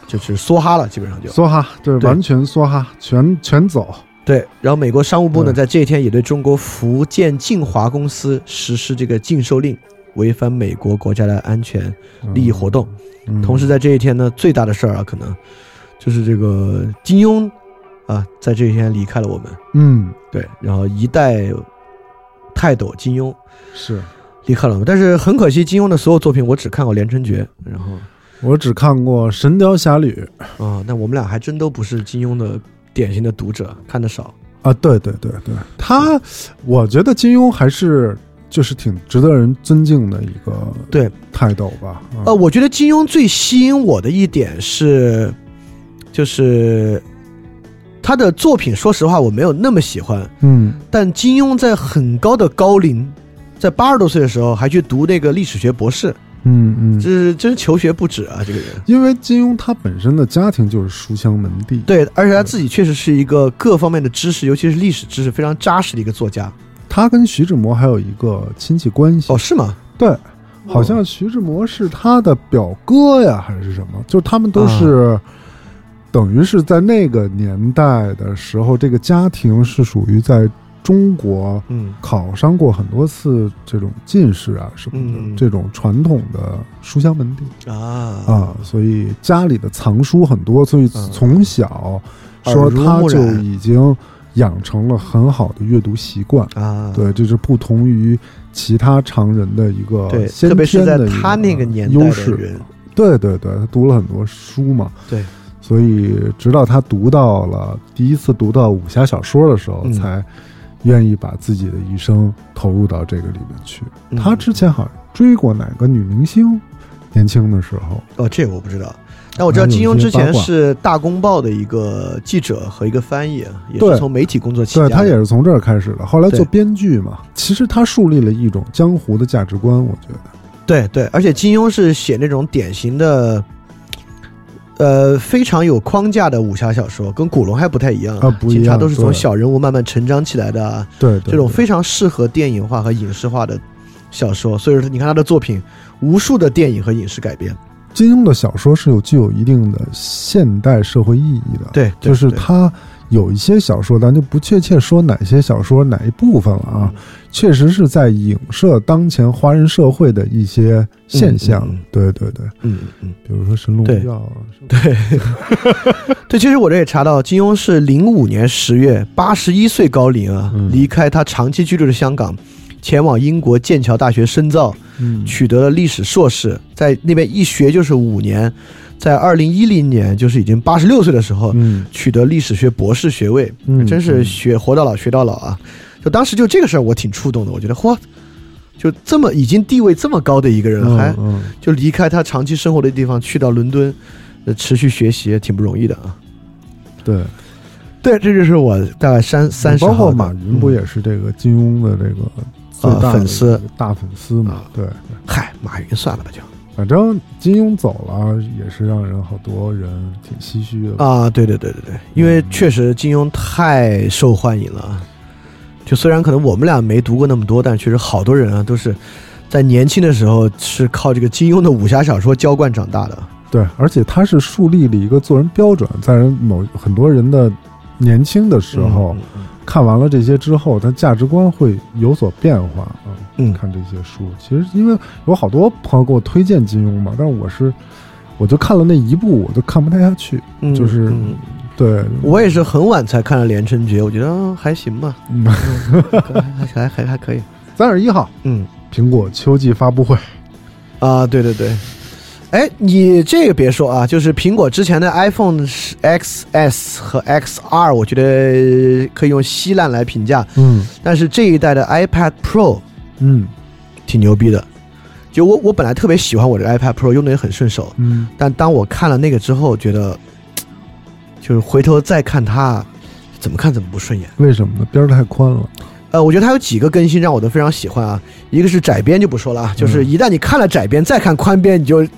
Speaker 2: 就是梭哈了，基本上就
Speaker 5: 梭哈，对，
Speaker 2: 对
Speaker 5: 完全梭哈，全全走，
Speaker 2: 对。然后美国商务部呢，
Speaker 5: 嗯
Speaker 2: 在这一天也对中国福建晋华公司实施这个禁售令，违反美国国家的安全利益活动。
Speaker 5: 嗯
Speaker 2: 同时在这一天呢，最大的事儿啊，可能就是这个金庸啊，在这一天离开了我们。
Speaker 5: 嗯
Speaker 2: 对，然后一代泰斗金庸
Speaker 5: 是
Speaker 2: 离开了我们，但是很可惜，金庸的所有作品我只看过《连城诀》，然后
Speaker 5: 我只看过《神雕侠侣》
Speaker 2: 啊，那我们俩还真都不是金庸的典型的读者，看的少。
Speaker 5: 啊，对对对对，他，我觉得金庸还是就是挺值得人尊敬的一个
Speaker 2: 对
Speaker 5: 泰斗吧，啊
Speaker 2: 呃，我觉得金庸最吸引我的一点是，就是他的作品，说实话我没有那么喜欢，
Speaker 5: 嗯
Speaker 2: 但金庸在很高的高龄，在八十多岁的时候还去读那个历史学博士，
Speaker 5: 嗯嗯
Speaker 2: 这，是真是求学不止啊，这个人。
Speaker 5: 因为金庸他本身的家庭就是书香门第，
Speaker 2: 对，而且他自己确实是一个各方面的知识，尤其是历史知识非常扎实的一个作家。
Speaker 5: 他跟徐志摩还有一个亲戚关系，
Speaker 2: 哦，是吗？
Speaker 5: 对，好像徐志摩是他的表哥呀，还是什么？就他们都是，等于是在那个年代的时候，这个家庭是属于在中国
Speaker 2: 嗯，
Speaker 5: 考上过很多次这种进士啊什么的、
Speaker 2: 嗯
Speaker 5: 这种传统的书香门第
Speaker 2: 啊
Speaker 5: 啊，所以家里的藏书很多，所以
Speaker 2: 嗯
Speaker 5: 从小
Speaker 2: 耳
Speaker 5: 说
Speaker 2: 濡
Speaker 5: 他
Speaker 2: 目
Speaker 5: 就
Speaker 2: 染
Speaker 5: 已经养成了很好的阅读习惯。
Speaker 2: 啊，
Speaker 5: 对，这是不同于其他常人的一个
Speaker 2: 对，
Speaker 5: 先
Speaker 2: 特别是
Speaker 5: 天
Speaker 2: 在
Speaker 5: 的一
Speaker 2: 他那个年代
Speaker 5: 优
Speaker 2: 的
Speaker 5: 势
Speaker 2: 人。，
Speaker 5: 对对对，他读了很多书嘛，
Speaker 2: 对，
Speaker 5: 所以直到他读到了第一次读到武侠小说的时候，
Speaker 2: 嗯
Speaker 5: 才愿意把自己的一生投入到这个里面去。
Speaker 2: 嗯
Speaker 5: 他之前好像追过哪个女明星，年轻的时候，
Speaker 2: 哦，这个我不知道。但我知道
Speaker 5: 还有
Speaker 2: 金庸
Speaker 5: 一些
Speaker 2: 之前
Speaker 5: 八卦
Speaker 2: 是《大公报》的一个记者和一个翻译，啊也
Speaker 5: 对
Speaker 2: 是从媒体工作起家
Speaker 5: 对
Speaker 2: 的。
Speaker 5: 他也是从这儿开始的，后来
Speaker 2: 对
Speaker 5: 做编剧嘛。其实他树立了一种江湖的价值观，我觉得，
Speaker 2: 对对，而且金庸是写那种典型的，呃，非常有框架的武侠小说，跟古龙还不太一样
Speaker 5: 啊不
Speaker 2: 其
Speaker 5: 一
Speaker 2: 实他
Speaker 5: 样
Speaker 2: 都是从
Speaker 5: 对
Speaker 2: 小人物慢慢成长起来的啊，
Speaker 5: 对对
Speaker 2: 这种
Speaker 5: 对
Speaker 2: 非常适合电影化和影视化的小说。所以说，你看他的作品，无数的电影和影视改编。
Speaker 5: 金庸的小说是有具有一定的现代社会意义的，
Speaker 2: 对对
Speaker 5: 就是
Speaker 2: 对
Speaker 5: 它有一些小说，咱就不确切说哪些小说哪一部分了啊，
Speaker 2: 嗯
Speaker 5: 确实是在影射当前华人社会的一些现象，
Speaker 2: 嗯嗯嗯
Speaker 5: 对对对，
Speaker 2: 嗯嗯，
Speaker 5: 比如说《神龙
Speaker 2: 对
Speaker 5: 药》
Speaker 2: 对，其实我这也查到，金庸是零五年十月八十一岁高龄啊，
Speaker 5: 嗯
Speaker 2: 离开他长期居住的香港，前往英国剑桥大学深造。
Speaker 5: 嗯，
Speaker 2: 取得了历史硕士，在那边一学就是五年，在二零一零年，就是已经八十六岁的时候，
Speaker 5: 嗯
Speaker 2: 取得历史学博士学位，
Speaker 5: 嗯
Speaker 2: 真是学活到老学到老啊！就当时就这个事儿，我挺触动的，我觉得嚯，就这么已经地位这么高的一个人，
Speaker 5: 嗯
Speaker 2: 还
Speaker 5: 嗯
Speaker 2: 就离开他长期生活的地方，去到伦敦，呃，持续学习，也挺不容易的啊。
Speaker 5: 对，
Speaker 2: 对，这就是我大概三三十
Speaker 5: 包
Speaker 2: 号的，
Speaker 5: 括马云不也是这个金庸的这个最大的
Speaker 2: 啊粉丝
Speaker 5: 大粉丝嘛
Speaker 2: 啊，
Speaker 5: 对，对
Speaker 2: 嗯嗨，马云算了吧就。
Speaker 5: 反正金庸走了也是让人好多人挺唏嘘的吧，
Speaker 2: 啊，对对对对对，因为确实金庸太受欢迎了，就虽然可能我们俩没读过那么多，但确实好多人啊都是在年轻的时候是靠这个金庸的武侠小说浇灌长大的。
Speaker 5: 对，而且他是树立了一个做人标准，在人某很多人的年轻的时
Speaker 2: 嗯
Speaker 5: 候、看完了这些之后，他价值观会有所变化啊。
Speaker 2: 嗯
Speaker 5: 看这些书，其实因为有好多朋友给我推荐金庸嘛，但是我是我就看了那一部，我就看不太下去。
Speaker 2: 嗯，
Speaker 5: 就是
Speaker 2: 嗯
Speaker 5: 对，
Speaker 2: 我也是很晚才看了《连城诀》，我觉得嗯还行吧，
Speaker 5: 嗯
Speaker 2: 还还还还可以。
Speaker 5: 三十一号
Speaker 2: 嗯
Speaker 5: 苹果秋季发布会，
Speaker 2: 啊，对对对。哎，你这个别说啊，就是苹果之前的 iPhone XS 和 XR，我觉得可以用稀烂来评价。
Speaker 5: 嗯
Speaker 2: 但是这一代的 iPad Pro
Speaker 5: 嗯
Speaker 2: 挺牛逼的。就我我本来特别喜欢我这个 iPad Pro，用的也很顺手。
Speaker 5: 嗯，
Speaker 2: 但当我看了那个之后，觉得就是回头再看它，怎么看怎么不顺眼。
Speaker 5: 为什么呢？边儿太宽了，
Speaker 2: 呃，我觉得它有几个更新让我都非
Speaker 5: 嗯
Speaker 2: 常喜欢啊。一个是窄边就不说了啊，就是一旦你看了窄边再看宽边，你就哎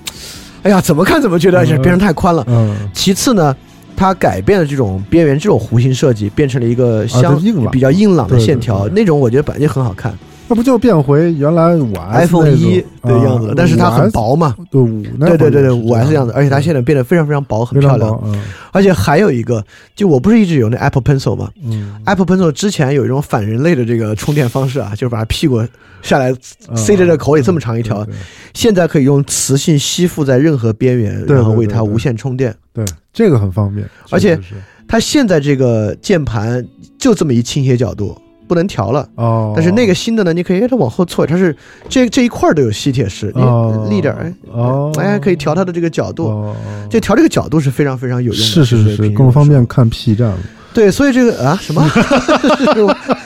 Speaker 2: 哎呀，怎么看怎么觉得哎这边上太宽了。
Speaker 5: 嗯，
Speaker 2: 其次呢，它改变了这种边缘这种弧形设计，变成了一个
Speaker 5: 啊
Speaker 2: 相、
Speaker 5: 就硬朗
Speaker 2: 比较硬朗的
Speaker 5: 对对
Speaker 2: 线条，
Speaker 5: 对
Speaker 2: 那种我觉得本来就很好看
Speaker 5: 那不就变回原来五 S
Speaker 2: ，iPhone
Speaker 5: 那种
Speaker 2: 一的样子，
Speaker 5: 啊
Speaker 2: 但是它很
Speaker 5: 5S
Speaker 2: 薄嘛，
Speaker 5: 对五那会
Speaker 2: 对
Speaker 5: 儿
Speaker 2: 对对对，
Speaker 5: 也是
Speaker 2: 五 S 的样子，而且它现在变得非常非常薄，很
Speaker 5: 嗯非
Speaker 2: 漂
Speaker 5: 常
Speaker 2: 亮。
Speaker 5: 薄，嗯
Speaker 2: 而且还有一个，就我不是一直有那 Apple Pencil 吗
Speaker 5: 嗯，
Speaker 2: ？Apple Pencil 之前有一种反人类的这个充电方式啊，就是把它屁股下来塞在这口里这么长一条，
Speaker 5: 嗯对
Speaker 2: 现在可以用磁性吸附在任何边缘，
Speaker 5: 对
Speaker 2: 然后为
Speaker 5: 对
Speaker 2: 它
Speaker 5: 对
Speaker 2: 无线充电。
Speaker 5: 对，对这个很方便，
Speaker 2: 而且
Speaker 5: 确实是
Speaker 2: 它现在这个键盘就这么一倾斜角度，不能调了。
Speaker 5: 哦，
Speaker 2: 但是那个新的呢，你可以哎它往后错，它是这这一块儿都有吸铁石，
Speaker 5: 哦
Speaker 2: 你立点儿，哎
Speaker 5: 哦，
Speaker 2: 哎可以调它的这个角度，
Speaker 5: 哦，
Speaker 2: 就调这个角度是非常非常有用的，
Speaker 5: 是是
Speaker 2: 就是平
Speaker 5: 是
Speaker 2: 时
Speaker 5: 更方
Speaker 2: 用
Speaker 5: 便
Speaker 2: 的时
Speaker 5: 看 P 站了，
Speaker 2: 候。对，所以这个啊什么，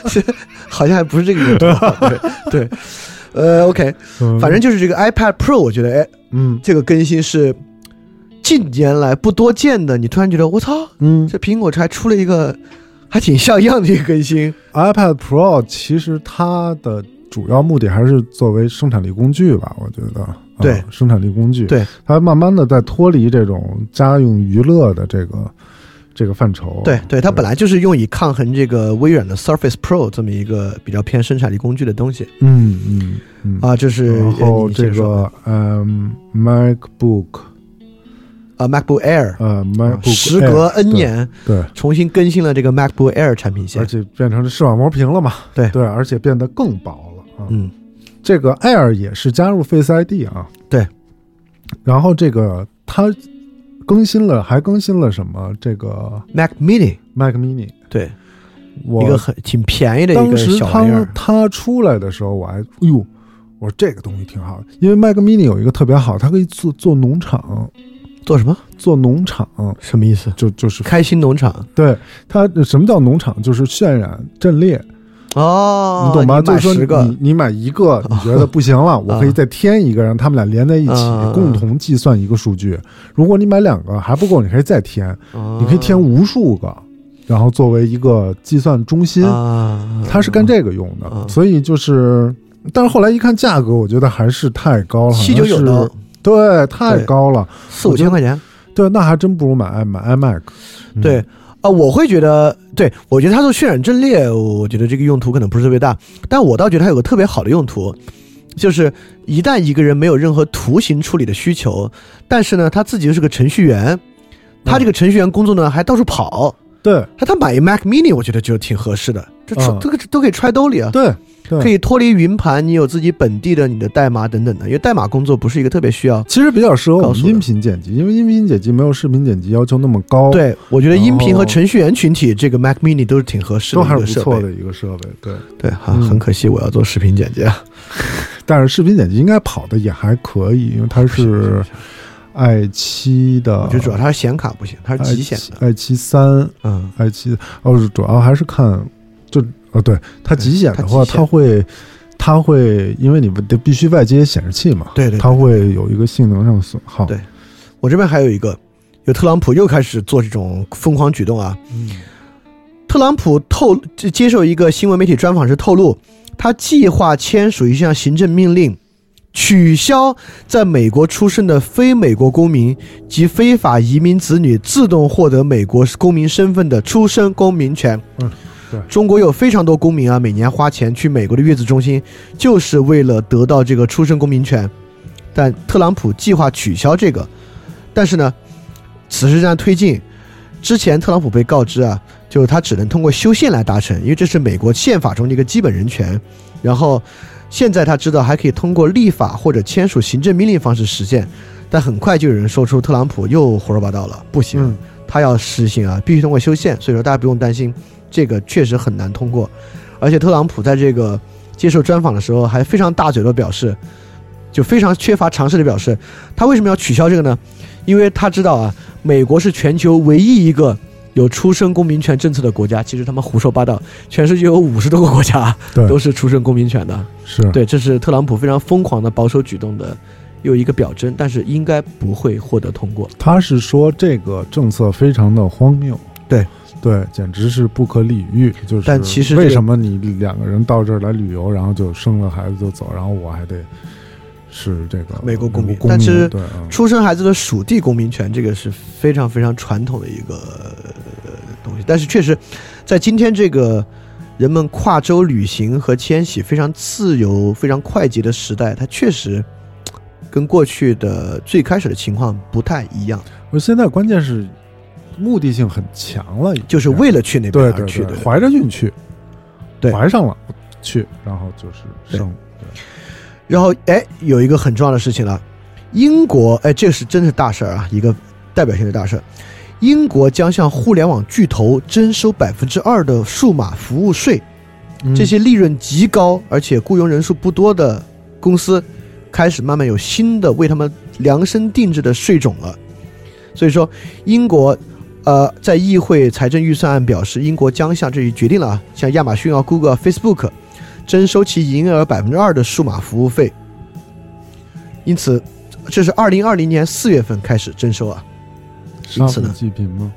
Speaker 2: 是好像还不是这个用途，对对，呃 OK，
Speaker 5: 嗯
Speaker 2: 反正就是这个 iPad Pro，我觉得哎
Speaker 5: 嗯
Speaker 2: 这个更新是近年来不多见的，你突然觉得我操，
Speaker 5: 嗯
Speaker 2: 这苹果这还出了一个还挺像样的一个更新，
Speaker 5: 哦，iPad Pro 其实它的主要目的还是作为生产力工具吧，我觉得。啊
Speaker 2: 对
Speaker 5: 生产力工具，
Speaker 2: 对
Speaker 5: 它慢慢的在脱离这种家用娱乐的这个这个范畴。
Speaker 2: 对对，它本来就是用以抗衡这个微软的 Surface Pro 这么一个比较偏生产力工具的东西
Speaker 5: 嗯嗯嗯，
Speaker 2: 啊，就是
Speaker 5: 然后
Speaker 2: 你先
Speaker 5: 这
Speaker 2: 说
Speaker 5: 个嗯 MacBook
Speaker 2: 啊 MacBook Air，
Speaker 5: 呃
Speaker 2: 啊
Speaker 5: MacBook
Speaker 2: 时隔
Speaker 5: Air，
Speaker 2: N 年
Speaker 5: 对，
Speaker 2: 重新更新了这个 MacBook Air 产品
Speaker 5: 而
Speaker 2: 线，
Speaker 5: 且变成视网膜屏了嘛，
Speaker 2: 对
Speaker 5: 对，而且变得更薄了啊。
Speaker 2: 嗯，
Speaker 5: 这个 Air 也是加入 Face ID 啊，
Speaker 2: 对。
Speaker 5: 然后这个它更新了，还更新了什么？这个
Speaker 2: ，Mac Mini，
Speaker 5: Mac Mini，
Speaker 2: 对，一个
Speaker 5: 我
Speaker 2: 很挺便宜的一
Speaker 5: 当
Speaker 2: 个
Speaker 5: 时
Speaker 2: 小玩意
Speaker 5: 它
Speaker 2: 儿，
Speaker 5: 它出来的时候，我还哎呦，我说这个东西挺好的，因为 Mac Mini 有一个特别好，它可以做做农场，
Speaker 2: 做什么？
Speaker 5: 做农场
Speaker 2: 什么意思？
Speaker 5: 就就是
Speaker 2: 开心农场
Speaker 5: 对它什么叫农场？就是渲染阵列，
Speaker 2: 哦，
Speaker 5: 你懂吗？
Speaker 2: 买
Speaker 5: 就是说
Speaker 2: 十个嗯
Speaker 5: 你你买一个，你觉得不行了，我可以再添一个，让他们俩连在一起
Speaker 2: 啊，
Speaker 5: 共同计算一个数据。如果你买两个还不够，你可以再添，你
Speaker 2: 你
Speaker 5: 可以添无数个，然后作为一个计算中心，
Speaker 2: 啊，
Speaker 5: 它是干这个用
Speaker 2: 啊
Speaker 5: 的。所以就是，但是后来一看价格，我觉得还是太高了，
Speaker 2: 七九九
Speaker 5: 好像
Speaker 2: 刀
Speaker 5: 是，对，太高了。
Speaker 2: 四五千块钱。
Speaker 5: 对，那还真不如买买 iMac。嗯
Speaker 2: 对，啊、我会觉得，对我觉得它做渲染阵列，我觉得这个用途可能不是特别大，但我倒觉得它有个特别好的用途，就是一旦一个人没有任何图形处理的需求，但是呢，他自己又是个程序员，
Speaker 5: 嗯
Speaker 2: 他这个程序员工作呢还到处跑，
Speaker 5: 对
Speaker 2: 他他买一 Mac Mini，我觉得就挺合适的，这揣
Speaker 5: 嗯
Speaker 2: 这个都可以揣兜里啊。
Speaker 5: 对
Speaker 2: 可
Speaker 5: 对，
Speaker 2: 以脱离云盘，你有自己本地的你的代码等等的，因为代码工作不是一个特别需要。
Speaker 5: 其实比较适合我
Speaker 2: 高
Speaker 5: 们
Speaker 2: 速的
Speaker 5: 音频剪辑，因为音频剪辑没有视频剪辑要求那么高。。
Speaker 2: 对，我觉得音频和
Speaker 5: 哦
Speaker 2: 程序员群体这个 Mac Mini 都是挺合适的
Speaker 5: 都
Speaker 2: 一
Speaker 5: 还是
Speaker 2: 个
Speaker 5: 不
Speaker 2: 设备，
Speaker 5: 错的一个设备，对。
Speaker 2: 对，很、
Speaker 5: 嗯
Speaker 2: 很可惜，我要做视频剪辑啊。
Speaker 5: 但是视频剪辑应该跑的也还可以，因为它是 i 七的
Speaker 2: 我，觉得主要它是显卡不行，它是
Speaker 5: 哎
Speaker 2: 极显的。
Speaker 5: i 七三、
Speaker 2: 嗯，
Speaker 5: i 七哦，主要还是看就哦，对它极显的话，
Speaker 2: 它极显
Speaker 5: 它会它会因为你得必须外接显示器嘛，
Speaker 2: 对对对
Speaker 5: 它会有一个性能上的损耗，
Speaker 2: 对我这边还有一个，有特朗普又开始做这种疯狂举动啊。
Speaker 5: 嗯
Speaker 2: 特朗普透接接受一个新闻媒体专访时透露，他计划签署一项行政命令，取消在美国出生的非美国公民及非法移民子女自动获得美国公民身份的出生公民权。
Speaker 5: 嗯对
Speaker 2: 中国有非常多公民啊，每年花钱去美国的月子中心，就是为了得到这个出生公民权。但特朗普计划取消这个，但是呢，此时正在推进。之前特朗普被告知啊，就是他只能通过修宪来达成，因为这是美国宪法中的一个基本人权。然后现在他知道还可以通过立法或者签署行政命令方式实现，但很快就有人说出特朗普又胡说八道了，不行，
Speaker 5: 嗯
Speaker 2: 他要实行啊，必须通过修宪。所以说大家不用担心，这个确实很难通过。而且特朗普在这个接受专访的时候还非常大嘴的表示，就非常缺乏常识的表示，他为什么要取消这个呢？因为他知道啊，美国是全球唯一一个有出生公民权政策的国家。其实他们胡说八道，全世界有五十多个国家
Speaker 5: 对
Speaker 2: 都是出生公民权的。
Speaker 5: 是，
Speaker 2: 对，这是特朗普非常疯狂的保守举动的又一个表征，但是应该不会获得通过。
Speaker 5: 他是说这个政策非常的荒谬。
Speaker 2: 对
Speaker 5: 对，简直是不可理喻。就是，
Speaker 2: 但其实这个
Speaker 5: 为什么你两个人到这儿来旅游，然后就生了孩子就走，然后我还得是这个
Speaker 2: 美国公民
Speaker 5: 公
Speaker 2: 但其实
Speaker 5: 对啊，
Speaker 2: 出生孩子的属地公民权，这个是非常非常传统的一个呃东西。但是确实，在今天这个人们跨州旅行和迁徙非常自由、非常快捷的呃时代，它确实嘖跟过去的最开始的情况不太一样，
Speaker 5: 我现在关键是目的性很强了，已经
Speaker 2: 就是为了去那边
Speaker 5: 对
Speaker 2: 而
Speaker 5: 对
Speaker 2: 去
Speaker 5: 对
Speaker 2: 的。
Speaker 5: 怀着孕去，
Speaker 2: 对
Speaker 5: 怀上了去，然后就是生，
Speaker 2: 然后，哎，有一个很重要的事情了，英国，哎，这是真是大事儿啊，一个代表性的大事儿。英国将向互联网巨头征收百分之二的数码服务税，
Speaker 5: 嗯
Speaker 2: 这些利润极高而且雇佣人数不多的公司，开始慢慢有新的为他们量身定制的税种了。所以说，英国，呃，在议会财政预算案表示，英国将向这一决定了啊，向亚马逊啊、Google 啊、Facebook 征收其营业额百分之二的数码服务费。因此，这是二零二零年四月份开始征收啊。
Speaker 5: 杀
Speaker 2: 此
Speaker 5: 富
Speaker 2: 呢
Speaker 5: 济贫吗？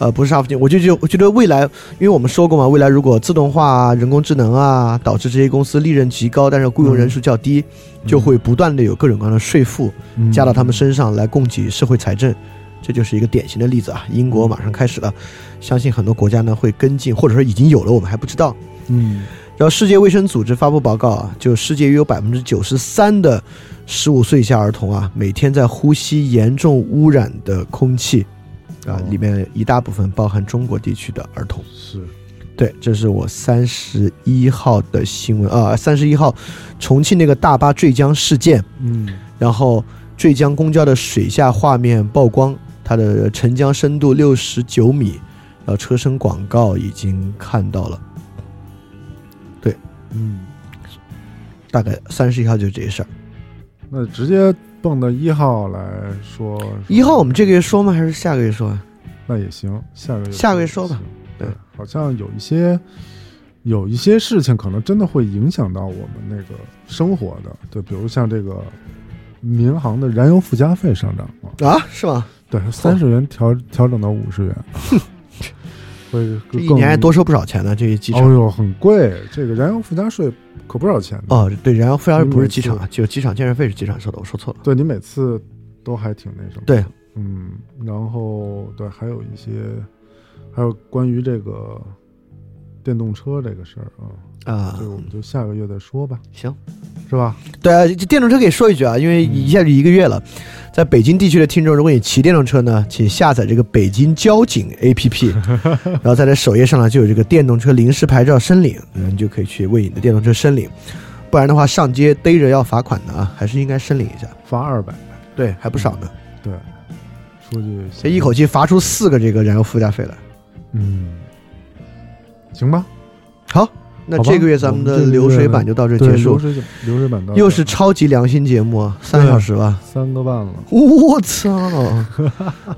Speaker 2: 呃，不是杀福金，我就觉我觉得未来，因为我们说过嘛，未来如果自动化、啊、人工智能啊，导致这些公司利润极高，但是雇佣人数较低，就会不断的有各种各样的税负
Speaker 5: 嗯
Speaker 2: 加到他们身上来供给社会财政，这就是一个典型的例子啊。英国马上开始了，相信很多国家呢会跟进，或者说已经有了，我们还不知道。
Speaker 5: 嗯
Speaker 2: 然后世界卫生组织发布报告啊，就世界约有百分之九十三的十五岁以下儿童啊，每天在呼吸严重污染的空气，啊
Speaker 5: 哦，
Speaker 2: 里面一大部分包含中国地区的儿童。
Speaker 5: 是
Speaker 2: 对，这是我三十一号的新闻啊，三十一号重庆那个大巴坠江事件，
Speaker 5: 嗯
Speaker 2: 然后坠江公交的水下画面曝光，它的沉江深度六十九米，然后车身广告已经看到了。
Speaker 5: 嗯，
Speaker 2: 大概三十一号就是这事儿。
Speaker 5: 那直接蹦到一号来说，
Speaker 2: 一号我们这个月说吗？还是下个月说啊？
Speaker 5: 那也行，下个月
Speaker 2: 下个月说吧
Speaker 5: 行。
Speaker 2: 对
Speaker 5: 对，好像有一些有一些事情可能真的会影响到我们那个生活的，对，比如像这个民航的燃油附加费上涨了，
Speaker 2: 啊，是吗？
Speaker 5: 对，三十元调调整到五十 元，会
Speaker 2: 这一
Speaker 5: 更
Speaker 2: 年还多收不少钱呢，这一机
Speaker 5: 哦
Speaker 2: 场。
Speaker 5: 呦，很贵，这个燃油附加税可不少钱呢。
Speaker 2: 哦，对，燃油费不
Speaker 5: 嗯
Speaker 2: 是机场啊，就机场建设费是机场收的，我说错了。
Speaker 5: 对你每次都还挺那什么。
Speaker 2: 对，
Speaker 5: 嗯，然后对，还有一些，还有关于这个电动车这个事儿啊，
Speaker 2: 啊、
Speaker 5: 这个我们就下个月再说吧，
Speaker 2: 行，
Speaker 5: 是吧？
Speaker 2: 对啊，这电动车可以说一句啊，因为
Speaker 5: 嗯
Speaker 2: 一下就一个月了，在北京地区的听众，如果你骑电动车呢，请下载这个北京交警 APP，然后在这首页上呢就有这个电动车临时牌照申领，嗯，你就可以去为你的电动车申领，不然的话上街逮着要罚款的啊，还是应该申领一下，
Speaker 5: 罚二百，
Speaker 2: 对，还不少呢，
Speaker 5: 对，出去
Speaker 2: 这一口，气罚出四个这个燃油附加费来。
Speaker 5: 嗯，行吧，
Speaker 2: 好，那
Speaker 5: 好吧
Speaker 2: 这个月咱们
Speaker 5: 我
Speaker 2: 的
Speaker 5: 们这个
Speaker 2: 流水版就到这
Speaker 5: 对
Speaker 2: 结
Speaker 5: 流
Speaker 2: 束，
Speaker 5: 水流水版到
Speaker 2: 又是超级良心节目啊，三个小时吧，
Speaker 5: 三个半了，
Speaker 2: 我 操，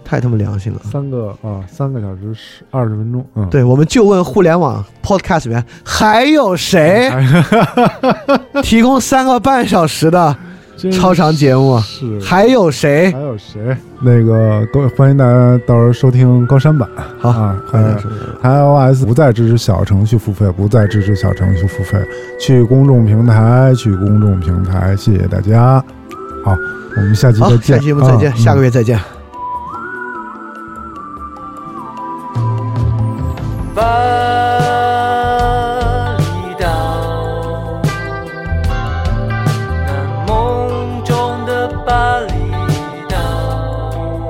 Speaker 2: 太他妈良心了。
Speaker 5: 三个啊，三个小时十二十分钟，嗯，
Speaker 2: 对，我们就问互联网 podcast 里面还有 谁提供三个半小时的
Speaker 5: 真
Speaker 2: 超长节目啊？
Speaker 5: 是
Speaker 2: 还有谁
Speaker 5: 还？有谁？那个各位欢迎大家到时候收听高山版
Speaker 2: 好哎
Speaker 5: 啊，
Speaker 2: 快点
Speaker 5: 呃
Speaker 2: 说
Speaker 5: iOS 不再支持小程序付费，不再支持小程序付费，去公众平台，去公众平台，谢谢大家。好，我们下期
Speaker 2: 好
Speaker 5: 再，
Speaker 2: 下
Speaker 5: 见，
Speaker 2: 期节目再
Speaker 6: 嗯
Speaker 2: 见，
Speaker 5: 啊
Speaker 2: 下个月再见。
Speaker 1: 巴厘岛，那梦中的巴厘岛，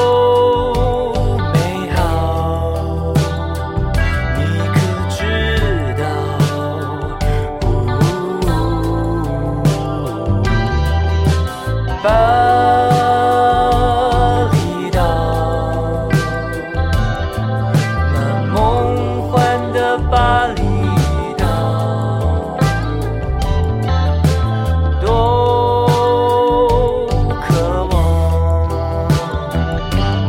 Speaker 1: 多美好！你可知道？巴厘岛，那梦幻的巴厘岛，多渴望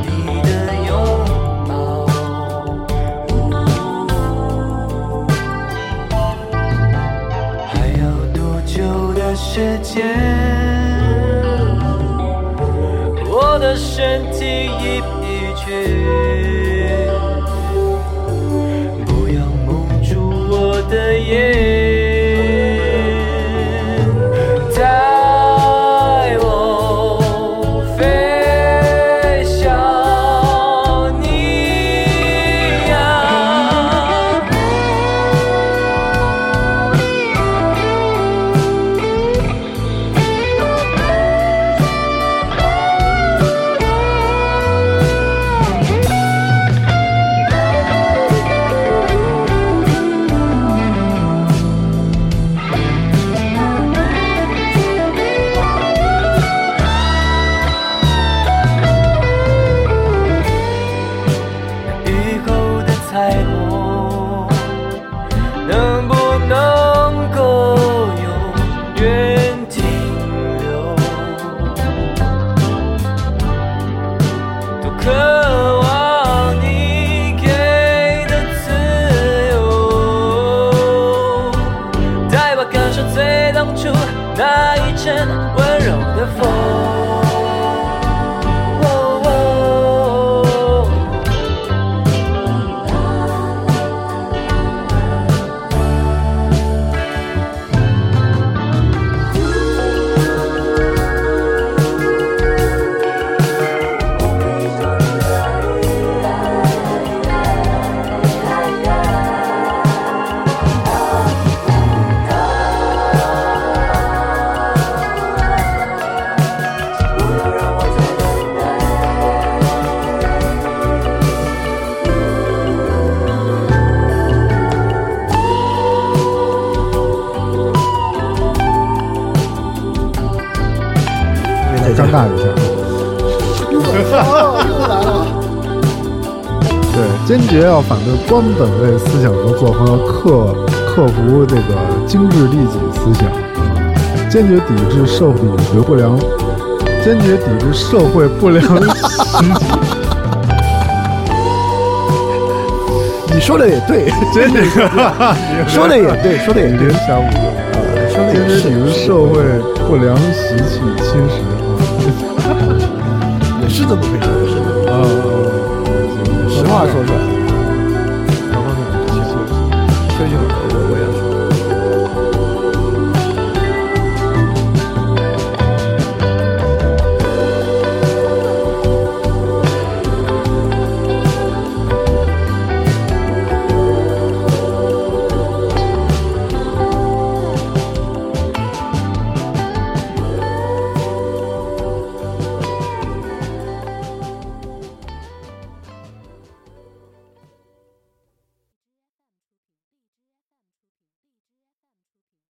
Speaker 1: 你的拥抱。还要多久的时间？我的身体已疲倦，不要蒙住我的眼。啊醉当初那一阵温柔的风。
Speaker 6: 对
Speaker 5: 尴尬一下。对，坚决要反对官本位思想和作风，要克克服这个精致利己思想，坚决抵制社会不良，坚决抵制社会不良行径。
Speaker 6: 你说的也对，
Speaker 5: 真的，
Speaker 6: 说的也对，说的也
Speaker 5: 你
Speaker 6: 对
Speaker 5: 别，瞎胡说。
Speaker 6: 说的
Speaker 5: 坚
Speaker 6: 也
Speaker 5: 决抵
Speaker 6: 是，
Speaker 5: 制社会不良习气侵蚀
Speaker 6: 也是这么回事，也是这么回
Speaker 5: 啊！
Speaker 6: 事
Speaker 5: 啊啊啊！
Speaker 6: 实话说出来。